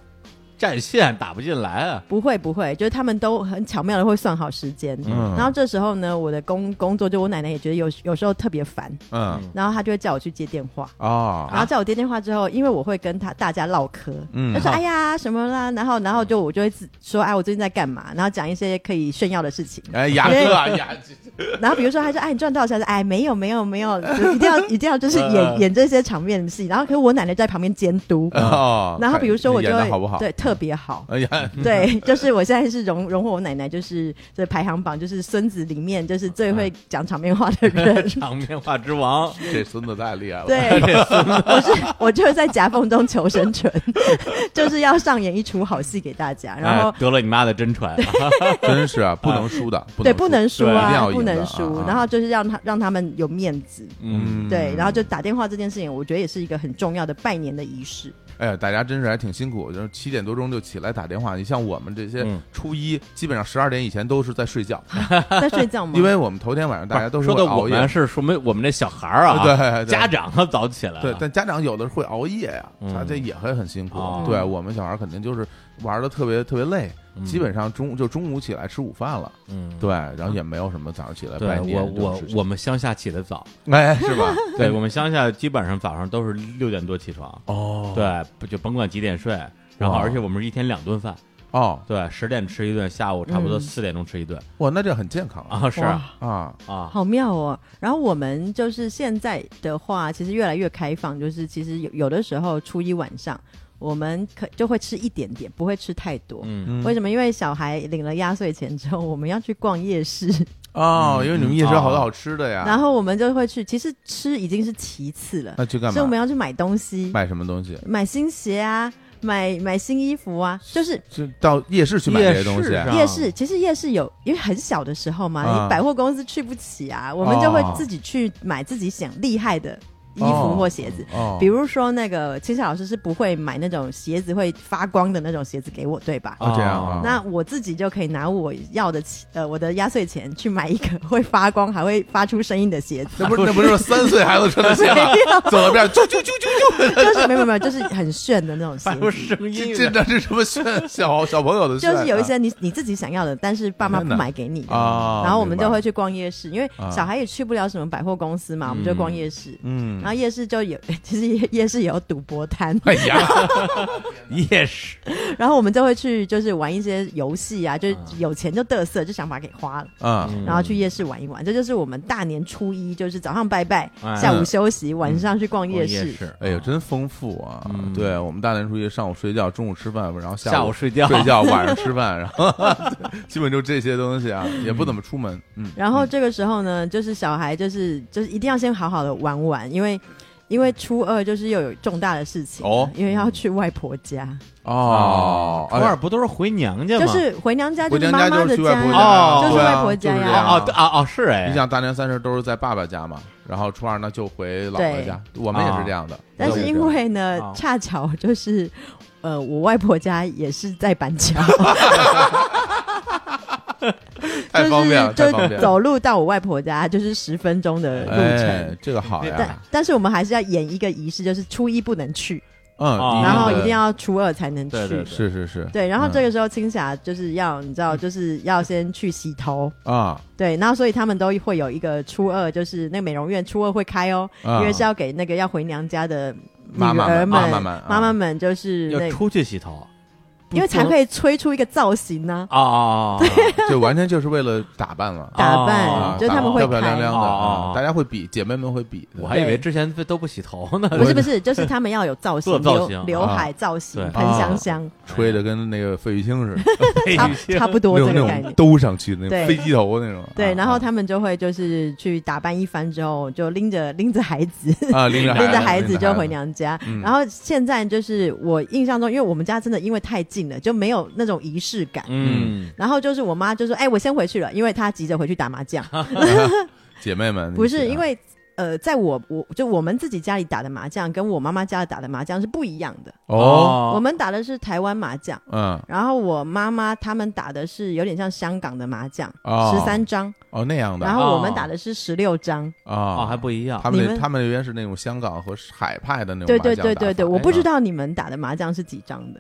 Speaker 1: 占线打不进来啊。 [laughs]
Speaker 3: 不会不会，就是他们都很巧妙的会算好时间，
Speaker 2: 嗯
Speaker 3: 然后这时候呢，我的工工作就我奶奶也觉得有有时候特别烦，
Speaker 2: 嗯
Speaker 3: 然后她就会叫我去接电话，
Speaker 2: 哦
Speaker 3: 然后叫我接电话之后，因为我会跟她大家唠嗑，
Speaker 2: 嗯
Speaker 3: 她说：“哎呀，什么啦？”然后，然后就我就会自说：“哎，我最近在干嘛？”然后讲一些可以炫耀的事情。
Speaker 2: 哎呀哥啊呀，
Speaker 3: 然后比如说，他说：“哎，你赚多少钱？”哎，没有，没有，没有， [laughs] 就一定要一定要就是
Speaker 2: 嗯
Speaker 3: 演演这些场面戏。然后，可是我奶奶在旁边监督。
Speaker 2: 哦
Speaker 3: 嗯然后比如说我就
Speaker 2: 演
Speaker 3: 会
Speaker 2: 得好不好？
Speaker 3: 对特别好。
Speaker 2: 哎呀，
Speaker 3: 对， [laughs] 就是我现在是荣荣获我奶奶，就是这排行榜，就是孙子里面就是最会讲场面话的人。
Speaker 2: [laughs]
Speaker 1: 场面化之王，
Speaker 2: 这孙子太厉害了。
Speaker 3: 对，
Speaker 2: [laughs]
Speaker 3: 我是我就是在夹缝中求生存， [laughs] 就是要上演一出好戏给大家。然后
Speaker 1: 哎得了你妈的真
Speaker 3: [laughs]
Speaker 1: 传， [laughs]
Speaker 2: 真是啊，不能输的，
Speaker 3: 对，不能输
Speaker 1: 对
Speaker 2: 一定
Speaker 3: 啊，
Speaker 2: 要
Speaker 3: 不
Speaker 2: 赢的
Speaker 3: 能
Speaker 2: 啊
Speaker 3: 输
Speaker 2: 啊。
Speaker 3: 然后就是让他让他们有面子，
Speaker 1: 嗯，
Speaker 3: 对，然后就打电话这件事情，我觉得也是一个很重要的拜年的仪
Speaker 2: [laughs]
Speaker 3: 式。
Speaker 2: 哎呀，大家真是还挺辛苦，就是七点多钟就起来打电话。你像我们这些
Speaker 1: 嗯
Speaker 2: 初一，基本上十二点以前都是在睡觉，
Speaker 3: 在睡觉吗？
Speaker 2: 因为我们头天晚上大家都是
Speaker 1: 说
Speaker 2: 会
Speaker 1: 的我
Speaker 2: 熬夜
Speaker 1: 们。是说明我们这小孩儿啊，
Speaker 2: 对对对
Speaker 1: 家长要早起来了，
Speaker 2: 对，但家长有的会熬夜呀、
Speaker 1: 啊嗯
Speaker 2: 他这也会很辛苦。
Speaker 1: 哦
Speaker 2: 对我们小孩肯定就是玩的特别特别累，
Speaker 1: 嗯
Speaker 2: 基本上中午就中午起来吃午饭了，
Speaker 1: 嗯，
Speaker 2: 对，然后也没有什么早上起来拜
Speaker 1: 对
Speaker 2: 年
Speaker 1: 我
Speaker 2: 这种
Speaker 1: 我
Speaker 2: 事情
Speaker 1: 我们乡下起得早，
Speaker 2: 哎是吧？
Speaker 1: 对我们乡下基本上早上都是六点多起床，
Speaker 2: 哦
Speaker 1: 对，不就甭管几点睡，然后
Speaker 2: 哇
Speaker 1: 而且我们是一天两顿饭，
Speaker 2: 哦
Speaker 1: 对，十点吃一顿，下午差不多
Speaker 3: 嗯
Speaker 1: 四点钟吃一顿
Speaker 2: 哇，那这很健康啊
Speaker 1: 啊，是啊，
Speaker 2: 啊
Speaker 1: 啊
Speaker 3: 好妙哦。然后我们就是现在的话，其实越来越开放，就是其实有有的时候初一晚上，我们可就会吃一点点，不会吃太多。
Speaker 1: 嗯，
Speaker 2: 嗯
Speaker 3: 为什么？因为小孩领了压岁钱之后，我们要去逛夜市，
Speaker 2: [laughs] 哦，因为你们夜市有好多
Speaker 1: 哦
Speaker 2: 好吃的呀，
Speaker 3: 然后我们就会去。其实吃已经是其次了，
Speaker 2: 那去干
Speaker 3: 所以我们
Speaker 2: 嘛？
Speaker 3: 要去买东西，
Speaker 2: 买什么东西？
Speaker 3: 买新鞋啊，买买新衣服啊，就是
Speaker 2: 就到夜市去买这些东
Speaker 1: 夜
Speaker 2: 西
Speaker 1: 市啊
Speaker 3: 夜市其实夜市有，因为很小的时候嘛，
Speaker 2: 啊哦
Speaker 3: 你百货公司去不起啊，我们就会自己去买自己想厉害的衣服或鞋子。
Speaker 2: 哦，
Speaker 3: 比如说那个青夏老师是不会买那种鞋子会发光的那种鞋子给我，对吧？
Speaker 2: 哦这样啊
Speaker 3: 那我自己就可以拿我要的钱呃我的压岁钱去买一个会发光还会发出声音的鞋
Speaker 2: [laughs]
Speaker 3: 子，
Speaker 2: 那不是那不是三岁孩子穿的鞋吗？走到边儿啾啾啾
Speaker 3: [laughs]
Speaker 2: 啾啾，
Speaker 3: 就是没有没有，就是很炫的那种鞋
Speaker 1: 还有
Speaker 3: 子，
Speaker 1: 声音
Speaker 2: 这
Speaker 1: 呢， [laughs]
Speaker 2: 这这是什么炫小小朋友的炫？
Speaker 3: 啊就是有一些你你自己想要的，但是爸妈不买给你的。
Speaker 2: 啊，
Speaker 3: 然后我们
Speaker 2: 明白
Speaker 3: 就会去逛夜市，因为
Speaker 2: 啊
Speaker 3: 小孩也去不了什么百货公司嘛，我们就逛夜市。
Speaker 2: 嗯
Speaker 3: 然，后夜市就有， [laughs] 其实夜夜市也有赌博摊，
Speaker 2: 哎呀，
Speaker 1: [laughs] 夜市，
Speaker 3: 然后我们就会去就是玩一些游戏啊，就是有钱就得瑟，就想把它给花了，
Speaker 2: 嗯，
Speaker 3: 然后去夜市玩一玩。这就是我们大年初一，就是早上拜拜，
Speaker 1: 哎
Speaker 3: 下午休息，晚上去逛
Speaker 1: 哦夜
Speaker 3: 夜市。
Speaker 2: 哎呦，真丰富啊！
Speaker 1: 嗯
Speaker 2: 对我们大年初一上午睡觉，中午吃饭，然后
Speaker 1: 下午
Speaker 2: 午
Speaker 1: 睡觉，
Speaker 2: 睡觉，晚上吃饭，然后 [laughs] 基本就这些东西啊，也不怎么出门。嗯，
Speaker 3: 然后这个时候呢，就是小孩就是就是一定要先好好的玩玩，因为因为初二就是又有重大的事情，啊
Speaker 2: 哦
Speaker 3: 因为要去外婆家。
Speaker 2: 哦，
Speaker 1: 初二不都是回娘家吗？
Speaker 3: 就是回娘家，
Speaker 2: 嗯回
Speaker 3: 是
Speaker 2: 娘
Speaker 3: 妈
Speaker 2: 家
Speaker 3: 妈
Speaker 2: 就
Speaker 3: 的
Speaker 2: 是去外婆
Speaker 3: 呀
Speaker 2: 家
Speaker 1: 哦
Speaker 2: 呀，
Speaker 3: 就是
Speaker 2: 对啊
Speaker 3: 外婆家
Speaker 2: 就是
Speaker 3: 呀
Speaker 2: 这
Speaker 1: 哦
Speaker 2: 样
Speaker 1: 哦哦哦是哎，
Speaker 2: 你想大年三十都是在爸爸家嘛，然后初二呢就回姥姥家，我们也是这样的。
Speaker 3: 啊但是因为呢
Speaker 1: 哦，
Speaker 3: 恰巧就是，呃，我外婆家也是在板桥，
Speaker 2: [laughs] 太方便
Speaker 3: [laughs]
Speaker 2: 了，
Speaker 3: 就
Speaker 2: 太
Speaker 3: 是
Speaker 2: 方
Speaker 3: 就
Speaker 2: 便了。
Speaker 3: 走路到我外婆家就是十分钟的路程。
Speaker 2: 哎，这个好
Speaker 3: 但
Speaker 2: 呀，
Speaker 3: 但是我们还是要演一个仪式，就是初一不能去，
Speaker 2: 嗯，
Speaker 1: 哦
Speaker 3: 然后
Speaker 2: 对
Speaker 3: 一定要初二才能去。
Speaker 1: 对对对
Speaker 2: 是是是，
Speaker 3: 对然后
Speaker 2: 嗯
Speaker 3: 这个时候青霞就是要你知道，就是要先去洗头。
Speaker 2: 啊，
Speaker 3: 对，然后所以他们都会有一个初二，就是那个美容院初二会开哦，
Speaker 2: 啊
Speaker 3: 因为是要给那个要回娘家的女
Speaker 2: 妈妈
Speaker 3: 儿们、
Speaker 2: 们妈妈们啊
Speaker 3: 妈妈们就是那
Speaker 1: 要
Speaker 3: 个
Speaker 1: 出去洗头，哦不
Speaker 3: 因为才
Speaker 1: 不能
Speaker 3: 会吹出一个造型呢、
Speaker 1: 啊啊啊
Speaker 2: 就完全就是为了打扮了。
Speaker 3: 打扮，
Speaker 1: 啊
Speaker 3: 就是他们会
Speaker 2: 漂漂亮
Speaker 3: 开。
Speaker 2: 亮的，
Speaker 1: 哦
Speaker 2: 啊大家会比姐妹们会比的。
Speaker 1: 我还以为之前都不洗头呢，
Speaker 3: 不是不是，就是他们要有造型，
Speaker 1: 做造
Speaker 3: 刘
Speaker 1: 型
Speaker 3: 刘
Speaker 1: 啊
Speaker 3: 海造型，
Speaker 1: 对
Speaker 3: 喷香香，
Speaker 2: 吹的跟那个费玉清似
Speaker 3: [laughs]
Speaker 2: 的，
Speaker 3: 差差不多
Speaker 2: 那
Speaker 3: 这
Speaker 2: 种
Speaker 3: 个概
Speaker 2: 那种
Speaker 3: 念。
Speaker 2: 兜上去的那
Speaker 3: 对
Speaker 2: 种飞机头那种。啊
Speaker 3: 对，然
Speaker 2: 后
Speaker 3: 后他们就会就是去打扮一番之后，就拎着拎着孩子，
Speaker 2: 啊，拎 [laughs] 着
Speaker 3: 拎着孩
Speaker 2: 孩
Speaker 3: 子就回。娘家。
Speaker 2: 嗯
Speaker 3: 然后现在就是我印象中，因为我们家真的因为太近了，就没有那种仪式感。
Speaker 1: 嗯，
Speaker 3: 然后就是我妈就说：“哎、我先回去了，因为她急着回去打麻
Speaker 2: [laughs]
Speaker 3: 将。
Speaker 2: 姐妹们，
Speaker 3: 不
Speaker 2: 你
Speaker 3: 是
Speaker 2: 嗯啊
Speaker 3: 因为呃，在我我就我们自己家里打的麻将，跟我妈妈家里打的麻将是不一样的。
Speaker 2: 哦，
Speaker 3: 我们打的是台湾麻将，
Speaker 2: 嗯，
Speaker 3: 然后我妈妈他们打的是有点像香港的麻将，
Speaker 2: 哦
Speaker 3: 十三张，
Speaker 2: 哦那样的
Speaker 3: 然
Speaker 2: 啊
Speaker 3: 后我们打的是十六张。
Speaker 1: 哦
Speaker 2: 哦
Speaker 1: 还不一样，
Speaker 2: 他们
Speaker 3: 你
Speaker 2: 那
Speaker 3: 们
Speaker 2: 他们那边是那种香港和海派的那种
Speaker 3: 对
Speaker 2: 麻
Speaker 3: 对
Speaker 2: 将
Speaker 3: 对
Speaker 2: 打
Speaker 3: 对对，
Speaker 2: 法
Speaker 3: 我不知。
Speaker 2: 哎
Speaker 3: 道你们打的麻将是几张的。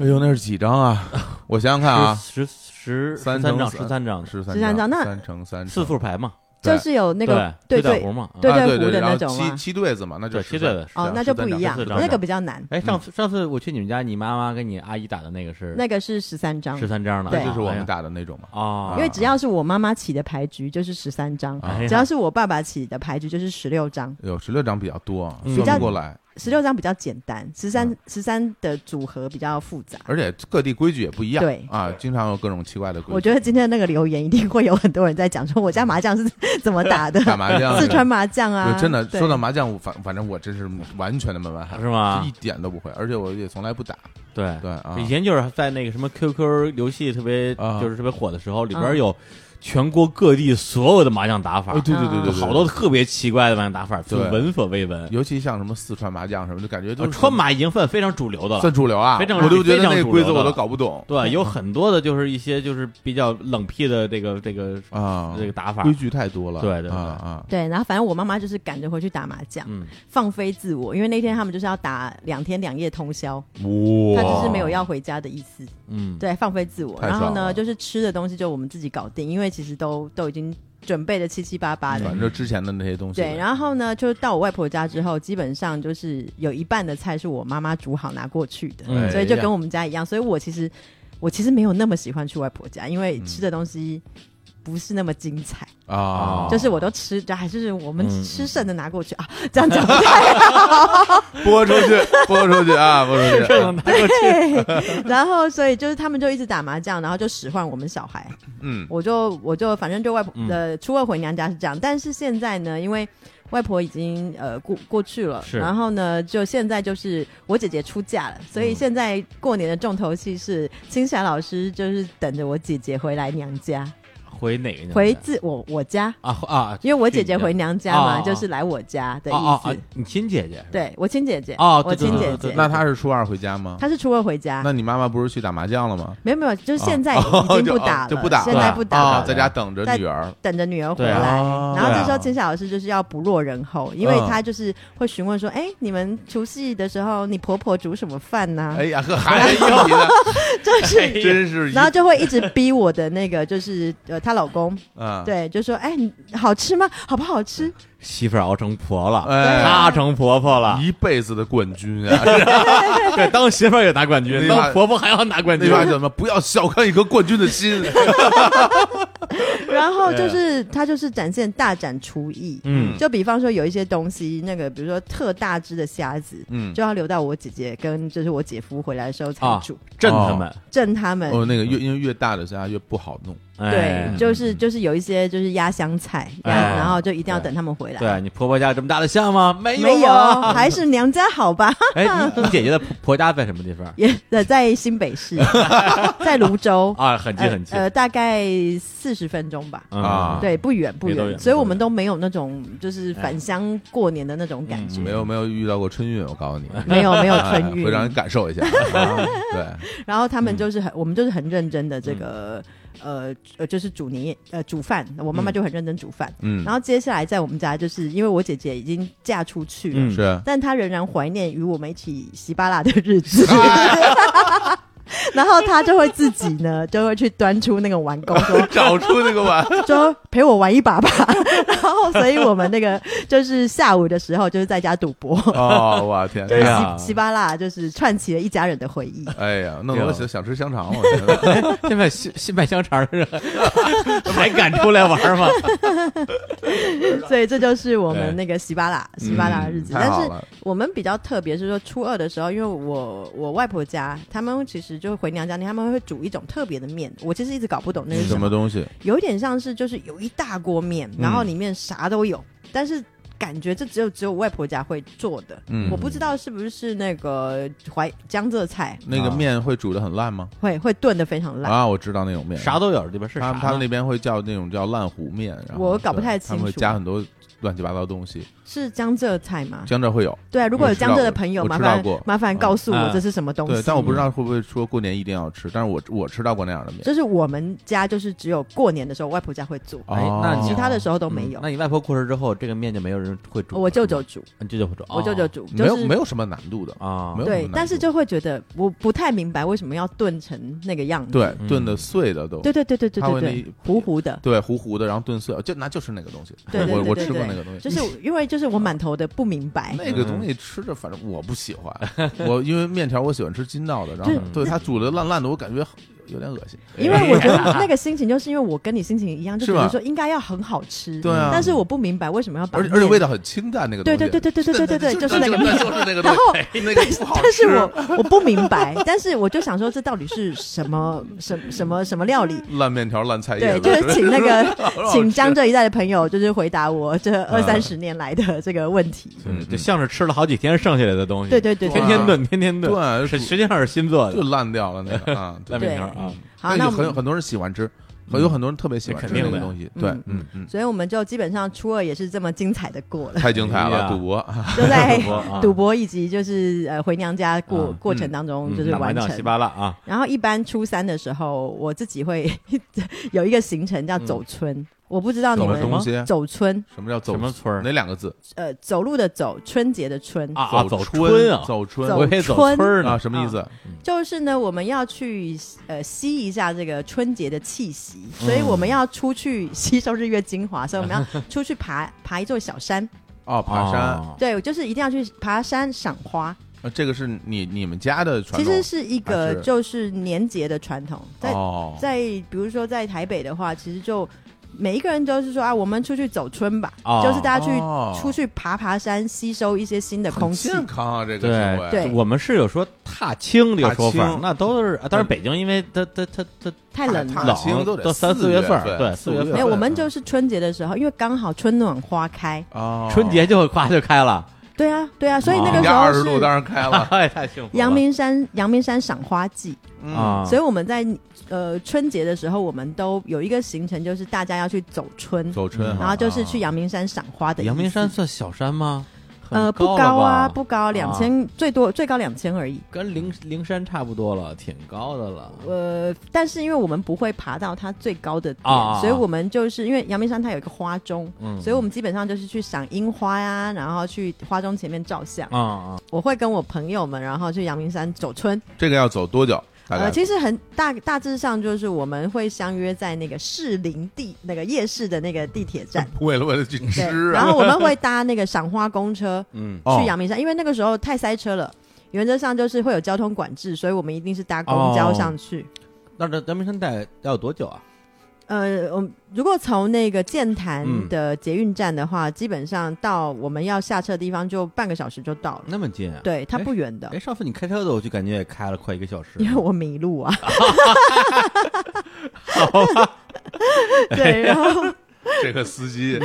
Speaker 2: 哎呦，那是几张啊？
Speaker 1: [laughs]
Speaker 2: 我想想看啊，
Speaker 1: 十十十
Speaker 2: 三
Speaker 1: 三
Speaker 2: 乘
Speaker 1: 张，
Speaker 2: 三
Speaker 1: 十三张，
Speaker 2: 十三
Speaker 3: 十三张那
Speaker 2: 三乘三乘
Speaker 1: 四副牌嘛，
Speaker 2: 对
Speaker 3: 就是有那个
Speaker 1: 对
Speaker 3: 对
Speaker 1: 对
Speaker 3: 对
Speaker 1: 胡嘛，嗯
Speaker 3: 对
Speaker 2: 啊
Speaker 3: 对
Speaker 2: 对
Speaker 3: 胡的
Speaker 2: 然
Speaker 3: 那
Speaker 2: 后
Speaker 3: 种
Speaker 2: 七
Speaker 3: 啊
Speaker 2: 七对子嘛，那就
Speaker 1: 对
Speaker 2: 是啊
Speaker 1: 七
Speaker 2: 十三
Speaker 1: 对子
Speaker 3: 哦，那就不一样，
Speaker 1: 十张
Speaker 3: 那个比较难，
Speaker 1: 哎，
Speaker 2: 嗯
Speaker 1: 上次上次我去你们家，你妈妈跟你阿姨打的那个是
Speaker 3: 那个是十三张
Speaker 1: 十，三张哎了，
Speaker 3: 对
Speaker 2: 那就是我们
Speaker 1: 打
Speaker 2: 打的那种嘛。
Speaker 1: 啊，
Speaker 3: 因为只要是我妈妈起的牌局就是十三张，
Speaker 2: 啊
Speaker 1: 哎呀
Speaker 3: 只要是我爸爸起的牌局就是十六张，
Speaker 2: 有十六张比较多，
Speaker 1: 嗯
Speaker 2: 算不过来，
Speaker 3: 十六张比较简单，十
Speaker 2: 嗯
Speaker 3: 三十三的组合比较复杂。
Speaker 2: 而且各地规矩也不一样，
Speaker 3: 对
Speaker 2: 啊，经常有各种奇怪的规矩。
Speaker 3: 我觉得今天那个留言一定会有很多人在讲说我家麻将是 [laughs] 怎么打的，
Speaker 2: [laughs] 打麻将
Speaker 3: [laughs] 四川麻将啊，
Speaker 2: 对真的
Speaker 3: 对
Speaker 2: 说到麻将，我反反正我真是完全的门外汉，
Speaker 1: 是吗
Speaker 2: 就啊一点都不会，而且我也从来不打。
Speaker 1: 对
Speaker 2: 对啊，
Speaker 1: 以前就是在那个什么 QQ 游戏特别
Speaker 2: 啊
Speaker 1: 就是特别火的时候，里
Speaker 3: 啊
Speaker 1: 边有全国各地所有的麻将打法
Speaker 2: 哎，对对对
Speaker 3: 啊
Speaker 2: 对，对
Speaker 1: 好多特别奇怪的麻将打法，就
Speaker 2: 对
Speaker 1: 闻所未闻。
Speaker 2: 尤其像什么四川麻将什么，就感觉
Speaker 1: 呃
Speaker 2: 就是
Speaker 1: 川麻已经算非常主流的了
Speaker 2: 算，嗯主流啊，
Speaker 1: 非常
Speaker 2: 我都觉
Speaker 1: 非
Speaker 2: 得
Speaker 1: 常
Speaker 2: 那个
Speaker 1: 主
Speaker 2: 规
Speaker 1: 流
Speaker 2: 则
Speaker 1: 的
Speaker 2: 我都
Speaker 1: 了
Speaker 2: 搞不懂
Speaker 1: 对，有很多的就是一些就是比较冷僻的这个这个
Speaker 2: 啊，
Speaker 1: 这个打法
Speaker 2: 规，矩太多了，
Speaker 1: 对对对
Speaker 2: 啊啊，
Speaker 3: 对，然后反正我妈妈就是赶着回去打麻将，
Speaker 1: 嗯，
Speaker 3: 放飞自我，因为那天他们就是要打两天两夜通宵，她
Speaker 2: 哇
Speaker 3: 就是没有要回家的意思。
Speaker 1: 嗯，
Speaker 3: 对，放飞自我。
Speaker 2: 太
Speaker 3: 然后
Speaker 2: 爽
Speaker 3: 呢，
Speaker 2: 了
Speaker 3: 就是吃的东西就我们自己搞定，因为其实都都已经准备的七七八八的
Speaker 2: 反。正之前的那些东西，
Speaker 3: 对，然后呢，就到我外婆家之后，基本上就是有一半的菜是我妈妈煮好拿过去的，
Speaker 1: 嗯
Speaker 3: 所以就
Speaker 2: 哎呀
Speaker 3: 跟我们家一样。所以我其实我其实没有那么喜欢去外婆家，因为吃的东西。不是那么精彩，
Speaker 1: 哦
Speaker 2: 啊，
Speaker 3: 就是我都吃，还是我们
Speaker 1: 嗯
Speaker 3: 吃剩的拿过去、啊，这样讲不
Speaker 2: 播出去，播出去啊，播出去，
Speaker 3: 对。然后所以就是他们就一直打麻将，然后就使唤我们小孩，
Speaker 2: 嗯，
Speaker 3: 我就我就反正就外婆
Speaker 1: 嗯
Speaker 3: 呃初二回娘家是这样，但是现在呢，因为外婆已经呃过过去了，
Speaker 1: 是
Speaker 3: 然后呢，就现在就是我姐姐出嫁了，所以现在过年的重头戏是青霞老师就是等着我姐姐回来娘家，
Speaker 1: [laughs] 回哪个年代？
Speaker 3: 回自我我家，
Speaker 1: 啊啊，
Speaker 3: 因为我姐姐回娘家嘛，
Speaker 1: 哦哦
Speaker 3: 就是来我家的意思。
Speaker 1: 啊啊啊，你亲姐姐是吧
Speaker 3: 对我亲姐姐，
Speaker 1: 哦
Speaker 3: 我
Speaker 1: 对对
Speaker 3: 亲
Speaker 1: 对
Speaker 3: 姐
Speaker 1: 对对
Speaker 3: 姐
Speaker 1: 对，
Speaker 2: 那他是初二回家吗？
Speaker 3: 她是初二回家，
Speaker 2: 那你妈妈不是去打麻将了吗？
Speaker 3: 没有没有，就是现在已
Speaker 2: 哦
Speaker 3: 经
Speaker 2: 就
Speaker 3: 不
Speaker 2: 哦
Speaker 3: 打了，
Speaker 2: 就不打
Speaker 3: 现
Speaker 1: 了
Speaker 3: 在不打了
Speaker 2: 啊，，在家等着女儿
Speaker 3: 等着女儿回
Speaker 1: 对啊
Speaker 3: 来。
Speaker 2: 啊哦
Speaker 3: 然后这时候
Speaker 2: 对
Speaker 3: 金小老师就是要不落人后，因为他就是会询问说：“哎、你们除夕的时候，你婆婆煮什么饭呢、
Speaker 2: 啊哎呀，呵，还是
Speaker 1: [laughs]
Speaker 2: 一皮的，
Speaker 3: [laughs] 就是，
Speaker 2: 真是一
Speaker 3: 然后就会一直逼我的那个，就是呃，她老
Speaker 2: [laughs]
Speaker 3: 公，
Speaker 2: 嗯，
Speaker 3: 对，就说：“哎、你好吃吗？好不好
Speaker 2: [laughs]
Speaker 3: 吃
Speaker 1: 媳妇儿熬成婆了，
Speaker 3: 对
Speaker 2: 哎，
Speaker 1: 她成婆婆了，
Speaker 2: 一辈子的冠军
Speaker 1: [laughs]
Speaker 2: 啊！
Speaker 1: 对，当媳妇儿也拿冠军，
Speaker 2: 那
Speaker 1: 当
Speaker 2: 把
Speaker 1: 婆婆还要拿冠
Speaker 2: [laughs]
Speaker 1: 军
Speaker 2: 那句，话叫什么？不要小看一颗冠军的心。？” [laughs]
Speaker 3: 然后
Speaker 2: 哎
Speaker 3: 就是他就是展现大展厨艺，
Speaker 1: 嗯
Speaker 3: 就比方说有一些东西，那个比如说特大只的虾子，
Speaker 2: 嗯，
Speaker 3: 就要留到我姐姐跟就是我姐夫回来的时候才
Speaker 1: 啊
Speaker 3: 煮，
Speaker 1: 震他们，
Speaker 3: 震他们。
Speaker 2: 哦，那个越因为越大的虾越不好弄，
Speaker 3: 对
Speaker 1: 哎，
Speaker 3: 就是就是有一些就是压香菜，
Speaker 1: 哎
Speaker 3: 然后然后就一定要
Speaker 1: 对
Speaker 3: 等他们回来。
Speaker 2: 嗯
Speaker 1: 对你婆婆家有这么大的像吗？没有哦
Speaker 3: 没
Speaker 1: 没
Speaker 3: 有，还是娘家好吧？ [laughs]
Speaker 1: 哎，你你姐姐的婆婆家在什么地方？
Speaker 3: 也呃，在新
Speaker 1: [laughs]
Speaker 3: 北市，在泸州，
Speaker 1: 啊，很近
Speaker 3: 呃
Speaker 1: 很近嗯
Speaker 3: 呃，大概四十分钟吧。
Speaker 2: 啊
Speaker 3: 对，不远不
Speaker 1: 离得远哎
Speaker 3: 远，所以我们都没有那种就是返乡过年的那种感觉
Speaker 1: 嗯
Speaker 2: 没，有没有遇到过春运，我告
Speaker 3: [laughs]
Speaker 2: 诉你，
Speaker 3: 没有没有
Speaker 1: [laughs]
Speaker 2: 哎
Speaker 3: 春运
Speaker 2: 会。让你感受一下。
Speaker 3: [laughs]
Speaker 2: 啊对，
Speaker 3: 然后
Speaker 1: 嗯
Speaker 3: 他们就是很，我们就是很认真的这个呃呃，就是煮年呃煮饭，我妈妈就很认真煮饭。
Speaker 2: 嗯
Speaker 3: 然，后接下来在我们家，就是因为我姐姐已经嫁出去了，
Speaker 1: 嗯 [laughs]
Speaker 2: 是。
Speaker 1: 啊
Speaker 3: 但她仍然怀念与我们一起洗巴辣的日子。 [laughs] 然后他就会自己呢，就会去端出那个碗弓，说 [laughs]
Speaker 2: 找出那个碗，
Speaker 3: 说陪我玩一把吧。 [laughs] 然后，所以我们那个就是下午的时候，就是在家赌博，
Speaker 2: 哦，我天
Speaker 3: 就是
Speaker 1: 哎
Speaker 2: 哪！
Speaker 1: 呀
Speaker 3: 稀稀巴烂，就是串起了一家人的回忆。
Speaker 2: 哎呀，弄得我想想吃香肠，我
Speaker 3: [laughs]
Speaker 2: 觉得
Speaker 1: [laughs] 现在新新卖香肠的人 [laughs] 还敢出来玩
Speaker 2: [laughs]
Speaker 1: 吗？
Speaker 3: 所以这就是我们
Speaker 1: 对
Speaker 3: 那个稀巴烂稀巴烂的日子。
Speaker 2: 嗯太
Speaker 3: 但
Speaker 2: 好
Speaker 3: 是
Speaker 2: 了，
Speaker 3: 我们比较特别是说初二的时候，因为我我外婆家他们其实就回娘家，他们会煮一种特别的面，我其实一直搞不懂那是
Speaker 2: 什
Speaker 3: 什
Speaker 2: 么
Speaker 3: 么，
Speaker 2: 东西？
Speaker 3: 有一点像是就是有一大锅面，然后里面啥都有，但是。感觉这只有只有外婆家会做的，
Speaker 2: 嗯
Speaker 3: 我不知道是不是那个淮江浙菜
Speaker 2: 那个
Speaker 1: 啊
Speaker 2: 面会煮的很烂吗？
Speaker 3: 会会炖的非常烂。
Speaker 2: 啊，我知道那种面，
Speaker 1: 啥都有，里边是啥
Speaker 2: 他
Speaker 1: 呢？
Speaker 2: 们他们那边会叫那种叫烂糊面，然后
Speaker 3: 我搞不
Speaker 2: 对
Speaker 3: 太
Speaker 2: 他们会
Speaker 3: 清楚
Speaker 2: 加很多乱七八糟东西，
Speaker 3: 是江浙菜吗？
Speaker 2: 江浙会有，
Speaker 3: 对啊，如果有
Speaker 2: 我知道
Speaker 3: 江浙的朋友，
Speaker 2: 我
Speaker 3: 麻
Speaker 2: 吃到
Speaker 3: 烦
Speaker 2: 过
Speaker 3: 麻烦告诉我
Speaker 1: 嗯
Speaker 3: 这是什么东西。
Speaker 2: 对，但我不知道会不会说过年一定要吃，但是我我吃到过那样的面，
Speaker 3: 就是我们家就是只有过年的时候外婆家会做，
Speaker 1: 哎
Speaker 2: 哦
Speaker 1: 那
Speaker 3: 其他的时候都
Speaker 1: 嗯
Speaker 3: 没有。
Speaker 1: 那你外婆过世之后，这个面就没有人会煮了。
Speaker 3: 我舅舅煮，
Speaker 1: 你舅舅会煮，哦
Speaker 3: 我舅舅煮，
Speaker 2: 哦没
Speaker 3: 就
Speaker 2: 有
Speaker 3: 是
Speaker 2: 没有什么难度的，
Speaker 1: 啊
Speaker 2: 没有什么
Speaker 3: 对
Speaker 2: 难，
Speaker 3: 但是
Speaker 2: 度
Speaker 3: 就会觉得我不太明白为什么要炖成那个样子。
Speaker 2: 对
Speaker 1: 嗯
Speaker 2: 炖的碎的都
Speaker 3: 对对对对对
Speaker 2: 它会
Speaker 3: 对对
Speaker 2: 那，
Speaker 3: 糊糊的。
Speaker 2: 对糊糊的，然后炖碎，就那就是那个东西，
Speaker 3: 对对
Speaker 2: 我我
Speaker 3: 对对
Speaker 2: 吃过
Speaker 3: 对
Speaker 2: 那个东西，
Speaker 3: 就是因为就是我满头的不明白，
Speaker 2: 那个东西吃着，反正我不喜欢。
Speaker 1: [laughs]
Speaker 2: 我因为面条我喜欢吃筋道的，然后
Speaker 3: 对
Speaker 2: 对它煮的烂烂的，我感觉有点恶心。
Speaker 3: 因为我觉得那个心情就是因为我跟你心情一样，就觉
Speaker 2: [laughs] 是
Speaker 3: 得
Speaker 2: 吧
Speaker 3: 说应该要很好吃，
Speaker 2: 对啊
Speaker 3: 但是我不明白为什么要把
Speaker 2: 而且而且味
Speaker 3: 道，
Speaker 2: 道很清淡，那个东
Speaker 3: 对
Speaker 2: 西。
Speaker 3: 对对对对对对对对，
Speaker 2: [laughs] 就是
Speaker 3: 那个面
Speaker 2: 那。就是那个东
Speaker 3: 然
Speaker 2: 西。
Speaker 3: 后但
Speaker 2: 那个
Speaker 3: 是
Speaker 2: 不好
Speaker 3: 但是
Speaker 2: 吃
Speaker 3: 我我不明白，但是我就想说这到底是什么什什么什么料理？
Speaker 2: 烂面条、烂菜叶
Speaker 3: 对，
Speaker 2: 子，
Speaker 3: 就是请那个
Speaker 2: 好好
Speaker 3: 请
Speaker 2: 吃
Speaker 3: 江浙一带的朋友，就是回答我这二三十年来的这个问题。
Speaker 1: 嗯就像是吃了好几天剩下来的东西。
Speaker 3: 对对对对
Speaker 1: 天天炖，天天炖，
Speaker 2: 对
Speaker 1: 实
Speaker 2: 煮
Speaker 1: 实际上是新做
Speaker 2: 就
Speaker 1: 的
Speaker 2: 烂掉了那个啊。
Speaker 1: 烂
Speaker 2: 对
Speaker 1: 面条啊。
Speaker 3: 好，那
Speaker 2: 但
Speaker 3: 我
Speaker 2: 是很
Speaker 3: 们
Speaker 2: 有很多人喜欢吃，有很多人特别喜欢
Speaker 1: 嗯
Speaker 2: 吃
Speaker 1: 肯定
Speaker 2: 那个
Speaker 1: 的
Speaker 2: 东西。
Speaker 3: 嗯
Speaker 2: 对，嗯嗯，
Speaker 3: 所以我们就基本上初二也是这么精彩的过
Speaker 2: [laughs]
Speaker 3: 了，
Speaker 2: 太精彩
Speaker 1: 哎呀
Speaker 2: 了，赌博。
Speaker 3: 就在
Speaker 1: 赌博啊
Speaker 3: 赌博以及就是呃回娘家过
Speaker 1: 啊
Speaker 3: 过程当中就是
Speaker 1: 嗯
Speaker 3: 完
Speaker 1: 那完蛋稀
Speaker 3: 成。
Speaker 1: 巴烂啊！
Speaker 3: 然后一般初三的时候，我自己会 [laughs] 有一个行程叫走村，我不知道你
Speaker 2: 什么
Speaker 3: 们
Speaker 2: 东西？
Speaker 3: 走村，
Speaker 2: 什么叫走
Speaker 1: 什么村儿
Speaker 2: 哪两个字？
Speaker 3: 呃，走路的走，春节的春
Speaker 1: 啊啊，走
Speaker 2: 春
Speaker 1: 啊，
Speaker 2: 走春
Speaker 3: 走
Speaker 1: 我以为走
Speaker 3: 春
Speaker 1: 村儿呢
Speaker 2: 啊，。什么意思？
Speaker 3: 就是呢，我们要去呃吸一下这个春节的气息，
Speaker 2: 嗯
Speaker 3: 所以我们要出去吸收日月精
Speaker 2: [laughs]
Speaker 3: 华，所以我们要出去爬爬一座小山。
Speaker 2: 哦，爬山。
Speaker 1: 哦
Speaker 3: 对，我就是一定要去爬山赏花。
Speaker 2: 啊，这个是你你们家的传
Speaker 3: 其
Speaker 2: 统，
Speaker 3: 实是一
Speaker 2: 还
Speaker 3: 个
Speaker 2: 是
Speaker 3: 就是年节的传统，在、
Speaker 2: 哦，
Speaker 3: 在比如说在台北的话，其实就每一个人都是说啊，我们出去走春吧，
Speaker 1: 哦
Speaker 3: 就是大家去、
Speaker 2: 哦
Speaker 3: 出去爬爬山，吸收一些新的
Speaker 2: 很
Speaker 3: 空气。
Speaker 2: 健康啊，这个行为
Speaker 1: 对，
Speaker 3: 对
Speaker 1: 就我们是有说踏青这个说
Speaker 2: 踏
Speaker 1: 法
Speaker 2: 青，
Speaker 1: 那都是，啊当然北京因为它它它它
Speaker 3: 太冷
Speaker 2: 踏
Speaker 3: 了，
Speaker 2: 青
Speaker 1: 冷
Speaker 2: 都得
Speaker 1: 到三
Speaker 2: 四
Speaker 1: 四
Speaker 2: 月
Speaker 1: 月份儿
Speaker 2: 份
Speaker 1: 对
Speaker 2: 四
Speaker 1: 四月
Speaker 2: 五
Speaker 1: 份
Speaker 3: [laughs]
Speaker 2: 月 [laughs]
Speaker 3: 没有，
Speaker 2: 份
Speaker 3: 我们就是春节的时候，因为刚好春暖花开，
Speaker 2: 哦，
Speaker 1: 春节就会夸就开了，
Speaker 3: 对啊，对啊，所以那
Speaker 2: 人
Speaker 3: 个时
Speaker 2: 家
Speaker 3: 候
Speaker 2: 二十度当
Speaker 3: 是
Speaker 2: 然开
Speaker 3: [laughs]
Speaker 2: 了
Speaker 1: [laughs] 哎，太幸福了。
Speaker 3: 阳明山阳明山赏花季，
Speaker 2: 嗯
Speaker 1: 啊，
Speaker 3: 所以我们在呃春节的时候，我们都有一个行程，就是大家要去走春，
Speaker 2: 走春
Speaker 1: 嗯，
Speaker 3: 然后就是去阳明山赏花的意思。
Speaker 1: 阳明山算小山吗？很
Speaker 3: 呃不
Speaker 1: 了
Speaker 3: 高啊，
Speaker 1: 吧
Speaker 3: 不高，两千最多最高两千而已。
Speaker 1: 跟灵灵山差不多了，挺高的了。
Speaker 3: 呃，但是因为我们不会爬到它最高的点，
Speaker 1: 啊啊啊
Speaker 3: 所以我们就是因为阳明山它有一个花钟，
Speaker 1: 嗯
Speaker 3: 所以我们基本上就是去赏樱花呀、然后去花钟前面照相。
Speaker 1: 啊啊，
Speaker 3: 我会跟我朋友们，然后去阳明山走春。
Speaker 2: 这个要走多久？大概
Speaker 3: 呃，其实很大大致上就是我们会相约在那个士林地那个夜市的那个地铁站，
Speaker 2: [laughs] 为了为了去
Speaker 3: 对，
Speaker 2: 吃
Speaker 3: 然
Speaker 2: 啊，
Speaker 3: 后我们会搭那个赏花公车
Speaker 1: 嗯，
Speaker 2: [laughs] 哦
Speaker 3: 去阳明山，因为那个时候太塞车了。原则上就是会有交通管制，所以我们一定是搭公交上去。
Speaker 2: 哦
Speaker 1: 那这阳明山带要多久啊？
Speaker 3: 呃，我们如果从那个剑潭
Speaker 1: 嗯
Speaker 3: 的捷运站的话，基本上到我们要下车的地方就半个小时就到了。
Speaker 1: 那么近啊？
Speaker 3: 对，它
Speaker 1: 哎
Speaker 3: 不远的
Speaker 1: 哎，，上次你开车的，我就感觉也开了快一个小时。 [laughs]
Speaker 3: 因为我迷路
Speaker 2: [laughs]
Speaker 3: 啊。
Speaker 2: 啊
Speaker 3: 对，然后
Speaker 2: 这个司机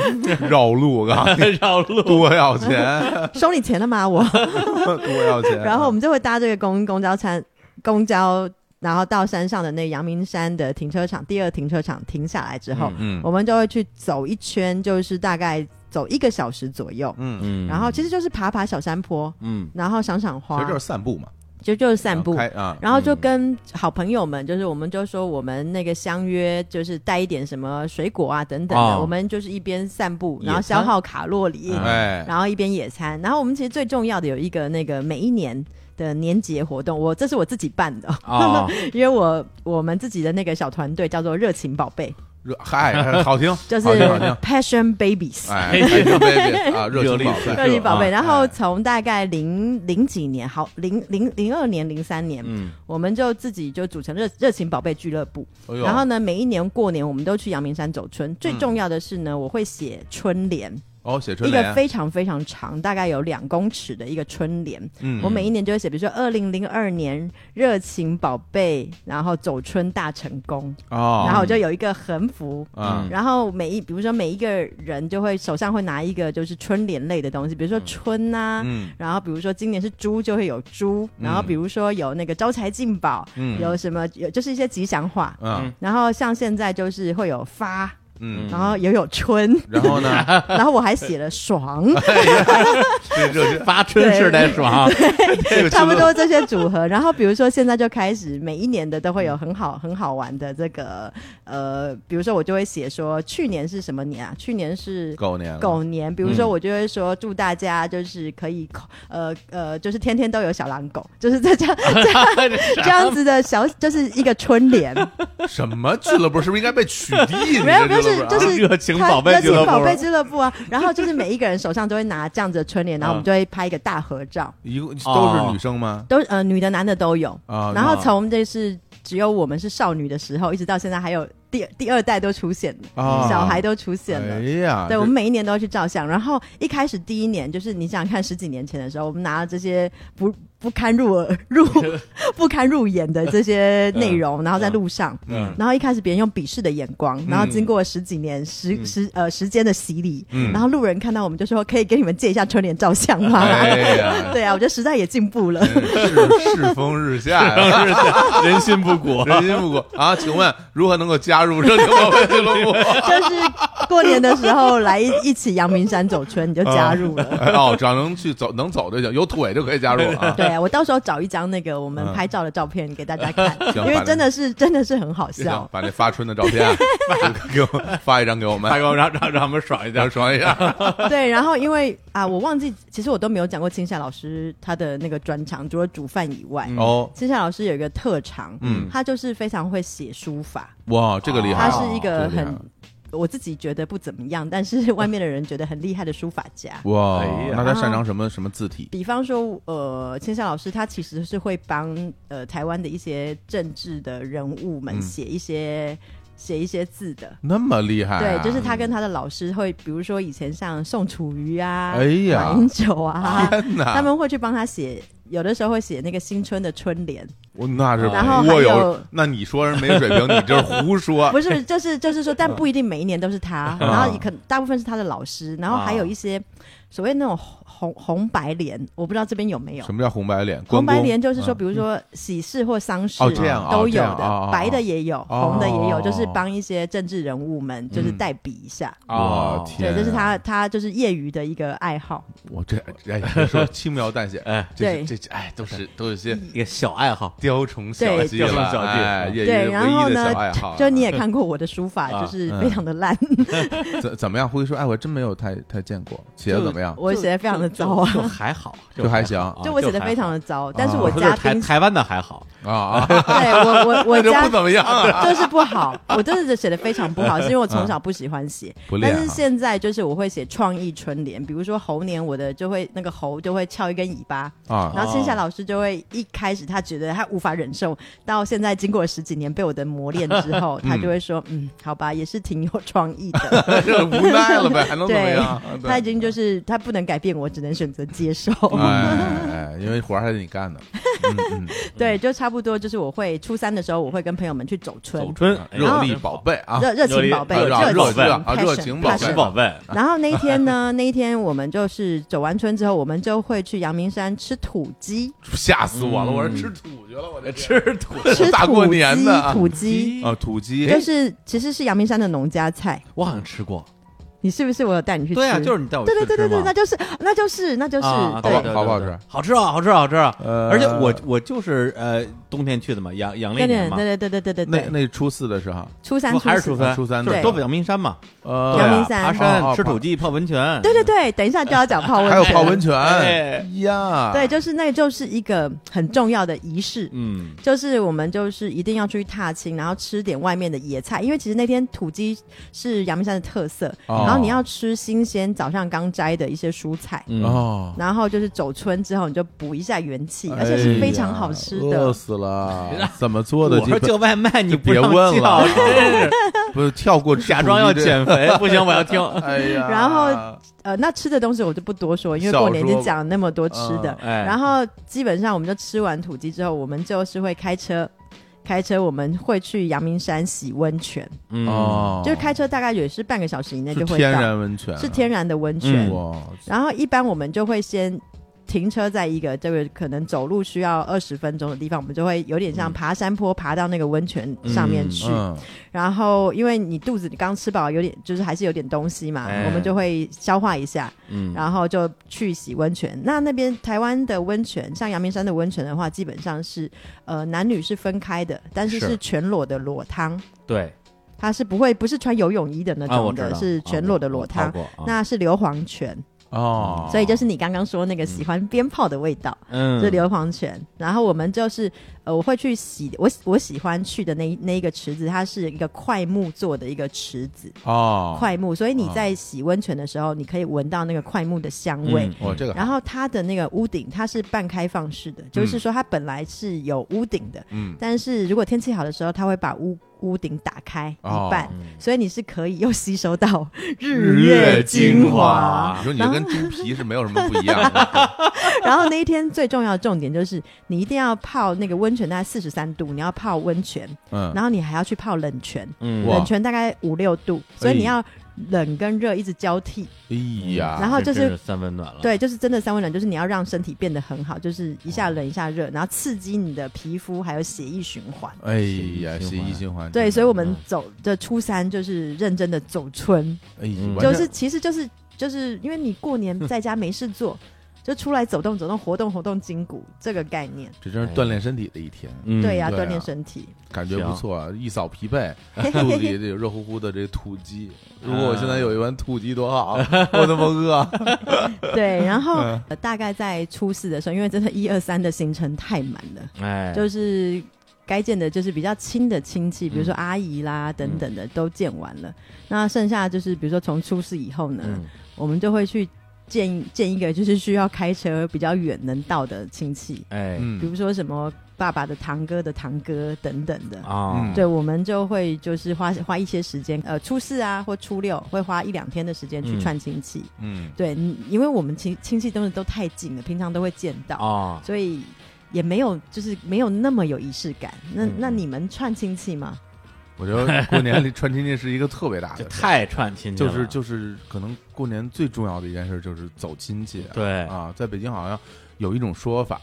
Speaker 2: 绕路啊，
Speaker 1: 绕路，
Speaker 2: 多要钱， [laughs]
Speaker 3: 收你钱了吗？我。
Speaker 2: 多要钱。
Speaker 3: [laughs] 然后我们就会搭这个公公交餐公交，然后到山上的那阳明山的停车场，第二停车场停下来之后，
Speaker 2: 嗯
Speaker 3: 我们就会去走一圈，就是大概走一个小时左右。
Speaker 2: 嗯，
Speaker 1: 嗯
Speaker 3: 然后其实就是爬爬小山坡，
Speaker 1: 嗯， [laughs]
Speaker 3: 然后赏赏
Speaker 2: 其
Speaker 3: 花
Speaker 2: 实就，是散步嘛，
Speaker 3: 就就是散步。
Speaker 2: 开啊，
Speaker 3: 然后就跟好朋友们，就是我们就说我们那个相约，就是带一点什么水果啊等等的，
Speaker 1: 哦
Speaker 3: 我们就是一边散步，
Speaker 1: 野餐
Speaker 3: 然后消耗卡路里，
Speaker 2: 哎，
Speaker 3: 然后一边野餐。然后我们其实最重要的有一个那个每一年的年节活动，我这是我自己办的， [laughs]
Speaker 1: 哦，
Speaker 3: 因为我我们自己的那个小团队叫做热情宝贝，
Speaker 2: 热嗨，好听，
Speaker 3: 就是
Speaker 2: 好听好听，
Speaker 3: Passion Babies。
Speaker 2: 哎，哎对对对啊，热情宝贝，
Speaker 3: 热情宝贝，然
Speaker 2: 哎
Speaker 3: 后从大概零零几年，好零零零二年、零三年，
Speaker 1: 嗯，
Speaker 3: 我们就自己就组成热热情宝贝俱乐部。
Speaker 2: 哎呦
Speaker 3: 然后呢，每一年过年我们都去阳明山走春。
Speaker 2: 嗯
Speaker 3: 最重要的是呢，我会写春联，
Speaker 2: 哦，写春
Speaker 3: 一个
Speaker 2: 联，
Speaker 3: 非常非常长，大概有两公尺的一个春联。
Speaker 2: 嗯
Speaker 3: 我每一年就会写，比如说二零零二年热情宝贝，然后走春大成功，
Speaker 2: 哦，
Speaker 3: 然后我就有一个横幅。
Speaker 2: 啊，
Speaker 3: 然后每一，比如说每一个人就会手上会拿一个就是春联类的东西，比如说春呐、
Speaker 2: 嗯
Speaker 3: 然后比如说今年是猪就会有猪，然后比如说有那个招财进宝，
Speaker 2: 嗯
Speaker 3: 有什么有就是一些吉祥话，
Speaker 2: 嗯
Speaker 3: 然后像现在就是会有发，
Speaker 2: 嗯，
Speaker 3: 然后也有春，
Speaker 2: 然后呢，
Speaker 3: [laughs] 然后我还写了爽，
Speaker 2: 这热情
Speaker 1: 发春是得爽，啊
Speaker 2: 这个
Speaker 3: 差不多这些组合。然后比如说现在就开始每一年的都会有很好很好玩的这个呃，比如说我就会写说去年是什么年啊？去年是。
Speaker 2: 狗年了
Speaker 3: 狗年，比如说我就会说祝大家就是可以，呃呃，就是天天都有小狼狗，就是这样这样这样子的小，就是一个春联，
Speaker 2: 什么俱乐部是不是应该被
Speaker 3: [laughs]
Speaker 2: 取缔？
Speaker 3: 没有，
Speaker 2: 你
Speaker 3: 没
Speaker 2: 这
Speaker 3: 有，是
Speaker 2: 俱乐部啊
Speaker 3: 就
Speaker 6: [laughs]
Speaker 3: 是
Speaker 6: 热情
Speaker 3: 他
Speaker 6: 宝贝
Speaker 3: 热
Speaker 6: 俱乐
Speaker 3: 情
Speaker 6: 部
Speaker 3: 宝贝俱乐部啊。然后就是每一个人手上都会拿这样子的春联，然后我
Speaker 6: 嗯
Speaker 3: 们就会拍一个大合照，
Speaker 2: 一共都
Speaker 6: 哦
Speaker 2: 是女生吗？
Speaker 3: 都呃女的男的都有。
Speaker 2: 啊，
Speaker 3: 然后从就是只有我们是少女的时候，一直到现在还有第第二代都出现
Speaker 2: 啊
Speaker 3: 了，小孩都出现
Speaker 2: 哎
Speaker 3: 了。
Speaker 2: 呀，
Speaker 3: 对，
Speaker 2: 这 [laughs]
Speaker 3: 我们每一年都要去照相。然后一开始第一年就是你想想看，十几年前的时候，我们拿了这些不 [laughs] 不堪入耳入
Speaker 2: [laughs]
Speaker 3: [laughs] 不堪入眼的这些内容，然后在路上，
Speaker 2: 嗯
Speaker 3: 然后一开始别人用鄙视的眼光，然后经过十几年时
Speaker 2: 嗯
Speaker 3: 时呃时间的洗礼，然后路人看到我们就说可以给你们借一下春联照相吗？
Speaker 2: 哎呀，
Speaker 3: [laughs] 对啊，我觉得时代也进步了。
Speaker 2: 世世风日下呀，
Speaker 6: 人心不古
Speaker 2: [laughs] 人心不古啊！请问如何能够加入热情宝贝俱乐部？
Speaker 3: [laughs] 就是过年的时候来一一起阳明山走春，你就 [laughs] 加入了。
Speaker 2: 哎哦，只要能去走，能走就行，有腿就可以加入
Speaker 3: [laughs]
Speaker 2: [laughs] 啊！
Speaker 3: 对啊，我到时候找一张那个我们拍照的照片给大家看，
Speaker 2: [laughs] 行
Speaker 3: 因为
Speaker 2: 反正
Speaker 3: 真的是真的是很 [laughs] 好
Speaker 2: 行
Speaker 3: 笑。
Speaker 2: 把那发春的照
Speaker 3: [laughs]
Speaker 2: 片啊 [laughs] 给我们发一张给我们
Speaker 6: 大，哥让让让我们爽一下
Speaker 2: 让。爽一
Speaker 6: [laughs]
Speaker 2: 下。
Speaker 3: [laughs]
Speaker 2: [laughs]
Speaker 3: 对，然后因为啊，我忘记，其实我都没有讲过青夏老师他的那个专长，除了煮饭以外，
Speaker 6: 嗯
Speaker 2: 哦，
Speaker 3: 青夏老师有一个特长，
Speaker 2: 嗯
Speaker 3: 他就是非常会写书法，
Speaker 2: 哇，这个厉害
Speaker 3: 他
Speaker 2: 啊！
Speaker 3: 是一个
Speaker 2: 这厉害
Speaker 3: 很。我自己觉得不怎么样，但是外面的人觉得很厉害的书法家。
Speaker 2: 哇
Speaker 6: 哎呀，
Speaker 2: 那他擅长什么什么字体？
Speaker 3: 比方说，呃，千夏老师他其实是会帮呃台湾的一些政治的人物们
Speaker 2: 嗯
Speaker 3: 写一些、写一些字的。
Speaker 2: 那么厉害
Speaker 3: 对
Speaker 2: 啊？，
Speaker 3: 就是他跟他的老师会，比如说以前像宋楚瑜啊、
Speaker 2: 哎呀哎
Speaker 3: 马英九啊，
Speaker 2: 天哪！
Speaker 3: 他们会去帮他写，有的时候会写那个新春的春联，
Speaker 2: 我那是
Speaker 3: 然后
Speaker 2: 我
Speaker 3: 还
Speaker 2: 有
Speaker 3: 有，
Speaker 2: 那你说人没水
Speaker 3: [laughs]
Speaker 2: 平，你这是胡说
Speaker 3: 不。是，就是就是说，但不一定每一年都是
Speaker 2: 啊
Speaker 3: 他，然后也可大部分是他的老师，然后还有一些所谓那种红红白联，我不知道这边有没有
Speaker 2: 什。么叫红白脸？
Speaker 3: 红白
Speaker 2: 关公
Speaker 3: 联就是说，
Speaker 2: 嗯
Speaker 3: 比如说喜事或丧事
Speaker 2: 哦这样哦
Speaker 3: 都有
Speaker 2: 这样哦哦
Speaker 3: 的，白的也有，
Speaker 2: 哦嗯
Speaker 3: 红的也有，就是帮一些政治人物们就是代笔一下。
Speaker 2: 哦
Speaker 1: 哦，
Speaker 3: 对，
Speaker 2: 天啊！
Speaker 3: 这是他他就是业余的一个爱好。
Speaker 2: 我这哎，你
Speaker 6: [laughs]
Speaker 2: 说轻描淡写，
Speaker 1: 哎，
Speaker 2: 这
Speaker 3: 对嗯
Speaker 2: 这这哎，都是都有些
Speaker 1: 一个小爱好，
Speaker 2: 雕虫小
Speaker 6: 嗯对
Speaker 2: 技
Speaker 6: 雕虫
Speaker 2: 了，
Speaker 6: 小技
Speaker 2: 哎，业余
Speaker 3: 对，然后
Speaker 2: 唯一的
Speaker 3: 呢
Speaker 2: 小爱好嗯啊，，
Speaker 3: 就你也看过我的书法，
Speaker 1: 啊
Speaker 3: 就是非常的
Speaker 2: [laughs]
Speaker 3: 烂，
Speaker 2: 怎怎么样？胡一说，哎，我真没有太太见过，写的怎么样？
Speaker 3: 我写的非常的糟啊
Speaker 1: 就，就还
Speaker 3: [laughs]
Speaker 1: 好，
Speaker 2: 就还行
Speaker 1: 啊
Speaker 3: 就我写的非常的糟，但是
Speaker 2: 啊
Speaker 3: 我
Speaker 1: 不是
Speaker 3: 家
Speaker 1: 台
Speaker 3: 冰箱，
Speaker 1: 台湾的还好，
Speaker 2: 啊啊，
Speaker 3: [laughs] 对我我
Speaker 2: [laughs]
Speaker 3: 我
Speaker 2: 这
Speaker 3: 家
Speaker 2: 不怎么样啊，
Speaker 3: 就是不好，我真的写的非常不好，是因为我从小不喜欢写。
Speaker 2: 嗯不练
Speaker 3: 但
Speaker 2: 啊
Speaker 3: 是现在就是我会写创意春联，比如说猴年我的就会那个猴就会翘一根尾巴，
Speaker 2: 啊
Speaker 3: 然后青夏老师就会一开始他觉得他无法忍受，到现在经过了十几年被我的磨练之
Speaker 2: [laughs]
Speaker 3: 后，他就会说嗯好吧，也是挺有创意的。
Speaker 2: 这无奈了呗，还能怎么
Speaker 3: 对
Speaker 2: 样？，啊
Speaker 3: 他已经就是他不能改变我，只能选择接受。
Speaker 2: 哎哎，哎因为活儿还得你干呢。嗯嗯
Speaker 3: 对，就差不多就是我会初三的时候，我会跟朋友们去走春，
Speaker 1: 走春
Speaker 2: 嗯，热力宝贝啊，
Speaker 3: 热热情宝贝，
Speaker 2: 热
Speaker 3: 热情
Speaker 2: 热热啊热
Speaker 3: passion，
Speaker 1: 哎
Speaker 3: passion
Speaker 2: 情宝
Speaker 6: 宝
Speaker 2: 贝
Speaker 6: 石宝贝，
Speaker 3: 然后那一天呢，那一天我们就是走完春之后，我们就会去阳明山吃土鸡，
Speaker 2: 吓死我了！我是吃土去了，我这
Speaker 6: 吃土
Speaker 3: 嗯吃
Speaker 2: 大过
Speaker 3: 土鸡
Speaker 2: 年的啊
Speaker 3: 土鸡
Speaker 2: 啊土鸡
Speaker 3: 就，是其实是阳明山的农家菜。
Speaker 1: 我好像吃过，
Speaker 3: 你是不是我有带你去吃？
Speaker 1: 对啊，就是你带我去
Speaker 3: 对对对对对，
Speaker 1: 吃嘛
Speaker 3: 那就是那就是那就是
Speaker 1: 啊，
Speaker 2: 好不好
Speaker 3: 对
Speaker 1: 对对对
Speaker 2: 好不好
Speaker 1: 对
Speaker 2: 吃
Speaker 1: 好吃啊，好吃啊，好吃啊！
Speaker 2: 呃
Speaker 1: 而且我我就是呃冬天去的嘛，阳阳历
Speaker 3: 对
Speaker 1: 年嘛，
Speaker 3: 对对对对对对
Speaker 2: 那
Speaker 3: 对，
Speaker 2: 那初四的时候，
Speaker 3: 初三
Speaker 1: 不还是
Speaker 3: 初
Speaker 1: 初
Speaker 3: 四
Speaker 1: 三
Speaker 2: 初三
Speaker 1: 就是
Speaker 2: 对
Speaker 1: 多阳明山嘛，
Speaker 2: 呃
Speaker 1: 对啊
Speaker 3: 阳明山
Speaker 1: 爬
Speaker 2: 哦
Speaker 1: 山、
Speaker 2: 哦
Speaker 1: 吃
Speaker 2: 爬
Speaker 1: 土鸡、泡温泉，
Speaker 3: 对对对，等一下就要讲泡温泉，
Speaker 2: 还有泡温泉
Speaker 1: 哎
Speaker 2: 呀，
Speaker 3: 对，就是那就是一个很重要的仪式。
Speaker 1: 嗯，
Speaker 3: 就是我们就是一定要出去踏青，然后吃点外面的野菜，因为其实那天土鸡是阳明山的特色，
Speaker 2: 哦
Speaker 3: 然后你要吃新鲜早上刚摘的一些蔬菜，
Speaker 1: 嗯
Speaker 2: 哦，
Speaker 3: 然后就是走春之后你就补一下元气，
Speaker 2: 哎呀
Speaker 3: 而且是非常好吃
Speaker 2: 哎饿
Speaker 3: 的。[laughs]
Speaker 2: 死了，怎么做的？
Speaker 1: 我说
Speaker 2: 这
Speaker 1: 叫外卖，你不
Speaker 2: 别
Speaker 1: 让
Speaker 2: 问了
Speaker 1: 叫 [laughs] 真
Speaker 3: [laughs]
Speaker 1: 是
Speaker 2: 不是跳过
Speaker 1: 假装要
Speaker 2: 减，
Speaker 1: 减肥，不行，我要听。
Speaker 2: 哎呀，
Speaker 3: 然后呃，那吃的东西我就不多说，因为过年已
Speaker 2: 少
Speaker 3: 经
Speaker 2: 说吧
Speaker 3: 讲了那么多吃的。
Speaker 2: 嗯
Speaker 1: 哎，
Speaker 3: 然后基本上我们就吃完土鸡之后，我们就是会开车，开车我们会去阳明山洗温泉，
Speaker 1: 嗯
Speaker 2: 哦，
Speaker 3: 就是开车大概也是半个小时以内
Speaker 2: 是
Speaker 3: 就会
Speaker 2: 天
Speaker 3: 到，
Speaker 2: 然温泉，
Speaker 3: 是天然的温泉。
Speaker 1: 嗯
Speaker 2: 哇，
Speaker 3: 然后一般我们就会先停车在一个这个可能走路需要二十分钟的地方，我们就会有点像爬山坡爬到那个温泉上面去。
Speaker 2: 嗯，
Speaker 3: 然后因为你肚子你刚吃饱，有点就是还是有点东西嘛，
Speaker 1: 哎
Speaker 3: 我们就会消化一下，
Speaker 1: 嗯
Speaker 3: 然后就去洗温泉。那那边台湾的温泉，像阳明山的温泉的话，基本上是呃男女是分开的，但是
Speaker 1: 是
Speaker 3: 是全裸的裸汤。
Speaker 1: 对
Speaker 3: 它是不会不是穿游泳衣的那
Speaker 1: 啊，我
Speaker 3: 种
Speaker 1: 知
Speaker 3: 的，
Speaker 1: 道啊
Speaker 3: 是全裸的裸汤，，那是硫磺泉。
Speaker 2: 哦，
Speaker 3: 所以就是你刚刚说那个喜欢鞭炮的味道，
Speaker 1: 嗯，
Speaker 3: 是硫磺泉。然后我们就是呃，我会去洗我我喜欢去的那一那一个池子，它是一个块木做的一个池子，
Speaker 2: 哦，
Speaker 3: 块木，所以你在洗温泉的时候，你可以闻到那个块木的香
Speaker 1: 嗯
Speaker 3: 味。
Speaker 2: 哇，这个
Speaker 3: 然后它的那个屋顶，它是半开放式的，就是说它本来是有屋顶的，
Speaker 2: 嗯
Speaker 3: 但是如果天气好的时候，它会把屋屋顶打开
Speaker 2: 哦
Speaker 3: 一半，所以你是可以又吸收到
Speaker 1: 日月
Speaker 3: 精
Speaker 1: 精华
Speaker 2: 啊你说你这跟猪皮是没有什么不一样的，
Speaker 3: [laughs] 然后那一天最重要的重点就是，你一定要泡那个温泉，大概四十三度，你要泡温泉，
Speaker 2: 嗯，
Speaker 3: 然后你还要去泡冷泉，
Speaker 1: 嗯
Speaker 2: 哇
Speaker 3: 冷泉大概五六度，所以你要冷跟热一直交替。
Speaker 2: 哎呀，
Speaker 3: 然后就
Speaker 1: 这
Speaker 3: 是
Speaker 1: 真三温
Speaker 2: 啊
Speaker 1: 暖了，
Speaker 3: 对，就是真的三温暖，就是你要让身体变得很好，就是一下冷一下热，然后刺激你的皮肤还有血液循环。
Speaker 2: 哎呀，洗衣循环，
Speaker 3: 对，所以我们走的初三就是认真的走春，
Speaker 2: 哎呀
Speaker 1: 嗯，
Speaker 2: 完全
Speaker 3: 就是其实就是就是因为你过年在家没事做，就出来走动走动，活动活动筋骨这个概念。
Speaker 2: 这真是锻炼身体的一天，
Speaker 1: 嗯，
Speaker 3: 对呀、
Speaker 2: 对啊
Speaker 3: 锻炼身
Speaker 2: [laughs]
Speaker 3: 体。
Speaker 2: 感觉不错，啊，一扫疲
Speaker 3: [laughs]
Speaker 2: 惫，
Speaker 3: 嘿嘿
Speaker 2: 肚子
Speaker 3: 嘿嘿
Speaker 2: 里这热乎乎的这土鸡，如果我现
Speaker 1: 嗯
Speaker 2: 在有一碗土鸡多好，啊我那么
Speaker 3: [laughs]
Speaker 2: 饿，
Speaker 3: 对，然后、
Speaker 2: 嗯
Speaker 3: 呃大概在初四的时候，因为真的一二三的行程太满了，
Speaker 1: 哎，
Speaker 3: 就是该见的，就是比较亲的亲戚，比如说
Speaker 1: 嗯
Speaker 3: 阿姨啦、等等的都见完了。那剩下就是比如说从初四以后呢，
Speaker 1: 嗯
Speaker 3: 我们就会去见见一个就是需要开车比较远能到的亲戚，
Speaker 1: 哎
Speaker 3: 比
Speaker 2: 嗯
Speaker 3: 如说什么爸爸的堂哥的堂哥等等的。
Speaker 1: 啊，
Speaker 3: 对，我们就会就是花花一些时间，呃，初四啊或初六会花一两天的时间去
Speaker 1: 嗯
Speaker 3: 串亲戚，
Speaker 2: 嗯，
Speaker 3: 对，你因为我们亲亲戚都是都太近了，平常都会见到，
Speaker 1: 啊，
Speaker 3: 所以也没有就是没有那么有仪式感。那、
Speaker 1: 嗯
Speaker 3: 那你们串亲戚吗？
Speaker 2: 我觉得过年里串亲戚是一个特别大
Speaker 1: 这
Speaker 2: 的事儿。
Speaker 1: 太串亲戚
Speaker 2: 就
Speaker 1: 了，
Speaker 2: 是就是，可能过年最重要的一件事就是走亲戚啊。
Speaker 1: 对，
Speaker 3: 嗯
Speaker 2: 啊，在北京好像有一种说法，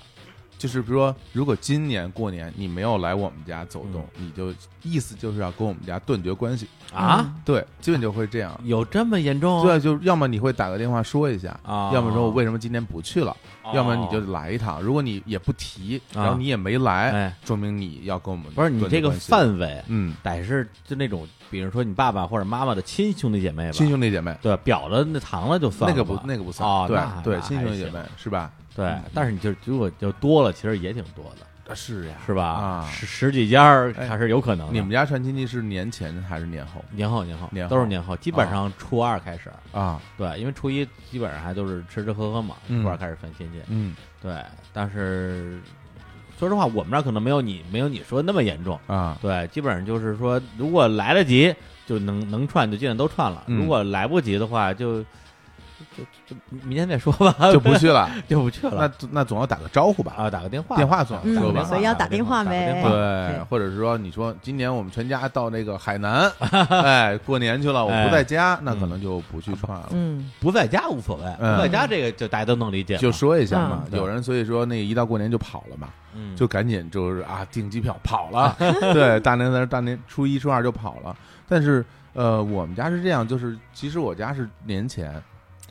Speaker 2: 就是比如说，如果今年过年你没有来我们家走动，
Speaker 1: 嗯
Speaker 2: 你就意思就是要跟我们家断绝关系。
Speaker 1: 啊，
Speaker 2: 对，基本就会这样。
Speaker 1: 有这么严重？
Speaker 2: 对，就要么你会打个电话说一下，
Speaker 1: 啊，
Speaker 2: 要么说我为什么今天不去了，
Speaker 1: 哦，
Speaker 2: 要么你就来一趟。如果你也不提，
Speaker 1: 啊
Speaker 2: 然后你也没来，
Speaker 1: 哎，
Speaker 2: 说明你要跟我们
Speaker 1: 不是你
Speaker 2: 断
Speaker 1: 这
Speaker 2: 绝
Speaker 1: 个
Speaker 2: 关系了，
Speaker 1: 范围，
Speaker 2: 嗯，
Speaker 1: 得是就那种，比如说你爸爸或者妈妈的亲兄弟姐妹吧，
Speaker 2: 亲兄弟姐妹。
Speaker 1: 对表了那堂了就算
Speaker 2: 那
Speaker 1: 了
Speaker 2: 个
Speaker 1: 吧，
Speaker 2: 不，那个不嗯算，
Speaker 1: 哦那
Speaker 2: 对对，
Speaker 1: 那
Speaker 2: 亲兄
Speaker 1: 还
Speaker 2: 弟姐
Speaker 1: 行
Speaker 2: 妹是吧？
Speaker 1: 对，但是你就如果就多了，其实也挺多的，
Speaker 2: 啊是呀，
Speaker 1: 是吧？
Speaker 2: 啊
Speaker 1: 十十几家儿
Speaker 2: 哎
Speaker 1: 还是有可能的。
Speaker 2: 你们家串亲戚是年前还是年后
Speaker 1: 年后年后
Speaker 2: 年后
Speaker 1: 都是年后，基本上初二开始，
Speaker 2: 啊？
Speaker 1: 对，因为初一基本上还都是吃吃喝喝嘛，
Speaker 2: 嗯
Speaker 1: 初二开始分亲戚，
Speaker 2: 嗯
Speaker 1: 对。但是说实话，我们那儿可能没有你没有你说那么严重，
Speaker 2: 啊，
Speaker 1: 对，基本上就是说，如果来得及，就能能串就尽量都串了；
Speaker 2: 嗯
Speaker 1: 如果来不及的话，就就就明天再说吧，
Speaker 2: [laughs] 就不去了。
Speaker 1: [laughs] 就不去了。
Speaker 2: 那那总要打个招呼吧？
Speaker 1: 啊，嗯打个电话，
Speaker 2: [laughs] 电话总
Speaker 1: 打个
Speaker 2: 说
Speaker 1: 电
Speaker 2: 吧
Speaker 1: 话
Speaker 2: 所以
Speaker 3: 要
Speaker 1: 打
Speaker 3: 打
Speaker 1: 个电
Speaker 3: 电
Speaker 1: 话
Speaker 3: 话
Speaker 1: 打
Speaker 3: 呗
Speaker 1: 个电话
Speaker 2: 对
Speaker 3: 对，
Speaker 2: 或者是说，你说今年我们全家到那个海
Speaker 1: [laughs]
Speaker 2: 南，哎，过年去了，我不在家，那
Speaker 1: 嗯
Speaker 2: 可能就不去串了，
Speaker 3: 嗯，
Speaker 1: 不在家无所谓，
Speaker 2: 嗯
Speaker 1: 不在家这个就大家都能理解了。
Speaker 2: 就说一下嘛。
Speaker 1: 嗯
Speaker 2: 有人所以说那一到过年就跑了嘛，
Speaker 1: 嗯
Speaker 2: 就赶
Speaker 1: [laughs]
Speaker 2: 紧就是啊订机票跑了，对，大年三十大年初一初二就跑了。但是呃，我们家是这样，就是其实我家是年前，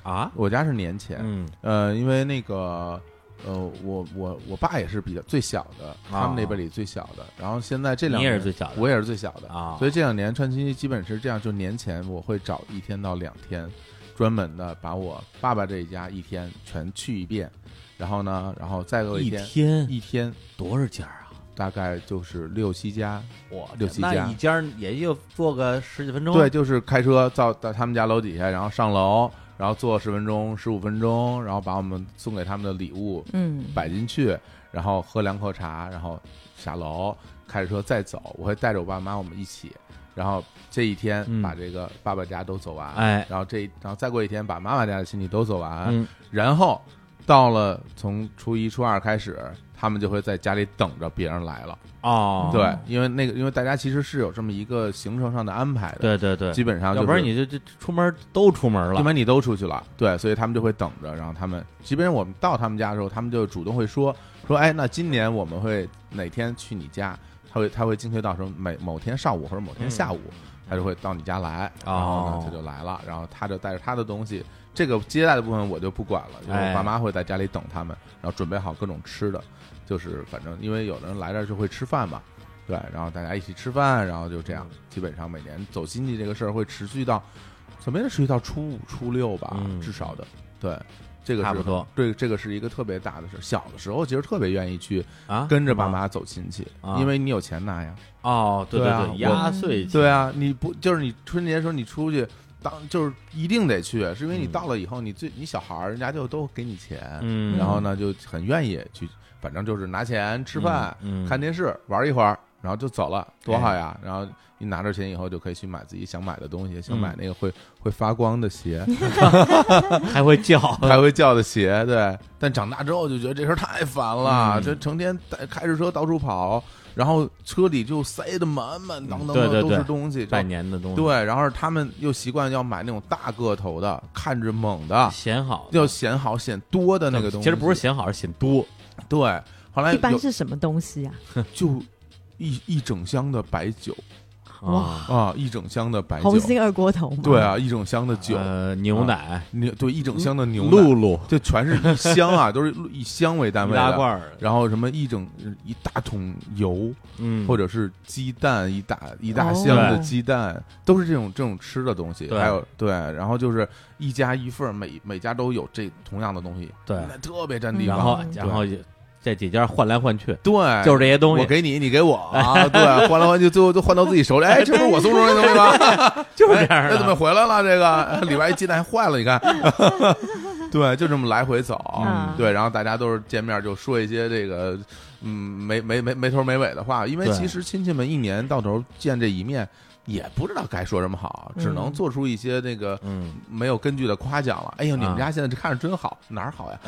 Speaker 1: 啊，
Speaker 2: 我家是年前，
Speaker 1: 嗯
Speaker 2: 呃，因为那个，呃，我我我爸也是比较最小的，他们那辈里最小的。然后现在这两
Speaker 1: 哦你
Speaker 2: 年
Speaker 1: 也是最小的
Speaker 2: 我也是最小的
Speaker 1: 啊
Speaker 2: 所以这两年串亲戚基本是这样，就年前我会找一天到两天，专门的把我爸爸这一家一天全去一遍，然后呢，然后再有
Speaker 1: 一
Speaker 2: 天。
Speaker 1: 天
Speaker 2: 一天
Speaker 1: 多少家啊？
Speaker 2: 大概就是六七家，
Speaker 1: 我
Speaker 2: 六七
Speaker 1: 那
Speaker 2: 家
Speaker 1: 一家也就坐个十几分钟。
Speaker 2: 对，，就是开车到到他们家楼底下，然后上楼，然后坐十分钟、十五分钟，然后把我们送给他们的礼物
Speaker 3: 嗯，
Speaker 2: 摆进去，然后喝两口茶，然后下楼开着车再走。我会带着我爸妈我们一起，然后这一天
Speaker 1: 嗯
Speaker 2: 把这个爸爸家都走完，
Speaker 1: 哎
Speaker 2: 然后这一然后再过一天把妈妈家的亲戚都走完，
Speaker 1: 嗯，
Speaker 2: 然后到了从初一初二开始，他们就会在家里等着别人来了。
Speaker 1: 哦，
Speaker 2: 对，因为那个因为大家其实是有这么一个行程上的安排的，
Speaker 1: 对对对，
Speaker 2: 基本上、就是、
Speaker 1: 要不然你就这出门都出门
Speaker 2: 因
Speaker 1: 了。
Speaker 2: 为你都出去了，对，所以他们就会等着，然后他们，即便我们到他们家的时候，他们就主动会说说，哎，那今年我们会哪天去你家？他会他会精确到什么每某天上午或者某天下午，他就会到你家来，然后呢
Speaker 1: 嗯哦
Speaker 2: 他就来了，然后他就带着他的东西，这个接待的部分我就不管了，因为
Speaker 1: 哎
Speaker 2: 我爸妈会在家里等他们，然后准备好各种吃的，就是反正因为有的人来这儿就会吃饭嘛。对，然后大家一起吃饭，然后就这样，
Speaker 1: 嗯
Speaker 2: 基本上每年走亲戚这个事儿会持续到怎么也得持续到初五、初六吧，
Speaker 1: 嗯
Speaker 2: 至少的。对，这个是
Speaker 1: 差不多。
Speaker 2: 对，这个是一个特别大的事儿。小的时候其实特别愿意去
Speaker 1: 啊，
Speaker 2: 跟着
Speaker 1: 是吗
Speaker 2: 爸妈走亲戚，
Speaker 1: 啊
Speaker 2: 因为你有钱拿呀。
Speaker 1: 哦，对
Speaker 2: 对啊
Speaker 1: 对，
Speaker 2: 我
Speaker 1: 压岁钱
Speaker 2: 对啊，你不就是你春节的时候你出去。当就是一定得去，是因为你
Speaker 1: 嗯
Speaker 2: 到了以后，你最你小孩儿人家就都给你钱，
Speaker 1: 嗯
Speaker 2: 然后呢就很愿意去，反正就是拿钱吃饭、
Speaker 1: 嗯嗯哎
Speaker 2: 看电视、玩一会儿，然后就走了，多好呀！然后你拿着钱以后就可以去买自己想买的东西，
Speaker 1: 嗯
Speaker 2: 想买那个会、会发光的鞋，
Speaker 1: 还会 [laughs] 叫，
Speaker 2: 还会叫的鞋，对。但长大之后就觉得这事儿太烦了，
Speaker 1: 嗯
Speaker 2: 这成天带开着车到处跑，然后车里就塞得满满当当
Speaker 1: 对对
Speaker 2: 的都
Speaker 1: 对
Speaker 2: 是东西，
Speaker 1: 拜年的东西，，
Speaker 2: 对。啊然后他们又习惯要买那种大个头的，看着猛的，
Speaker 1: 显好的
Speaker 2: 要显好显多的那个东西。
Speaker 1: 其实不是显好，是显多。
Speaker 2: 对。后来
Speaker 3: 一般
Speaker 2: 哎有
Speaker 3: 是什么东西啊？
Speaker 2: 就一一整箱的白酒
Speaker 1: 哇，
Speaker 2: 啊，一整箱的白酒
Speaker 3: 红，星二锅头吗？
Speaker 2: 对，啊，一整箱的酒，啊
Speaker 1: 呃，牛奶、
Speaker 2: 牛对一整箱的牛奶，
Speaker 1: 嗯露露、
Speaker 2: 就全是一箱啊， [laughs] 都是以箱为单
Speaker 1: 易
Speaker 2: 位
Speaker 1: 拉
Speaker 2: 的。
Speaker 1: 罐儿，
Speaker 2: 然后什么一整呃一大桶油，
Speaker 1: 嗯，
Speaker 2: 或
Speaker 1: 者
Speaker 2: 者是鸡蛋一大一大箱的鸡蛋，都是这种这种吃的东西。
Speaker 1: 对
Speaker 2: 还有对，然后就是一家一份儿，每每家都有这同样的东西，
Speaker 1: 对，
Speaker 2: 那特别占地
Speaker 1: 然
Speaker 2: 方。
Speaker 1: 后
Speaker 3: 嗯
Speaker 1: 然后也这几家换来换去，
Speaker 2: 对，
Speaker 1: 就是这些东
Speaker 2: 我
Speaker 1: 西，
Speaker 2: 给你，你给我，啊，对，换来换去，最后都换到自己手里。哎，这不是我送出来的东西吗？
Speaker 1: [laughs] 就是这样
Speaker 2: 哎那怎么
Speaker 1: 的。
Speaker 2: 回来了？这个 [laughs] 哎里边一鸡蛋还坏了，你看。 [laughs] 对，就这么来回走。
Speaker 3: 嗯
Speaker 2: 对，然后大家都是见面就说一些这个，嗯，没没没没头没尾的话，因为
Speaker 1: 对
Speaker 2: 其实亲戚们一年到头见这一面，也不知道该说什么好，只能
Speaker 3: 嗯
Speaker 2: 做出一些那个
Speaker 1: 嗯，
Speaker 2: 没有根据的夸奖了。哎呦，你们家现在这看着真好，哪儿好呀？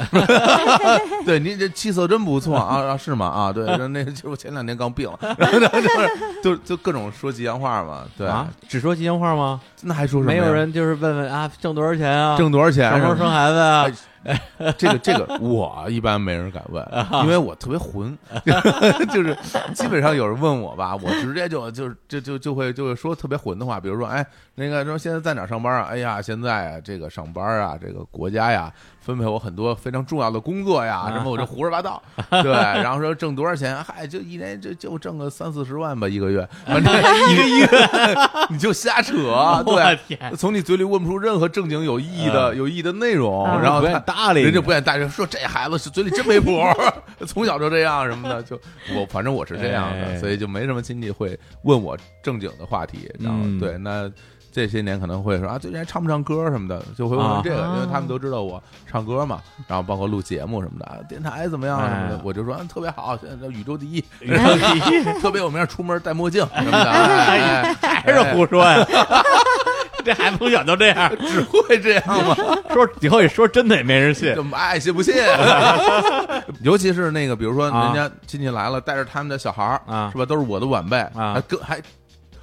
Speaker 2: [laughs] 对，您这气色真不错啊 [laughs] 啊，是吗？
Speaker 1: [laughs]
Speaker 2: 啊，对，那那就我前两天刚病了， [laughs] 然后就是就就各种说吉祥话嘛，对，
Speaker 1: 啊，只说吉祥话吗？
Speaker 2: 那还说什么
Speaker 1: 没
Speaker 2: 呀？
Speaker 1: 有人就是问问啊，挣多少钱啊？
Speaker 2: 挣多少钱
Speaker 1: 什么时候
Speaker 2: 啊？
Speaker 1: 生孩子啊？
Speaker 2: 这个这个，我一般没人敢问，因为我特别混， [laughs] 就是基本上有人问我吧，我直接就就就就就会就会说特别混的话，比如说，哎，那个说现在在哪儿上班啊？哎呀，现在啊这个上班啊，这个国家呀分配我很多非常重要的工作呀，什么我这胡说八 [laughs] 道，对，然后说挣多少钱？嗨，就一年就就挣个三四十万吧，一个月，反正 [laughs] 一个月你就瞎扯，
Speaker 1: 我
Speaker 2: 啊对。
Speaker 1: 天，
Speaker 2: 从你嘴里问不出任何正经有意义的、有意义的内容，
Speaker 3: 嗯
Speaker 2: 然后
Speaker 1: 不愿
Speaker 2: 他
Speaker 1: 意搭理你，
Speaker 2: 人家不愿意带着说这孩子是嘴里真没谱儿， [laughs] 从小就这样什么
Speaker 1: [laughs]
Speaker 2: 的，就我反正我是这样
Speaker 1: 哎
Speaker 2: 的，所以就没什么亲戚会问我正经的话题，然后
Speaker 1: 嗯
Speaker 2: 对那。这些年可能会说啊，最近还唱不唱歌什么的，就会问问这个，
Speaker 3: 啊
Speaker 2: 因为他们都知道我唱歌嘛，然后包括录节目什么的，啊电台怎么样什么
Speaker 1: 哎
Speaker 2: 的，我就说、嗯特别好，现在叫宇
Speaker 1: [laughs]
Speaker 2: 宙第一，
Speaker 1: 然后 [laughs] 你
Speaker 2: 特别有名，出门戴墨镜什么的，哎
Speaker 1: [laughs]
Speaker 2: 哎
Speaker 1: 还是胡说呀。 [laughs] 这孩子从小就这样，
Speaker 2: 只会这样吗？
Speaker 1: [laughs] 说以后也说真的也没人信
Speaker 2: 就。爱信不信。 [laughs] 尤其是那个，比如说
Speaker 1: 啊
Speaker 2: 人家亲戚来了，带着他们的小孩儿
Speaker 1: 啊
Speaker 2: 是吧？都是我的晚辈
Speaker 1: 啊
Speaker 2: 还跟还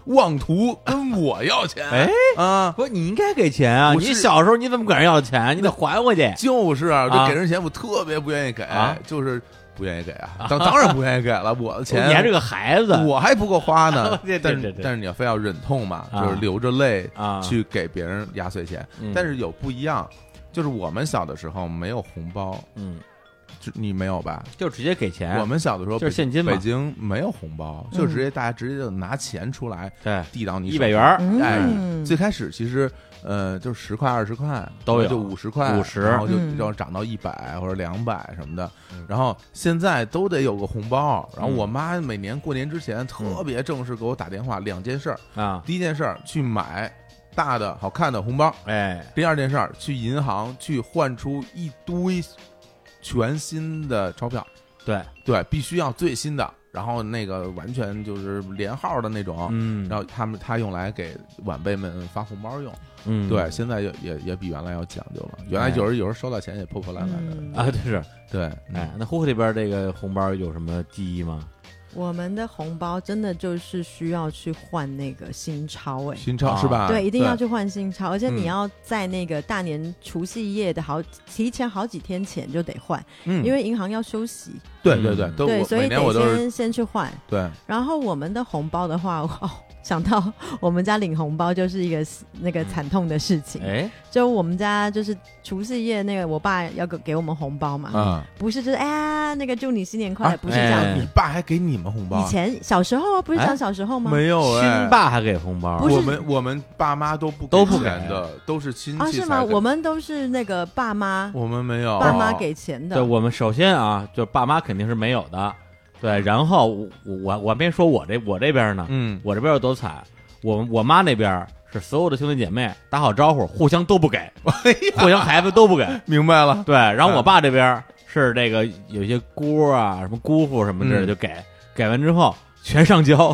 Speaker 2: 妄图跟我要钱，
Speaker 1: 哎
Speaker 2: 啊，
Speaker 1: 不，你应该给钱啊！
Speaker 2: 我
Speaker 1: 你
Speaker 2: 是
Speaker 1: 小时啊候你怎么管人要钱？你得还回去。
Speaker 2: 就是啊，
Speaker 1: 啊
Speaker 2: 就给人钱，我特别不愿意给
Speaker 1: 啊，
Speaker 2: 就是不愿
Speaker 1: [laughs]
Speaker 2: 意给啊，当当然不愿意给了，我的钱
Speaker 1: 你还是个孩子，
Speaker 2: 我还不够花呢
Speaker 1: [laughs] 对对。对
Speaker 2: 但是
Speaker 1: 对
Speaker 2: 但是你要非要忍痛嘛，
Speaker 1: 啊
Speaker 2: 就是流着泪
Speaker 1: 啊
Speaker 2: 去给别人压岁钱
Speaker 1: 嗯。
Speaker 2: 但是有不一样，就是我们小的时候没有红包，
Speaker 1: 嗯，
Speaker 2: 就你没有吧？
Speaker 1: 就直接给钱。
Speaker 2: 我们小的时候
Speaker 1: 哎就是现金嘛
Speaker 2: 北京没有红包，就直接大家直接就拿钱出来
Speaker 1: 对
Speaker 2: 递到你手
Speaker 1: 一
Speaker 2: 里
Speaker 1: 百元。儿，
Speaker 3: 嗯
Speaker 1: 嗯
Speaker 2: 哎，最开始其实呃，就是十块、二十块
Speaker 1: 都有
Speaker 2: 就五十块、
Speaker 1: 50
Speaker 2: 然后就
Speaker 3: 嗯
Speaker 2: 然后涨到一百或者两百什么的
Speaker 1: 嗯。
Speaker 2: 然后现在都得有个红包。然后
Speaker 1: 嗯
Speaker 2: 我妈每年过年之前特别正式给我打电话，两件事儿：
Speaker 1: 啊，
Speaker 2: 第一件事儿去买大的好看的红包；
Speaker 1: 哎，
Speaker 2: 第二件事儿去银行去换出一堆全新的钞票，
Speaker 1: 对，
Speaker 2: 对，必须要最新的，然后那个完全就是连号的那种。
Speaker 1: 嗯，
Speaker 2: 哦然后他们他用来给晚辈们发红包用，
Speaker 1: 嗯，哎
Speaker 2: 对，现在也也也比原来要讲究了。原来有时有时候收到钱也破破烂烂的，
Speaker 3: 嗯
Speaker 1: 啊，对是，
Speaker 2: 对，嗯
Speaker 1: 哎，那呼呼这边这个红包有什么记忆吗？
Speaker 3: 我们的红包真的就是需要去换那个新钞哎、
Speaker 2: 嗯新
Speaker 1: 啊
Speaker 2: 钞是吧？
Speaker 3: 对，一定要去换新钞，而且
Speaker 2: 嗯
Speaker 3: 你要在那个大年除夕夜的好提前好几天前就得换，
Speaker 2: 嗯，
Speaker 3: 因为银行要休息，
Speaker 2: 对对对，
Speaker 1: 嗯
Speaker 2: 都
Speaker 3: 对，
Speaker 2: 我
Speaker 3: 所以
Speaker 2: 每年我
Speaker 3: 得
Speaker 2: 都是
Speaker 3: 先先去换。
Speaker 2: 对，
Speaker 3: 然后我们的红包的话， [laughs] 哦，想到我们家领红包就是一个那个惨痛的事情，
Speaker 1: 哎，
Speaker 3: 就我们家就是除夕夜那个，我爸要给给我们红包嘛，
Speaker 2: 啊，
Speaker 3: 不是就是哎呀那个祝你新年快乐，
Speaker 2: 啊
Speaker 3: 不是这样
Speaker 1: 哎
Speaker 3: 子。
Speaker 2: 你爸还给你们红包啊？
Speaker 3: 以前小时候啊，不是讲小时候吗？
Speaker 2: 没有哎
Speaker 1: 亲，爸还给红包，
Speaker 3: 不是
Speaker 2: 我们我们爸妈都不
Speaker 1: 都不
Speaker 2: 不给
Speaker 1: 给
Speaker 2: 钱的，都是亲
Speaker 3: 啊，
Speaker 2: 戚
Speaker 3: 是
Speaker 2: 才
Speaker 3: 吗？
Speaker 2: 给
Speaker 3: 我们都是那个爸妈，
Speaker 2: 我们没有
Speaker 3: 爸妈给钱
Speaker 1: 哦对
Speaker 3: 的。
Speaker 1: 我们首先啊，就爸妈肯定是没有的，对，然后我我我还没说我这我这边呢，
Speaker 2: 嗯，
Speaker 1: 我这边有多惨，我我妈那边是所有的兄弟姐妹打好招呼，互相都
Speaker 2: [laughs]
Speaker 1: 不给，互相孩子都不给，
Speaker 2: 明白了，
Speaker 1: 对，然后
Speaker 2: 哎嗯
Speaker 1: 我爸这边是这个有些姑啊、什么姑父什么之类的
Speaker 2: 嗯
Speaker 1: 就给，给完之后全上
Speaker 2: [laughs]
Speaker 1: 交，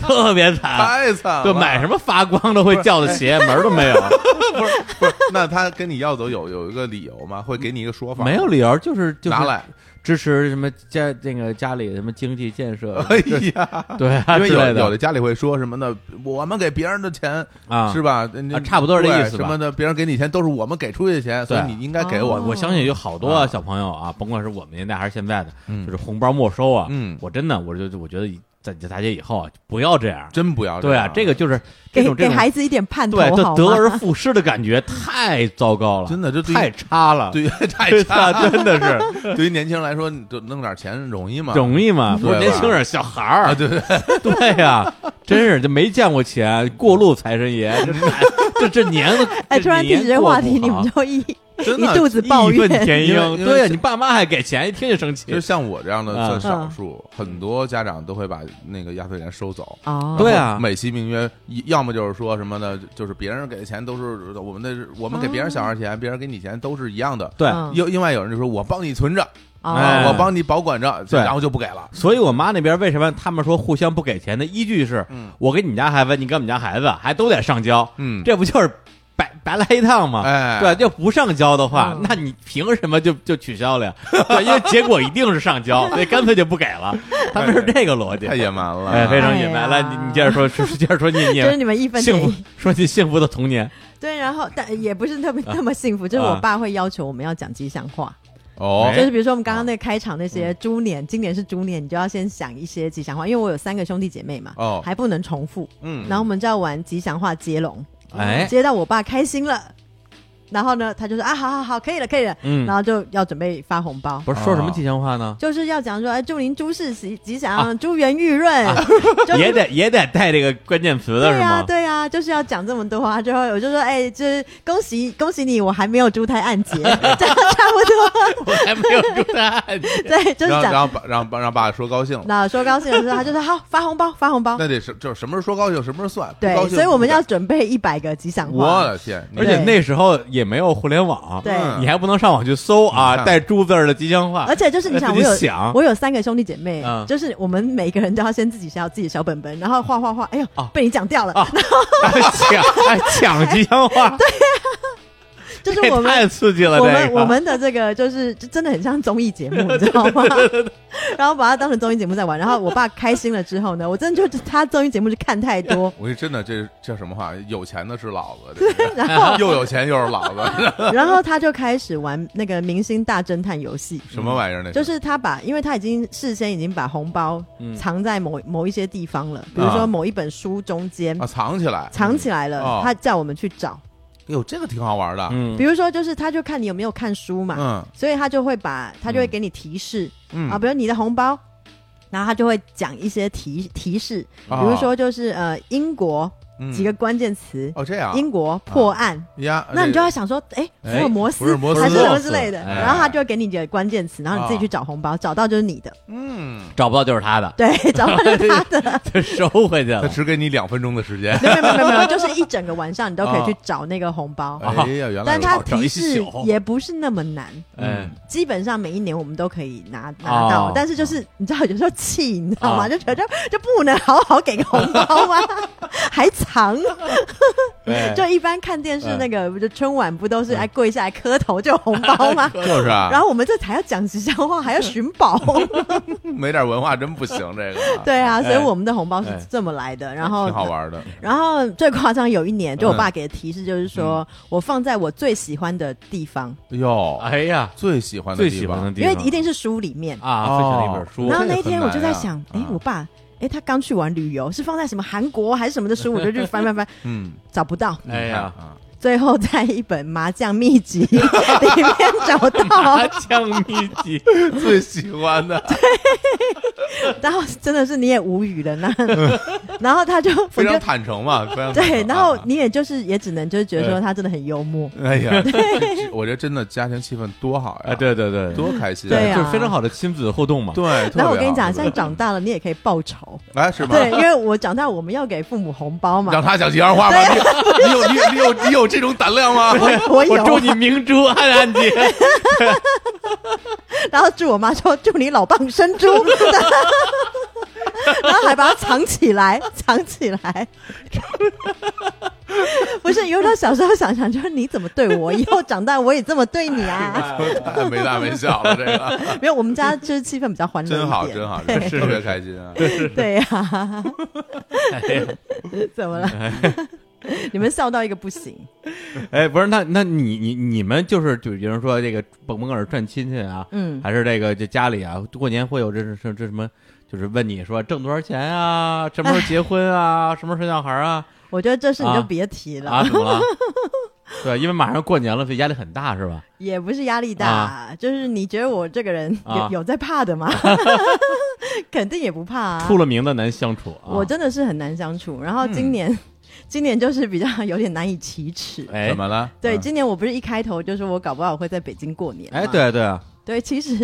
Speaker 1: 特别惨。
Speaker 2: 太哎惨了，
Speaker 1: 就买什么发光的会叫的
Speaker 2: [laughs]
Speaker 1: 鞋，门儿都没有，
Speaker 2: 不是？那他跟你要走有有一个理由吗？会给你一个说法？
Speaker 1: 没有理由，就是就是
Speaker 2: 拿来，
Speaker 1: 支持什么家那个家里什么经济建设，
Speaker 2: 哎呀。
Speaker 1: 对啊
Speaker 2: 因为
Speaker 1: 之
Speaker 2: 有
Speaker 1: 类
Speaker 2: 有
Speaker 1: 的
Speaker 2: 的家里会说什么呢？我们给别人的钱、
Speaker 1: 啊，
Speaker 2: 是吧？那
Speaker 1: 啊差不多是这
Speaker 2: 对
Speaker 1: 意思吧
Speaker 2: 什么的，别人给你钱都是我们给出去的钱，所以
Speaker 1: 对
Speaker 2: 你应该给我。
Speaker 3: 哦
Speaker 1: 我相信有好多
Speaker 2: 啊
Speaker 1: 小朋友啊，甭管是我们年代还是现在的，
Speaker 2: 嗯
Speaker 1: 就是红包没收啊，
Speaker 2: 嗯，
Speaker 1: 我真的我就我觉得在大街以后啊，不要这样，
Speaker 2: 真不要
Speaker 1: 对啊，
Speaker 2: 样
Speaker 1: 这个就是这
Speaker 3: 给
Speaker 1: 种这
Speaker 3: 给
Speaker 1: 种
Speaker 3: 孩子一点盼头
Speaker 1: 对，
Speaker 3: 好
Speaker 1: 就得
Speaker 3: 吗？
Speaker 1: 而复失的感
Speaker 3: [laughs]
Speaker 1: 觉太糟糕了，
Speaker 2: 真的这对于
Speaker 1: 太差了，
Speaker 2: 对于
Speaker 1: [laughs]
Speaker 2: [laughs]
Speaker 1: 对
Speaker 2: 太差，
Speaker 1: 啊，真的
Speaker 2: [laughs]
Speaker 1: 是
Speaker 2: 对于年轻人来说，你就弄点钱容易吗？
Speaker 1: 容易吗？不是
Speaker 2: 对吧
Speaker 1: 年轻人，小孩
Speaker 2: 啊，
Speaker 1: 儿，
Speaker 2: 对对，
Speaker 1: [laughs] 对呀，真是就没见过钱，过路财神
Speaker 2: [laughs]
Speaker 1: 爷，这这这年子，
Speaker 3: 哎，突然提
Speaker 1: 年
Speaker 3: 起这
Speaker 1: 过
Speaker 3: 话
Speaker 1: 不
Speaker 3: 题，你
Speaker 1: 好
Speaker 3: 们就一
Speaker 2: 真
Speaker 3: 一
Speaker 2: 的
Speaker 3: 肚子抱
Speaker 1: 义愤
Speaker 3: 怨。
Speaker 1: 填
Speaker 2: 因为
Speaker 1: 膺。
Speaker 2: 因为
Speaker 1: 对呀，啊
Speaker 2: 这
Speaker 1: 你爸妈还给钱，一听就生气
Speaker 2: 就是。像我这样的
Speaker 1: 啊
Speaker 2: 算少数，
Speaker 3: 嗯
Speaker 2: 很多家长都会把那个压岁钱收走。
Speaker 3: 哦，
Speaker 1: 对啊
Speaker 2: 美其名曰，一要么就是说什么呢？就是别人给的钱都是我们的，我们给别人小孩钱，别人给你钱都是一样的。
Speaker 1: 对，
Speaker 3: 嗯
Speaker 2: 又另外有人就说我帮你存着，
Speaker 1: 哎
Speaker 2: 啊，
Speaker 3: 哦，
Speaker 2: 我帮你保管着，
Speaker 1: 对
Speaker 2: 然后就不给了。
Speaker 1: 所以我妈那边为什么他们说互相不给钱的依据是，
Speaker 2: 嗯
Speaker 1: 我给你家孩子，你给我们家孩子，还都得上交，
Speaker 2: 嗯，
Speaker 1: 这不就是白白来一趟吗？
Speaker 2: 哎，
Speaker 1: 对，要不上交的话，
Speaker 3: 嗯
Speaker 1: 那你凭什么就就取消了呀？对，因为结果一定是上
Speaker 3: [laughs]
Speaker 1: 交，所以干脆就不给了。他们是这个逻辑
Speaker 2: 太，野蛮了，
Speaker 1: 哎，非常野蛮。
Speaker 3: 哎
Speaker 1: 来，
Speaker 3: 呀
Speaker 1: 你你接着
Speaker 3: [laughs]
Speaker 1: 说，是接着说你
Speaker 3: 就是
Speaker 1: 你
Speaker 3: 你们一分
Speaker 1: 幸
Speaker 3: 钱
Speaker 1: 福，说你幸福的童年
Speaker 3: 对，然后但也不是特别
Speaker 1: 啊
Speaker 3: 那么幸福，就是我爸会要求我们要讲吉祥话，
Speaker 2: 哦
Speaker 1: 哎嗯
Speaker 3: 就是比如说我们刚刚那开场那些猪年，今年是猪年，你就要先想一些吉祥话，因为我有三个兄弟姐妹嘛，
Speaker 2: 哦
Speaker 3: 还不能重复，
Speaker 2: 嗯，
Speaker 3: 然后我们就要玩吉祥话接龙，
Speaker 1: 哎
Speaker 3: 接到我爸开心了，然后呢，他就说啊，好好好，可以了，可以了，
Speaker 1: 嗯
Speaker 3: 然后就要准备发红包。
Speaker 1: 不是说什么吉祥话呢？
Speaker 3: 就是要讲说，哎，祝您诸事喜吉
Speaker 1: 啊
Speaker 3: 祥，珠圆玉润，就是
Speaker 1: 也得也得带这个关键词的
Speaker 3: 对
Speaker 1: 是
Speaker 3: 呀、
Speaker 1: 吗？
Speaker 3: 对呀、就是要讲这么多啊。之后我就说，哎，就是恭喜恭喜你，我还没有珠
Speaker 1: [laughs]
Speaker 3: 胎 [laughs] 暗结，这样差不多。
Speaker 1: 我还没有住在。
Speaker 3: 对，就是
Speaker 2: 让
Speaker 3: 讲。
Speaker 2: 让爸让爸让爸说高兴了，
Speaker 3: 那说高兴的时候，他就说好发红包，发红包。
Speaker 2: 那得是就是什么时候说高兴，什么时候算，不
Speaker 3: 对
Speaker 2: 高，兴
Speaker 3: 所以我们
Speaker 2: 不
Speaker 3: 要
Speaker 2: 对
Speaker 3: 准备一百个吉祥
Speaker 2: 我
Speaker 3: 话。
Speaker 2: 的天，你
Speaker 1: 而且那时候也没有互联网，
Speaker 3: 对啊
Speaker 2: 嗯
Speaker 1: 你还不能上网去搜
Speaker 2: 你
Speaker 1: 啊，
Speaker 2: 看
Speaker 1: 带猪字儿的吉祥话，
Speaker 3: 而且就是你想，
Speaker 2: 哎
Speaker 1: 自
Speaker 3: 我
Speaker 1: 己
Speaker 3: 有
Speaker 1: 想
Speaker 3: 我有三个兄弟姐妹，
Speaker 1: 嗯
Speaker 3: 就是我们每个人都要先自己写好自己的小本本，然后画画画。哎呦，
Speaker 2: 哦
Speaker 1: 啊
Speaker 3: 被你讲掉了，
Speaker 1: 哎
Speaker 3: [laughs]
Speaker 1: 啊抢哎抢吉祥话，
Speaker 3: 就是
Speaker 6: 这
Speaker 3: 我们
Speaker 6: 太刺激了，
Speaker 3: 我
Speaker 6: 这
Speaker 3: 们
Speaker 6: 个
Speaker 3: 我们的这个就是就真的很像综艺
Speaker 2: [laughs]
Speaker 3: 节目，你知道吗？ [laughs] 然后把它当成综艺节目在玩。然后我爸开心了之后呢，我真的就他综艺节目就看太
Speaker 2: [laughs]，
Speaker 3: 多
Speaker 2: 我跟真的，这叫什么话？有钱的是老子，这
Speaker 3: [laughs]
Speaker 2: 个
Speaker 3: 然后
Speaker 2: 又有钱又是老子，
Speaker 3: 然后他就开始玩那个明星大侦探游戏。
Speaker 2: 什么玩意儿？那
Speaker 3: 就是他把，因为他已经事先已经把红包
Speaker 6: 嗯
Speaker 3: 藏在某、某一些地方了，比如说
Speaker 2: 啊
Speaker 3: 某一本书中间、
Speaker 2: 啊，藏起来。
Speaker 3: 藏起来了，
Speaker 2: 哦
Speaker 3: 他叫我们去找。
Speaker 2: 哟，这个挺好玩的。
Speaker 6: 嗯
Speaker 3: 比如说，就是他就看你有没有看书嘛，
Speaker 2: 嗯
Speaker 3: 所以他就会把他就会给你提示、
Speaker 2: 嗯
Speaker 3: 啊，比如你的红包，然后他就会讲一些提提示，
Speaker 2: 啊
Speaker 3: 比如说就是、呃英国几个关键词，
Speaker 2: 嗯哦这样
Speaker 3: 英国破案，
Speaker 2: 呀，
Speaker 3: 那你就
Speaker 2: 这
Speaker 3: 要想说，哎，福
Speaker 6: 哎
Speaker 3: 尔摩斯
Speaker 2: 福尔摩斯
Speaker 3: 还是什么之类的，
Speaker 1: 哎
Speaker 3: 然后他就会给你几个关键词，然后你自己
Speaker 2: 啊
Speaker 3: 去找红包，找到就是你的，
Speaker 2: 嗯，
Speaker 1: 找不到就是他的，
Speaker 3: 对， [laughs] 找到就是他
Speaker 2: [laughs]
Speaker 3: 的，
Speaker 1: 就收回去
Speaker 2: 他
Speaker 1: 了。
Speaker 2: 只给你两分钟的时间。
Speaker 3: 没有没有没有没有，就是一整个晚上你都可以去找那个红包，
Speaker 2: 啊 [laughs] 哎呀，原来
Speaker 3: 但
Speaker 2: 如
Speaker 3: 他
Speaker 2: 此
Speaker 3: 提示
Speaker 1: 找一宿
Speaker 3: 也不是那么难。
Speaker 1: 哎，
Speaker 3: 基本上每一年我们都可以拿拿到，
Speaker 1: 哦
Speaker 3: 但是就是你知道有时候气，你知道吗？
Speaker 1: 哦
Speaker 3: 就觉得就不能好好给个红
Speaker 1: [laughs]
Speaker 3: 包吗？还藏，
Speaker 1: 对
Speaker 3: 就一般看电视那个就春晚不都是哎跪下来磕头就有红
Speaker 1: [laughs]
Speaker 3: 包吗？
Speaker 2: 就是啊，
Speaker 3: 嗯然后我们这还要讲吉祥话，还要寻宝，
Speaker 2: 没点文化真不行，这个
Speaker 3: [laughs] 对啊，所以
Speaker 1: 哎
Speaker 3: 我们的红包是
Speaker 1: 哎
Speaker 3: 这么来的。然
Speaker 2: 挺好
Speaker 3: 后，
Speaker 2: 玩的。
Speaker 3: [laughs] 然后最夸张有一年，
Speaker 1: 嗯
Speaker 3: 就我爸给的提示就是说我放在我最喜欢的地方，
Speaker 2: 哟，
Speaker 1: 哎呀，
Speaker 2: 最喜欢的
Speaker 1: 最
Speaker 2: 地
Speaker 1: 喜
Speaker 2: 方
Speaker 1: 欢的地
Speaker 3: 因
Speaker 1: 方，
Speaker 3: 为一定是书里面。
Speaker 1: 啊，
Speaker 2: 哦
Speaker 1: 最喜欢的一本书
Speaker 3: 然后那
Speaker 2: 这
Speaker 3: 一
Speaker 2: 个
Speaker 3: 天
Speaker 2: 很
Speaker 3: 我就
Speaker 2: 难
Speaker 3: 在
Speaker 2: 啊
Speaker 3: 想，哎
Speaker 2: 啊，
Speaker 3: 我爸，哎，他刚去玩旅游，是放在什么韩国还是什么的书，我就去翻翻翻，
Speaker 2: 嗯，
Speaker 3: 找不到，
Speaker 2: 你
Speaker 1: 哎呀
Speaker 2: 看啊，
Speaker 3: [laughs] 最后在一本麻将秘籍里面找
Speaker 1: 麻
Speaker 2: [laughs] 哎
Speaker 3: 到，
Speaker 1: 将秘籍，
Speaker 2: 啊
Speaker 3: [laughs]
Speaker 2: 最喜欢的，
Speaker 3: 然后真的是你也无语
Speaker 2: [laughs]
Speaker 3: 了呢。然后他就，我
Speaker 2: 非常
Speaker 3: 就
Speaker 2: 坦诚嘛，非常坦诚
Speaker 3: 对，然后
Speaker 2: 啊
Speaker 3: 你也就是也只能就是觉得说他真的很幽默，
Speaker 2: 哎呀，这我觉得真的家庭气氛多好呀，
Speaker 1: 哎，，对对对，
Speaker 2: 多开心，
Speaker 3: 对啊
Speaker 1: 就是非常好的亲子互动嘛。
Speaker 2: 对，特别
Speaker 3: 然后我跟你讲，
Speaker 2: 好
Speaker 3: 现在长大了，你也可以报仇。
Speaker 2: 哎是吗？
Speaker 3: 对，因为我长大，我们要给父母红包嘛
Speaker 2: 让。他讲吉祥话吗？你有你有你有你有你有这种胆量吗？
Speaker 3: 我
Speaker 2: [laughs]
Speaker 3: 我
Speaker 1: 我
Speaker 3: 有
Speaker 1: 祝，你明珠安安
Speaker 3: [laughs]
Speaker 1: 姐，
Speaker 3: 然后祝我妈说祝你老蚌生珠， [laughs] 然后还把它藏起来，藏起来。 [laughs] 不是，有时候小时候想想，就是你怎么对我，以后长大我也这么对你啊。
Speaker 2: 太没大没小了，这个
Speaker 3: 没有，我们家就是气氛比较欢乐一点，
Speaker 2: [laughs] 真好真好，真是特别开心啊！
Speaker 3: 对呀、
Speaker 2: 哎
Speaker 3: [laughs] 怎么了？ [laughs] 你们笑到一个不行。
Speaker 1: 哎，不是，那那你你你们就是就有人说这个甭甭管是串亲戚啊，
Speaker 3: 嗯
Speaker 1: 还是这个这家里啊，过年会有这这这什么，就是问你说挣多少钱啊，什么
Speaker 3: 哎
Speaker 1: 时候结婚啊，什么时候生小孩啊，
Speaker 3: 我觉得这事你
Speaker 1: 啊
Speaker 3: 就别提了，
Speaker 1: 啊，怎么
Speaker 3: [laughs]
Speaker 1: 了？对，因为马上过年了，所以压力很大，是吧？
Speaker 3: 也不是压力大，
Speaker 1: 啊
Speaker 3: 就是你觉得我这个人有、
Speaker 1: 啊
Speaker 3: 有在怕的吗？ [laughs] 肯定也不怕啊。
Speaker 1: 出了名的难相处啊。
Speaker 3: 我真的是很难相处。然后今年，今年就是比较有点难以启齿。
Speaker 1: 哎
Speaker 2: 怎么了？嗯
Speaker 3: 对，今年我不是一开头就说我搞不好会在北京过年吗
Speaker 1: 哎，对对啊，
Speaker 3: 对，其实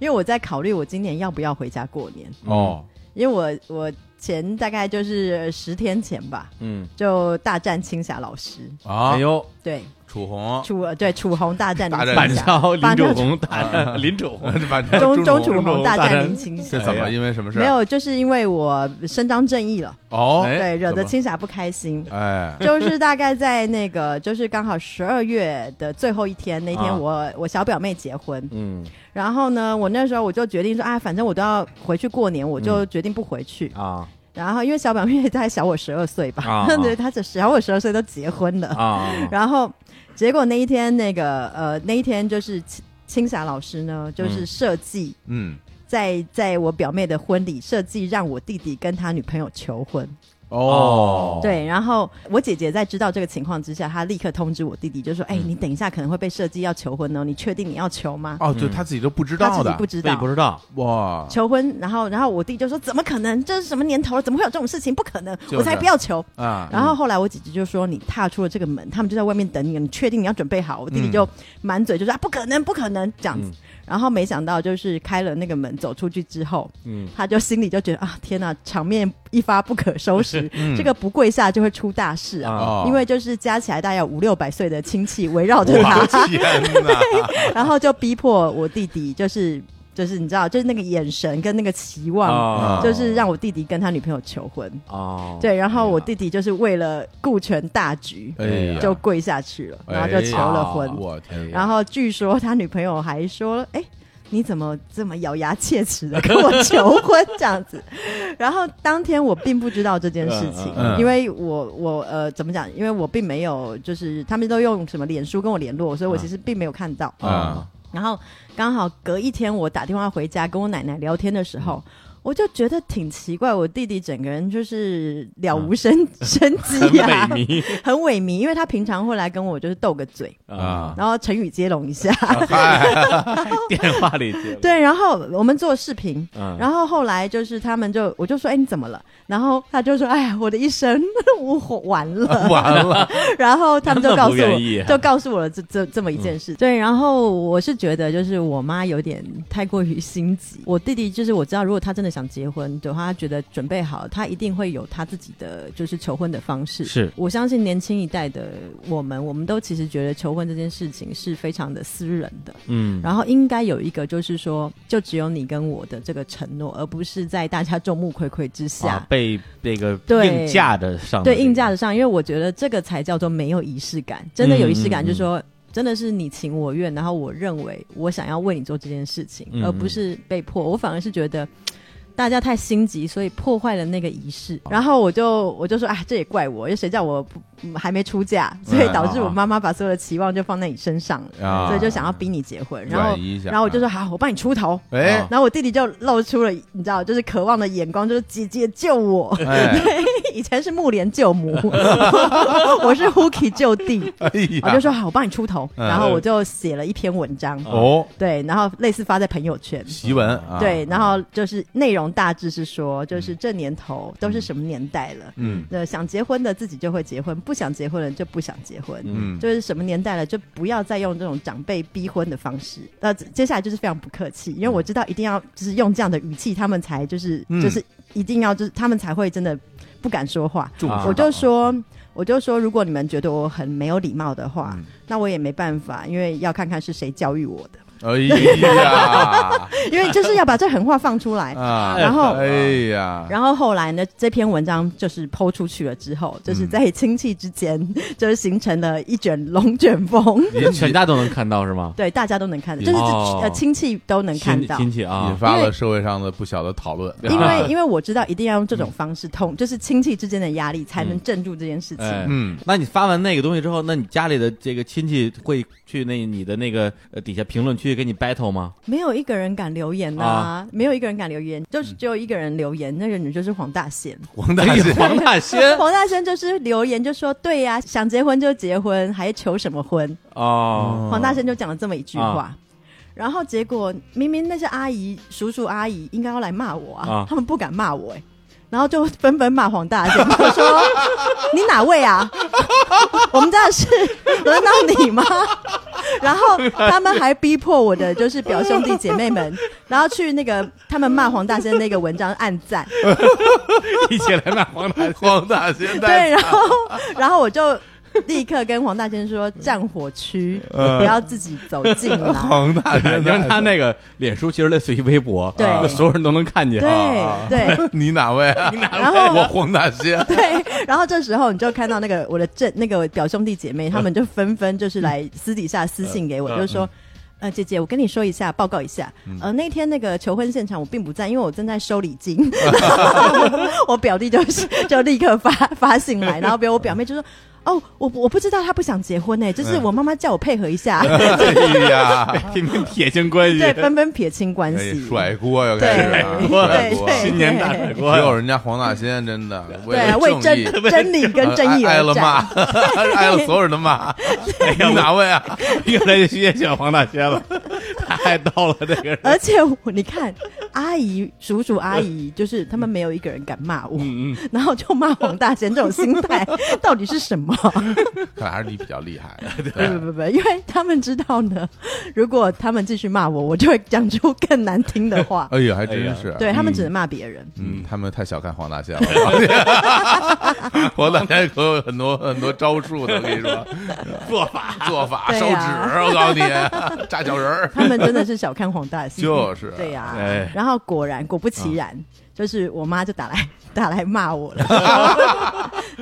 Speaker 3: 因为我在考虑我今年要不要回家过年，
Speaker 2: 哦，
Speaker 3: 因为我我前大概就是十天前吧，
Speaker 1: 嗯，
Speaker 3: 就大战青霞老师，
Speaker 2: 啊
Speaker 1: 哎，呦，
Speaker 3: 对，
Speaker 2: 楚红，
Speaker 3: 楚对楚红大战林
Speaker 2: 大战
Speaker 1: 板
Speaker 3: 青霞，
Speaker 1: 桥林
Speaker 3: 板桥
Speaker 1: 楚
Speaker 2: [laughs]
Speaker 1: 红打 [laughs] 林楚红，
Speaker 2: 把 [laughs]
Speaker 3: 钟钟楚
Speaker 2: 红
Speaker 3: 红大
Speaker 1: 大战
Speaker 3: 战林青霞
Speaker 2: 这。怎
Speaker 1: 哎呀
Speaker 2: 么因为什么事？
Speaker 3: 没有，就是因为我伸张正义了，
Speaker 2: 哦，
Speaker 1: 哎
Speaker 3: 对，惹
Speaker 2: 怎
Speaker 3: 得
Speaker 2: 么
Speaker 3: 青霞不开心。
Speaker 2: 哎，
Speaker 3: 就是大概在那个，就是刚好十二月的最后一天那
Speaker 1: 啊
Speaker 3: 天我，我、小表妹结婚，
Speaker 1: 嗯
Speaker 3: 然后呢，我那时候我就决定说啊，反正我都要回去过年，我就决定不回去。
Speaker 1: 啊
Speaker 3: 然后因为小表妹大概小我十二岁吧，
Speaker 1: 啊
Speaker 3: 对，她只小我十二岁都结婚了。
Speaker 1: 啊
Speaker 3: [laughs]
Speaker 1: 啊，
Speaker 3: 然后结果那一天那个呃那一天就是青青霞老师呢，就是
Speaker 1: 嗯
Speaker 3: 设计。
Speaker 2: 嗯，
Speaker 3: 在在我表妹的婚礼设计让我弟弟跟他女朋友求婚，
Speaker 2: 哦，
Speaker 3: 对，然后我姐姐在知道这个情况之下，她立刻通知我弟弟，就说：“哎、你等一下可能会被设计要求婚哦，你确定你要求吗
Speaker 2: 嗯哦，对他自己都不知？”
Speaker 3: 他自
Speaker 2: 道
Speaker 3: 己
Speaker 2: 的
Speaker 3: 不，知
Speaker 1: 所以
Speaker 3: 道
Speaker 1: 不知道，
Speaker 2: 哇，
Speaker 3: 求婚，然后然后我弟就说：“怎么可能？这是什么年头了？怎么会有这种事情？不可能！
Speaker 2: 是
Speaker 3: 我才不要求。”
Speaker 2: 啊，
Speaker 1: 嗯
Speaker 3: 然后后来我姐姐就说：“你踏出了这个门，他们就在外面等你，你确定你要准备好？”我弟弟
Speaker 1: 嗯
Speaker 3: 就满嘴就说：“啊，不可能，不可能！”这样子。然后没想到就是开了那个门走出去之后，
Speaker 1: 嗯，
Speaker 3: 他就心里就觉得啊，天哪，场面一发不可
Speaker 1: [laughs]
Speaker 3: 收拾，
Speaker 2: 嗯
Speaker 3: 这个不跪下就会出大事啊！
Speaker 1: 啊
Speaker 2: 哦
Speaker 3: 因为就是加起来大概有五六百岁的 [laughs] 亲戚围绕着他，
Speaker 2: [laughs] 天哪，
Speaker 3: 然后就逼迫我弟弟就是。就是你知道，就是那个眼神跟那个期望，
Speaker 2: 啊
Speaker 1: 啊
Speaker 3: 嗯就是让我弟弟跟他女朋友求婚。
Speaker 1: 哦，
Speaker 3: 对，然后我
Speaker 1: 哎呀
Speaker 3: 弟弟就是为了顾全大局，
Speaker 2: 哎呀，
Speaker 3: 就跪下去了，
Speaker 2: 哎
Speaker 3: 然后就求了婚。
Speaker 2: 我天，
Speaker 3: 然后据说他女朋友还说：“哎，你怎么这么咬牙切齿的跟我求婚这样子？”然后当天我并不知道这件事情，
Speaker 2: 嗯嗯
Speaker 3: 因为我我呃怎么讲？因为我并没有就是他们都用什么脸书跟我联络，所
Speaker 2: 嗯
Speaker 3: 以我其实并没有看到。
Speaker 2: 啊
Speaker 3: 然后刚好隔一天我打电话回家跟我奶奶聊天的时候。
Speaker 6: 嗯
Speaker 3: 我就觉得挺奇怪，我弟弟整个人就是了
Speaker 6: [laughs]
Speaker 3: 无生、生机
Speaker 6: 嗯很
Speaker 3: [laughs] 呀、
Speaker 6: 萎靡
Speaker 3: 很萎靡，因为他平常会来跟我就是斗个嘴，
Speaker 1: [laughs]
Speaker 6: 嗯
Speaker 2: 啊，
Speaker 3: 然后成语接龙一下，啊
Speaker 6: 电话里接。
Speaker 3: [laughs] 对，然后我们做视频，
Speaker 6: 嗯，
Speaker 3: 然后后来就是他们就我就说，哎，你怎么了？然后他就说，哎呀，我的一生 [laughs] 我完了，
Speaker 2: 完了，
Speaker 3: [laughs] 然后他们就
Speaker 6: 那么
Speaker 3: 告
Speaker 6: 不
Speaker 3: 诉
Speaker 6: 愿
Speaker 3: 我
Speaker 6: 意啊，嗯
Speaker 3: 就告诉我了这这这么一件事。对，然后我是觉得就是我妈有点太过于心急，我弟弟就是我知道，如果他真的想结婚的话，他觉得准备好，他一定会有他自己的就是求婚的方式。
Speaker 1: 是
Speaker 3: 我相信年轻一代的我们，我们都其实觉得求婚这件事情是非常的私人的。
Speaker 1: 嗯，
Speaker 3: 然后应该有一个，就是说，就只有你跟我的这个承诺，而不是在大家众目睽睽之下，
Speaker 1: 啊被那个
Speaker 3: 对
Speaker 1: 硬架着上的
Speaker 3: 对
Speaker 1: 这个
Speaker 3: 硬架子上。因为我觉得这个才叫做没有仪式感，真的有仪式感，
Speaker 1: 嗯嗯
Speaker 3: 就是说。真的是你情我愿，然后我认为我想要为你做这件事情，
Speaker 1: 嗯嗯
Speaker 3: 而不是被迫。我反而是觉得大家太心急，所以破坏了那个仪式。
Speaker 1: 哦
Speaker 3: 然后我就我就说，哎，这也怪我，因为谁叫我不嗯还没出嫁，
Speaker 1: 哎
Speaker 3: 所以导
Speaker 1: 哦
Speaker 3: 致我妈妈把所有的期望就放在你身上了，
Speaker 2: 啊
Speaker 3: 所以就想要逼你结婚。然后
Speaker 2: 转移一下
Speaker 3: 然后我就说好，我帮你出头。
Speaker 2: 嗯哎
Speaker 3: 然后我弟弟就露出了你知道，就是渴望的眼光，就是姐姐救我。
Speaker 2: 哎
Speaker 3: [laughs] 以前是木莲救
Speaker 2: [laughs]
Speaker 3: 母，我是 Hooky 救弟。
Speaker 2: 哎呀，
Speaker 3: 我就说好，我帮你出头。
Speaker 2: 嗯
Speaker 3: 然后我就写了一篇文章，
Speaker 2: 哦，
Speaker 3: 对，然后类似发在朋友圈。
Speaker 2: 檄文啊，
Speaker 3: 对，然后就是内容大致是说，就是这年头都是什么年代了。
Speaker 2: 嗯
Speaker 3: 那呃想结婚的自己就会结婚，不想结婚的就不想结婚。
Speaker 2: 嗯
Speaker 3: 就是什么年代了，就不要再用这种长辈逼婚的方式。那接下来就是非常不客气，因为我知道一定要就是用这样的语气，他们才就是、
Speaker 2: 嗯
Speaker 3: 就是一定要就是他们才会真的不敢说话。
Speaker 2: 重视
Speaker 3: 我
Speaker 2: 到
Speaker 3: 就说。我就说，如果你们觉得我很没有礼貌的话，
Speaker 2: 嗯
Speaker 3: 那我也没办法，因为要看看是谁教育我的， [laughs]
Speaker 2: 哎呀
Speaker 3: 因为就是要把这狠话放出
Speaker 2: [laughs]
Speaker 3: 来。
Speaker 2: 啊，
Speaker 3: [laughs] 然后
Speaker 2: 哎
Speaker 1: 啊
Speaker 2: 呀，
Speaker 3: 然后后来呢，这篇文章就是抛出去了之后，就是
Speaker 1: 嗯
Speaker 3: 在亲戚之间， [laughs] 就是形成了一卷龙卷风， [laughs]
Speaker 2: 引起
Speaker 1: 全家都能看到是吗？
Speaker 3: 对，大家都能看到，就是、
Speaker 1: 哦
Speaker 3: 呃亲戚都能看
Speaker 1: 亲
Speaker 3: 到。
Speaker 1: 亲戚 [laughs]
Speaker 2: 引
Speaker 1: 啊，
Speaker 2: 发
Speaker 3: 因
Speaker 2: 了
Speaker 3: 为
Speaker 2: 社会上的不小的讨论，
Speaker 3: 因
Speaker 2: 啊
Speaker 3: 为因为我知道一定要用这种方式通，就是亲戚之间的压力才能镇住这件事情。
Speaker 1: 嗯哎，
Speaker 2: 嗯，
Speaker 1: 那你发完那个东西之后，那你家里的这个亲戚会去那你的那个呃底下评论区跟你 battle 吗？
Speaker 3: 没有一个人敢留言呐、
Speaker 1: 啊
Speaker 3: 没有一个人敢留
Speaker 1: 嗯
Speaker 3: 言，就是只有一个人留言，那个人就是黄大
Speaker 1: [laughs]
Speaker 3: 仙。
Speaker 2: 黄大仙
Speaker 1: 黄大
Speaker 3: [laughs]
Speaker 1: 仙哦
Speaker 3: 黄大仙就是留言就说：“对呀、想结婚就结婚，还求什么婚？”
Speaker 1: 哦， [laughs]
Speaker 3: 黄大仙就讲了这么一句话。
Speaker 1: 啊
Speaker 3: 然后结果明明那些阿姨、叔叔、阿姨应该要来骂我啊，
Speaker 1: 啊
Speaker 3: 他们不敢骂我哎、然后就纷纷骂黄大仙，就
Speaker 1: [laughs]
Speaker 3: 说：“你哪位啊？我们
Speaker 1: [laughs]
Speaker 3: 家的事轮到你吗？”然后他们还逼迫我的就是表兄弟姐妹们，然后去那个他们骂黄大仙那个文章暗赞，
Speaker 6: 一起来骂黄
Speaker 3: 哎
Speaker 2: [laughs]
Speaker 6: 大仙。
Speaker 2: 黄大仙
Speaker 3: 对，
Speaker 2: 太
Speaker 3: 然后然后我就立刻跟黄大仙说：“战火区，
Speaker 1: 嗯
Speaker 3: 不要自己走进
Speaker 1: [laughs]
Speaker 3: 来。”
Speaker 2: 黄大 [laughs]
Speaker 1: 对
Speaker 2: 仙
Speaker 1: 因为
Speaker 2: 太
Speaker 1: 他那个脸书其实类似于微博，
Speaker 3: 对
Speaker 1: 啊所有人都能看见。啊 [laughs]
Speaker 3: 对对
Speaker 2: 你哪位啊？你哪
Speaker 3: 位然后，
Speaker 2: 我黄大仙 [laughs]
Speaker 3: 对，然后这时候你就看到那个我的正那个表兄弟姐妹，他们就纷纷就是来
Speaker 2: 嗯
Speaker 3: 私底下私信给我，就说。呃，姐姐，我跟你说一
Speaker 2: 嗯
Speaker 3: 下，报告一下，呃，那天那个求婚现场我并不在，因为我正在收礼金。
Speaker 2: [laughs]
Speaker 3: [laughs] 我表弟就是就立刻发发信来，然后比如我表妹就说：“哦，我我不知道他不想结婚呢、欸就是
Speaker 2: 嗯
Speaker 3: 我妈妈叫我配合一
Speaker 2: [laughs]
Speaker 3: 下，[laughs]
Speaker 2: 哎呀，
Speaker 6: 拼命撇清关系，
Speaker 3: 对，纷纷撇清关
Speaker 2: 哎
Speaker 3: 系。
Speaker 2: 甩锅又
Speaker 3: 对
Speaker 2: 开始啊
Speaker 3: 对
Speaker 2: 甩
Speaker 3: 对
Speaker 2: 锅，
Speaker 3: 对，
Speaker 6: 新年大甩
Speaker 2: 只
Speaker 6: 锅
Speaker 1: 啊
Speaker 2: [laughs]
Speaker 6: 呀，
Speaker 1: [laughs]
Speaker 2: 有人家黄大仙真的
Speaker 3: 对，啊
Speaker 2: 为
Speaker 3: 为
Speaker 2: 了正
Speaker 3: 真
Speaker 2: 义
Speaker 3: 真理
Speaker 2: [laughs]
Speaker 3: 跟正义
Speaker 2: 挨挨
Speaker 3: 而
Speaker 2: 了骂
Speaker 3: 战。，
Speaker 2: [laughs] 挨了所有人
Speaker 3: [laughs]
Speaker 2: 的骂。
Speaker 3: 哎
Speaker 2: 你哪位啊？
Speaker 6: 越来越越喜欢黄大仙
Speaker 1: [laughs]
Speaker 6: 了，他还到了这个人，
Speaker 3: 而且我你看，阿姨、叔叔、阿姨，就是他们没有一个人敢骂我，然后就骂黄大仙这种心态到底是什么？
Speaker 2: 看来还是你比较
Speaker 3: [laughs]
Speaker 2: 厉害。
Speaker 3: 不不不不，因为他们知道呢，如果他们继续骂我，我就会讲出更难听的话。
Speaker 2: 哎呀，还真是。
Speaker 3: 对他们只能骂别人，
Speaker 2: 嗯，他们太小看黄大仙了。 [laughs] 黄大仙可有很多很多招数的，我跟你说，
Speaker 6: 做法
Speaker 2: [laughs] 做法、
Speaker 3: 对
Speaker 2: 烧纸，
Speaker 3: 呀
Speaker 2: 我告诉你，炸小人儿。
Speaker 3: 他们真的是小看黄大仙，
Speaker 2: 就是
Speaker 3: 对呀、
Speaker 1: 哎
Speaker 3: 然后果然果不其然，就是我妈就打来打来骂我了，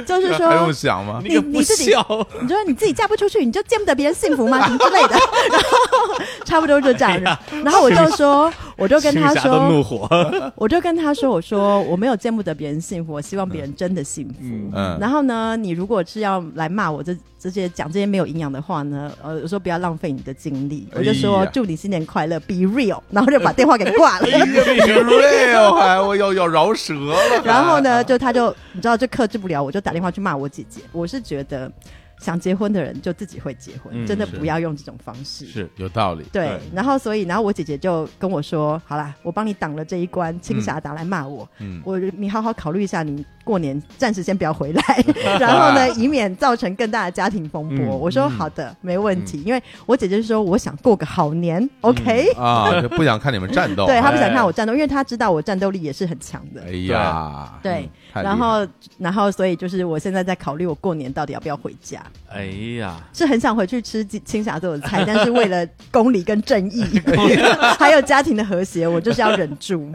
Speaker 3: 就是
Speaker 2: [laughs] 还用
Speaker 3: 说。
Speaker 2: 想吗？
Speaker 1: 那个
Speaker 3: 你
Speaker 1: 不
Speaker 3: 自己
Speaker 1: 孝，
Speaker 3: 你说你自己嫁不出去，你就见不得别人幸福吗？什么之类的， [laughs] 然后差不多就这样。然后我就说，我就跟
Speaker 1: 青 [laughs] 霞
Speaker 3: 他
Speaker 1: 的
Speaker 3: 说，
Speaker 1: 怒火， [laughs]
Speaker 3: 我就跟他说，我说我没有见不得别人幸福，我希望别人真的幸福。
Speaker 2: 嗯，
Speaker 3: 然后呢，你如果是要来骂我这这些讲这些没有营养的话呢，呃，我说不要浪费你的精力，我就
Speaker 2: 哎
Speaker 3: 说
Speaker 2: 呀哎
Speaker 3: 祝你新年快乐，be real，然后就把电话给挂了。
Speaker 2: real 哎还我要要饶舌了，
Speaker 3: [laughs] 然后呢，就他就你知道就克制不了，我就打电话去骂我姐姐。我是觉得想结婚的人就自己会结婚，
Speaker 1: 嗯
Speaker 3: 真的
Speaker 2: 是
Speaker 3: 不要用这种方式。
Speaker 1: 是
Speaker 2: 有道理，
Speaker 3: 对，
Speaker 1: 对
Speaker 3: 然后所以，然后我姐姐就跟我说：“好啦，我帮你挡了这一关，青霞打来骂我，
Speaker 2: 嗯，
Speaker 3: 我你好好考虑一下，你过年暂时先不要回来， [laughs] 然后呢，以免造成更大的家庭风波。
Speaker 1: 嗯
Speaker 3: 我说好的，没问题，因为我姐姐说我想过个好年、o k
Speaker 2: 啊，就不想看你们战斗，啊
Speaker 3: 对她不想
Speaker 1: 哎
Speaker 3: 看我战斗，因为她知道我战斗力也是很强的。
Speaker 2: 哎呀，嗯
Speaker 3: 对
Speaker 2: 太厉害
Speaker 3: 然后，然后，所以就是我现在在考虑，我过年到底要不要回家？
Speaker 1: 哎呀，
Speaker 3: 是很想回去吃青青霞做的菜，但是为了公理跟正义，
Speaker 2: 哎
Speaker 3: 还有家庭的和谐，我就是要忍
Speaker 2: [laughs]
Speaker 3: 住。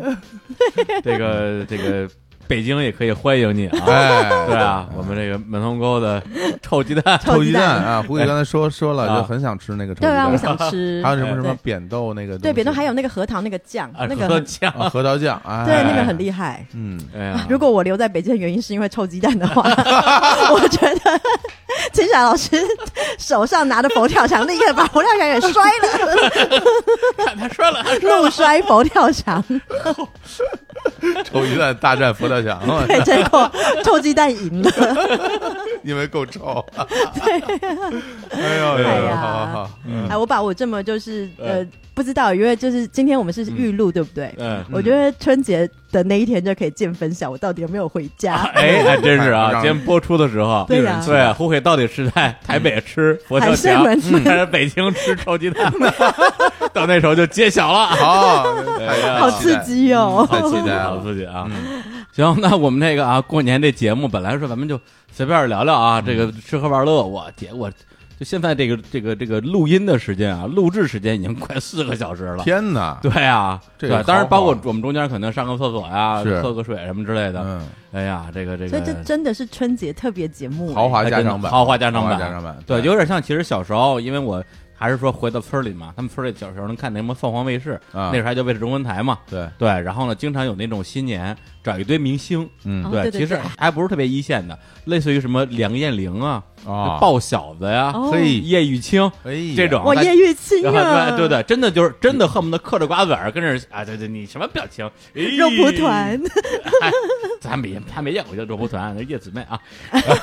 Speaker 1: 这个这个北京也可以欢迎你啊。
Speaker 3: [laughs]
Speaker 2: 哎，
Speaker 1: 对啊，我们这个门头沟的臭鸡蛋，
Speaker 3: 臭
Speaker 2: 臭
Speaker 3: 鸡
Speaker 2: 鸡
Speaker 3: 蛋
Speaker 2: 蛋啊，胡姐刚才说说
Speaker 1: 啊
Speaker 2: 了，就很想吃那个臭鸡
Speaker 3: 对啊，
Speaker 2: 蛋，
Speaker 3: 我想吃
Speaker 2: [laughs] 还。有什么什
Speaker 3: 哎
Speaker 2: 么扁豆那个东西，
Speaker 3: 对，扁豆还有那个核桃那个酱，
Speaker 1: 啊
Speaker 3: 那个
Speaker 1: 喝
Speaker 3: 很
Speaker 1: 酱，
Speaker 2: 啊核桃酱，哎
Speaker 3: 对，那个很厉害。
Speaker 2: 嗯，
Speaker 1: 哎呀，
Speaker 3: 如果我留在北京的原因是因为臭鸡蛋的
Speaker 2: [laughs]
Speaker 3: 话，我觉得秦霞老师手上拿着佛跳墙，立刻把佛跳墙给摔
Speaker 2: [laughs]
Speaker 3: 了，
Speaker 1: 他说了，他
Speaker 3: [laughs] 怒摔佛跳墙，
Speaker 2: 臭鸡蛋大战佛跳墙，
Speaker 1: [laughs]
Speaker 3: 对，结果臭鸡蛋赢了。
Speaker 2: 因为够臭，对，哎呦，
Speaker 3: 哎呀
Speaker 2: 好好好，
Speaker 3: 哎，我把我这么就是呃不知道，因为就是今天我们是预录，对不对？
Speaker 1: 哎嗯，
Speaker 3: 我觉得春节的那一天就可以见分晓，我到底有没有回
Speaker 1: [laughs]
Speaker 3: 家。
Speaker 1: 哎，还真是啊！
Speaker 2: 让
Speaker 1: 今天播出的时候，
Speaker 3: 对呀
Speaker 1: 对啊，胡斐到底是在台北吃佛跳墙，
Speaker 3: 还是门
Speaker 1: 还是北京吃臭鸡蛋？ [laughs] 到那时候就揭晓了。
Speaker 2: 好，
Speaker 1: 哎呀
Speaker 3: 好刺激哦！
Speaker 2: 太期待
Speaker 1: 嗯 [laughs] 好
Speaker 2: 了，
Speaker 1: 自己啊！行，那我们这个啊，过年这节目本来说咱们就随便聊聊
Speaker 2: 嗯
Speaker 1: 啊，这个吃喝玩乐，我结果就现在这个这个这个录音的时间啊，录制时间已经快四个小时了。
Speaker 2: 天哪，
Speaker 1: 对啊，
Speaker 2: 这
Speaker 1: 对
Speaker 2: 个
Speaker 1: 啊，当然
Speaker 2: 好
Speaker 1: 包括
Speaker 2: 好
Speaker 1: 我们中间可能上个厕所呀，
Speaker 2: 是
Speaker 1: 喝个水什么之类的。
Speaker 2: 嗯，
Speaker 1: 哎呀，这个这
Speaker 3: 所
Speaker 1: 个
Speaker 3: 以这真的是春节特别节目，
Speaker 2: 豪华
Speaker 1: 还
Speaker 2: 加
Speaker 1: 真的
Speaker 2: 长版，
Speaker 1: 豪华加长
Speaker 2: 豪华
Speaker 1: 版，
Speaker 2: 加长版，
Speaker 1: 对，有点像其实小时候，因为我还是说回到村里嘛，他们村里小时候能看那什么凤凰卫视，
Speaker 2: 啊
Speaker 1: 那时候还叫卫视中文台嘛。
Speaker 2: 对，
Speaker 1: 对，然后呢，经常有那种新年找一堆明星，
Speaker 2: 嗯
Speaker 3: 哦
Speaker 1: 对，
Speaker 3: 对对
Speaker 1: 其实
Speaker 3: 对
Speaker 1: 还不是特别一线的，类似于什么梁艳玲啊、
Speaker 2: 啊，
Speaker 1: 鲍小子呀、
Speaker 3: 哦
Speaker 2: 嘿
Speaker 1: 叶玉卿
Speaker 2: 哎呀，
Speaker 1: 这种，
Speaker 3: 哇，
Speaker 1: 他
Speaker 3: 叶玉卿
Speaker 1: 然
Speaker 3: 啊，
Speaker 1: 后对对对，真的就是真
Speaker 2: 嗯
Speaker 1: 的恨不得嗑着瓜子儿跟着啊，对对，你什么表情？哎
Speaker 3: [laughs] 肉蒲团，
Speaker 1: 咱没他没见过叫肉蒲团，那叶姊妹啊，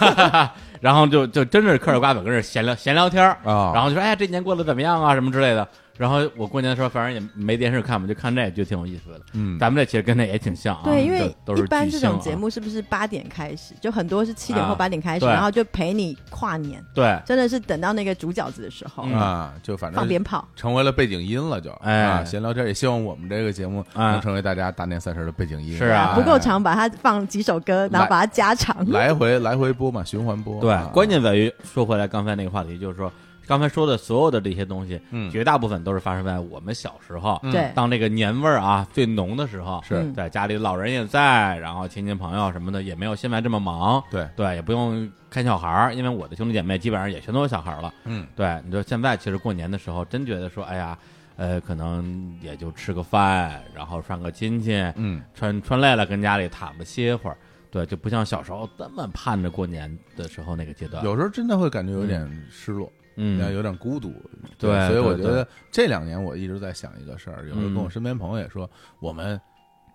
Speaker 1: [laughs] 然后就就真是嗑着瓜子跟这闲聊闲聊天儿
Speaker 2: 啊
Speaker 1: 然后就说哎呀这年过得怎么样啊什么之类的。然后我过年的时候反正也没电视看嘛，就看这就挺有意思的。
Speaker 2: 嗯，
Speaker 1: 咱们这其实跟那也挺像啊，
Speaker 3: [laughs] 对，因为
Speaker 1: 都都
Speaker 3: 一
Speaker 1: 是
Speaker 3: 般
Speaker 1: 巨
Speaker 3: 这
Speaker 1: 星
Speaker 3: 种
Speaker 1: 啊
Speaker 3: 节目是不是八点开始？就很多是七点
Speaker 1: 啊
Speaker 3: 或八点开始，
Speaker 1: 对
Speaker 3: 然后就陪你跨年，
Speaker 1: 对，
Speaker 3: 真的是等到那个煮饺子的时候
Speaker 1: 嗯
Speaker 2: 啊，就反
Speaker 3: 放
Speaker 2: 正
Speaker 3: 鞭炮。
Speaker 2: 成为了背景音了，就
Speaker 1: 哎
Speaker 2: 啊，闲聊天也希望我们这个节目
Speaker 1: 啊
Speaker 2: 能成为大家大年三十的背景音，
Speaker 1: 是啊
Speaker 3: 不够长，把它放几首歌，然后把它加长。
Speaker 2: 来回来回播嘛，循环播，
Speaker 1: 对
Speaker 2: 啊，
Speaker 1: 关键在于说回来刚才那个话题，就是说刚才说的所有的这些东西，
Speaker 2: 嗯
Speaker 1: 绝大部分都是发生在我们小时候，
Speaker 2: 嗯
Speaker 3: 对嗯
Speaker 1: 当这个年味儿啊最浓的时候，
Speaker 2: 是
Speaker 1: 在家里老人也在，然后亲戚朋友什么的也没有现在这么忙，
Speaker 2: 对，
Speaker 1: 对，也不用看小孩儿，因为我的兄弟姐妹基本上也全都有小孩儿了。
Speaker 2: 嗯，
Speaker 1: 对，你说现在其实过年的时候，真觉得说，哎呀，呃，可能也就吃个饭，然后串个亲戚，
Speaker 2: 嗯，
Speaker 1: 穿穿累了跟家里躺着歇会儿。对，就不像小时候这么盼着过年的时候那个阶段。
Speaker 2: 有时候真的会感觉有点失落，
Speaker 1: 嗯，
Speaker 2: 然后有点孤独，
Speaker 1: 对
Speaker 2: 所以
Speaker 1: 对
Speaker 2: 我觉
Speaker 1: 对
Speaker 2: 得这两年我一直在想一个事儿，有时候跟我
Speaker 1: 嗯
Speaker 2: 身边朋友也说，我们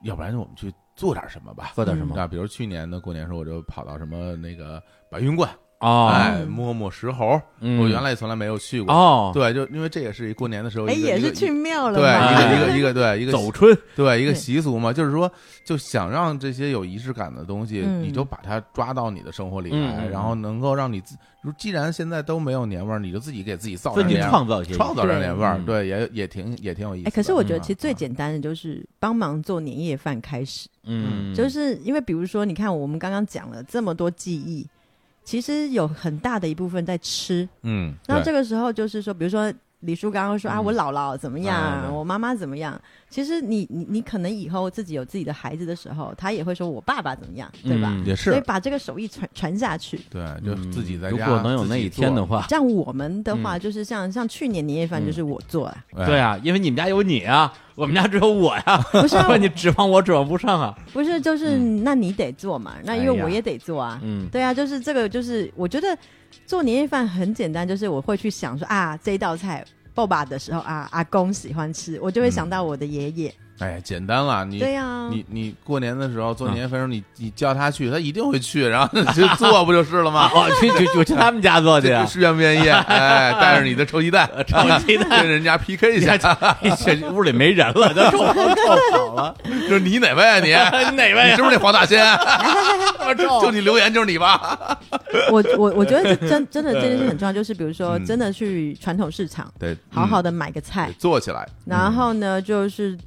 Speaker 2: 要不然我们去做点什么吧。
Speaker 1: 做点什么
Speaker 2: 啊，比如去年的过年时候，我就跑到什么那个白云观，
Speaker 1: 哦，
Speaker 2: 哎，摸摸石猴，
Speaker 1: 嗯
Speaker 2: 我原来也从来没有去过。
Speaker 1: 哦，
Speaker 2: 对，就因为这也是一过年的时候
Speaker 3: 哎，
Speaker 2: 一个，
Speaker 3: 也
Speaker 2: 一
Speaker 3: 是
Speaker 2: 个
Speaker 3: 去庙了
Speaker 2: 对
Speaker 3: 嘛？哎
Speaker 2: 一个一个一个对一个
Speaker 1: 哎走春，
Speaker 2: 对一个
Speaker 3: 对
Speaker 2: 习俗嘛，就是说，就想让这些有仪式感的东西，
Speaker 3: 嗯
Speaker 2: 你就把它抓到你的生活里
Speaker 1: 嗯
Speaker 2: 来，
Speaker 1: 嗯
Speaker 2: 然后能够让你自，如既然现在都没有年味儿，你就自己给自己造
Speaker 1: 自
Speaker 2: 点
Speaker 1: 己
Speaker 2: 年
Speaker 1: 创造一些
Speaker 2: 创造点年味儿
Speaker 1: 嗯，
Speaker 2: 对，也也挺也挺有意思的。
Speaker 3: 哎，可是我觉得其实最
Speaker 2: 嗯
Speaker 3: 简单的就是帮忙做年夜饭开始，
Speaker 1: 嗯，
Speaker 3: 就是因为比如说，你看我们刚刚讲了这么多记忆，其实有很大的一部分在吃。
Speaker 2: 嗯，
Speaker 3: 那
Speaker 2: 对嗯
Speaker 3: 这个时候就是说，比如说李叔刚刚说啊，我姥姥怎么样，我妈妈怎么样。其实你你你可能以后自己有自己的孩子的时候，他也会说我爸爸怎么样，对吧？
Speaker 1: 嗯
Speaker 2: 也
Speaker 3: 所以
Speaker 2: 嗯是
Speaker 3: 把这个手艺传传下去。
Speaker 2: 对，就自
Speaker 1: 嗯
Speaker 2: 己在
Speaker 9: 如
Speaker 2: 家。
Speaker 9: 果能有那一天的
Speaker 2: 话，
Speaker 9: 话，
Speaker 3: 像我们的话，就是像像去年年夜
Speaker 1: 嗯
Speaker 3: 饭就是我
Speaker 1: [laughs]
Speaker 3: 做啊，
Speaker 2: [laughs] 哎
Speaker 1: 对啊，因为你们家有你啊，我们家只有我
Speaker 2: [laughs]
Speaker 1: 呀，不
Speaker 3: 是
Speaker 1: [laughs]
Speaker 3: 啊
Speaker 1: 你指望我指望不上啊。
Speaker 3: 不是就是那你得做嘛，那因
Speaker 1: 哎
Speaker 3: 为
Speaker 1: 呀
Speaker 3: 我也得做啊，
Speaker 2: [laughs]
Speaker 1: 嗯，
Speaker 3: 对啊，就是这个，就是我觉得做年夜饭很简单，就是我会去想说啊，这道菜爸爸的时候啊，阿公喜欢吃，我就会想到我的爷爷。
Speaker 1: 嗯
Speaker 2: 哎，简单了，你
Speaker 3: 对啊呀，
Speaker 2: 你你过年的时候
Speaker 1: 嗯
Speaker 2: 做年夜饭的时候，你你叫他去，他一定会去，然后就做不就是了
Speaker 1: [laughs]
Speaker 2: 吗？
Speaker 1: 我去去去去他们家做去啊，
Speaker 2: 是愿
Speaker 1: [laughs]
Speaker 2: 不愿意？哎，带着你的臭鸡蛋，
Speaker 1: 炒鸡蛋。
Speaker 2: 跟人家 PK 一
Speaker 1: [laughs] 你
Speaker 2: 下
Speaker 1: 看，
Speaker 2: [laughs]
Speaker 1: 这屋里没人了，都臭臭跑了。
Speaker 2: 就是你哪位啊
Speaker 1: [laughs]
Speaker 2: 你？
Speaker 1: 哪
Speaker 2: 你
Speaker 1: 位
Speaker 2: 是
Speaker 1: 啊？
Speaker 2: 不是那黄大仙？
Speaker 1: [laughs]
Speaker 2: [laughs] 就你留言就是你吧？
Speaker 3: 我我我觉得这真真的这件事很重要，就是比如说
Speaker 1: 嗯
Speaker 3: 真的去传统市场，
Speaker 2: [laughs] 对，
Speaker 3: 好好
Speaker 2: 的
Speaker 3: 的买个
Speaker 1: 哎
Speaker 3: 菜，
Speaker 2: 做起来，
Speaker 3: 然后呢就是。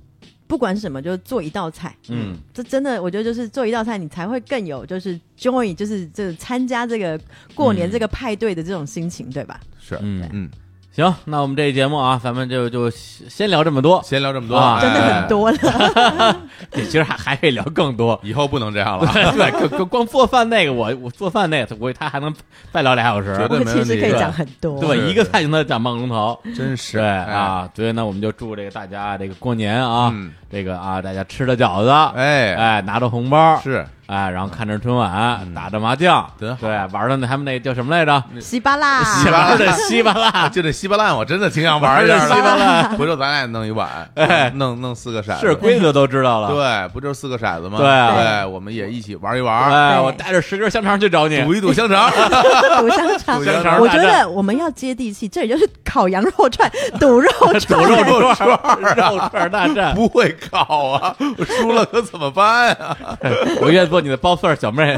Speaker 3: 不管什么，就做一道菜。
Speaker 1: 嗯，
Speaker 3: 这真的，我觉得就是做一道菜，你才会更有就是 join，就是这参加这个过年这个派对的这种心情，对吧？
Speaker 2: 是，
Speaker 1: 嗯
Speaker 2: 嗯，
Speaker 1: 行，那我们这一节目啊，咱们就就先聊这么多，
Speaker 2: 先聊这么多
Speaker 1: 啊，
Speaker 2: 哎
Speaker 3: 真的很，多了。
Speaker 1: [laughs] 其实还还可以聊更多。 [laughs]
Speaker 2: 以后不能这样了。
Speaker 1: 对，光光光做饭那个，我我做饭那个，我他还能再聊俩小时
Speaker 2: 绝。
Speaker 3: 我
Speaker 2: 对
Speaker 3: 们
Speaker 2: 没问
Speaker 3: 其
Speaker 2: 题
Speaker 3: 实可以讲很多。
Speaker 1: 对，
Speaker 2: 是
Speaker 1: 一个菜就能讲慢龙头，
Speaker 2: [laughs] 真是
Speaker 1: 对
Speaker 2: 哎
Speaker 1: 啊，所以呢，我们就祝这个大家这个过年啊，
Speaker 2: 嗯
Speaker 1: 这个啊，大家吃着饺子，
Speaker 2: 哎，
Speaker 1: 哎，拿着红包，
Speaker 2: 是
Speaker 1: 哎，然后看着春晚，打着麻将，
Speaker 2: 真好
Speaker 1: 对，玩的他们那叫什么来着？
Speaker 3: 稀巴烂，
Speaker 2: 稀巴烂
Speaker 1: 玩的稀巴
Speaker 2: [laughs]
Speaker 1: 烂，
Speaker 2: 哎就这稀巴烂，我真的挺想玩一下
Speaker 1: 稀巴
Speaker 2: 的。 [laughs] 回头咱俩弄一碗，
Speaker 1: [laughs] 哎
Speaker 2: 弄弄四个骰子，
Speaker 1: 是规则都知道了。哎
Speaker 2: 对，不就是四个骰子吗？
Speaker 1: 对啊
Speaker 2: 对，我们也一起玩一玩，
Speaker 1: 哎，我带着十根香肠去找你，
Speaker 2: 赌一赌
Speaker 1: [laughs]
Speaker 2: 香肠。
Speaker 3: 赌香肠
Speaker 2: 赌香
Speaker 1: 肠
Speaker 3: 我
Speaker 1: 大
Speaker 3: 觉
Speaker 1: 战
Speaker 3: 得我们要接地气，这里就是烤羊肉串、赌肉
Speaker 1: 煮
Speaker 2: [laughs]
Speaker 3: 串。
Speaker 1: 肉串儿、肉串儿大战。
Speaker 2: 不会考啊，我输了可怎么办呀、
Speaker 1: [laughs] 我愿做你的包四儿小妹。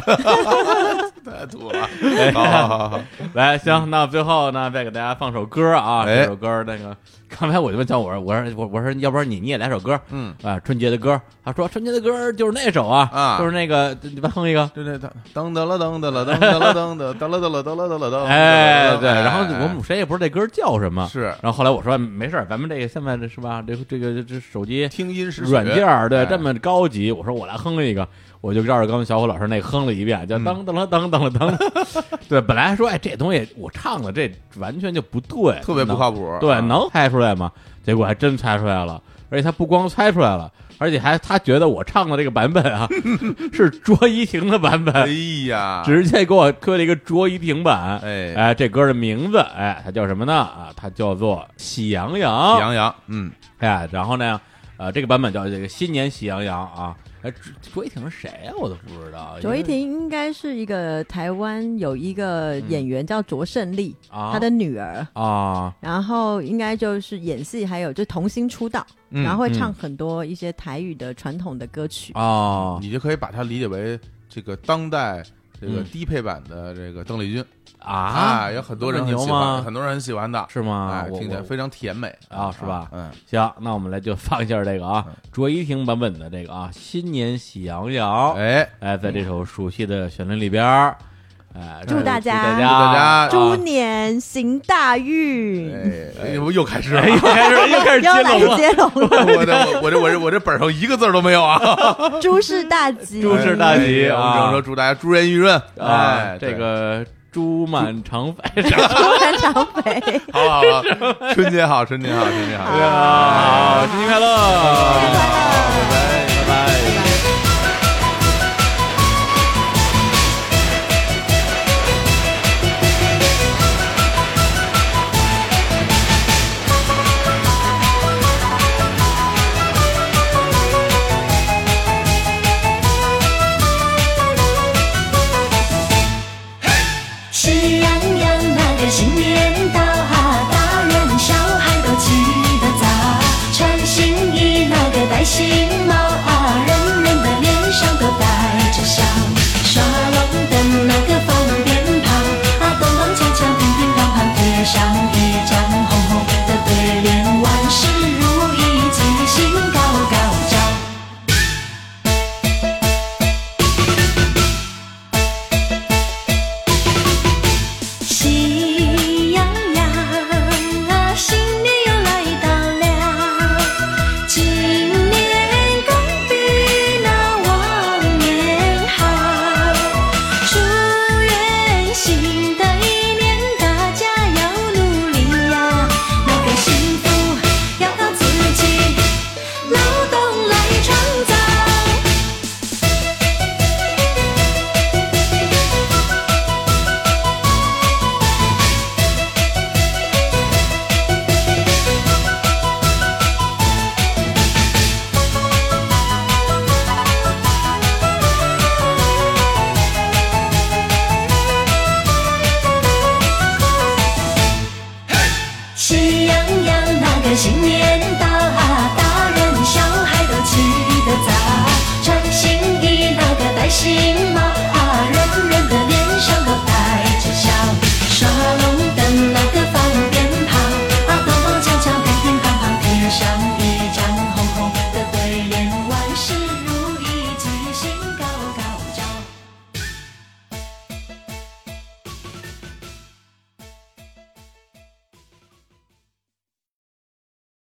Speaker 2: 太土了！好好好好，
Speaker 1: 来，行，那最后呢，再给大家放首歌啊，
Speaker 2: 哎
Speaker 1: 这首歌那个，刚才我就问小五，我说我我说，要不然你你也来首歌，
Speaker 2: 嗯
Speaker 1: 啊，春节的歌。他说春节的歌就是那首啊，
Speaker 2: 啊
Speaker 1: 就是那个，你再哼一个。
Speaker 2: 对对，噔噔噔了噔噔了噔噔了噔噔噔了噔了噔了噔了噔，
Speaker 1: 哎，对，然后我们谁也不知道这歌叫什么，
Speaker 2: 是
Speaker 1: 然后后来我说没事儿，咱们这个现在这是吧，这这个这这手机
Speaker 2: 听音识曲
Speaker 1: 软件儿，对，
Speaker 2: 哎
Speaker 1: 这么高级，我说我来哼一个，我就绕着刚才小虎老师那哼了一遍，叫
Speaker 2: 嗯
Speaker 1: 噔噔了噔噔了噔。
Speaker 2: [laughs]
Speaker 1: 对，本来说哎这东西我唱的这完全就不对，
Speaker 2: 特别不靠
Speaker 1: 谱。
Speaker 2: 谱。
Speaker 1: 对
Speaker 2: 啊，
Speaker 1: 能猜出来吗？结果还真猜出来了，而且他不光猜出来了，而且还他觉得我唱的这个版本啊 [laughs] 是卓依婷的版
Speaker 2: 哎
Speaker 1: 本，
Speaker 2: 呀，
Speaker 1: 直接给我推了一个卓依婷版。
Speaker 2: 哎
Speaker 1: 哎，这歌的名字哎，它叫什么呢？啊，它叫做《喜羊羊》。
Speaker 2: 杨洋，嗯，
Speaker 1: 哎，然后呢，呃，这个版本叫这个《新年喜羊羊》啊。哎，卓卓依婷是谁啊？我都不知道。
Speaker 3: 卓依婷应该是一个台湾有一个演员叫卓胜利，
Speaker 2: 嗯
Speaker 1: 啊，
Speaker 3: 她的女儿，
Speaker 1: 啊，
Speaker 3: 然后应该就是演戏，还有就童星出道，
Speaker 2: 嗯
Speaker 3: 然后会唱很多一些台语的传统的歌曲。
Speaker 1: 哦
Speaker 2: 你就可以把它理解为这个当代。这个
Speaker 1: 嗯
Speaker 2: 低配版的这个邓丽君
Speaker 1: 啊，
Speaker 2: 有很多人
Speaker 1: 那么
Speaker 2: 很
Speaker 1: 牛
Speaker 2: 喜欢，
Speaker 1: 吗？
Speaker 2: 很多人很喜欢的，
Speaker 1: 是吗？
Speaker 2: 哎，
Speaker 1: 我
Speaker 2: 听起来
Speaker 1: 我
Speaker 2: 非常甜美
Speaker 1: 啊是吧
Speaker 2: 嗯，
Speaker 1: 行，那我们来就放一下这个啊，卓依婷版本的这个啊，《新年喜羊羊》
Speaker 2: 哎，
Speaker 1: 哎，在这首熟悉的旋律里边儿，哎，
Speaker 3: 祝大家
Speaker 1: 祝大
Speaker 2: 祝大
Speaker 1: 家，
Speaker 2: 家
Speaker 3: 猪年行大运，
Speaker 2: 哎，哎呦又开始了
Speaker 1: 哎，又开始又开始接
Speaker 3: 要来
Speaker 1: 龙了，
Speaker 3: 接
Speaker 1: [laughs]
Speaker 3: 龙了，
Speaker 2: 我的我这我这我这本上一个字儿都没有啊！
Speaker 3: 诸事大吉，
Speaker 1: 诸事大吉
Speaker 2: 哎我
Speaker 1: 啊
Speaker 2: 们只能说祝大家猪年鱼润哎
Speaker 1: 啊，
Speaker 2: 对
Speaker 1: 这个猪满肠肥，
Speaker 2: [laughs]
Speaker 3: 突然长肥，
Speaker 2: 好好
Speaker 1: [laughs]
Speaker 2: 好，春节好，春节好，春节好。
Speaker 1: 啊，新年快乐！
Speaker 8: 喜羊羊那个新年到啊，大人小孩都起得早，穿新衣那个戴新帽心